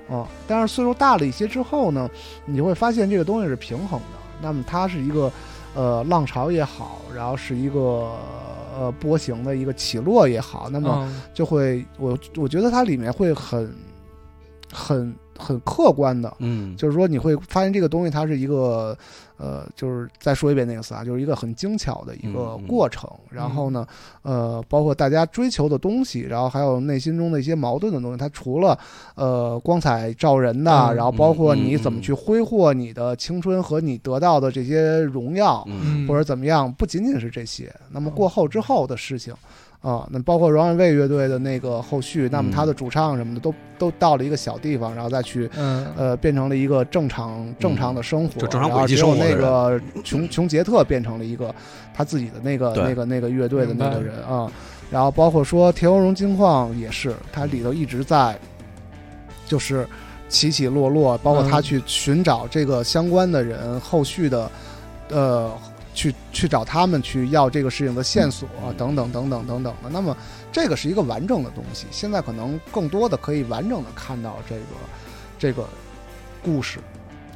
Speaker 3: 哦，但是岁数大了一些之后呢，你会发现这个东西是平衡的。那么它是一个呃浪潮也好，然后是一个呃波形的一个起落也好，那么
Speaker 4: 嗯
Speaker 3: 就会、我我觉得它里面会很很很客观的，
Speaker 8: 嗯
Speaker 3: 就是说你会发现这个东西它是一个呃，就是再说一遍那个词啊，就是一个很精巧的一个
Speaker 8: 嗯嗯嗯
Speaker 3: 过程。然后呢，呃，包括大家追求的东西，然后还有内心中的一些矛盾的东西，它除了呃光彩照人的，
Speaker 4: 嗯
Speaker 3: 然后包括你
Speaker 8: 嗯嗯
Speaker 3: 怎么去挥霍你的青春和你得到的这些荣耀，
Speaker 8: 嗯
Speaker 4: 嗯，
Speaker 3: 或者怎么样，不仅仅是这些。那么过后之后的事情，啊，那包括软软卫乐队的那个后续，那么
Speaker 8: 嗯
Speaker 3: 他的主唱什么的都都到了一个小地方，然后再去
Speaker 4: 嗯
Speaker 3: 呃变成了一个正常正常的生活，
Speaker 8: 就正常
Speaker 3: 然后
Speaker 8: 轨迹
Speaker 3: 只有
Speaker 8: 生活的
Speaker 3: 那个琼琼杰特变成了一个他自己的那个
Speaker 8: 对
Speaker 3: 那个那个乐队的那个
Speaker 4: 明
Speaker 3: 人啊，然后包括说田荣荣金矿也是，他里头一直在就是。起起落落，包括他
Speaker 4: 嗯
Speaker 3: 去寻找这个相关的人，后续的，呃，去去找他们去要这个事情的线索、啊
Speaker 4: 嗯
Speaker 3: 等等等等等等的。那么这个是一个完整的东西，现在可能更多的可以完整的看到这个这个故事。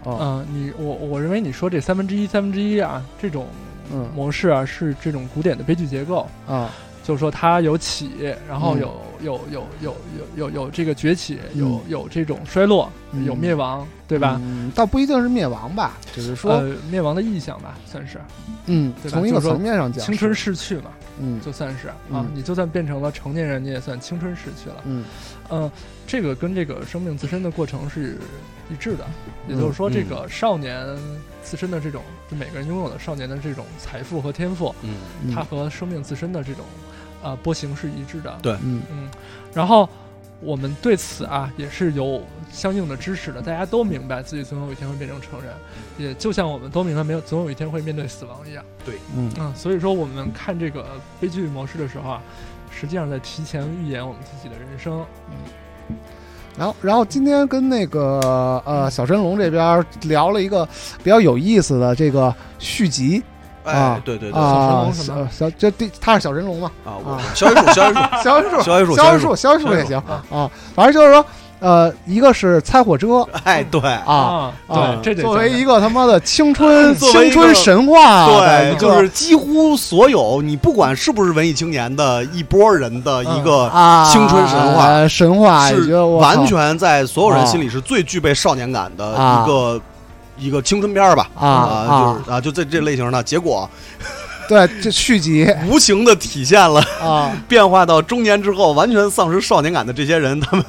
Speaker 3: 哦，
Speaker 4: 嗯，你我我认为你说这三分之一、三分之一啊这种
Speaker 3: 嗯
Speaker 4: 模式啊，是这种古典的悲剧结构，
Speaker 3: 啊，
Speaker 4: 就是说它有起，然后
Speaker 3: 嗯
Speaker 4: 有有有有有有有这个崛起，
Speaker 3: 嗯
Speaker 4: 有有这种衰落，
Speaker 3: 嗯
Speaker 4: 有灭亡，对吧？
Speaker 3: 嗯，倒不一定是灭亡吧，只是说，
Speaker 4: 呃，灭亡的意象吧，算是
Speaker 3: 嗯，
Speaker 4: 对吧
Speaker 3: 从一
Speaker 4: 就
Speaker 3: 个
Speaker 4: 是说
Speaker 3: 层面上讲，
Speaker 4: 青春，逝去嘛，
Speaker 3: 嗯
Speaker 4: 就算是啊，
Speaker 3: 嗯
Speaker 4: 你就算变成了成年人，你也算青春逝去了。
Speaker 3: 嗯
Speaker 4: 嗯、这个跟这个生命自身的过程是一致的，也就是说，
Speaker 8: 嗯
Speaker 4: 这个少年自身的这种，就每个人拥有的少年的这种财富和天赋，
Speaker 8: 嗯
Speaker 3: 嗯
Speaker 4: 它和生命自身的这种呃波形是一致的。
Speaker 8: 对
Speaker 3: 嗯
Speaker 4: 嗯，然后我们对此啊也是有相应的知识的，大家都明白自己总有一天会变成成人，也就像我们都明白没有总有一天会面对死亡一样。
Speaker 3: 嗯
Speaker 4: 嗯，所以说我们看这个悲剧模式的时候啊，实际上在提前预演我们自己的人生。
Speaker 3: 然后，然后今天跟那个呃小神龙这边聊了一个比较有意思的这个续集
Speaker 8: 哎
Speaker 3: 啊，
Speaker 8: 对对对
Speaker 3: 啊，
Speaker 4: 小神龙什么
Speaker 3: 小小这第他是小 神龙嘛，
Speaker 8: 啊，我
Speaker 3: 啊
Speaker 8: 小雨鼠，小雨鼠，
Speaker 3: 小神树，
Speaker 8: 小
Speaker 3: 小
Speaker 8: 雨鼠，
Speaker 3: 神
Speaker 8: 鼠，
Speaker 3: 树，小神树也
Speaker 8: 小
Speaker 3: 行
Speaker 8: 雨鼠啊
Speaker 3: 啊，反正就是说呃，一个是猜火车
Speaker 2: 哎，对，
Speaker 3: 啊，啊
Speaker 4: 对，这得
Speaker 3: 作为一
Speaker 4: 个
Speaker 3: 个他妈的青春
Speaker 2: 作为一
Speaker 3: 青
Speaker 2: 个
Speaker 3: 春神话啊的一
Speaker 2: 对，
Speaker 3: 个，
Speaker 2: 就是几乎所有你不管是不是文艺青年的一波人的一个，
Speaker 3: 啊，
Speaker 2: 青春神话
Speaker 3: 呃神话，也
Speaker 2: 是
Speaker 3: 觉得我
Speaker 2: 完
Speaker 3: 靠
Speaker 2: 全在所有人心里是最具备少年感的
Speaker 3: 啊
Speaker 2: 一个一个青春片儿吧。
Speaker 3: 啊
Speaker 2: 啊，
Speaker 3: 啊，
Speaker 2: 就是啊，就这这类型的，结果
Speaker 3: 对，这续集
Speaker 2: 无情的体现了
Speaker 3: 啊，
Speaker 2: 变化到中年之后完全丧失少年感的这些人，他们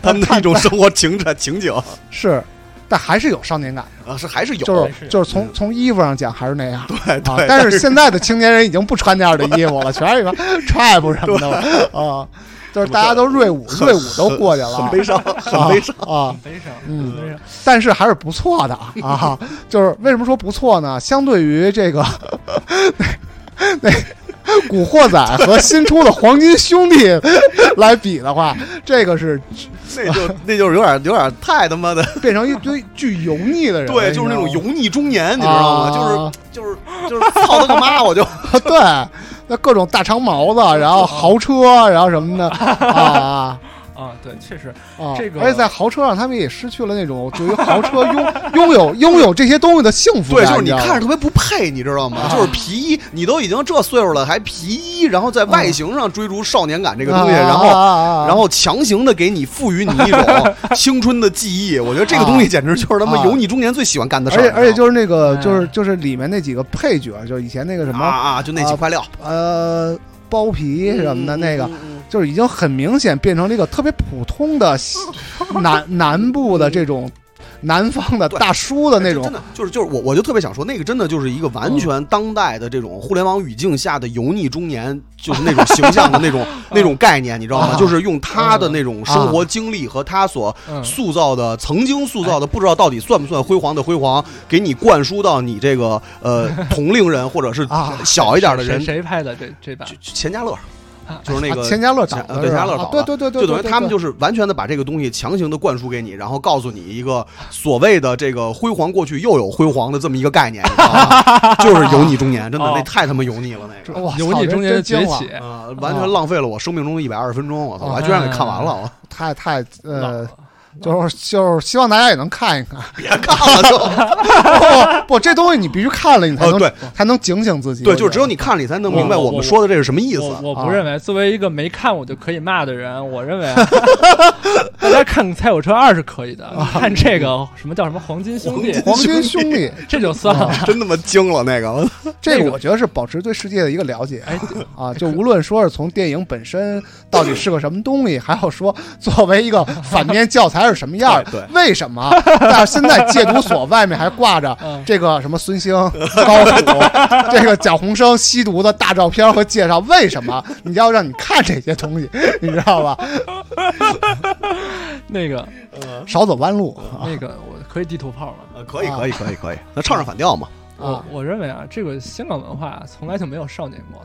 Speaker 2: 他
Speaker 3: 啊
Speaker 2: 们的一种生活情感情景
Speaker 3: 是，但还是有少年感，
Speaker 2: 啊，是还是有，
Speaker 3: 就
Speaker 4: 还是
Speaker 3: 是
Speaker 4: 有
Speaker 3: 就是从从衣服上讲还是那样。
Speaker 2: 对
Speaker 3: 啊
Speaker 2: 对，，
Speaker 3: 但是现在的青年人已经不穿那样的衣 服了，全是什么 trap 什么的了啊，就是大家都锐舞，
Speaker 2: 很
Speaker 3: 锐舞都过去了，
Speaker 2: 很悲伤，很悲伤。
Speaker 3: 啊啊。
Speaker 4: 悲伤，
Speaker 3: 嗯
Speaker 4: 很悲伤，
Speaker 3: 但是还是不错的 啊，就是为什么说不错呢？相对于这个 那那《古惑仔》和新出的《黄金兄弟》来比的话，这个是
Speaker 2: 那就那就是有点有点太他妈的，
Speaker 3: 变成一堆巨油腻的人了，
Speaker 2: 对，
Speaker 3: 你
Speaker 2: 就是那种
Speaker 3: 知
Speaker 2: 油腻中年，你知
Speaker 3: 道
Speaker 2: 道
Speaker 3: 吗。
Speaker 2: 吗？
Speaker 3: 啊
Speaker 2: 就是就是就是操他个妈，我就
Speaker 3: 对，那各种大长 毛子，然后豪车，然后什么的啊
Speaker 4: 啊，对，确实，
Speaker 3: 啊！
Speaker 4: 这个
Speaker 3: 而且在豪车上，他们也失去了那种对于豪车拥拥有拥有这些东西的幸福
Speaker 2: 对，
Speaker 3: 感。
Speaker 2: 就是你
Speaker 3: 知道吗
Speaker 2: 看着特别不配，你知道吗？就是皮衣，你都已经这岁数了，还皮衣，然后在外形上追逐少年感这个东西，
Speaker 3: 啊
Speaker 2: 然后
Speaker 3: 啊啊啊
Speaker 2: 然后强行的给你赋予你一种青春的记忆，我觉得这个东西简直就是他妈
Speaker 3: 啊
Speaker 2: 油腻中年最喜欢干的事儿。
Speaker 3: 而且而且就是是那个
Speaker 4: 哎
Speaker 3: 就是就是里面那几个配角，就是以前那个什
Speaker 2: 啊
Speaker 3: 么
Speaker 2: 啊，就那几块料，
Speaker 3: 呃包皮什么的那个
Speaker 2: 嗯，嗯
Speaker 3: 就是已经很明显变成了一个特别普通的 南南部的这种南方的
Speaker 2: 对
Speaker 3: 大叔的那种
Speaker 2: 哎
Speaker 3: 嗯
Speaker 2: 真的就是就是我我就特别想说，那个真的就是一个完全当代的这种互联网语境下的油腻中年，就是那种形象的那 种那种概念，你知道吗？
Speaker 3: 啊
Speaker 2: 就是用他的那种生活经历和他所
Speaker 4: 嗯
Speaker 2: 塑造的、曾经塑
Speaker 3: 哎
Speaker 2: 造的，不知道到底算不算辉煌的辉煌，给你灌输到你这个 呃同龄人或者是
Speaker 3: 啊
Speaker 2: 小一点哎的
Speaker 4: 谁
Speaker 2: 人，
Speaker 4: 谁拍的这这版
Speaker 2: 就就钱嘉乐
Speaker 4: 啊。
Speaker 2: 就是那
Speaker 3: 啊
Speaker 2: 个
Speaker 3: 钱嘉乐导
Speaker 2: 钱
Speaker 3: 的
Speaker 2: 呃
Speaker 3: 是
Speaker 2: 对
Speaker 3: 吧
Speaker 2: 钱嘉乐
Speaker 3: 啊
Speaker 2: 导的，
Speaker 3: 对对对对
Speaker 2: 就等于
Speaker 3: 对对
Speaker 2: 他们
Speaker 3: 对
Speaker 2: 就是完全的把这个东西强行的灌输给你，然后告诉你一个所谓的这个辉煌过去又有辉煌的这么一个概念，你知道 吗就是油腻中年，真的
Speaker 4: 哦
Speaker 2: 那太他妈油腻了那个。
Speaker 3: 哇操
Speaker 4: 油腻中年的
Speaker 3: 人真
Speaker 4: 崛
Speaker 3: 惊了
Speaker 4: 起，
Speaker 2: 啊、完全浪费了我生命中的一百二十分钟，我操！我还居然给看完了，我
Speaker 3: 太太呃
Speaker 4: 浪，
Speaker 3: 就是就是希望大家也能看一看。
Speaker 2: 别看了就
Speaker 3: 不不，这东西你必须看了，你才
Speaker 2: 哦
Speaker 3: 能
Speaker 2: 对
Speaker 3: 才能警醒自己。
Speaker 2: 对，
Speaker 3: 我觉
Speaker 2: 就
Speaker 3: 得
Speaker 2: 只有你看了，你才能明白
Speaker 4: 我
Speaker 2: 我们说的这是什么意思。
Speaker 4: 我我
Speaker 3: 啊
Speaker 4: 不认为，作为一个没看我就可以骂的人，我认 为啊大家看《猜火车二》是可以的，看这个什么叫什么黄金兄弟，
Speaker 3: 啊黄金兄弟，啊
Speaker 4: 这就算了。
Speaker 2: 真他妈惊了那个，
Speaker 3: 这
Speaker 4: 那
Speaker 3: 个
Speaker 4: 个
Speaker 3: 我觉得是保持对世界的一个了解
Speaker 4: 哎，
Speaker 3: 啊，就无论说是从电影本身到底是个什么东西，还要说作为一个反面教材是什么样儿
Speaker 2: 对对，
Speaker 3: 为什么？但是现在戒毒所外面还挂着
Speaker 4: 嗯
Speaker 3: 这个什么孙兴、高虎、这个蒋洪生吸毒的大照片和介绍，为什么你要让你看这些东西？你知道吧？
Speaker 4: 那个
Speaker 3: 少走弯路啊
Speaker 4: 那个，我可以地图炮了。
Speaker 2: 呃可以可以可以可以，那唱唱反调嘛。
Speaker 4: 我
Speaker 3: 啊，
Speaker 4: 我认为啊，这个香港文化从来就没有少年过，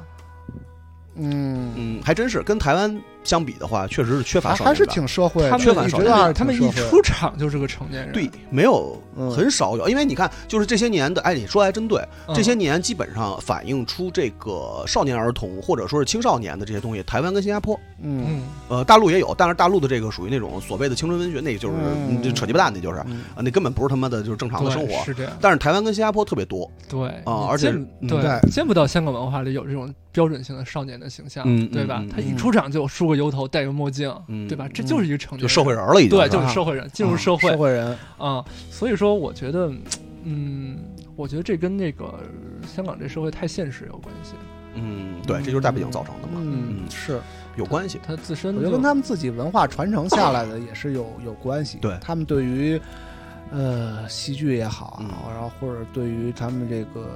Speaker 3: 嗯。
Speaker 2: 嗯，还真是跟台湾相比的话，确实是缺乏
Speaker 3: 还
Speaker 2: 少
Speaker 3: 还
Speaker 2: 年
Speaker 3: 是
Speaker 2: 感。
Speaker 3: 挺社会的，
Speaker 4: 他
Speaker 2: 缺乏
Speaker 4: 们
Speaker 3: 一
Speaker 4: 一
Speaker 2: 少
Speaker 3: 直
Speaker 2: 年
Speaker 3: 都还
Speaker 4: 对
Speaker 3: 是
Speaker 4: 他们
Speaker 3: 挺
Speaker 4: 一
Speaker 3: 社会
Speaker 4: 出场就是个成年人，
Speaker 2: 对，没有，
Speaker 3: 嗯
Speaker 2: 很少有，因为你看，就是这些年的，哎，你说的还真对，
Speaker 4: 嗯
Speaker 2: 这些年基本上反映出这个少年儿童或者说是青少年的这些东西，台湾跟新加坡，
Speaker 3: 嗯
Speaker 4: 嗯，
Speaker 2: 呃，大陆也有，但是大陆的这个属于那种所谓的青春文学，那就是
Speaker 3: 嗯
Speaker 2: 嗯这扯鸡巴蛋，那就是，啊那根本不是他妈的就是正常的
Speaker 4: 对
Speaker 2: 生活。
Speaker 4: 是这样，
Speaker 2: 但是台湾跟新加坡特别多，
Speaker 4: 对
Speaker 2: 啊
Speaker 4: 你
Speaker 2: 而且
Speaker 4: 见
Speaker 2: 嗯
Speaker 3: 对
Speaker 4: 对见不到香港文化里有这种标准性的少年的形象
Speaker 2: 嗯，
Speaker 4: 对吧
Speaker 2: 嗯嗯？
Speaker 4: 他一出场就梳个油头，戴个墨镜
Speaker 2: 嗯，
Speaker 4: 对吧？这就是一个成年
Speaker 2: 就
Speaker 4: 人，
Speaker 2: 社会人了已啊经。
Speaker 4: 对，
Speaker 2: 是
Speaker 4: 就
Speaker 2: 吧
Speaker 4: 是社会人进入社会
Speaker 3: 社会人，
Speaker 4: 啊，所以说我觉得，嗯，我觉得这跟那个香港这社会太现实有关系，
Speaker 2: 嗯，对，这就是大背景造成的嘛，
Speaker 3: 嗯，是，
Speaker 2: 有关系。
Speaker 4: 它自身
Speaker 3: 我觉
Speaker 4: 就
Speaker 3: 得跟他们自己文化传承下来的也是有有关系。
Speaker 2: 对
Speaker 3: 他们对于呃戏剧也好，
Speaker 2: 嗯
Speaker 3: 然后或者对于他们这个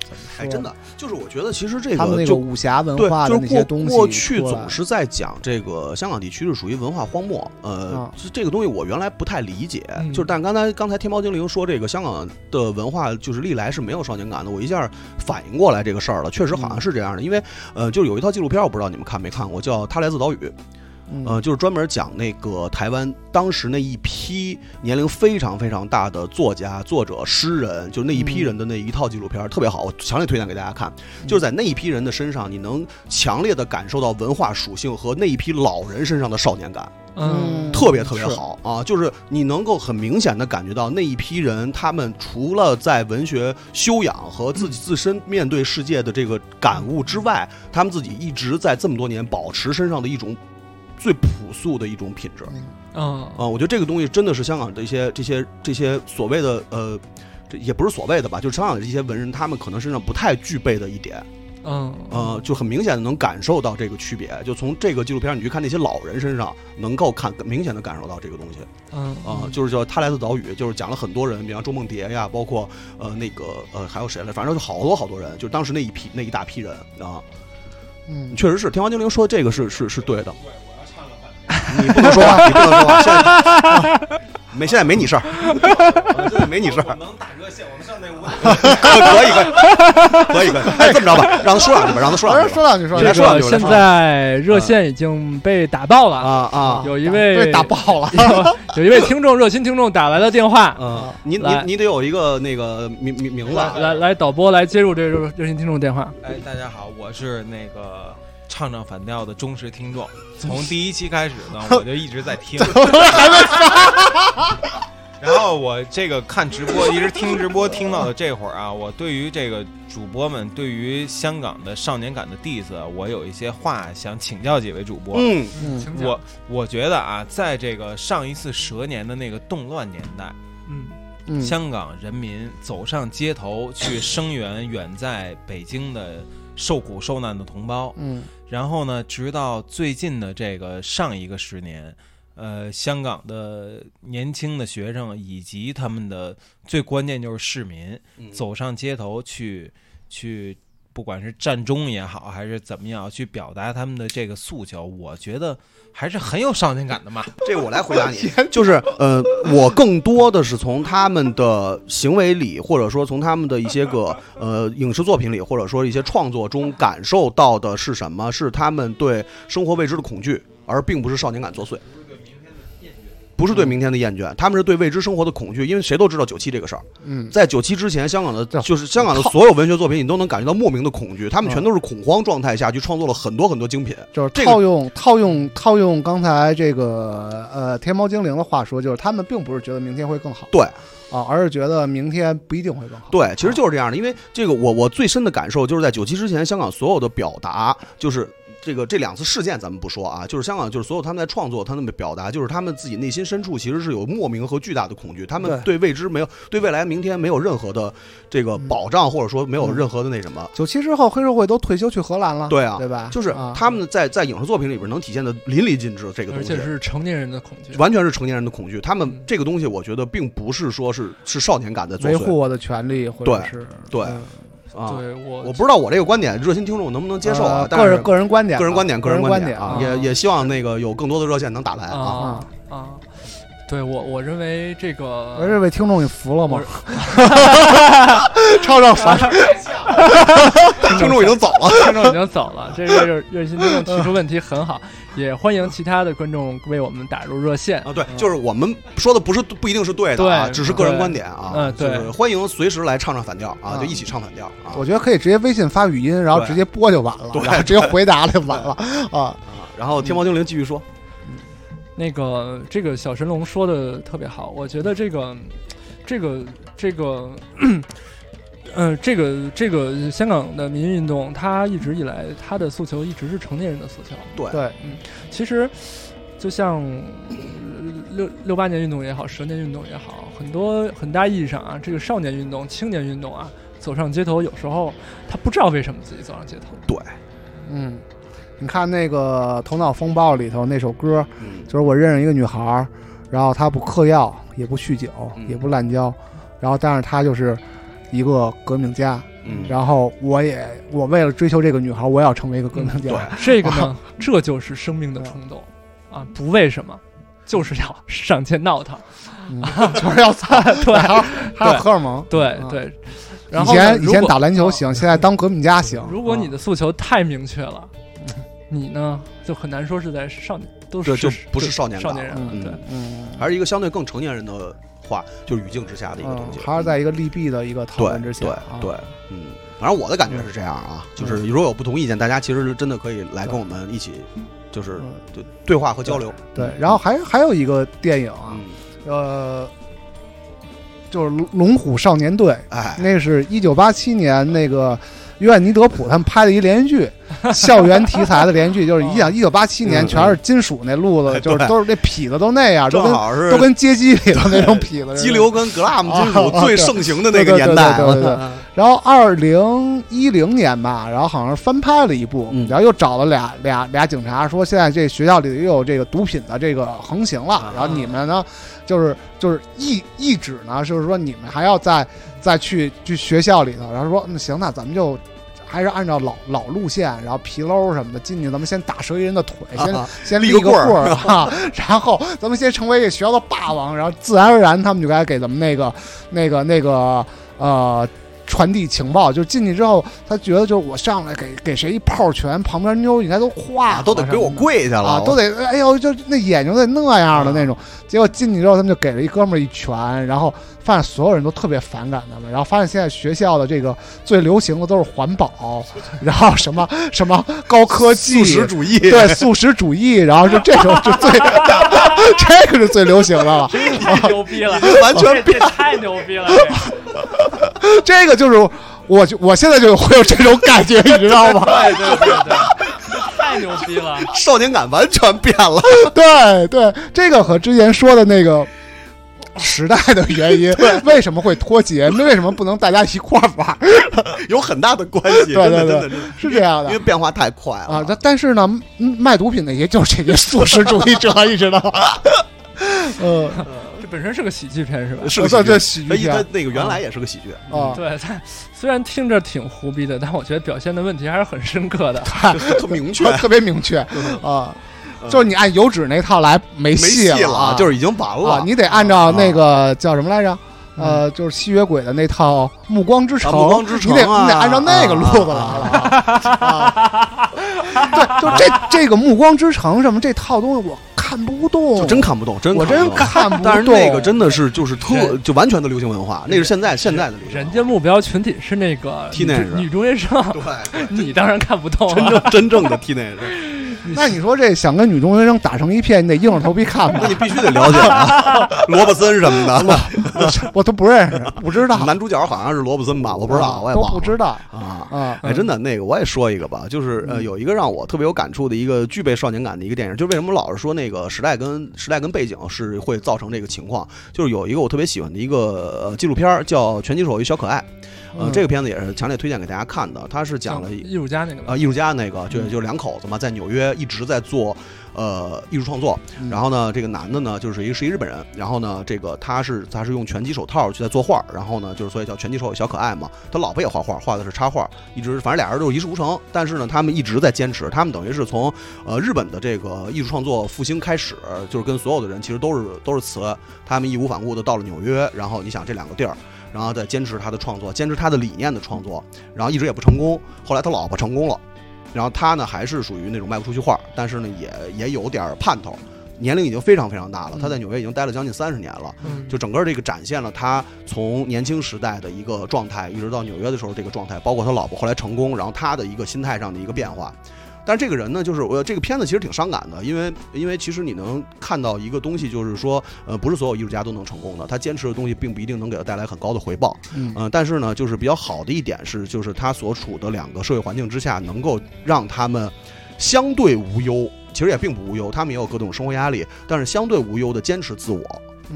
Speaker 3: 怎么说？
Speaker 2: 哎，真，的，就是我觉得其实这
Speaker 3: 他
Speaker 2: 个
Speaker 3: 们那个
Speaker 2: 就
Speaker 3: 武侠文
Speaker 2: 对，
Speaker 3: 化的那
Speaker 2: 就是
Speaker 3: 些
Speaker 2: 过
Speaker 3: 东西
Speaker 2: 过去
Speaker 3: 出来
Speaker 2: 总是在讲这个香港地区是属于文化荒漠，呃
Speaker 3: 啊，
Speaker 2: 这这个东西我原来不太理解，
Speaker 4: 嗯
Speaker 2: 就是但刚才刚才天猫精灵说这个香港的文化就是历来是没有少年感的，我一下反应过来这个
Speaker 3: 嗯
Speaker 2: 事儿了，确实好像是这样的，因为呃，就是有一套纪录片，我不知道你们看没看过，叫《他来自岛屿》。
Speaker 3: 嗯
Speaker 2: 呃，就是专门讲那个台湾当时那一批年龄非常非常大的作家、作者、诗人，就是那一批人的那一套纪录片儿，特别好，我强烈推荐给大家看。就是在那一批人的身上，你能强烈的感受到文化属性和那一批老人身上的少年感。
Speaker 4: 嗯，
Speaker 2: 特别特别
Speaker 3: 是
Speaker 2: 好啊！就是你能够很明显的感觉到那一批人，他们除了在文学修养和自
Speaker 4: 嗯
Speaker 2: 己自身面对世界的这个感悟之外，他们自己一直在这么多年保持身上的一种最朴素的一种品质
Speaker 4: 嗯
Speaker 2: 啊！我觉得这个东西真的是香港的一些这些这些所谓的呃。这也不是所谓的吧，就是香港的这些文人，他们可能身上不太具备的一点，
Speaker 4: 嗯
Speaker 2: 呃，就很明显的能感受到这个区别。就从这个纪录片，你去看那些老人身上，能够看明显的感受到这个东西。
Speaker 4: 嗯
Speaker 2: 啊，就是叫他来自岛屿，就是讲了很多人，比方周梦蝶呀，包括呃那个呃还有谁来，反正就好多好多人，就是当时那一批那一大批人啊，
Speaker 3: 嗯，
Speaker 2: 确实是天王精灵说这个是是是对的。你不能说话，你不能说话，现在、没现在没你 事儿，现在没你事 儿，
Speaker 5: 能打热线，我们上那屋。
Speaker 2: 可以可以可以可以，哎这么着吧，让他说两句吧，让他说两句吧
Speaker 3: 说哎说两句，说
Speaker 2: 来
Speaker 3: 两
Speaker 4: 这
Speaker 2: 说两
Speaker 3: 句，
Speaker 4: 个
Speaker 2: 句
Speaker 4: 现在热线已经被打爆了
Speaker 2: 啊，啊
Speaker 4: 有一位
Speaker 3: 被打爆了，
Speaker 4: 有有一位听众热心听众打来了电话，
Speaker 2: 啊！你你
Speaker 4: 来
Speaker 2: 你得有一个那个名名名字
Speaker 4: 来来来，导播来接入这个热热心听众电话。
Speaker 5: 哎，大家好，我是那个唱唱反调的忠实听众，从第一期开始呢，我就一直在听，然后我这个看直播，一直听直播，听到的这会儿啊，我对于这个主播们对于香港的少年感的 diss，我有一些话想请教几位主播。
Speaker 2: 嗯
Speaker 3: 嗯
Speaker 5: 我我觉得啊，在这个上一次蛇年的那个动乱年代，
Speaker 4: 嗯
Speaker 3: 嗯，
Speaker 5: 香港人民走上街头去声援远在北京的受苦受难的同胞。
Speaker 3: 嗯
Speaker 5: 然后呢，直到最近的这个上一个十年，呃，香港的年轻的学生以及他们的最关键就是市民走上街头去去，不管是站中也好，还是怎么样，去表达他们的这个诉求，我觉得还是很有少年感的嘛。
Speaker 2: 这个我来回答你，就是呃，我更多的是从他们的行为里，或者说从他们的一些个呃影视作品里，或者说一些创作中感受到的是什么？是他们对生活未知的恐惧，而并不是少年感作祟。不是对明天的厌倦，他们是对未知生活的恐惧，因为谁都知道九七这个事儿。
Speaker 3: 嗯，
Speaker 2: 在九七之前，香港的
Speaker 3: 这
Speaker 2: 就是香港的所有文学作品，你都能感觉到莫名的恐惧，他们全都是恐慌状态下去创作了很多很多精品。
Speaker 3: 就是
Speaker 2: 这个
Speaker 3: 套用套用套用刚才这个呃天猫精灵的话说，就是他们并不是觉得明天会更好，
Speaker 2: 对
Speaker 3: 啊，而是觉得明天不一定会更好，啊
Speaker 2: 对，其实就是这样的，因为这个我我最深的感受就是在九七之前，香港所有的表达就是。这个这两次事件咱们不说啊，就是香港，就是所有他们在创作，他们的表达，就是他们自己内心深处其实是有莫名和巨大的恐惧，他们对未知没有，对未来明天没有任何的这个保障，或者说没有任何的那什么，
Speaker 3: 九七之后黑社会都退休去荷兰了，
Speaker 2: 对啊
Speaker 3: 对吧？
Speaker 2: 就是
Speaker 3: 啊
Speaker 2: 他们在在影视作品里边能体现的淋漓尽致，这个
Speaker 4: 而
Speaker 2: 东西
Speaker 4: 且是成年人的恐惧。
Speaker 2: 完全是成年人的恐惧，他们
Speaker 4: 嗯
Speaker 2: 这个东西我觉得并不是说是是少年感在作
Speaker 3: 维护
Speaker 2: 祟，
Speaker 3: 我的权利，或者
Speaker 2: 对
Speaker 3: 是
Speaker 2: 对
Speaker 3: 嗯
Speaker 2: 啊，
Speaker 4: 对我，
Speaker 2: 我不知道我这个观点热心听众能不能接受啊
Speaker 3: 呃，
Speaker 2: 但
Speaker 3: 个
Speaker 2: 是
Speaker 3: 人个人观点啊，
Speaker 2: 个人观点，
Speaker 3: 个
Speaker 2: 人
Speaker 3: 观
Speaker 2: 点
Speaker 3: 啊
Speaker 2: 啊，，
Speaker 4: 啊
Speaker 2: 也也希望那个有更多的热线能打来啊。
Speaker 4: 啊啊，对我我认为这个
Speaker 3: 而这位听众，你服了吗？
Speaker 2: 超超烦，听众已经走了。
Speaker 4: 听众已经走了，这位热热心听众提出问题很好，也欢迎其他的观众为我们打入热线。
Speaker 2: 啊，对，就是我们说的不是不一定是对的啊，
Speaker 4: 对
Speaker 2: 只是个人观点啊。
Speaker 4: 对嗯对
Speaker 2: 就是欢迎随时来唱唱反调啊，
Speaker 3: 啊
Speaker 2: 就一起唱反调啊。
Speaker 3: 我觉得可以直接微信发语音，然后
Speaker 2: 对
Speaker 3: 直接播就完了，
Speaker 2: 对
Speaker 3: 然后直接回答了就完了 啊。
Speaker 2: 啊然后天猫精灵继续说，
Speaker 4: 那个这个小神龙说的特别好，我觉得这个这个这个。 嗯，这个这个香港的民运运动，它一直以来它的诉求一直是成年人的诉求。
Speaker 3: 对，
Speaker 4: 其实，就像呃六六八年运动也好，蛇年运动也好，很多很大意义上啊，这个少年运动、青年运动啊，走上街头，有时候他不知道为什么自己走上街头。
Speaker 3: 嗯，你看那个《头脑风暴》里头那首歌，
Speaker 2: 嗯
Speaker 3: 就是我认识一个女孩儿，然后她不嗑药，也不酗酒，
Speaker 2: 嗯
Speaker 3: 也不滥交，然后但是她就是一个革命家。
Speaker 2: 嗯，
Speaker 3: 然后我也我为了追求这个女孩儿，我也要成为一个革命
Speaker 2: 对
Speaker 3: 家。
Speaker 4: 这个
Speaker 9: 哦
Speaker 4: 呢，这就是生命的冲动啊！不为什么，就是要上街闹 腾。
Speaker 3: 嗯，就是要操，
Speaker 4: 对
Speaker 3: 还有还有荷尔蒙。
Speaker 4: 对
Speaker 9: 嗯
Speaker 3: 啊
Speaker 4: 对。然
Speaker 3: 以
Speaker 4: 后呢
Speaker 3: 前以前
Speaker 4: 如果
Speaker 3: 打篮球行，现在当革命家行。
Speaker 4: 如果
Speaker 3: 啊
Speaker 9: 嗯
Speaker 4: 你的诉求太明确了，你呢就很难说是在少年都
Speaker 2: 对
Speaker 4: 是
Speaker 2: 就不是
Speaker 4: 对
Speaker 2: 少年
Speaker 4: 少
Speaker 2: 党
Speaker 4: 年
Speaker 2: 了
Speaker 4: 人，
Speaker 2: 嗯
Speaker 4: 对。
Speaker 3: 嗯，
Speaker 2: 还是一个相对更成年人的话，就是语境之下的一个东
Speaker 3: 嗯
Speaker 2: 西，
Speaker 3: 还是在一个利弊的一个讨
Speaker 2: 对
Speaker 3: 论之下
Speaker 2: 对
Speaker 3: 啊，嗯
Speaker 2: 对，嗯，反正我的感觉是这样啊，就是如果有不同意见，大家其实真的可以来跟我们一起，就是
Speaker 3: 嗯
Speaker 2: 对对话和交流，
Speaker 3: 对。然后还还有一个电影啊，
Speaker 2: 嗯，
Speaker 3: 呃，就是龙《龙虎少年队》，
Speaker 2: 哎，
Speaker 3: 那是一九八七年那个约翰尼德普他们拍的一连续 剧，校园题材的连续剧，就是
Speaker 2: 哦
Speaker 3: 一讲一九八七
Speaker 2: 嗯
Speaker 3: 年全是金属那路子，就是都是那痞子都那样，都
Speaker 2: 哎正
Speaker 3: 跟
Speaker 2: 好是
Speaker 3: 都跟街机里头那种痞子似的
Speaker 2: 激流跟格拉姆金属最盛行的那个
Speaker 3: 对对
Speaker 2: 年代
Speaker 3: 对，对对对对。然后二零一零年吧，然后好像翻拍了一部，
Speaker 10: 嗯
Speaker 3: 然后又找了俩俩俩警察，说现在这学校里又有这个毒品的这个横行了，然后你们呢，就是就是一一指呢，就是说你们还要再再去去学校里头，然后说那行，那咱们就。还是按照老老路线，然后皮褛什么的进去，咱们先打折一人的腿，先
Speaker 2: 啊
Speaker 3: 先
Speaker 2: 立
Speaker 3: 立
Speaker 2: 个
Speaker 3: 个
Speaker 2: 棍儿
Speaker 3: 儿啊，然后咱们先成为这学校的霸王，然后自然而然他们就该给咱们那个、那个、那个呃传递情报。就进去之后，他觉得就是我上来给给谁一炮拳，旁边妞儿应该都化
Speaker 2: 啊
Speaker 3: 了，
Speaker 2: 都得给我跪下了，啊
Speaker 3: 啊，都得哎呦，就那眼睛得那样的那种。结果进去之后，他们就给了一哥们儿一拳，然后发现所有人都特别反感他们，然后发现现在学校的这个最流行的都是环 保，然后什么什么高科技、
Speaker 2: 素食主义，
Speaker 3: 对素食主义，然后就这种是最， 这个是最流行的了。
Speaker 9: 太牛逼 了，
Speaker 2: 完全
Speaker 9: 这这太牛逼了！这
Speaker 3: 这个就是我就我现在就会有这种感觉，你知道吗？
Speaker 9: 对对对对，太牛逼了！
Speaker 2: 少年感完全变了，
Speaker 3: 对对，这个和之前说的那个。时代的 原因，为什么会脱节？为什么不能大家一块儿玩儿？
Speaker 2: 有很大的关 系，
Speaker 3: 对
Speaker 2: 哎真的真
Speaker 3: 对
Speaker 2: 的真
Speaker 3: 对
Speaker 2: 的，
Speaker 3: 是这样
Speaker 2: 因为
Speaker 3: 的
Speaker 2: 变化太快了
Speaker 3: 啊。但但是呢，嗯卖毒品的也就是这些素食主义者，你知道吗？ 嗯
Speaker 4: 这本身是个喜剧片是吧？
Speaker 2: 是个
Speaker 3: 这这
Speaker 2: 喜剧
Speaker 3: 喜剧
Speaker 2: 片，它
Speaker 3: 片
Speaker 2: 它那个原来也哎是个喜剧，
Speaker 3: 啊，
Speaker 4: 对，它虽然听着挺胡逼的，但我觉得表现的问题还是很深刻的。
Speaker 2: 就嗯特明确， 嗯
Speaker 3: 特别明确啊，就是你按油脂那套来没
Speaker 2: 没戏
Speaker 3: 了啊，
Speaker 2: 就是已经完了
Speaker 3: 啊，，你得按照那个叫什么来着？呃，就是吸血鬼的那套《暮光之城》，
Speaker 2: 嗯啊暮光之城
Speaker 3: 你得
Speaker 2: 啊
Speaker 3: 你得按照那个路子来了。啊，对，就这这个《暮光之城》什么这套东西，我看不懂，
Speaker 2: 就真看不懂，真
Speaker 3: 我
Speaker 2: 看不
Speaker 3: 真
Speaker 2: 懂
Speaker 3: 看不懂。
Speaker 2: 但是那个真的是就是特
Speaker 4: 人
Speaker 2: 就完全的流行文化，那是现在现在的流行文
Speaker 4: 人
Speaker 2: 化，
Speaker 4: 家目标群体是那个
Speaker 2: Teenager
Speaker 4: 女女中学生，
Speaker 2: 对
Speaker 4: 你当然看不懂啊
Speaker 2: 真
Speaker 4: 了。
Speaker 2: 正真正的 T 那人，
Speaker 3: 那你说这想跟女中学生打成一片，你得硬着头皮看吧
Speaker 2: 那？ 你必须得了解啊，罗伯森什么的，
Speaker 3: 我都不认识，不知道，
Speaker 2: 男主角好像是罗伯森吧，我
Speaker 3: 我
Speaker 2: 不知道，我也
Speaker 3: 都
Speaker 2: 忘了
Speaker 3: 不知道
Speaker 2: 啊。
Speaker 3: 啊。
Speaker 2: 哎，真的，那个我也说一个吧，就是呃，有一个让我特别有感触的一个具备少年感的一个电影，就是为什么老是说那个时代跟时代跟背景是会造成这个情况，就是有一个我特别喜欢的一个呃纪录片儿叫《拳击手与小可爱》，呃，
Speaker 3: 嗯
Speaker 2: 这个片子也是强烈推荐给大家看的，它是讲了一
Speaker 4: 艺术家那个吧嗯
Speaker 2: 呃，艺术家那个，就就两口子嘛，在纽约一直在做呃艺术创作。
Speaker 3: 嗯
Speaker 2: 然后呢，这个男的呢，就是一个是一日本人，然后呢，这个他是他是用拳击手套去在做画儿，然后呢，就是所以叫拳击手小可爱嘛。他老婆也画画，画的是插画，一直反正俩人都是一事无成，但是呢，他们一直在坚持，他们等于是从呃日本的这个艺术创作复兴开始，就是跟所有的人其实都是都是词，他们义无反顾的到了纽约，然后你想这两个地儿。然后再坚持他的创作，坚持他的理念的创作，然后一直也不成功。后来他老婆成功了，然后他呢还是属于那种卖不出去画儿，但是呢也也有点儿盼头，年龄已经非常非常大了，他在纽约已经待了将近三十年了。
Speaker 4: 嗯
Speaker 2: 就整个这个展现了他从年轻时代的一个状态，一直到纽约的时候这个状态，包括他老婆后来成功，然后他的一个心态上的一个变化。但是这个人呢，就是我这个片子其实挺伤感的，因为因为其实你能看到一个东西，就是说，呃，不是所有艺术家都能成功的，他坚持的东西并不一定能给他带来很高的回报。
Speaker 3: 嗯
Speaker 2: 嗯，但是呢，就是比较好的一点是，就是他所处的两个社会环境之下，能够让他们相对无忧，其实也并不无忧，他们也有各种生活压力，但是相对无忧的坚持自我，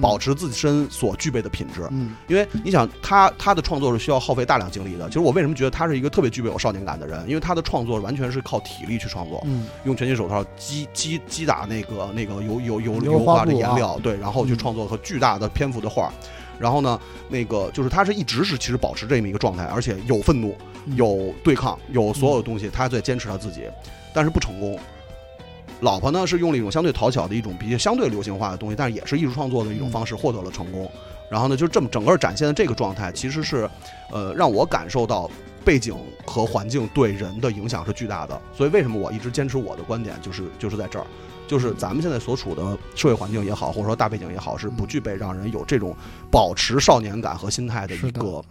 Speaker 2: 保持自身所具备的品质。
Speaker 3: 嗯
Speaker 2: 因为你想，他他的创作是需要耗费大量精力的。其实我为什么觉得他是一个特别具备有少年感的人，因为他的创作完全是靠体力去创作，
Speaker 3: 嗯
Speaker 2: 用拳击手套击击击打那个那个油油油
Speaker 3: 油画
Speaker 2: 画的
Speaker 3: 布
Speaker 2: 颜
Speaker 3: 啊
Speaker 2: 料，对，然后去
Speaker 3: 嗯
Speaker 2: 创作和巨大的篇幅的画儿。然后呢，那个就是他是一直是其实保持这么一个状态，而且有愤怒，
Speaker 3: 嗯
Speaker 2: 有对抗，有所有的东西，他在坚持他自己，但是不成功。老婆呢是用了一种相对讨巧的一种比较相对流行化的东西，但是也是艺术创作的一种方式获得了成功。然后呢，就这么整个展现的这个状态，其实是，呃，让我感受到背景和环境对人的影响是巨大的。所以为什么我一直坚持我的观点，就是就是在这儿，就是咱们现在所处的社会环境也好，或者说大背景也好，是不具备让人有这种保持少年感和心态的一
Speaker 3: 是的
Speaker 2: 个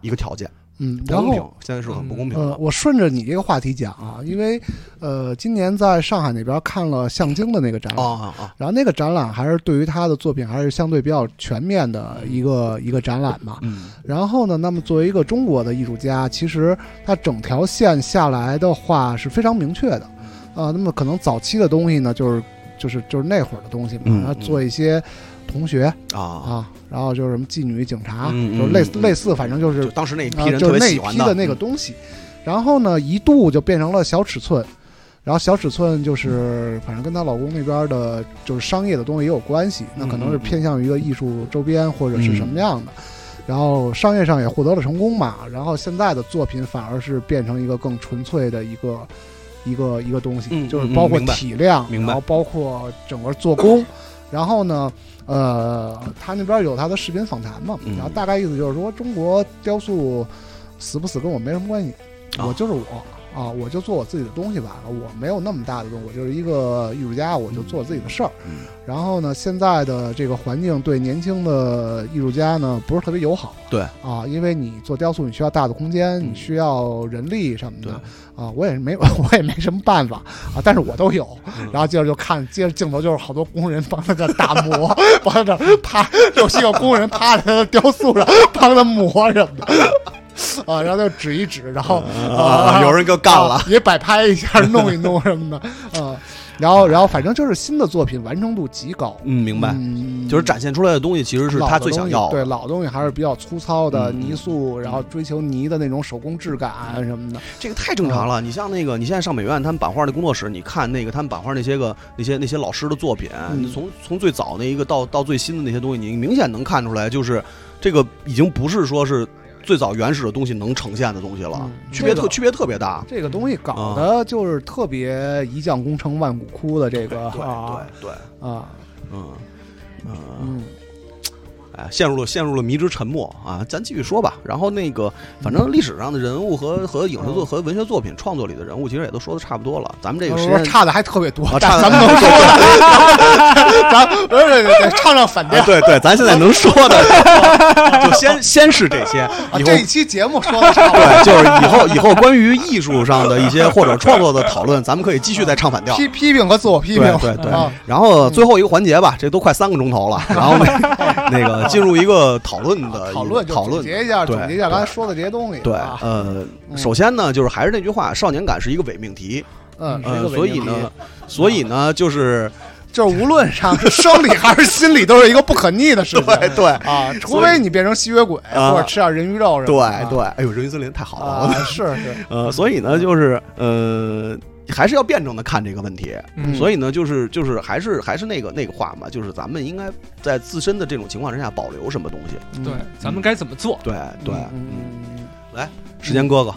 Speaker 2: 一个条件。
Speaker 3: 嗯，
Speaker 2: 不
Speaker 3: 然
Speaker 2: 公
Speaker 3: 后
Speaker 2: 平，现在是很不公平
Speaker 3: 呃
Speaker 2: 的，。
Speaker 3: 我顺着你这个话题讲啊，因为呃，今年在上海那边看了向京的那个展览，
Speaker 2: 啊啊啊！
Speaker 3: 然后那个展览还是对于他的作品还是相对比较全面的一个一个展览嘛。
Speaker 2: 嗯，
Speaker 3: 然后呢，那么作为一个中国的艺术家，其实他整条线下来的话是非常明确的，
Speaker 2: 嗯
Speaker 3: 啊、那么可能早期的东西呢，就是就是就是那会儿的东西嘛，
Speaker 8: 嗯
Speaker 3: 然后做一些同学
Speaker 2: 啊，
Speaker 3: 啊，然后就是什么妓女、警察，
Speaker 2: 嗯嗯
Speaker 3: 就类似
Speaker 2: 嗯
Speaker 3: 类似，反正就是
Speaker 2: 就当时那一批
Speaker 3: 啊，
Speaker 2: 人
Speaker 3: 就
Speaker 2: 特
Speaker 3: 是
Speaker 2: 别
Speaker 3: 那一
Speaker 2: 喜欢嗯
Speaker 3: 批的那个东西。然后呢，一度就变成了小尺寸，然后小尺寸
Speaker 2: 嗯
Speaker 3: 就是反正跟她老公那边的，就是商业的东西也有关系，那可能
Speaker 2: 嗯
Speaker 3: 是偏向于一个艺术周边或者是什么样的。然后商业上也获得了成功嘛，然后现在的作品反而是变成一个更纯粹的一个一个一个东西，
Speaker 2: 嗯
Speaker 3: 就是
Speaker 2: 嗯嗯
Speaker 3: 包括
Speaker 2: 明白
Speaker 3: 体量，
Speaker 2: 明白
Speaker 3: 然后包括整个做工，然后呢，呃，他那边有他的视频访谈嘛，
Speaker 2: 嗯
Speaker 3: 然后大概意思就是说，中国雕塑死不死跟我没什么关系，
Speaker 2: 啊
Speaker 3: 我就是我啊，我就做我自己的东西吧，我没有那么大的东西，我就是一个艺术家，我就做我自己的事儿。
Speaker 2: 嗯
Speaker 3: 然后呢，现在的这个环境对年轻的艺术家呢不是特别友好，
Speaker 2: 对嗯
Speaker 3: 啊，因为你做雕塑，你需要大的空间，你需要人力什么的啊，我也是没 有，我也没什么办法啊，但是我都有。
Speaker 2: 嗯
Speaker 3: 然后接着就看，接着镜头就是好多工人帮他这打磨， 帮他这趴，有些个工人趴在他的雕塑上帮他磨什么的。啊，然后就指一指，然后
Speaker 2: 啊，有人给我干了
Speaker 3: 啊，也摆拍一下，弄一弄什么的，啊，然后然后反正就是新的作品完成度极高，
Speaker 2: 嗯，明白，
Speaker 3: 嗯
Speaker 2: 就是展现出来的东西其实是
Speaker 3: 老
Speaker 2: 他
Speaker 3: 的
Speaker 2: 最
Speaker 3: 东
Speaker 2: 想
Speaker 3: 西
Speaker 2: 要
Speaker 3: 对
Speaker 2: 的。
Speaker 3: 老东西还是比较粗糙的
Speaker 2: 嗯
Speaker 3: 泥塑，然后追求泥的那种手工质感啊什么的，
Speaker 2: 这个太正常了。你像那个，你现在上美院他们版画的工作室，你看那个他们版画那些个那些那些老师的作品，
Speaker 3: 嗯
Speaker 2: 你从从最早那一个到到最新的那些东西，你明显能看出来，就是这个已经不是说是最早原始的东西能呈现的东西了
Speaker 3: 嗯，
Speaker 2: 区别
Speaker 3: 这
Speaker 2: 特
Speaker 3: 个
Speaker 2: 区别特别大。
Speaker 3: 这个东西搞的就是特别一将功成万骨枯的这个
Speaker 2: 对
Speaker 3: 啊
Speaker 2: 对对，
Speaker 3: 啊
Speaker 2: 嗯嗯。
Speaker 3: 嗯
Speaker 2: 哎，陷入了陷入了迷之沉默啊！咱继续说吧。然后那个，反正历史上的人物和和影视
Speaker 3: 嗯
Speaker 2: 作和文学作品创作里的人物，其实也都说的差不多了。咱们这个时
Speaker 3: 说
Speaker 2: 间
Speaker 3: 差的还特别多
Speaker 2: 啊，差得
Speaker 3: 但咱们能说的， 咱不是得得唱唱反调
Speaker 2: 哎，。 对对，咱现在能说的，就先先是这些，
Speaker 3: 啊
Speaker 2: 哎以后
Speaker 3: 这一期节目 说的差不多，
Speaker 2: 对，就是以后以后关于艺术上的一些或者创作的讨论，咱们可以继续再唱反调。
Speaker 3: 批批评和自我批评，
Speaker 2: 对对对
Speaker 3: 啊，
Speaker 2: 然后最后一个环节
Speaker 3: 嗯
Speaker 2: 吧，这都快三个钟头了， 然后那那个进入一个讨论的
Speaker 3: 讨论就
Speaker 2: 呃讨
Speaker 3: 总
Speaker 2: 论
Speaker 3: 结一啊下，
Speaker 2: 对
Speaker 3: 总结一下刚才
Speaker 2: 对
Speaker 3: 说的这些东西。
Speaker 2: 对，
Speaker 3: 啊
Speaker 2: 呃，首先呢，就是还是那句话，少年感是一个伪命题，
Speaker 3: 嗯，是一
Speaker 2: 呃，
Speaker 3: 个伪
Speaker 2: 所以
Speaker 3: 命题
Speaker 2: 呢，，所以呢，就是
Speaker 3: 就是无论上是生理还是心理，都是一个不可逆的事情。
Speaker 2: 对对
Speaker 3: 啊，除非你变成吸血鬼，
Speaker 2: 啊
Speaker 3: 或者吃点人鱼肉什
Speaker 2: 对
Speaker 3: 么的。
Speaker 2: 对，哎呦，人鱼森林太好了，
Speaker 3: 啊，是是，
Speaker 2: 呃，所以呢，就是呃，还是要辩证的看这个问题。
Speaker 4: 嗯
Speaker 2: 所以呢，就是就是还是还是那个那个话嘛，就是咱们应该在自身的这种情况之下保留什么东西。
Speaker 3: 嗯
Speaker 4: 对，咱们该怎么做？
Speaker 2: 对对，嗯，
Speaker 3: 嗯，
Speaker 2: 时间哥哥，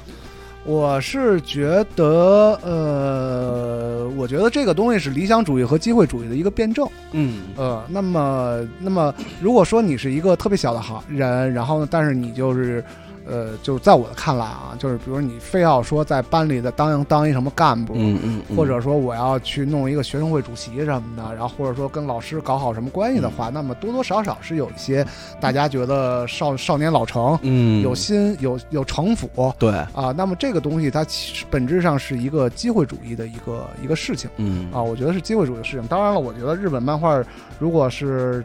Speaker 3: 我是觉得，呃，我觉得这个东西是理想主义和机会主义的一个辩证。
Speaker 2: 嗯
Speaker 3: 呃，那么，那么，如果说你是一个特别小的行人，然后呢，但是你就是，呃，就是在我的看来啊，就是比如你非要说在班里的当当一什么干部，
Speaker 2: 嗯嗯，
Speaker 3: 或者说我要去弄一个学生会主席什么的，然后或者说跟老师搞好什么关系的
Speaker 2: 嗯
Speaker 3: 话，那么多多少少是有一些大家觉得少少年老成，
Speaker 2: 嗯
Speaker 3: 有心有有城府。
Speaker 2: 对，
Speaker 3: 啊，那么这个东西它其实本质上是一个机会主义的一个一个事情
Speaker 2: 嗯
Speaker 3: 啊，我觉得是机会主义的事情。当然了，我觉得日本漫画如果是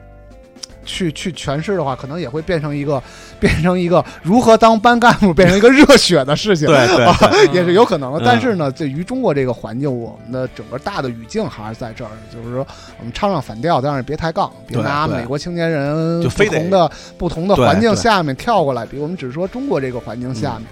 Speaker 3: 去去诠释的话，可能也会变成一个变成一个如何当班干部变成一个热血的事情。
Speaker 2: 对对
Speaker 3: 啊
Speaker 2: 对，
Speaker 3: 也是有可能的
Speaker 2: 嗯。
Speaker 3: 但是呢，对于中国这个环境，我们的整个大的语境还是在这儿，就是说我们唱唱反调，但是别抬杠，别
Speaker 2: 对
Speaker 3: 拿
Speaker 2: 对
Speaker 3: 美国青年人
Speaker 2: 就非
Speaker 3: 不
Speaker 2: 得
Speaker 3: 同的不同的
Speaker 2: 对
Speaker 3: 环境
Speaker 2: 对嗯
Speaker 3: 下面跳过来比。我们只是说中国这个环境下面，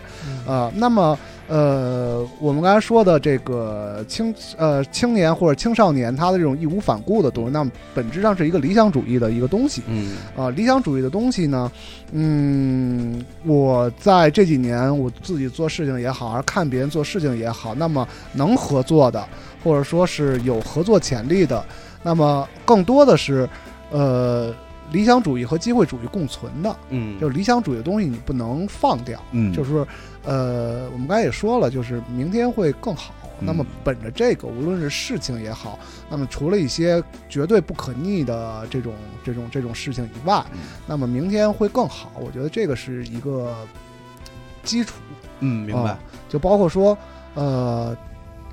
Speaker 3: 呃，那么呃，我们刚才说的这个青呃青年或者青少年他的这种义无反顾的东西，那么本质上是一个理想主义的一个东西。
Speaker 2: 嗯
Speaker 3: 啊，理想主义的东西呢，嗯，我在这几年我自己做事情也好，还是看别人做事情也好，那么能合作的，或者说是有合作潜力的，那么更多的是，呃，理想主义和机会主义共存的，
Speaker 2: 嗯，
Speaker 3: 就是理想主义的东西你不能放掉。
Speaker 8: 嗯，
Speaker 3: 就是呃，我们刚才也说了，就是明天会更好。那么
Speaker 8: 嗯
Speaker 3: 本着这个，无论是事情也好，那么除了一些绝对不可逆的这种这种这种事情以外
Speaker 8: 嗯，
Speaker 3: 那么明天会更好。我觉得这个是一个基础，
Speaker 2: 嗯，明白
Speaker 3: 啊，就包括说呃，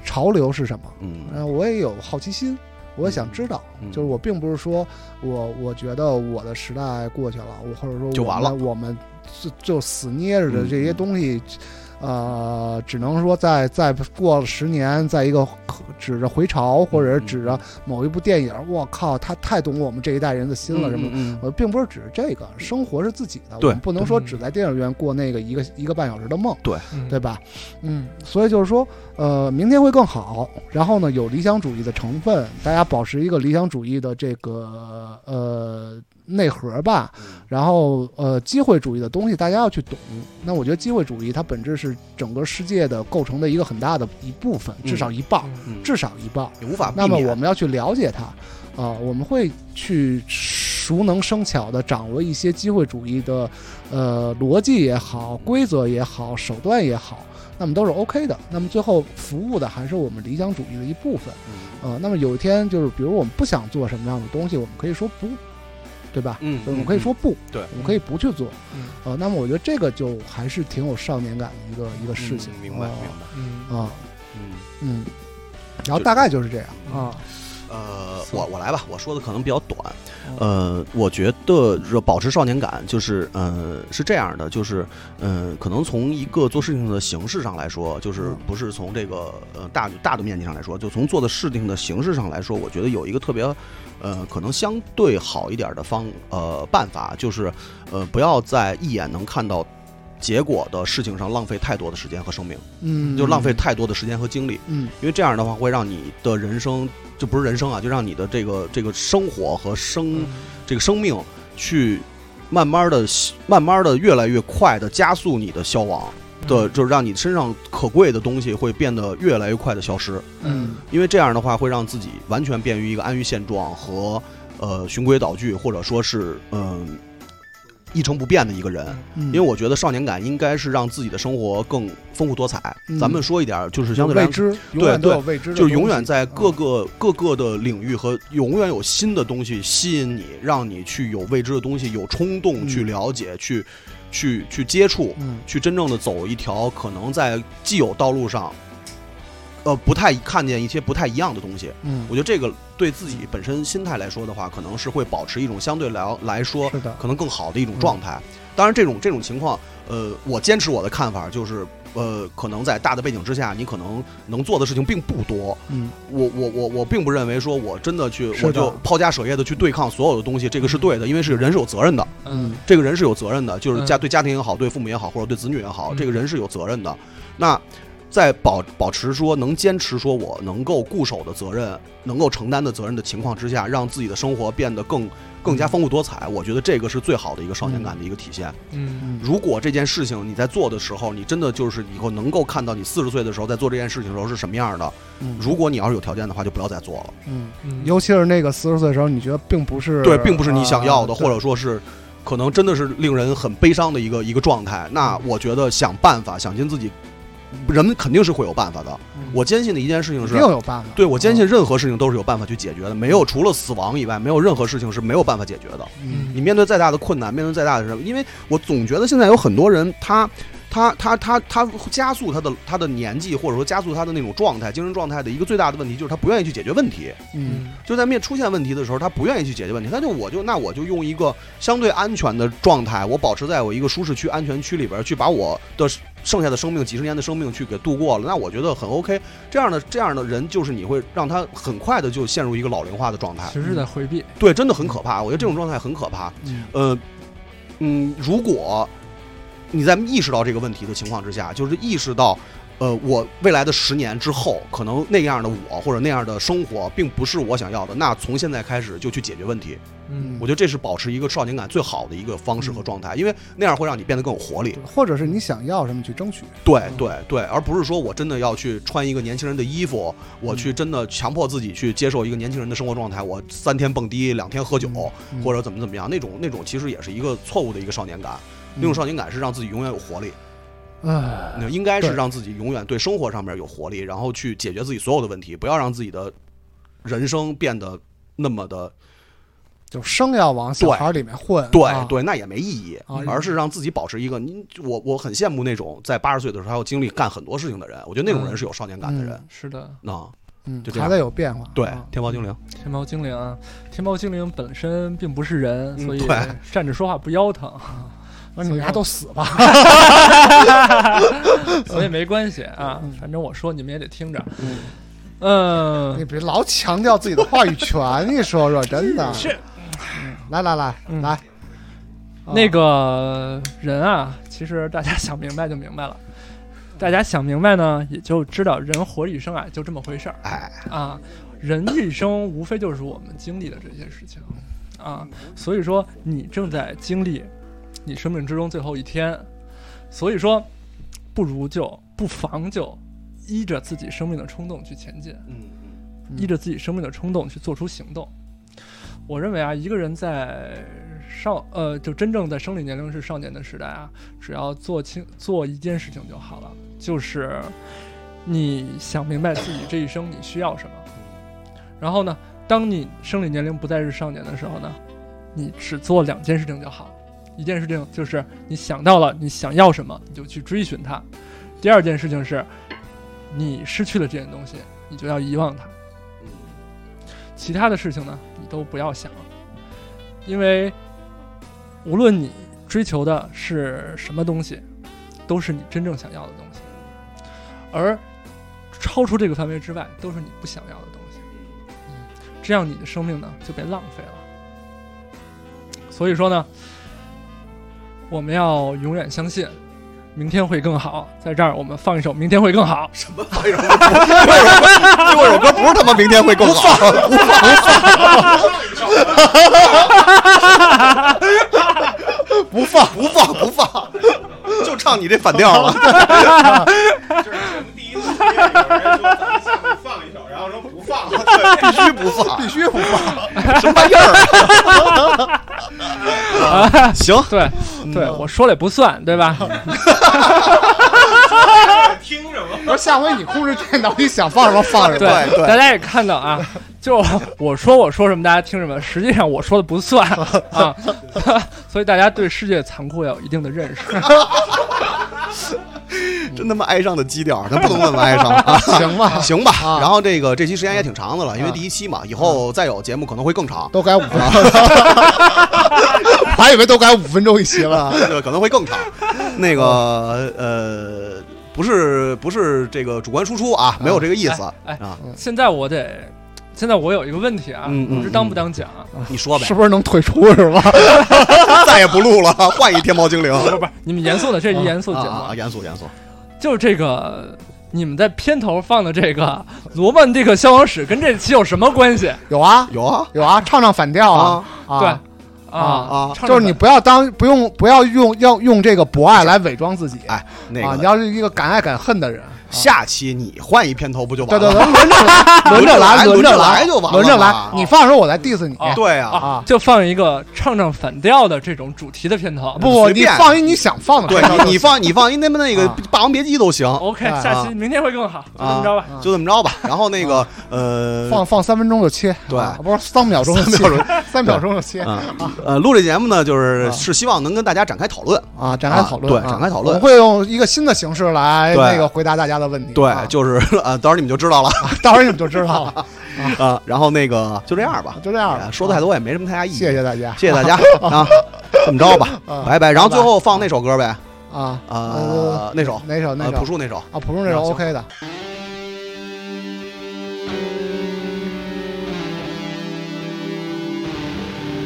Speaker 3: 潮流是什么。
Speaker 2: 嗯
Speaker 3: 嗯，我也有好奇心，我也想知道。
Speaker 2: 嗯
Speaker 3: 就是我并不是说我我觉得我的时代过去了，我或者说
Speaker 2: 就
Speaker 3: 我
Speaker 2: 完
Speaker 3: 们我们就就死捏着的这些
Speaker 2: 嗯嗯
Speaker 3: 东西。呃，只能说在在过了十年，在一个可指着回潮，或
Speaker 2: 嗯
Speaker 3: 者是指着某一部电影，我靠，他太懂我们这一代人的心了，什么的？
Speaker 2: 嗯
Speaker 3: 我并不是指着这个，生活是自己的，
Speaker 2: 对
Speaker 3: 我们不能说
Speaker 4: 嗯
Speaker 3: 只在电影院过那个一个一个半小时的梦。
Speaker 4: 嗯
Speaker 3: 对吧？嗯，所以就是说，呃，明天会更好。然后呢，有理想主义的成分，大家保持一个理想主义的这个呃内核吧。然后呃，机会主义的东西大家要去懂。那我觉得机会主义它本质是整个世界的构成的一个很大的一部分，至少一半儿，
Speaker 2: 嗯
Speaker 3: 至少一半儿。
Speaker 2: 也无啊法避
Speaker 3: 那么
Speaker 2: 免
Speaker 3: 我们要去了解它，啊、我们会去熟能生巧的掌握一些机会主义的呃逻辑也好、规则也好、手段也好，那么都是 OK 的。那么最后服务的还是我们理想主义的一部分。
Speaker 2: 嗯
Speaker 3: 呃，那么有一天就是，比如我们不想做什么样的东西，我们可以说不，对吧？
Speaker 2: 嗯，
Speaker 3: 我们可以说不，
Speaker 2: 对
Speaker 3: 我们可以不去做。
Speaker 4: 嗯
Speaker 3: 呃，那么我觉得这个就还是挺有少年感的一个一个事情。
Speaker 2: 明白
Speaker 3: 哦
Speaker 2: 明白，
Speaker 4: 嗯
Speaker 3: 啊、
Speaker 2: 嗯。
Speaker 3: 嗯，然后大概就是这样
Speaker 4: 嗯
Speaker 3: 啊。
Speaker 2: 呃，我我来吧，我说的可能比较短。呃，我觉得这保持少年感，就是呃是这样的，就是呃，可能从一个做事情的形式上来说，就是不是从这个呃大大的面积上来说，就从做的事情的形式上来说，我觉得有一个特别呃可能相对好一点的方呃办法，就是呃不要在一眼能看到结果的事情上浪费太多的时间和生命，
Speaker 3: 嗯，
Speaker 2: 就浪费太多的时间和精力。
Speaker 3: 嗯
Speaker 2: 因为这样的话会让你的人生，就不是人生啊，就让你的这个这个生活和
Speaker 4: 嗯
Speaker 2: 生、
Speaker 3: 嗯
Speaker 2: 这个生命去慢慢的、慢慢的、越来越快的加速你的消亡
Speaker 3: 嗯
Speaker 2: 的，就是让你身上可贵的东西会变得越来越快的消失。
Speaker 3: 嗯
Speaker 2: 因为这样的话会让自己完全便于一个安于现状和呃循规蹈矩，或者说是嗯、一成不变的一个人。
Speaker 3: 嗯，
Speaker 2: 因为我觉得少年感应该是让自己的生活更丰富多彩。
Speaker 3: 嗯
Speaker 2: 咱们说一点儿，就是相对来
Speaker 3: 未
Speaker 2: 说
Speaker 3: 知，永远都有未知的
Speaker 2: 就
Speaker 3: 东西，
Speaker 2: 是永远在各
Speaker 3: 嗯
Speaker 2: 个、各个的领域和永远有新的东西吸引你，让你去有未知的东西，有冲动
Speaker 3: 嗯
Speaker 2: 去了解，去去去接触，
Speaker 3: 嗯
Speaker 2: 去真正的走一条可能在既有道路上，呃，不太看见一些不太一样的东西。
Speaker 3: 嗯
Speaker 2: 我，觉得这个对自己本身心态来说的话，可能是会保持一种相对来来说
Speaker 3: 是的，
Speaker 2: 可能更好的一种
Speaker 3: 嗯
Speaker 2: 状态。当然，这种这种情况，呃，我坚持我的看法就是，呃，可能在大的背景之下，你可能能做的事情并不多。
Speaker 3: 嗯
Speaker 2: 我我我我并不认为说我真的去
Speaker 3: 是的
Speaker 2: 我就抛家舍业的去对抗所有的东西，这个是对的，因为是人是有责任的，
Speaker 4: 嗯
Speaker 2: 这个人是有责任的，就是家
Speaker 4: 嗯
Speaker 2: 对家庭也好，对父母也好，或者对子女也好，
Speaker 4: 嗯
Speaker 2: 这个人是有责任的。那在保保持说能坚持说我能够固守的责任，能够承担的责任的情况之下，让自己的生活变得更更
Speaker 3: 嗯
Speaker 2: 加丰富多彩，我觉得这个是最好的一个少年感的一个体现。
Speaker 4: 嗯
Speaker 3: 嗯
Speaker 2: 如果这件事情你在做的时候，你真的就是以后能够看到你四十岁的时候在做这件事情的时候是什么样的，
Speaker 3: 嗯
Speaker 2: 如果你要是有条件的话，就不要再做了。
Speaker 3: 嗯，
Speaker 4: 嗯，
Speaker 3: 尤其是那个四十岁的时候，你觉得并不是
Speaker 2: 对，并不是你想要的，
Speaker 3: 呃
Speaker 2: 或者说是可能真的是令人很悲伤的一个一个状态。那
Speaker 3: 嗯
Speaker 2: 我觉得想办法，想尽自己，人们肯定是会有办法的。我坚信的一件事情
Speaker 3: 对嗯
Speaker 2: 是
Speaker 3: 一定，有嗯办法，
Speaker 2: 对我坚信任何事情都是有办法去解决的，没有除了死亡以外，没有任何事情是没有办法解决的。
Speaker 3: 嗯
Speaker 2: 你面对再大的困难，面对再大的什么，因为我总觉得现在有很多人他。他他他他加速他的他的年纪，或者说加速他的那种状态、精神状态的一个最大的问题，就是他不愿意去解决问题。
Speaker 3: 嗯
Speaker 2: 就在面出现问题的时候，他不愿意去解决问题，他就我就那我就用一个相对安全的状态，我保持在我一个舒适区、安全区里边儿，去把我的剩下的生命几十年的生命去给度过了，那我觉得很 OK。这样的这样的人，就是你会让他很快的就陷入一个老龄化的状态
Speaker 4: 其，实是在回避，
Speaker 2: 对，真的很可怕。我觉得这种状态很可怕。
Speaker 3: 嗯
Speaker 2: 呃，嗯，如果你在意识到这个问题的情况之下，就是意识到
Speaker 8: 呃，我未来的十年之后，可能那样的我或者那样的生活，并不是我想要的。那从现在开始就去解决问题，
Speaker 4: 嗯
Speaker 8: 我觉得这是保持一个少年感最好的一个方式
Speaker 3: 嗯
Speaker 8: 和状态，因为那样会让你变得更有活力。
Speaker 3: 或者是你想要什么去争取。
Speaker 8: 对对对，而不是说我真的要去穿一个年轻人的衣服，
Speaker 3: 嗯
Speaker 8: 我去真的强迫自己去接受一个年轻人的生活状态，我三天蹦迪，两天喝酒，
Speaker 3: 嗯
Speaker 8: 或者怎么怎么样，那种那种其实也是一个错误的一个少年感。
Speaker 3: 嗯
Speaker 8: 那种少年感是让自己永远有活力，
Speaker 3: 唉，
Speaker 8: 那应该
Speaker 3: 哎
Speaker 8: 是
Speaker 3: 对
Speaker 8: 让自己永远对生活上面有活力，然后去解决自己所有的问题，不要让自己的人生变得那么的
Speaker 3: 就生要往小孩里面混。
Speaker 8: 对、
Speaker 3: 嗯啊、
Speaker 8: 对，那也没意义，
Speaker 3: 啊
Speaker 8: 而是让自己保持一个你我我很羡慕那种在八十岁的时候还有精力干很多事情的人，我觉得那种人是有少年感的人。
Speaker 4: 是的，
Speaker 8: 那、
Speaker 3: 嗯
Speaker 8: 就，这样
Speaker 3: 还得有变化。
Speaker 8: 对
Speaker 3: 啊，
Speaker 8: 天猫精灵，
Speaker 4: 天猫精灵啊，天猫精灵本身并不是人，
Speaker 8: 嗯
Speaker 4: 所以
Speaker 8: 对
Speaker 4: 站着说话不腰疼，
Speaker 2: 啊
Speaker 3: 那你们 俩都死吧。
Speaker 4: 所以没关系啊。反正我说你们也得听着。呃嗯
Speaker 2: 哎
Speaker 3: 你，别老强调自己的话语权，你说说，真
Speaker 2: 啊
Speaker 3: 的是。来来来
Speaker 4: 嗯
Speaker 3: 来，啊
Speaker 4: 那个人啊，其实大家想明白就明白了。大家想明白呢，也就知道人活一生啊，就这么回事儿
Speaker 8: 哎，
Speaker 4: 啊。人一生无非就是我们经历的这些事情啊，所以说你正在经历你生命之中最后一天，所以说不如就不妨就依着自己生命的冲动去前进。
Speaker 8: 嗯，
Speaker 4: 依着自己生命的冲动去做出行动。我认为啊，一个人在少呃，就真正在生理年龄是少年的时代啊，只要做清做一件事情就好了，就是你想明白自己这一生你需要什么。然后呢，当你生理年龄不再是少年的时候呢，你只做两件事情就好。一件事情就是你想到了你想要什么，你就去追寻它；第二件事情是，你失去了这件东西，你就要遗忘它。其他的事情呢，你都不要想了，因为无论你追求的是什么东西，都是你真正想要的东西，而超出这个范围之外，都是你不想要的东西。嗯，这样你的生命呢就被浪费了。所以说呢，我们要永远相信。明天会更好，在这儿我们放一首《明天会更好》。
Speaker 2: 这首歌不是他妈明天会更好，
Speaker 8: 不放不放不放，就唱你这反调 了。
Speaker 5: 第一次见有人说咱们下面放一首，然后说不放了，
Speaker 8: 必须不放，必须不放，什么玩意儿？行，
Speaker 4: 对，对我说了也不算，对吧？
Speaker 5: 听什 么？
Speaker 3: 不是下回你控制电脑，你想放什么放什么。
Speaker 4: 对
Speaker 8: 对
Speaker 4: 大家也看到啊，就我说我说什么，大家听什么，实际上我说的不算啊， 所以大家对世界残酷要有一定的认识。啊
Speaker 8: 真他妈哀伤的基调，咱不能那么哀伤啊。
Speaker 3: 行吧，
Speaker 8: 行吧，
Speaker 3: 啊嗯
Speaker 8: 然后这个这期时间也挺长的了，因为第一期嘛，以后再有节目可能会更长，
Speaker 3: 都改五分钟，我还以为都改五分钟一期了。
Speaker 8: 对，可能会更长。那个呃，不是不是这个主观输出啊，没有这个意思
Speaker 4: 哎
Speaker 8: 啊。
Speaker 4: 现在我得，现在我有一个问题啊，
Speaker 8: 嗯嗯
Speaker 4: 不知当不当讲啊？
Speaker 3: 嗯
Speaker 8: 你说呗
Speaker 3: 是，不是能退出是吧？
Speaker 8: 再也不录了，换一天猫精灵。
Speaker 4: 不是不是，你们严肃的，这是一严肃的节目
Speaker 8: 啊
Speaker 4: 啊
Speaker 8: 啊，，严肃严肃。
Speaker 4: 就是这个。你们在片头放的这个《罗曼蒂克消亡史》跟这期有什么关系？
Speaker 3: 有啊
Speaker 8: 有啊
Speaker 3: 有啊，唱唱反调啊啊！
Speaker 4: 对，
Speaker 8: 啊
Speaker 4: 啊，唱
Speaker 3: 就是你不要当不用不要用要用这个博爱来伪装自己。
Speaker 8: 哎，那
Speaker 3: 啊，
Speaker 8: 个
Speaker 3: 你要是一个敢爱敢恨的人，
Speaker 8: 下期你换一片头不就
Speaker 3: 对
Speaker 8: 完
Speaker 3: 对
Speaker 8: 了？
Speaker 3: 对，轮着来，轮着 来，轮着
Speaker 8: 轮着来
Speaker 3: 来
Speaker 8: 就完了
Speaker 3: 轮着
Speaker 8: 嘛
Speaker 3: 来。你放的时候我再 diss 你，
Speaker 4: 啊
Speaker 8: 对啊，
Speaker 3: 啊，
Speaker 4: 就放一个唱唱反调的这种主题的片头。
Speaker 3: 不不，
Speaker 8: 随
Speaker 3: 你
Speaker 8: 便
Speaker 3: 放一你想放的，
Speaker 8: 对你你放你放一那么那个
Speaker 3: 啊
Speaker 8: 《霸王别姬》都行，
Speaker 4: OK，
Speaker 3: 哎
Speaker 4: 下
Speaker 8: 啊
Speaker 4: 期明天会更好，就这么着吧。
Speaker 8: 就这么着吧。然后那个呃，
Speaker 3: 啊放放三分钟就切，
Speaker 8: 对
Speaker 3: 啊不是三秒钟就切，三秒钟就切
Speaker 8: 啊，呃，录这节目呢，就是是希望能跟大家展开讨论。
Speaker 3: 啊，展开讨论，
Speaker 8: 啊对
Speaker 3: 啊
Speaker 8: 展开讨
Speaker 3: 我
Speaker 8: 论
Speaker 3: 们会用一个新的形式来
Speaker 8: 对
Speaker 3: 那个回答大家的问题，
Speaker 8: 对
Speaker 3: 啊，
Speaker 8: 就是呃，到时候你们就知道了
Speaker 3: 到时候你们就知道了，
Speaker 8: 啊。然后那个就这样吧，
Speaker 3: 就这样
Speaker 8: 哎
Speaker 3: 了，啊
Speaker 8: 说太多也没什么太大意义。
Speaker 3: 谢谢大家，
Speaker 8: 谢谢大家啊，这么着 吧，拜拜。然后最后放那首歌呗，
Speaker 3: 啊，
Speaker 8: 呃，那首
Speaker 3: 哪首哪
Speaker 8: 呃朴
Speaker 3: 首
Speaker 8: 树那首。
Speaker 3: 啊，朴树这首
Speaker 8: 行
Speaker 3: OK 的，
Speaker 6: 我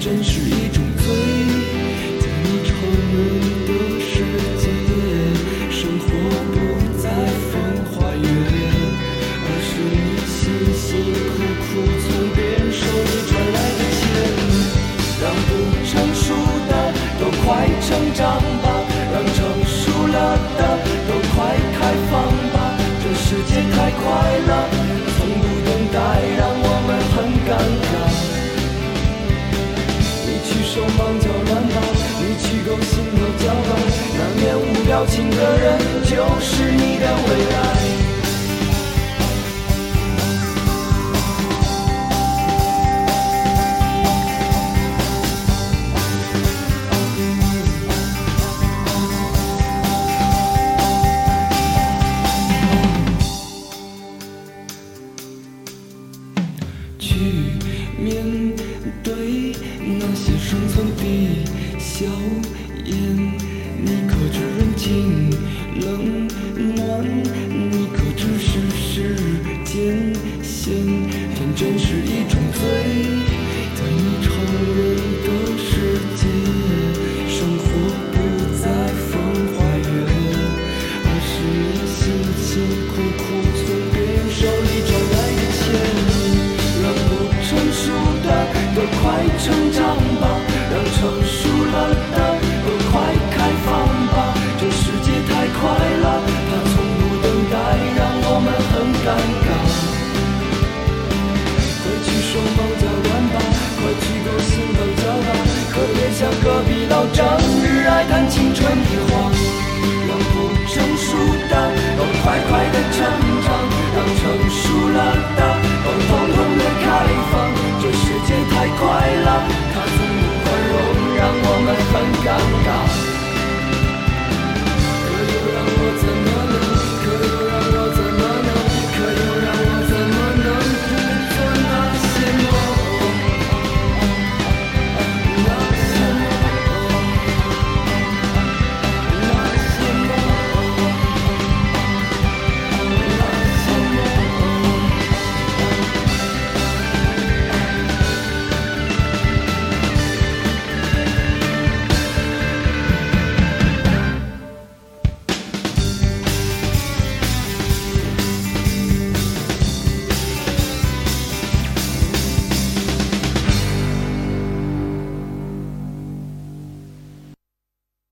Speaker 11: 真是一种罪。在你丑恶的世界，生活不再风花雪月，而是你辛辛苦苦从别人手里赚来的钱。让不成熟的都快成长吧，让成熟了的都快开放吧。这世界太快了，从不等待让我们很尴尬。你去手忙脚乱吧，你去勾心斗角吧，那面无表情的人就是你的未来。去面对那些生存的硝烟。你可知人情冷暖？你可知世事艰险？天真是一种罪，在你超人的世界，生活不再风花雪月，而是你辛辛苦苦从别人手里赚来的钱。让不成熟的都快成长吧，